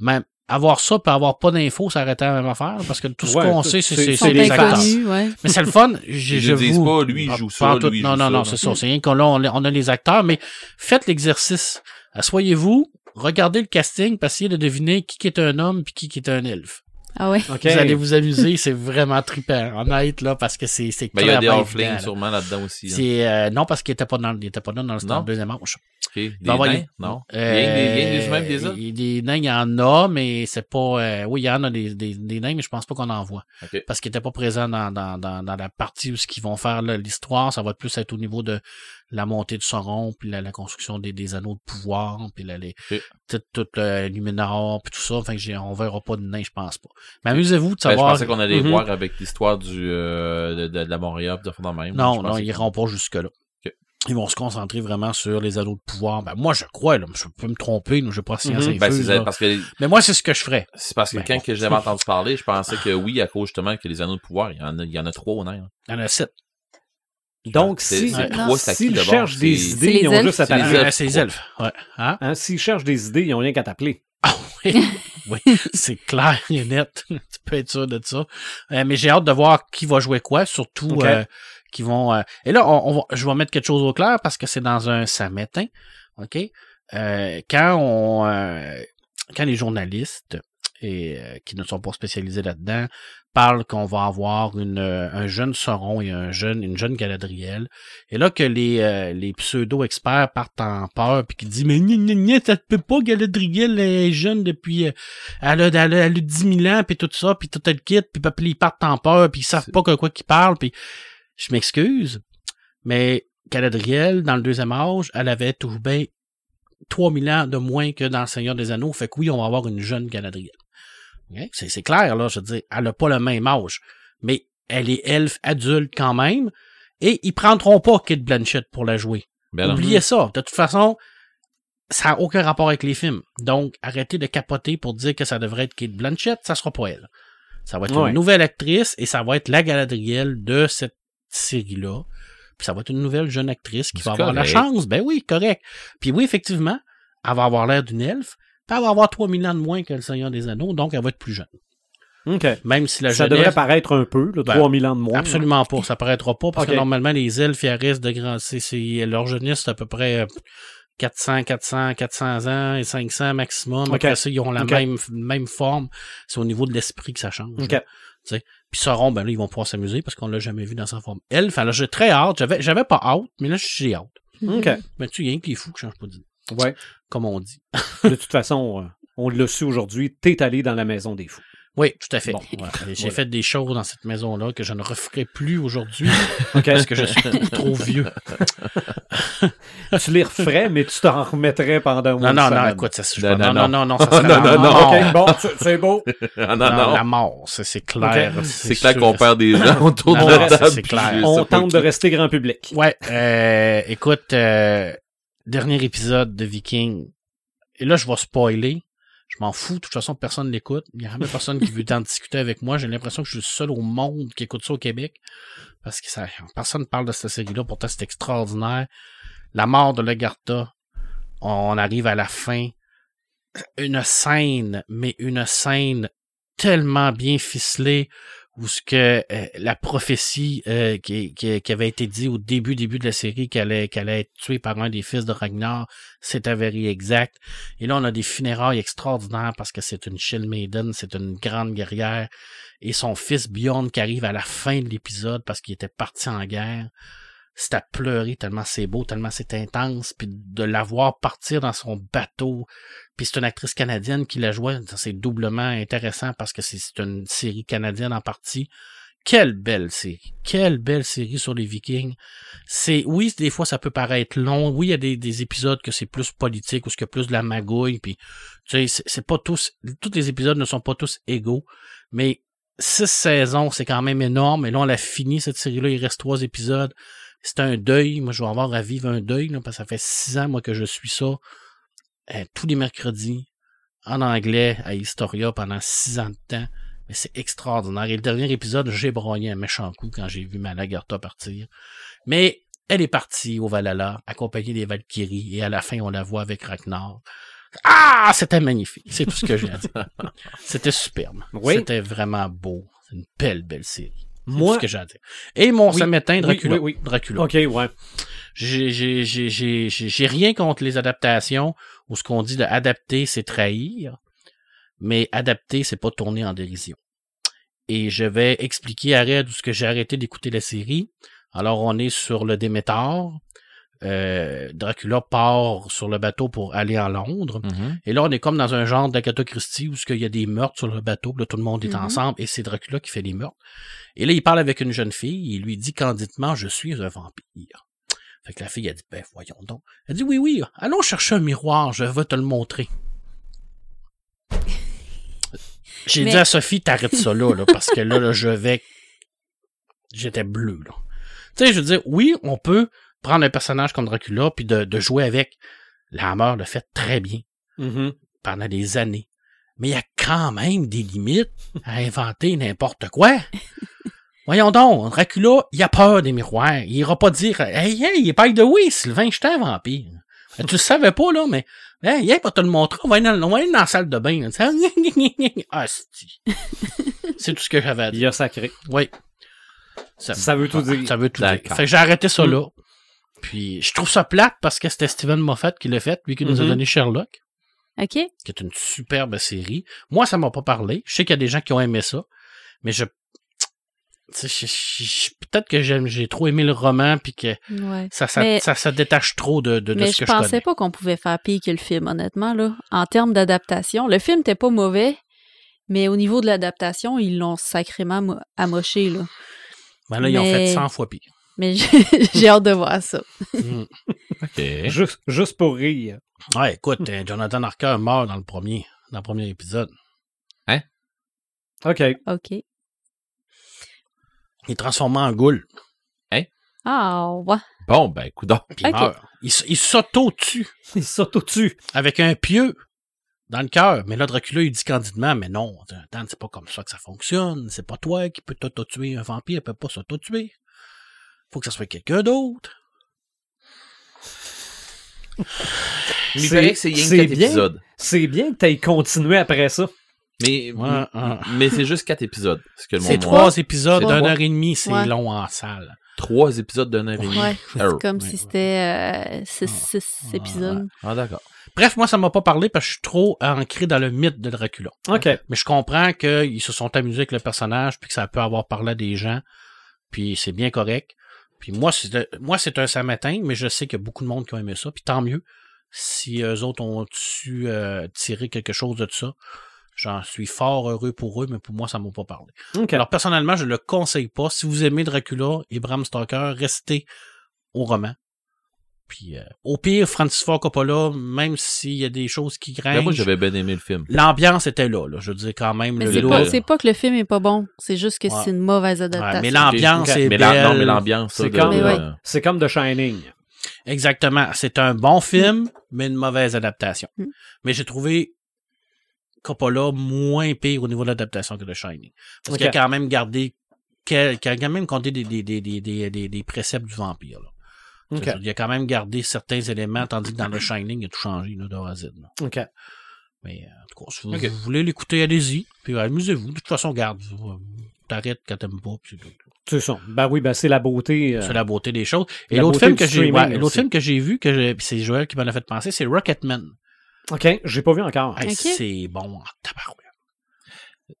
Speaker 3: Mais avoir ça puis avoir pas d'infos, ça arrêtait la même affaire parce que tout ce
Speaker 1: Ouais,
Speaker 3: qu'on
Speaker 1: tout-
Speaker 3: sait,
Speaker 1: c'est-
Speaker 3: c'est-
Speaker 5: Ils
Speaker 1: c'est
Speaker 5: sont
Speaker 3: c'est les acteurs.
Speaker 5: inconnus, ouais.
Speaker 3: Mais c'est le fun. Je,
Speaker 4: Ils
Speaker 3: je
Speaker 4: nous disent
Speaker 3: vous...
Speaker 4: pas, lui, il
Speaker 3: Ah,
Speaker 4: joue
Speaker 3: pas
Speaker 4: ça,
Speaker 3: en tout.
Speaker 4: lui, il
Speaker 3: non,
Speaker 4: joue
Speaker 3: non,
Speaker 4: ça,
Speaker 3: non,
Speaker 4: là.
Speaker 3: c'est ça. C'est rien qu'on là, on, les- on a les acteurs, mais faites l'exercice. Asseyez-vous, regardez le casting, puis essayez de deviner qui qui est un homme puis qui qui est un elfe.
Speaker 5: Ah ouais.
Speaker 1: OK.
Speaker 3: Vous allez vous amuser, c'est vraiment trippant. Honnête, là, parce que c'est c'est
Speaker 4: Ben, il y a des
Speaker 3: clairement
Speaker 4: halflings
Speaker 3: évident, là.
Speaker 4: sûrement là-dedans aussi. hein.
Speaker 3: C'est euh, non parce qu'il était pas dans le- il était pas là dans
Speaker 4: Non.
Speaker 3: le stand deuxième manche.
Speaker 4: Ok. Des
Speaker 3: va avoir-
Speaker 4: nains? Non. Il y
Speaker 3: Euh,
Speaker 4: a des- il y a des humains et des
Speaker 3: il-
Speaker 4: autres?
Speaker 3: il- Des nains, il y en a, mais c'est pas. euh, oui, il y en a des, des, des nains, mais je pense pas qu'on en voit.
Speaker 4: Ok.
Speaker 3: Parce qu'ils étaient pas présents dans, dans, dans, dans la partie où ce qu'ils vont faire là, l'histoire. Ça va plus être au niveau de la montée du Sauron, puis la, la construction des, des anneaux de pouvoir, puis la, les,
Speaker 4: Ok.
Speaker 3: tout, tout le Numenor, puis tout ça. Enfin, j'ai, on verra pas de nains, je pense pas. Mais amusez-vous de
Speaker 4: Ben, je
Speaker 3: savoir.
Speaker 4: pensais qu'on allait
Speaker 1: Mhm.
Speaker 4: voir avec l'histoire du euh, de, de- de la Montréal, de fond même.
Speaker 3: Non,
Speaker 4: Je
Speaker 3: non,
Speaker 4: pensais
Speaker 3: ils
Speaker 4: que-
Speaker 3: iront pas jusque-là. Ils vont se concentrer vraiment sur les anneaux de pouvoir. Ben, moi, je crois, là, je peux me tromper, là, je pas si
Speaker 1: Mhm.
Speaker 4: Ben, c'est parce que
Speaker 3: Mais moi, c'est ce que je ferais.
Speaker 4: c'est parce que
Speaker 3: Ben,
Speaker 4: quand
Speaker 3: bon.
Speaker 4: que j'avais entendu parler, je pensais que oui, à cause justement que les anneaux de pouvoir, il y en a, il y en a trois au nain. hein.
Speaker 3: Il y en a sept.
Speaker 1: Donc,
Speaker 4: C'est-
Speaker 1: si,
Speaker 4: c'est
Speaker 5: Non,
Speaker 4: trois, c'est à qui
Speaker 1: s'ils
Speaker 4: d'abord?
Speaker 1: cherchent des
Speaker 4: C'est-
Speaker 1: idées,
Speaker 5: les
Speaker 1: ils ont
Speaker 5: elfes.
Speaker 1: juste à
Speaker 4: C'est les
Speaker 1: t'appeler.
Speaker 4: elfes.
Speaker 3: Euh, C'est les elfes. Ouais. Hein?
Speaker 1: Hein, s'ils cherchent des idées, ils n'ont rien qu'à t'appeler.
Speaker 3: Ah oui, [LAUGHS] oui, c'est clair et net. [LAUGHS] tu peux être sûr de ça. Euh, mais j'ai hâte de voir qui va jouer quoi, surtout
Speaker 1: Ok.
Speaker 3: euh, qui vont. euh, Et là, on, on va- je vais mettre quelque chose au clair parce que c'est dans un samétain. OK? Euh, quand on euh, quand les journalistes et euh, qui ne sont pas spécialisés là-dedans parlent qu'on va avoir une, euh, un jeune Sauron et un jeune, une jeune Galadriel, et là que les, euh, les pseudo-experts partent en peur puis qui disent Mais gna, gna, gna, ça te peut pas, Galadriel elle est jeune depuis. euh, elle, a, elle, a, elle a 10 000 ans, puis tout ça, puis tout le kit, puis papa, ils partent en peur, puis ils savent pas que quoi qu'ils parlent, puis je m'excuse, mais Galadriel, dans le deuxième âge, elle avait tout bien 3000 ans de moins que dans le Seigneur des Anneaux, fait que oui, on va avoir une jeune Galadriel. Ok? C'est c'est clair, là, je veux dire, elle a pas le même âge, mais elle est elfe adulte quand même, et ils prendront pas Kate Blanchett pour la jouer.
Speaker 4: Ben non.
Speaker 3: Oubliez ça. De toute façon, ça n'a aucun rapport avec les films. Donc, arrêtez de capoter pour dire que ça devrait être Kate Blanchett, ça sera pas elle. Ça va être
Speaker 1: Ouais.
Speaker 3: une nouvelle actrice et ça va être la Galadriel de cette série-là. Puis ça va être une nouvelle jeune actrice qui
Speaker 4: C'est
Speaker 3: va avoir la
Speaker 4: correct.
Speaker 3: chance. Ben oui, correct. Puis oui, effectivement, elle va avoir l'air d'une elfe. Puis elle va avoir 3000 ans de moins que le Seigneur des Anneaux, donc elle va être plus jeune.
Speaker 1: OK.
Speaker 3: Même si la
Speaker 1: Ça
Speaker 3: jeune
Speaker 1: devrait paraître un peu, là,
Speaker 3: Ben,
Speaker 1: 3000 ans de moins.
Speaker 3: Absolument pas, ça paraîtra pas parce
Speaker 1: Ok.
Speaker 3: que normalement les elfes ils restent de grand c'est c'est- leur jeunesse c'est à peu près euh, 400 400 400 ans et 500 maximum
Speaker 1: Ok.
Speaker 3: après ça ils ont la
Speaker 1: Ok.
Speaker 3: même même forme, c'est au niveau de l'esprit que ça change.
Speaker 1: OK.
Speaker 3: là. Puis Sauron ben là ils vont pouvoir s'amuser parce qu'on l'a jamais vu dans sa forme elfe. Alors j'ai très hâte, j'avais j'avais pas hâte, mais là j'ai hâte.
Speaker 1: OK.
Speaker 3: Mais tu rien qui est fou que je change pas d'idée,
Speaker 1: Ouais.
Speaker 3: comme on dit.
Speaker 1: De toute façon, euh, on l'a su aujourd'hui, t'es allé dans la maison des fous.
Speaker 3: Oui, tout à fait.
Speaker 1: Bon,
Speaker 3: Voilà. J'ai
Speaker 1: Voilà.
Speaker 3: fait des choses dans cette maison-là que je ne referai plus aujourd'hui
Speaker 1: OK.
Speaker 3: parce que je suis trop vieux.
Speaker 1: [LAUGHS] tu les referais, mais tu t'en remettrais pendant
Speaker 3: Non,
Speaker 1: une
Speaker 3: non, non,
Speaker 1: semaine.
Speaker 3: écoute, Oh. ça, je-
Speaker 4: Non,
Speaker 3: non,
Speaker 4: non,
Speaker 3: non, non, non, ça serait
Speaker 4: Non,
Speaker 3: la
Speaker 4: non, non,
Speaker 3: mort.
Speaker 1: OK, bon, c'est- c'est beau.
Speaker 4: [LAUGHS] [LAUGHS] Ah,
Speaker 3: Non,
Speaker 4: non, non.
Speaker 3: la mort, ça, c'est clair.
Speaker 4: C'est clair
Speaker 3: sûr
Speaker 4: qu'on
Speaker 3: et
Speaker 4: perd des
Speaker 3: [LAUGHS]
Speaker 4: gens autour
Speaker 3: Non,
Speaker 4: de
Speaker 3: non,
Speaker 4: la
Speaker 3: c'est-
Speaker 4: table.
Speaker 3: c'est
Speaker 4: puis
Speaker 3: clair.
Speaker 4: je sais
Speaker 1: On
Speaker 4: pas
Speaker 1: tente
Speaker 4: qui.
Speaker 1: de rester grand public.
Speaker 3: Ouais, euh, écoute, euh, dernier épisode de Viking. Et là, je vais spoiler. Je m'en fous. De toute façon, personne l'écoute. Il n'y a jamais personne qui
Speaker 4: [LAUGHS]
Speaker 3: veut en discuter avec moi. J'ai l'impression que je suis le seul au monde qui écoute ça au Québec. Parce que ça, personne ne parle de cette série-là. Pourtant, c'est extraordinaire. La mort de Legarta. On arrive à la fin. Une scène, mais une scène tellement bien ficelé où ce que euh, la prophétie euh, qui, qui, qui avait été dit au début début de la série qu'elle allait, qu'elle allait être tuée par un des fils de Ragnar s'est avérée exacte. Et là, on a des funérailles extraordinaires parce que c'est une Shield Maiden, c'est une grande guerrière. Et son fils Bjorn qui arrive à la fin de l'épisode parce qu'il était parti en guerre. C'est à pleurer tellement c'est beau, tellement c'est intense, puis de la voir partir dans son bateau, puis c'est une actrice canadienne qui la jouait. Ça, C'est doublement intéressant parce que c'est c'est une série canadienne en partie. Quelle belle série. Quelle belle série sur les Vikings. C'est, oui, des fois, ça peut paraître long. Oui, il y a des, des épisodes que c'est plus politique ou ce que plus de la magouille. Puis, tu sais, c'est- c'est pas tous, tous les épisodes ne sont pas tous égaux. Mais six saisons, c'est quand même énorme. Et là, on l'a fini, cette série-là. Il reste trois épisodes. C'est un deuil. Moi, je vais avoir à vivre un deuil, là, parce que ça fait six ans, moi, que je suis ça euh, tous les mercredis en anglais à Historia pendant six ans de temps. Mais c'est extraordinaire. Et le dernier épisode, j'ai broyé un méchant coup quand j'ai vu ma Lagarta partir. Mais elle est partie au Valhalla, accompagnée des Valkyries, et à la fin, on la voit avec Ragnar. Ah, c'était magnifique. C'est tout ce que j'ai
Speaker 1: [LAUGHS]
Speaker 3: à dire. C'était superbe.
Speaker 1: Oui.
Speaker 3: C'était vraiment beau. C'est une belle, belle série. C'est
Speaker 1: Moi-
Speaker 3: tout ce que j'ai à dire. Et mon
Speaker 1: Oui.
Speaker 3: sammetin,
Speaker 1: Oui,
Speaker 3: Dracula.
Speaker 1: oui, oui.
Speaker 3: Dracula.
Speaker 1: OK, ouais.
Speaker 3: J'ai- j'ai- j'ai j'ai- j'ai- j'ai rien contre les adaptations où ce qu'on dit de adapter, c'est trahir, mais adapter, c'est pas tourner en dérision. Et je vais expliquer à Red où ce que j'ai arrêté d'écouter la série. Alors, on est sur le Démétor. Euh, Dracula part sur le bateau pour aller à Londres.
Speaker 4: Mhm.
Speaker 3: Et là, on est comme dans un genre d'Agatha Christie où il y a des meurtres sur le bateau, puis là, tout le monde est
Speaker 5: Mhm.
Speaker 3: ensemble et c'est Dracula qui fait les meurtres. Et là, il parle avec une jeune fille, il lui dit candidement, je suis un vampire. Fait que la fille, elle dit, ben voyons donc. Elle dit, oui, oui, allons chercher un miroir, je vais te
Speaker 5: [LAUGHS]
Speaker 3: le montrer. J'ai
Speaker 5: Mais-
Speaker 3: dit à Sophie, t'arrêtes ça là, là, parce que là, là, je vais... J'étais bleu, là. Tu sais, je veux dire, oui, on peut prendre un personnage comme Dracula, puis de, de jouer avec. La Hammer le fait très bien
Speaker 1: Mhm.
Speaker 3: pendant des années. Mais il y a quand même des limites à inventer n'importe quoi. Voyons donc, Dracula, il a peur des miroirs. Il ira pas dire Hey, hey, by the way, Sylvain, j'étais un vampire. Ben, Tu le savais pas, là, mais hey, hey, pas te le montrer, on va aller dans, on va aller dans la salle de bain. là. Ah, c'est-tu. C'est tout ce que j'avais à
Speaker 1: Il
Speaker 3: dire.
Speaker 1: y a sacré.
Speaker 3: Oui.
Speaker 1: Ça veut tout dire.
Speaker 3: Ça veut tout dire.
Speaker 4: D'accord.
Speaker 3: Fait que j'ai arrêté ça là. Puis je trouve ça plate parce que c'était Steven Moffat qui l'a fait, lui qui nous a
Speaker 1: Mhm.
Speaker 3: donné Sherlock
Speaker 5: OK?
Speaker 3: qui est une superbe série. Moi, ça m'a pas parlé. Je sais qu'il y a des gens qui ont aimé ça, mais je, tu sais, je- je- je- peut-être que j'aime, j'ai trop aimé le roman puis que
Speaker 5: Ouais.
Speaker 3: ça, ça,
Speaker 5: Mais-
Speaker 3: ça, ça détache trop de, de, de
Speaker 5: Mais
Speaker 3: ce
Speaker 5: je
Speaker 3: que je
Speaker 5: pensais
Speaker 3: connais.
Speaker 5: pas qu'on pouvait faire pire que le film, honnêtement, là. En termes d'adaptation, le film était pas mauvais, mais au niveau de l'adaptation, ils l'ont sacrément mo- amoché, là.
Speaker 3: Mais Ben là, ils ont
Speaker 5: mais-
Speaker 3: fait 100 fois pire.
Speaker 5: Mais [LAUGHS] j'ai j'ai hâte de voir ça.
Speaker 3: Mm.
Speaker 4: OK.
Speaker 1: Juste, juste pour rire.
Speaker 3: Ouais, écoute, euh, Jonathan Harker meurt dans le premier, dans le premier épisode.
Speaker 1: OK.
Speaker 5: OK.
Speaker 3: Il est transformé en goule,
Speaker 5: Ah, ouais.
Speaker 4: Bon, ben, coudonc.
Speaker 3: puis il
Speaker 5: Ok.
Speaker 3: meurt. Il, s- il s'auto-tue
Speaker 1: Il saute au-dessus.
Speaker 3: avec un pieu dans le cœur. Mais là, Dracula, il dit candidement, mais non, attends, c'est pas comme ça que ça fonctionne. C'est pas toi qui peux t'auto-tuer. Un vampire peut pas s'auto-tuer. Faut que ça soit quelqu'un d'autre.
Speaker 4: Il paraît que c'est rien que
Speaker 1: c'est
Speaker 4: quatre
Speaker 1: bien,
Speaker 4: épisodes.
Speaker 1: c'est bien que t'aies continué après ça.
Speaker 4: Mais,
Speaker 3: Ouais, ouais.
Speaker 4: mais c'est juste quatre épisodes. ce que le
Speaker 3: C'est
Speaker 4: monde
Speaker 3: trois
Speaker 4: montre.
Speaker 3: épisodes
Speaker 4: C'est
Speaker 3: d'une
Speaker 4: trois.
Speaker 3: heure et demie, c'est
Speaker 5: Ouais.
Speaker 3: long en salle.
Speaker 4: Trois épisodes d'un heure et demie.
Speaker 5: Ouais.
Speaker 4: Error.
Speaker 5: C'est comme
Speaker 3: Ouais, ouais.
Speaker 5: si c'était euh, six,
Speaker 3: Ah,
Speaker 5: six
Speaker 3: ouais.
Speaker 5: épisodes.
Speaker 4: Ah, d'accord.
Speaker 3: Bref, moi, ça m'a pas parlé parce que je suis trop ancré dans le mythe de Dracula.
Speaker 1: OK.
Speaker 3: Mais je comprends qu'ils se sont amusés avec le personnage, puis que ça peut avoir parlé à des gens, puis c'est bien correct. Puis moi, c'est de- moi, c'est un matin, mais je sais qu'il y a beaucoup de monde qui ont aimé ça, puis tant mieux. Si eux autres ont su euh, tirer quelque chose de ça, j'en suis fort heureux pour eux, mais pour moi, ça m'a pas parlé.
Speaker 1: OK.
Speaker 3: Alors personnellement, je le conseille pas. Si vous aimez Dracula et Bram Stoker, restez au roman. Puis euh, au pire, Francis Ford Coppola, même s'il y a des choses qui
Speaker 4: Ben,
Speaker 3: craignent,
Speaker 4: moi, j'avais bien aimé le film.
Speaker 3: l'ambiance était là, là. Je veux dire quand même
Speaker 5: Mais
Speaker 3: le
Speaker 5: c'est
Speaker 4: lourd.
Speaker 5: pas, c'est pas que le film est pas bon, c'est juste que
Speaker 3: Ouais.
Speaker 5: c'est une mauvaise
Speaker 3: Ouais, mais
Speaker 5: adaptation.
Speaker 3: l'ambiance
Speaker 1: Ok.
Speaker 3: est
Speaker 4: Mais
Speaker 3: belle.
Speaker 4: la- non, mais l'ambiance, ça,
Speaker 1: C'est
Speaker 4: de-
Speaker 1: comme-
Speaker 4: de-
Speaker 5: Mais ouais.
Speaker 1: C'est comme The Shining.
Speaker 3: Exactement. C'est un bon film, mais une mauvaise adaptation.
Speaker 5: Mm.
Speaker 3: Mais j'ai trouvé Coppola moins pire au niveau de l'adaptation que The Shining. Parce
Speaker 1: Ok.
Speaker 3: qu'il a quand même gardé, quel- qu'il a quand même compté des, des, des, des, des, des- des préceptes du vampire. là.
Speaker 1: OK.
Speaker 3: C'est-à-dire, Il a quand même gardé certains éléments, tandis que dans The Shining, il a tout changé là, de A à Z, là.
Speaker 1: OK.
Speaker 3: Mais euh, en tout cas, si vous,
Speaker 4: Ok.
Speaker 3: vous voulez l'écouter, allez-y. Puis amusez-vous. De toute façon, garde. T'arrêtes quand t'aimes pas. puis c'est tout.
Speaker 1: C'est ça. Ben oui, ben c'est la beauté. euh,
Speaker 3: C'est la beauté des choses. Et
Speaker 1: La
Speaker 3: l'autre
Speaker 1: beauté
Speaker 3: film,
Speaker 1: du
Speaker 3: que j'ai-
Speaker 1: streaming
Speaker 3: ouais, l'autre
Speaker 1: aussi.
Speaker 3: film que j'ai vu, que j'ai- puis c'est Joël qui m'en a fait penser, c'est Rocketman.
Speaker 1: OK, j'ai pas vu encore.
Speaker 3: Hey,
Speaker 5: Ok.
Speaker 3: C'est bon en tabarouette.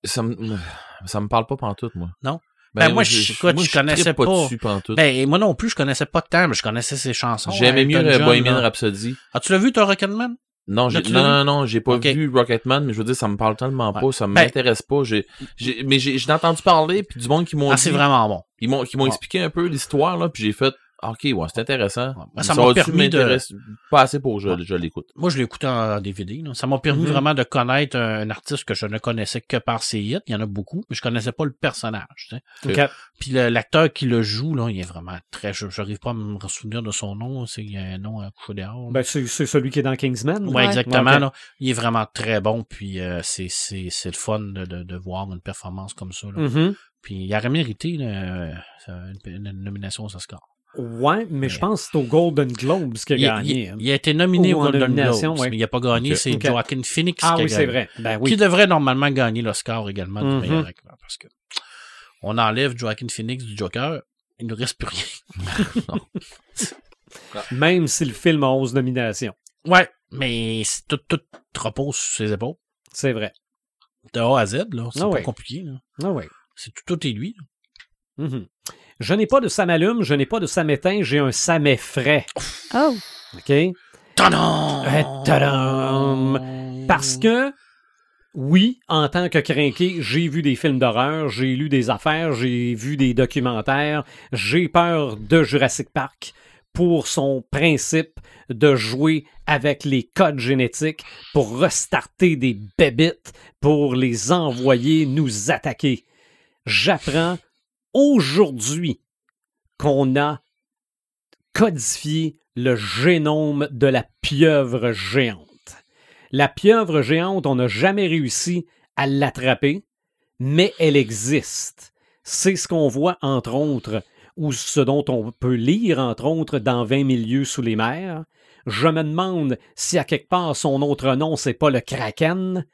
Speaker 4: Ça me, ça me parle pas pantoute, moi.
Speaker 3: Non? Ben, moi, je- écoute, je connaissais
Speaker 4: trippe
Speaker 3: pas.
Speaker 4: dessus pantoute.
Speaker 3: Ben, et moi non plus, je connaissais pas tant, mais je connaissais ses chansons.
Speaker 4: J'aimais mieux
Speaker 3: Elton
Speaker 1: euh,
Speaker 4: le
Speaker 3: John,
Speaker 4: Bohemian
Speaker 3: là.
Speaker 4: Rhapsody.
Speaker 3: Ah, tu l'as vu, toi, Rocketman? Ah,
Speaker 4: Non, j'ai,
Speaker 3: L'as-tu
Speaker 4: non,
Speaker 3: vu?
Speaker 4: non, non, j'ai pas
Speaker 3: Ok.
Speaker 4: vu Rocketman, mais je veux dire, ça me parle tellement
Speaker 3: Ouais.
Speaker 4: pas, ça
Speaker 3: Ben-
Speaker 4: m'intéresse pas. J'ai, j'ai, mais j'ai, j'ai entendu parler, puis du monde qui m'ont
Speaker 3: Ah,
Speaker 4: dit-
Speaker 3: c'est vraiment bon.
Speaker 4: ils m'ont, qui m'ont
Speaker 3: Ouais.
Speaker 4: expliqué un peu l'histoire, là, puis j'ai fait, Ah, ok, ouais, c'est intéressant.
Speaker 3: Ouais. Ben,
Speaker 4: Mais
Speaker 3: ça m'a
Speaker 4: aurait-tu
Speaker 3: permis de-
Speaker 4: m'intéresse pas assez pour que je, je l'écoute.
Speaker 3: Moi, je l'ai écouté en DVD. là. Ça m'a permis
Speaker 1: Mhm.
Speaker 3: vraiment de connaître un, un artiste que je ne connaissais que par ses hits. Il y en a beaucoup, mais je connaissais pas le personnage. tu sais.
Speaker 1: OK.
Speaker 3: Puis le- l'acteur qui le joue, là, il est vraiment très... Je n'arrive pas à me souvenir de son nom. C'est il y a un nom à coucher dehors.
Speaker 1: Ben, c'est c'est celui qui est dans Kingsman.
Speaker 3: Ouais,
Speaker 5: Ouais.
Speaker 3: exactement.
Speaker 1: Ouais, ok.
Speaker 3: là. Il est vraiment très bon, puis euh, c'est, c'est, c'est le fun de, de, de voir une performance comme ça. là.
Speaker 1: Mhm.
Speaker 3: Puis il aurait mérité là, euh, une, une nomination aux Oscars.
Speaker 1: Ouais, mais je pense que c'est au Golden Globes qu'il a
Speaker 3: il,
Speaker 1: gagné.
Speaker 3: il- il a été nominé
Speaker 1: hein. Ou
Speaker 3: au
Speaker 1: en
Speaker 3: Golden
Speaker 1: nomination,
Speaker 3: Globes,
Speaker 1: ouais.
Speaker 3: mais il n'a pas gagné.
Speaker 4: Ok.
Speaker 3: C'est
Speaker 1: Ok.
Speaker 3: Joaquin Phoenix
Speaker 1: ah
Speaker 3: qui a
Speaker 1: oui, c'est
Speaker 3: gagné.
Speaker 1: vrai. Ben oui.
Speaker 3: Qui devrait normalement gagner l'Oscar également du
Speaker 1: Mhm.
Speaker 3: meilleur acteur, parce que on enlève Joaquin Phoenix du Joker, il ne reste plus
Speaker 1: [LAUGHS]
Speaker 3: rien.
Speaker 1: Même si le film a 11 nominations.
Speaker 3: Ouais, mais c'est tout, tout repose sur ses épaules,
Speaker 1: C'est vrai.
Speaker 3: de A à Z, là. C'est
Speaker 1: Ah
Speaker 3: pas
Speaker 1: ouais.
Speaker 3: compliqué, là.
Speaker 1: Ah oui.
Speaker 3: C'est tout, tout est lui. là.
Speaker 1: Mhm. Je n'ai pas de samalume, je n'ai pas de samétain, j'ai un samet frais.
Speaker 5: Oh,
Speaker 1: OK?
Speaker 3: Tadam!
Speaker 1: Eh, tadam! Parce que, oui, en tant que crinqué, j'ai vu des films d'horreur, j'ai lu des affaires, j'ai vu des documentaires, j'ai peur de Jurassic Park pour son principe de jouer avec les codes génétiques pour restarter des bébites, pour les envoyer nous attaquer. J'apprends aujourd'hui qu'on a codifié le génome de la pieuvre géante. La pieuvre géante, on n'a jamais réussi à l'attraper, mais elle existe. C'est ce qu'on voit, entre autres, ou ce dont on peut lire, entre autres, dans 20 milieux sous les mers. Je me demande si à quelque part son autre nom, c'est pas le kraken.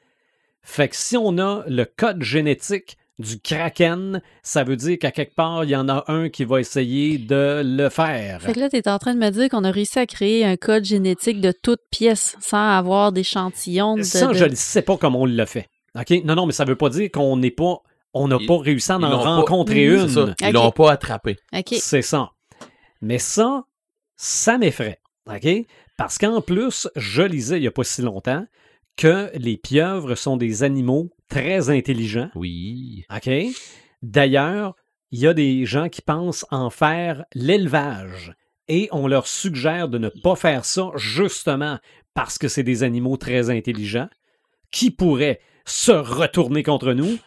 Speaker 1: Fait que si on a le code génétique du kraken, ça veut dire qu'à quelque part, il y en a un qui va essayer de le faire.
Speaker 5: fait que là, t'es en train de me dire qu'on a réussi à créer un code génétique de toute pièce sans avoir d'échantillons de...
Speaker 1: Ça,
Speaker 5: de-
Speaker 1: je ne sais pas comment on l'a fait. OK? Non, non, mais ça ne veut pas dire qu'on n'est pas. On n'a
Speaker 4: Ils-
Speaker 1: pas réussi à
Speaker 4: ils
Speaker 1: en
Speaker 4: l'ont pas-
Speaker 1: rencontrer
Speaker 5: Mhm.
Speaker 4: C'est ça.
Speaker 1: une.
Speaker 5: Ok.
Speaker 4: Ils l'ont pas attrapé.
Speaker 5: OK.
Speaker 1: C'est ça. Mais ça, ça m'effraie. OK? Parce qu'en plus, je lisais il n'y a pas si longtemps que les pieuvres sont des animaux très intelligents.
Speaker 4: Oui.
Speaker 1: OK? D'ailleurs, il y a des gens qui pensent en faire l'élevage et on leur suggère de ne pas faire ça justement parce que c'est des animaux très intelligents qui pourraient se retourner contre nous.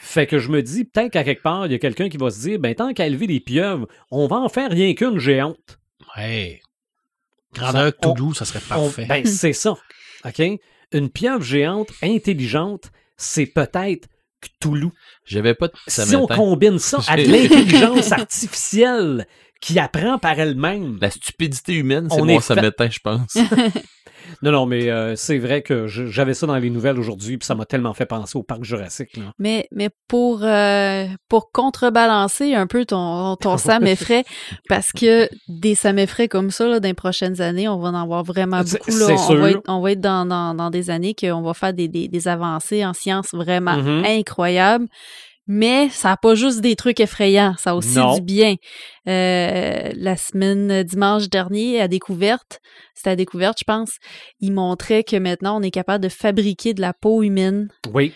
Speaker 1: Fait que je me dis, peut-être qu'à quelque part, il y a quelqu'un qui va se dire, ben tant qu'à élever des pieuvres, on va en faire rien qu'une géante.
Speaker 3: Hey.
Speaker 1: Ça-
Speaker 3: Grandeur
Speaker 1: on-
Speaker 3: tout doux, ça serait
Speaker 1: On-
Speaker 3: parfait.
Speaker 1: ben, c'est ça. OK? Une pieuvre géante intelligente, c'est peut-être Cthulhu.
Speaker 4: J'avais pas de
Speaker 1: Si on
Speaker 4: samétain.
Speaker 1: combine ça à [LAUGHS] de l'intelligence artificielle qui apprend par elle-même.
Speaker 4: La stupidité humaine,
Speaker 1: On
Speaker 4: c'est
Speaker 1: est
Speaker 4: mon
Speaker 1: fa-
Speaker 4: samétain, je pense.
Speaker 1: Non, non, mais euh, c'est vrai que je- j'avais ça dans les nouvelles aujourd'hui, puis ça m'a tellement fait penser au parc jurassique. là.
Speaker 5: [LAUGHS] Mais, mais pour, euh, pour contrebalancer un peu ton,
Speaker 1: Ah
Speaker 5: ton Sam effray, parce que des Sam effray comme ça, là, dans les prochaines années, on va en avoir vraiment
Speaker 1: C'est-
Speaker 5: beaucoup. là.
Speaker 1: c'est
Speaker 5: on,
Speaker 1: sûr.
Speaker 5: va être, on va être dans, dans, dans des années qu'on va faire des, des, des avancées en sciences vraiment
Speaker 1: Mhm.
Speaker 5: incroyables. Mais ça n'a pas juste des trucs effrayants, ça a aussi
Speaker 1: Non.
Speaker 5: du bien. Euh, la semaine euh, dimanche dernier, à découverte, c'était à découverte, je pense, ils montraient que maintenant on est capable de fabriquer de la peau humaine
Speaker 1: Oui.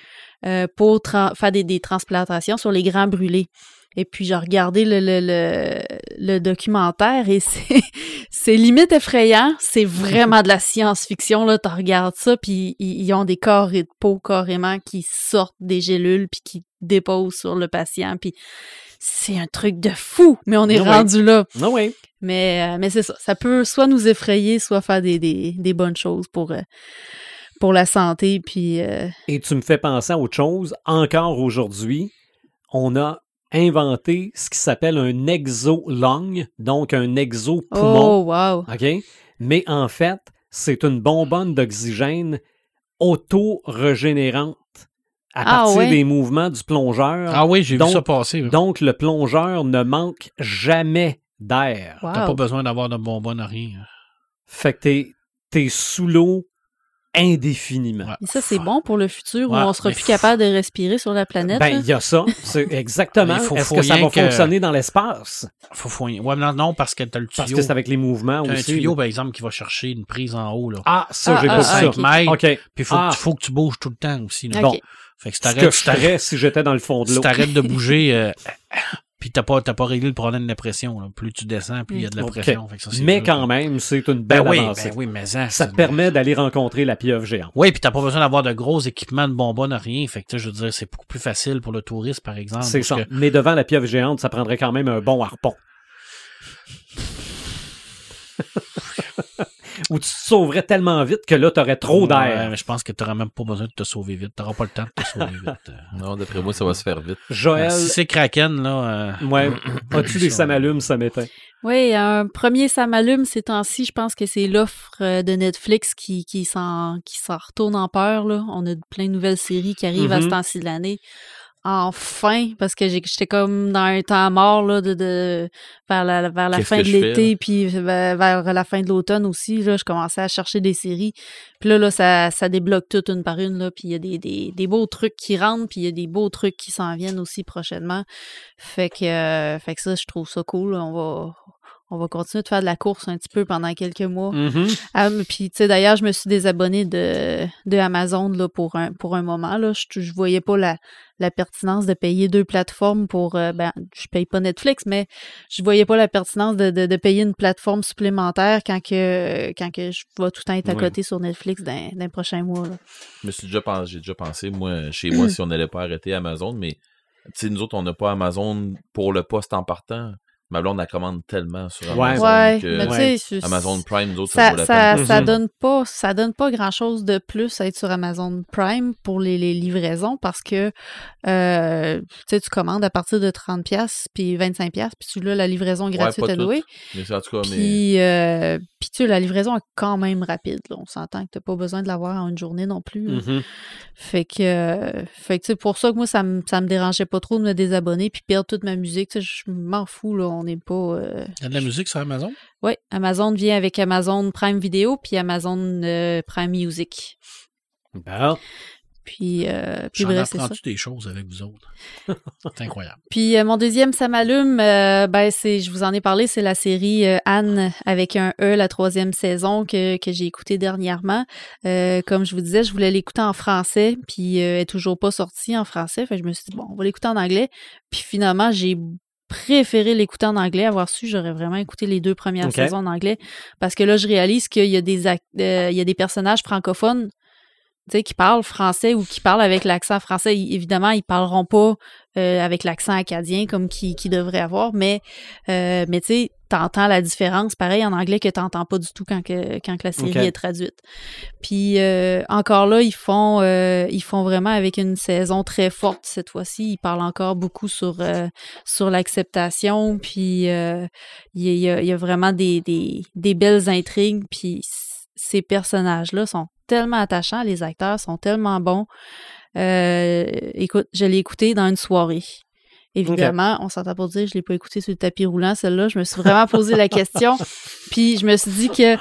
Speaker 5: euh, pour tra- faire des, des transplantations sur les grands brûlés. Et puis j'ai regardé le, le, le, le documentaire et [LAUGHS] c'est c'est limite effrayant. C'est vraiment de la science-fiction. Là, t'en regardes ça, puis ils, ils ont des corps et de peau carrément qui sortent des gélules puis qui déposent sur le patient. Puis c'est un truc de fou, mais
Speaker 3: Ben
Speaker 5: on est
Speaker 1: Ouais.
Speaker 5: rendu là.
Speaker 1: Non, oui.
Speaker 5: Mais, euh, mais c'est ça. Ça peut soit nous effrayer, soit faire des, des, des bonnes choses pour, euh, pour la santé. Puis euh,
Speaker 1: Et tu me fais penser à autre chose. Encore aujourd'hui, on a inventé ce qui s'appelle un exo-lung, donc un exo-poumon.
Speaker 5: oh wow.
Speaker 1: OK? Mais en fait, c'est une bonbonne d'oxygène auto-régénérante à
Speaker 5: Ah
Speaker 1: partir
Speaker 5: ouais?
Speaker 1: des mouvements du plongeur.
Speaker 3: Ah oui, j'ai vu
Speaker 1: Donc-
Speaker 3: ça passer. oui.
Speaker 1: Donc, le plongeur ne manque jamais d'air.
Speaker 5: Wow.
Speaker 3: T'as pas besoin d'avoir de bonbonne à rien. hein.
Speaker 1: Fait que t'es, t'es sous l'eau indéfiniment.
Speaker 3: Ouais.
Speaker 5: Et ça, c'est bon pour le futur
Speaker 3: Ah. Ouais,
Speaker 5: où on sera
Speaker 3: mais-
Speaker 5: plus capable de respirer sur la planète.
Speaker 1: Ben,
Speaker 5: là.
Speaker 1: il y a
Speaker 5: [LAUGHS]
Speaker 1: ça. C'est exactement.
Speaker 3: Il faut-
Speaker 1: Est-ce
Speaker 3: faut
Speaker 1: que ça
Speaker 3: rien
Speaker 1: va
Speaker 3: que-
Speaker 1: fonctionner dans l'espace?
Speaker 3: Faut fourner. Ouais, mais non, non, parce que t'as le
Speaker 1: Parce
Speaker 3: tuyau.
Speaker 1: que c'est avec les mouvements
Speaker 3: T'as un
Speaker 1: aussi.
Speaker 3: tuyau, par exemple, qui va chercher une prise en haut, là.
Speaker 1: Ah, ça,
Speaker 5: Ah,
Speaker 1: j'ai
Speaker 5: ah,
Speaker 1: pas
Speaker 5: ah,
Speaker 1: vu
Speaker 5: ok.
Speaker 1: ça.
Speaker 3: Mike,
Speaker 1: OK.
Speaker 3: Puis faut,
Speaker 1: Ah.
Speaker 3: que tu- faut que tu bouges tout le temps aussi. là.
Speaker 5: Ok.
Speaker 1: Bon.
Speaker 3: Fait que si
Speaker 1: Ce que
Speaker 3: t'arrêtes,
Speaker 1: je
Speaker 3: si t'arrêtes-
Speaker 1: ferais si j'étais dans le fond de
Speaker 3: si
Speaker 1: l'eau. [LAUGHS]
Speaker 3: t'arrêtes de bouger, euh, puis t'as pas, t'as pas réglé le problème de la pression. là. Plus tu descends, plus il y a de la
Speaker 1: Ok.
Speaker 3: pression. Fait que ça, c'est
Speaker 1: Mais
Speaker 3: dur.
Speaker 1: quand même, c'est une belle
Speaker 3: Ben oui,
Speaker 1: avancée.
Speaker 3: ben oui, mais ça,
Speaker 1: Ça te permet d'aller rencontrer la pieuvre géante.
Speaker 3: Oui, puis t'as pas besoin d'avoir de gros équipements de bonbonnes à rien. Fait que, tu sais, je veux dire, c'est beaucoup plus facile pour le touriste, par exemple.
Speaker 1: C'est
Speaker 3: Ah, parce
Speaker 1: ça.
Speaker 3: que-
Speaker 1: Mais devant la pieuvre géante, ça prendrait quand même un bon
Speaker 3: [LAUGHS]
Speaker 1: harpon. Ou tu te sauverais tellement vite que là, t'aurais trop
Speaker 3: Ouais,
Speaker 1: d'air.
Speaker 3: mais je pense que t'auras même pas besoin de te sauver vite. T'auras pas le temps de te sauver
Speaker 1: [LAUGHS]
Speaker 3: vite. Euh,
Speaker 4: Non, d'après moi, ça va se faire vite.
Speaker 1: Joël,
Speaker 3: Ah, Si c'est Kraken, là. euh, [COUGHS]
Speaker 1: ouais, as-tu des samalumes, ça m'éteint?
Speaker 5: Oui, un premier Samalume ces temps-ci, je pense que c'est l'offre euh, de Netflix qui, qui s'en qui s'en retourne en peur. Là. On a de- plein de nouvelles séries qui arrivent à ce
Speaker 4: Mm-hmm.
Speaker 1: Mhm.
Speaker 5: temps-ci de l'année. Enfin, parce que j'ai- j'étais comme dans un temps mort là, de, de vers la, vers la
Speaker 4: Qu'est-ce
Speaker 5: fin
Speaker 4: que
Speaker 5: de
Speaker 4: je fais,
Speaker 5: l'été, puis vers, vers la fin de l'automne aussi. Là, je commençais à chercher des séries. Puis là, là ça, ça débloque toutes une par une. Là, puis il y a des, des, des beaux trucs qui rentrent, puis il y a des beaux trucs qui s'en viennent aussi prochainement. Fait que, euh, fait que ça, je trouve ça cool. On va, on va continuer de faire de la course un petit peu pendant quelques mois.
Speaker 1: Mmh.
Speaker 3: Mm-hmm,
Speaker 5: [LAUGHS] Ah, mais puis, tu sais, d'ailleurs, je me suis désabonnée de, de Amazon là, pour, un, pour un moment. Là. Je, je voyais pas la, la pertinence de payer deux plateformes pour. euh, ben, je paye pas Netflix, mais je voyais pas la pertinence de, de, de payer une plateforme supplémentaire quand que, quand que je vais tout le temps être à
Speaker 1: Oui.
Speaker 5: côté sur Netflix dans, dans les prochains mois. là.
Speaker 4: Je me suis déjà pensé, j'ai déjà pensé, moi, chez
Speaker 5: Mm.
Speaker 4: moi, si on n'allait pas arrêter Amazon, mais tu sais, nous autres, on n'a pas Amazon pour le poste en partant. Ma blonde, la commande tellement sur
Speaker 1: Ouais.
Speaker 4: Amazon
Speaker 5: Ouais,
Speaker 4: que
Speaker 5: mais tu sais, c'est-
Speaker 4: euh, Amazon Prime, nous autres, ça,
Speaker 5: ça,
Speaker 4: vaut la
Speaker 5: ça,
Speaker 4: peine.
Speaker 5: ça
Speaker 1: Mhm.
Speaker 5: donne pas ça donne pas grand chose de plus à être sur Amazon Prime pour les, les livraisons parce que euh, tu sais, tu commandes à partir de 30 pièces puis 25 pièces puis tu l'as la livraison
Speaker 4: Ouais,
Speaker 5: gratuite
Speaker 4: pas
Speaker 5: à louer
Speaker 4: Mais c'est- en tout cas, mais...
Speaker 5: puis euh, puis tu sais, la livraison est quand même rapide là. on s'entend que t'as pas besoin de l'avoir en une journée non plus
Speaker 1: Mm.
Speaker 5: là.
Speaker 3: mm-hmm.
Speaker 5: fait que euh, fait que tu sais, pour ça que moi ça me ça me dérangeait pas trop de me désabonner puis perdre toute ma musique tu sais, je m'en fous là on n'est pas euh,
Speaker 3: Il y a de la musique sur Amazon?
Speaker 5: oui, Amazon vient avec Amazon Prime Video puis Amazon euh, Prime Music.
Speaker 1: Bon.
Speaker 5: Puis, euh, puis
Speaker 3: J'en
Speaker 5: bref, c'est ça.
Speaker 3: apprends-tu des choses avec vous [LAUGHS] autres? c'est incroyable.
Speaker 5: Puis euh, mon deuxième, ça m'allume. euh, ben, c'est, je vous en ai parlé, c'est la série euh, Anne avec un E, la troisième saison que, que j'ai écoutée dernièrement. Euh, comme je vous disais, je voulais l'écouter en français, puis euh, elle est toujours pas sortie en français. Fait que je me suis dit, bon, on va l'écouter en anglais. Puis finalement, j'ai préféré l'écouter en anglais. Avoir su, j'aurais vraiment écouté les deux premières
Speaker 1: Ok.
Speaker 5: saisons en anglais. Parce que là, je réalise qu'il y a des, ac- euh, il y a des personnages francophones tu sais, qui parlent français ou qui parlent avec l'accent français. Ils- évidemment, ils parleront pas euh, avec l'accent acadien comme qui, qui devrait avoir, mais, euh, mais tu sais, t'entends la différence, pareil en anglais que t'entends pas du tout quand que, quand que la série
Speaker 1: Ok.
Speaker 5: est traduite. Puis euh, encore là, ils font euh, ils font vraiment avec une saison très forte cette fois-ci. Ils parlent encore beaucoup sur euh, sur l'acceptation, puis euh, il y, a- il y a- il y a vraiment des, des, des belles intrigues, puis c- ces personnages-là sont tellement attachants, les acteurs sont tellement bons. Euh, écoute, je l'ai écouté dans une soirée. Évidemment, on s'entend pour dire, je l'ai pas écouté sur le tapis roulant, celle-là. Je me suis vraiment posé la question. Puis je me suis dit que,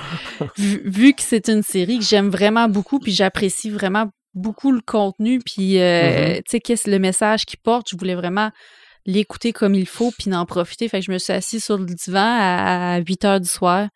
Speaker 5: vu, vu que c'est une série que j'aime vraiment beaucoup, puis j'apprécie vraiment beaucoup le contenu, puis, euh, tu sais, qu'est-ce le message qu'il porte, je voulais vraiment l'écouter comme il faut, puis d'en profiter. Fait que je me suis assise sur le divan à, à 8 heures du soir.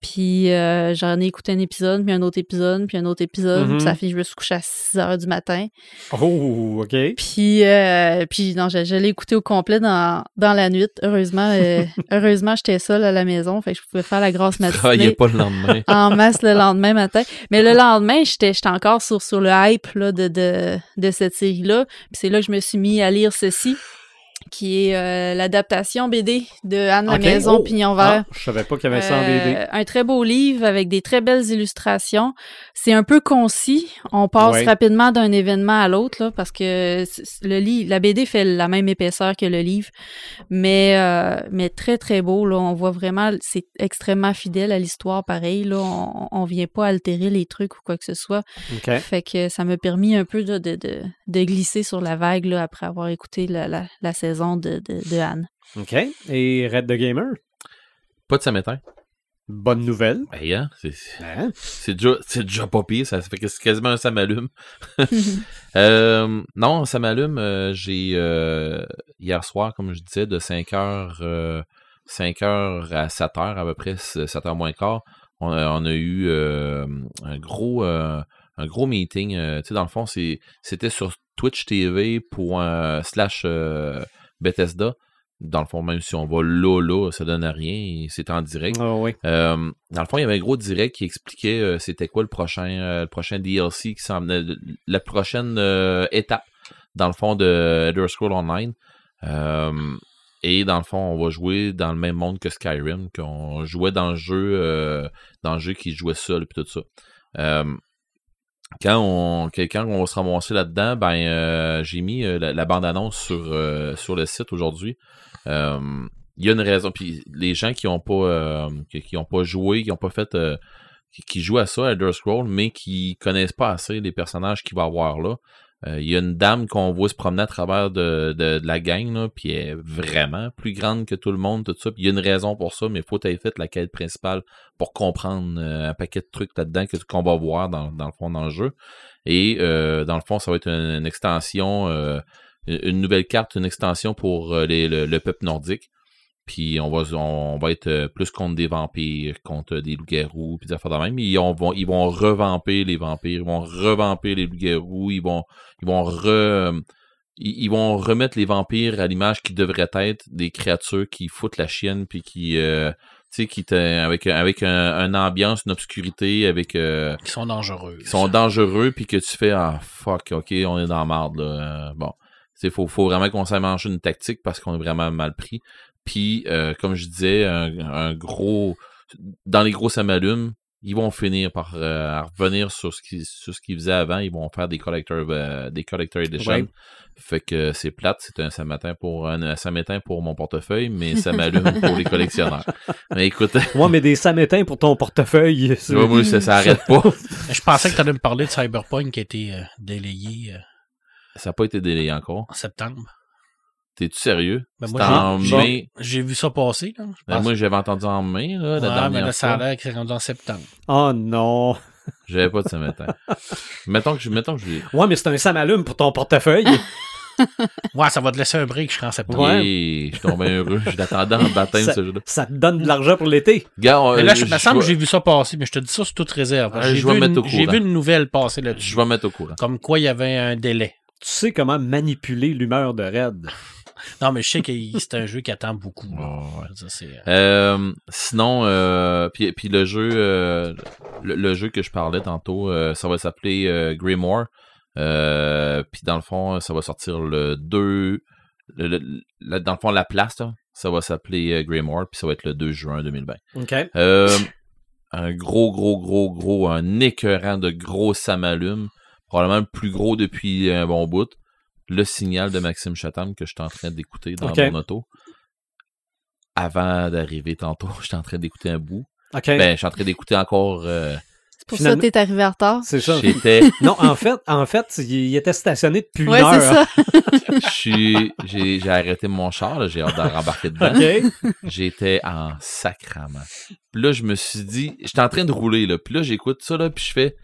Speaker 5: Puis euh, j'en ai écouté un épisode, puis un autre épisode, puis un autre épisode.
Speaker 1: Mhm.
Speaker 5: Puis ça fait que je me suis couchée à 6 heures du matin.
Speaker 1: Oh, OK.
Speaker 5: Puis, euh, puis non, je, je l'ai écouté au complet dans, dans la nuit. Heureusement, euh, heureusement, j'étais seule à la maison, fait que je pouvais faire la
Speaker 4: [LAUGHS]
Speaker 5: grosse
Speaker 4: Travaillez
Speaker 5: matinée
Speaker 4: pas le lendemain.
Speaker 5: [LAUGHS] en masse le lendemain matin. Mais le lendemain, j'étais j'étais encore sur, sur le hype là, de, de, de cette série-là. Puis c'est là que je me suis mis à lire ceci qui est euh, l'adaptation BD de Anne
Speaker 1: Ok.
Speaker 5: La Maison
Speaker 1: Oh!
Speaker 5: Pignon
Speaker 1: Ah,
Speaker 5: Vert.
Speaker 1: je savais pas qu'il y avait ça en BD.
Speaker 5: Euh, un très beau livre avec des très belles illustrations. C'est un peu concis. On passe
Speaker 1: Ouais.
Speaker 5: rapidement d'un événement à l'autre là, parce que c- c- le lit, la BD fait la même épaisseur que le livre, mais euh, mais très très beau là. On voit vraiment, c'est extrêmement fidèle à l'histoire. Pareil là, on, on vient pas altérer les trucs ou quoi que ce soit.
Speaker 1: OK.
Speaker 5: Fait que ça m'a permis un peu de, de, de, de glisser sur la vague là, après avoir écouté la, la, la saison de, de, de Anne.
Speaker 1: OK. Et Red the Gamer,
Speaker 4: Pas de samétain.
Speaker 1: bonne nouvelle.
Speaker 4: Hey, hein, c'est- c'est
Speaker 1: Hein?
Speaker 4: c'est déjà, c'est déjà pas pire, ça fait que c'est quasiment un ça m'allume. [LAUGHS] Euh, non, ça m'allume, euh, j'ai euh, hier soir, comme je disais, de 5h, 5h à 7h à peu près, 7h moins quart, on a, on a eu euh, un gros euh, un gros meeting. euh, tu sais, dans le fond, c'est- c'était sur Twitch TV pour un slash euh, Bethesda. Dans le fond, même si on va là, là, ça donne à rien, et c'est en direct.
Speaker 1: Ah oui.
Speaker 4: Euh, dans le fond, il y avait un gros direct qui expliquait euh, c'était quoi le prochain, euh, le prochain DLC qui s'en venait, le- la prochaine euh, étape, dans le fond, de Elder Scrolls Online. Euh, et dans le fond, on va jouer dans le même monde que Skyrim, qu'on jouait dans le jeu, euh, dans le jeu qui jouait seul, puis tout ça. Euh, quand on, que- quand on va se ramasser là-dedans, ben, euh, j'ai mis euh, la, la bande-annonce sur, euh, sur le site aujourd'hui. Euh, Il y a une raison. Puis les gens qui n'ont pas, euh, qui, qui ont pas joué, qui n'ont pas fait. euh, qui, qui jouent à ça, Elder Scroll, mais qui connaissent pas assez les personnages qu'il va avoir là. Euh, Il y a une dame qu'on voit se promener à travers de, de- de la gang, là, puis elle est vraiment plus grande que tout le monde, tout ça. Puis Il y a une raison pour ça, mais il faut que tu fait la quête principale pour comprendre euh, un paquet de trucs là-dedans que- qu'on va voir dans, dans le fond dans le jeu. Et euh, dans le fond, ça va être une, une extension, euh, une une nouvelle carte, une extension pour euh, les- le, le peuple nordique. Puis on va, on va être euh, plus contre des vampires, contre des loups-garous, puis des affaires de même. Ils, on vont, ils vont revamper les vampires, ils vont revamper les loups-garous, ils vont, ils vont re- ils ils vont remettre les vampires à l'image qui devrait être des créatures qui foutent la chienne puis qui euh, tu sais qui te- avec avec un, une ambiance une obscurité avec euh,
Speaker 3: Qui sont dangereux.
Speaker 4: qui sont dangereux puis que tu fais ah fuck ok on est dans la marde là Euh, bon c'est faut faut vraiment qu'on s'en mange une tactique parce qu'on est vraiment mal pris puis euh, comme je disais un, un gros dans les gros ça m'allume ils vont finir par euh, à revenir sur ce qui sur ce qu'ils faisaient avant ils vont faire des collecteurs euh, des collector edition
Speaker 1: Ouais.
Speaker 4: fait que c'est plate c'est un matin pour un, matin pour mon portefeuille mais ça m'allume pour les collectionneurs mais écoute
Speaker 1: Moi, mais des samétins pour ton portefeuille. c'est-
Speaker 4: [LAUGHS] moi, ça, ça arrête pas
Speaker 3: Je pensais que tu allais me parler de Cyberpunk qui a été euh, délayé euh,
Speaker 4: ça n'a pas été délayé encore
Speaker 3: en septembre.
Speaker 4: T'es-tu sérieux?
Speaker 3: Ben,
Speaker 4: C'est
Speaker 3: moi,
Speaker 4: en
Speaker 1: j'ai-
Speaker 4: mai.
Speaker 3: J'ai vu ça passer. Là. Je
Speaker 4: Ben,
Speaker 3: pense-
Speaker 4: moi, j'avais entendu en mai, là, la
Speaker 3: Ouais,
Speaker 4: dernière
Speaker 3: mais là, ça a
Speaker 4: fois.
Speaker 3: l'air que c'est rendu en septembre.
Speaker 1: Oh non.
Speaker 4: J'avais pas de ce matin.
Speaker 3: [LAUGHS]
Speaker 4: mettons que je... Mettons que je...
Speaker 1: Ouais, mais c'est un samalume pour ton portefeuille.
Speaker 3: [LAUGHS] Ouais, ça va te laisser un break jusqu'en septembre.
Speaker 1: Ouais.
Speaker 4: Et je suis tombé heureux. Je l'attendais en baptême,
Speaker 1: Ça-
Speaker 4: ce jeu-là.
Speaker 1: ça te donne de l'argent pour l'été.
Speaker 4: Gars, on- euh,
Speaker 3: Mais là, Euh, je Euh, me semble que
Speaker 4: vais-
Speaker 3: j'ai vu ça passer, mais je te dis ça sous toute réserve.
Speaker 4: Ouais,
Speaker 3: J'ai
Speaker 4: je vais
Speaker 3: vu
Speaker 4: me mettre
Speaker 3: une-
Speaker 4: au
Speaker 3: J'ai
Speaker 4: courant.
Speaker 3: vu une nouvelle passer là-dessus.
Speaker 4: Je vais mettre au courant.
Speaker 3: Comme quoi, il y avait un délai.
Speaker 1: Tu sais comment manipuler l'humeur de Red.
Speaker 3: Non, mais je sais que c'est un jeu qui attend beaucoup. là.
Speaker 4: Ouais, ouais.
Speaker 3: Je veux dire, c'est, euh,
Speaker 4: Euh, sinon, euh, puis, puis le jeu, euh, le, le jeu que je parlais tantôt, euh, ça va s'appeler euh, Grimoire. Euh, puis dans le fond, ça va sortir le 2. le- le- la- dans le fond, la place, là, ça va s'appeler euh, Grimoire, puis ça va être le 2 juin 2020.
Speaker 1: OK.
Speaker 4: Euh, un gros, gros, gros, gros, un écœurant de gros samalume, probablement le plus gros depuis un bon bout. Le signal de Maxime Chatham que je suis en train d'écouter dans
Speaker 1: Ok.
Speaker 4: mon auto. Avant d'arriver tantôt, [LAUGHS] je suis en train d'écouter un bout.
Speaker 1: OK.
Speaker 4: Ben, je suis en train d'écouter encore. euh,
Speaker 5: C'est pour
Speaker 1: Finalement-
Speaker 5: ça que t'es arrivé en retard.
Speaker 1: c'est ça.
Speaker 4: J'étais.
Speaker 1: [LAUGHS] Non, en fait, en fait, il, il était stationné depuis
Speaker 5: Ouais,
Speaker 1: une heure. hein.
Speaker 5: c'est ça.
Speaker 4: je suis- J'ai j'ai arrêté mon char, là, j'ai hâte d'en rembarquer dedans.
Speaker 1: [LAUGHS] OK.
Speaker 4: J'étais en sacrament. Puis là, je me suis dit, j'étais en train de rouler, là. Puis là, j'écoute ça, là, puis je fais,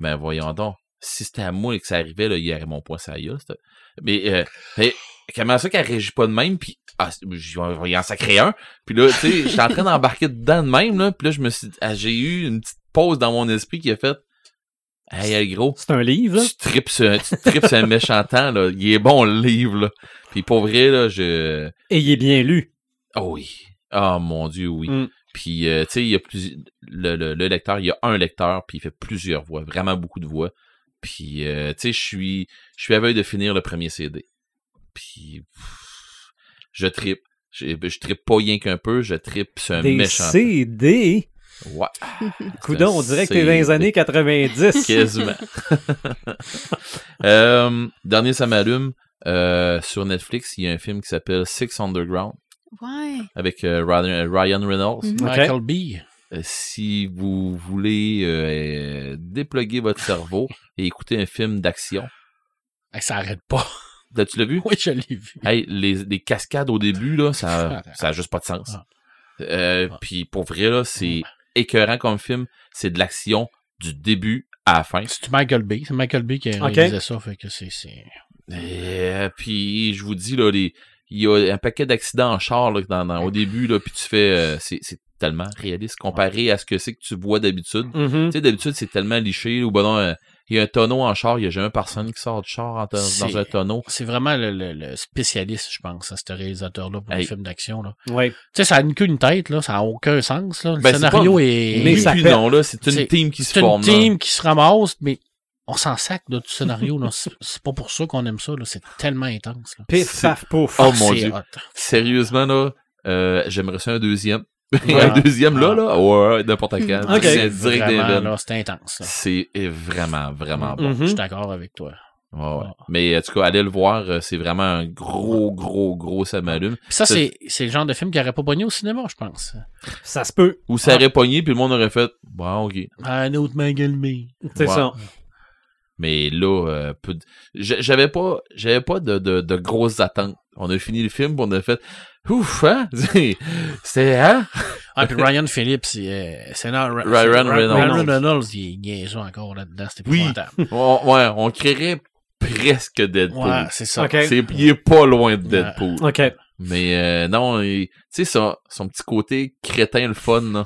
Speaker 4: ben voyons donc, si c'était à moi et que ça arrivait, là, il y aurait mon poing, ça y est, c'était- Mais, euh, mais comment ça qu'elle réagit pas de même, puis ah, c'est- je vais je vais y en sacrer un. Puis là, tu sais, j'étais en train d'embarquer dedans de même, là. Puis là, je me suis ah, j'ai eu une petite pause dans mon esprit qui a fait, hey, hey, gros,
Speaker 1: C'est un livre, là.
Speaker 4: tu tripes sur, tu tripes sur un méchant temps, là. Il est bon, le livre, là. Puis pour vrai, là, je...
Speaker 1: Et il est bien lu.
Speaker 4: Ah oui. Ah mon Dieu, oui.
Speaker 1: Mm.
Speaker 4: Puis, euh, tu sais, il y a plus... le, le- le lecteur, il y a un lecteur, puis il fait plusieurs voix, vraiment beaucoup de voix. Puis, euh, tu sais, je suis, je suis à veille de finir le premier CD. Puis, pff, Je trippe. Je, je trippe pas rien qu'un peu, je trippe c'est un
Speaker 1: Des
Speaker 4: méchant.
Speaker 1: CD.
Speaker 4: Ouais.
Speaker 1: Coudon, on dirait que t'es dans les
Speaker 4: CD.
Speaker 1: années 90. [LAUGHS]
Speaker 4: Quasiment. [LAUGHS] Euh, dernier, ça m'allume. Euh, sur Netflix, il y a un film qui s'appelle Six Underground
Speaker 5: Ouais.
Speaker 4: avec euh, Ryan, Ryan Reynolds.
Speaker 5: Mhm.
Speaker 3: Michael B.
Speaker 4: Euh, si vous voulez euh, dépluguer votre cerveau et écouter un film d'action.
Speaker 3: Hey, ça arrête pas. [LAUGHS]
Speaker 4: Là, tu l'as vu?
Speaker 3: Oui, je l'ai vu.
Speaker 4: Hey, les, les cascades au début, là,
Speaker 3: [LAUGHS]
Speaker 4: ça ça a juste pas de sens.
Speaker 3: Ah.
Speaker 4: Euh, Puis pour vrai, là, c'est écœurant comme film. C'est de l'action du début à la fin.
Speaker 3: C'est Michael B. C'est Michael B qui a
Speaker 1: Ok.
Speaker 3: réalisé ça, fait que c'est. c'est-
Speaker 4: Euh, puis je vous dis, là, les, il y a un paquet d'accidents en char là, dans- dans- au début, là, puis tu fais. euh, c'est c'est tellement réaliste comparé à ce que c'est que tu vois d'habitude.
Speaker 1: Mhm.
Speaker 4: Tu sais, d'habitude, c'est tellement liché. là, Ou ben non, euh, il y a un tonneau en char, il n'y a jamais personne qui sort du char en ton-
Speaker 3: C'est-
Speaker 4: dans un tonneau.
Speaker 3: C'est vraiment le, le- le spécialiste, je pense, à ce réalisateur-là pour
Speaker 4: Hey.
Speaker 3: les films d'action. là.
Speaker 1: Ouais.
Speaker 3: Tu sais, ça a une qu'une tête, là, ça n'a aucun sens. Là. Le
Speaker 4: Ben, c'est
Speaker 3: scénario
Speaker 4: pas-
Speaker 3: est.
Speaker 1: Mais
Speaker 4: Lui,
Speaker 1: ça
Speaker 4: puis
Speaker 1: pète.
Speaker 4: non, là, c'est une
Speaker 3: C'est-
Speaker 4: team qui se
Speaker 3: C'est une
Speaker 4: forme. là.
Speaker 3: team qui se ramasse, mais on s'en sac de tout scénario. là. C'est c'est pas pour ça qu'on aime ça. là. C'est tellement intense. là. Ah,
Speaker 1: Pif,
Speaker 4: C'est-
Speaker 1: paf, pouf.
Speaker 4: Oh, mon
Speaker 3: C'est
Speaker 4: Dieu.
Speaker 3: hot.
Speaker 4: Sérieusement, là, euh, j'aimerais ça un deuxième. [LAUGHS] un
Speaker 3: Ouais.
Speaker 4: deuxième, là,
Speaker 3: Ah.
Speaker 4: là. Ouais, ouais, n'importe quand.
Speaker 1: Ok.
Speaker 4: C'est direct des
Speaker 3: Vraiment,
Speaker 4: veines.
Speaker 3: là, C'est intense. là. Mm-hmm.
Speaker 4: C'est vraiment, vraiment bon.
Speaker 1: Mhm.
Speaker 3: Je suis d'accord avec toi.
Speaker 4: Ouais, ouais.
Speaker 3: Ah.
Speaker 4: Mais en tout cas, allez le voir, euh, c'est vraiment un gros, gros, gros ça m'allume.
Speaker 3: Puis ça,
Speaker 4: Ça-
Speaker 3: c'est c'est le genre de film qui n'aurait pas pogné au cinéma, je pense.
Speaker 1: Ça se peut.
Speaker 4: Ou
Speaker 3: Ah.
Speaker 4: ça aurait pogné, puis le monde aurait fait Bon, ok.
Speaker 3: Un autre Mangle Me.
Speaker 1: C'est
Speaker 4: Ouais.
Speaker 1: ça.
Speaker 4: Mais là, euh, peu de- J'a- j'avais pas, j'avais pas de, de, de grosses attentes. On a fini le film, puis on a fait Ouf, hein? [LAUGHS] C'était, hein?
Speaker 3: Ah, puis Ryan Phillips, il est- c'est là- Ra-
Speaker 4: Ryan
Speaker 3: Ra-
Speaker 4: Reynolds.
Speaker 3: Ryan Reynolds, il est niaiseux encore là-dedans. C'est
Speaker 4: Oui.
Speaker 3: épouvantable.
Speaker 4: On- ouais, on créerait presque Deadpool.
Speaker 3: Ouais, c'est ça.
Speaker 1: Ok.
Speaker 4: C'est, il est pas loin de Deadpool.
Speaker 1: OK.
Speaker 4: Mais euh, non, il- tu sais, son, son petit côté crétin, le fun, là,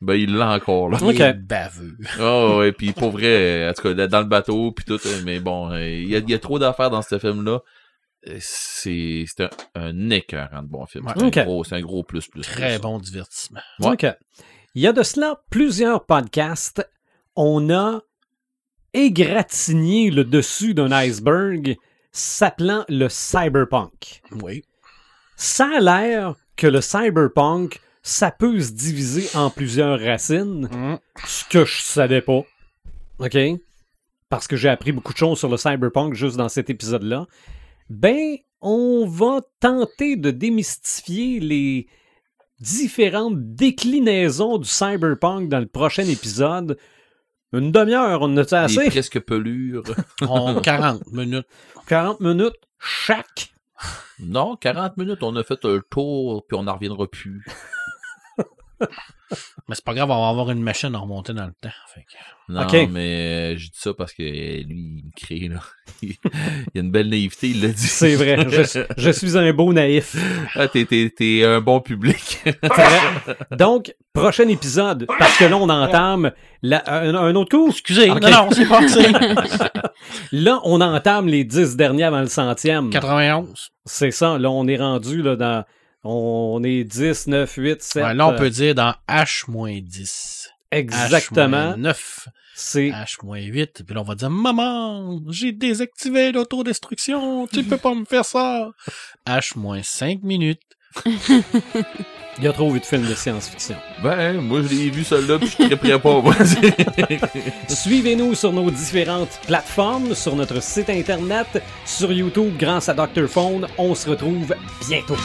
Speaker 4: ben il l'a encore, là.
Speaker 3: Il est
Speaker 1: Ok.
Speaker 3: baveux.
Speaker 4: Ah ouais, puis pour vrai, euh, en tout cas, là, dans le bateau, puis tout, euh, mais bon, euh, il y a, il y a trop d'affaires dans ce film-là. Euh, C'est c'est un, un écœurant de bon film. C'est
Speaker 1: Ouais.
Speaker 4: un,
Speaker 1: Ok.
Speaker 4: gros- c'est un gros plus, plus.
Speaker 3: Très
Speaker 4: plus.
Speaker 3: bon divertissement.
Speaker 4: Ouais.
Speaker 1: OK. Il y a de cela plusieurs podcasts. On a égratigné le dessus d'un iceberg s'appelant le cyberpunk.
Speaker 3: Oui.
Speaker 1: Ça a l'air que le cyberpunk, ça peut se diviser en plusieurs racines,
Speaker 4: Mm.
Speaker 1: ce que je savais pas. OK? Parce que j'ai appris beaucoup de choses sur le cyberpunk juste dans cet épisode-là. Ben, on va tenter de démystifier les différentes déclinaisons du cyberpunk dans le prochain épisode. Une demi-heure, on en a
Speaker 4: Il est
Speaker 1: assez?
Speaker 4: presque pelure.
Speaker 3: On- 40 minutes.
Speaker 1: 40 minutes chaque.
Speaker 4: non, 40 minutes, on a fait un tour, puis on n'en reviendra plus.
Speaker 3: Mais c'est pas grave, on va avoir une machine à remonter dans le temps. Fait que-
Speaker 4: Non,
Speaker 1: Ok.
Speaker 4: mais euh, je dis ça parce que euh, lui, il me crée, là. [LAUGHS] il a une belle naïveté, il l'a dit.
Speaker 1: C'est vrai, je, je suis un beau naïf.
Speaker 4: Ah, t'es- t'es t'es un bon public. [LAUGHS]
Speaker 1: C'est vrai. Donc, prochain épisode, parce que là, on entame la- un, un autre coup.
Speaker 3: Excusez,
Speaker 1: Ok.
Speaker 3: non, non, c'est
Speaker 1: [LAUGHS]
Speaker 3: [LAUGHS] parti.
Speaker 1: Là, on entame les 10 derniers avant le centième.
Speaker 3: 91.
Speaker 1: C'est ça. Là, on est rendu là, dans. On est 10, 9, 8, 7.
Speaker 3: Ouais, là, on peut dire dans H-10.
Speaker 1: Exactement.
Speaker 3: H-9,
Speaker 1: C'est.
Speaker 3: H-8. Puis là, on va dire Maman, j'ai désactivé l'autodestruction. Tu peux pas me faire ça. H-5 minutes.
Speaker 1: Il y a trop vu de films de science-fiction.
Speaker 4: ben, moi, je l'ai vu, celle-là, puis je ne crierai pas. moi. [LAUGHS]
Speaker 1: Suivez-nous sur nos différentes plateformes, sur notre site internet, sur YouTube, grâce à Dr. Phone. On se retrouve bientôt.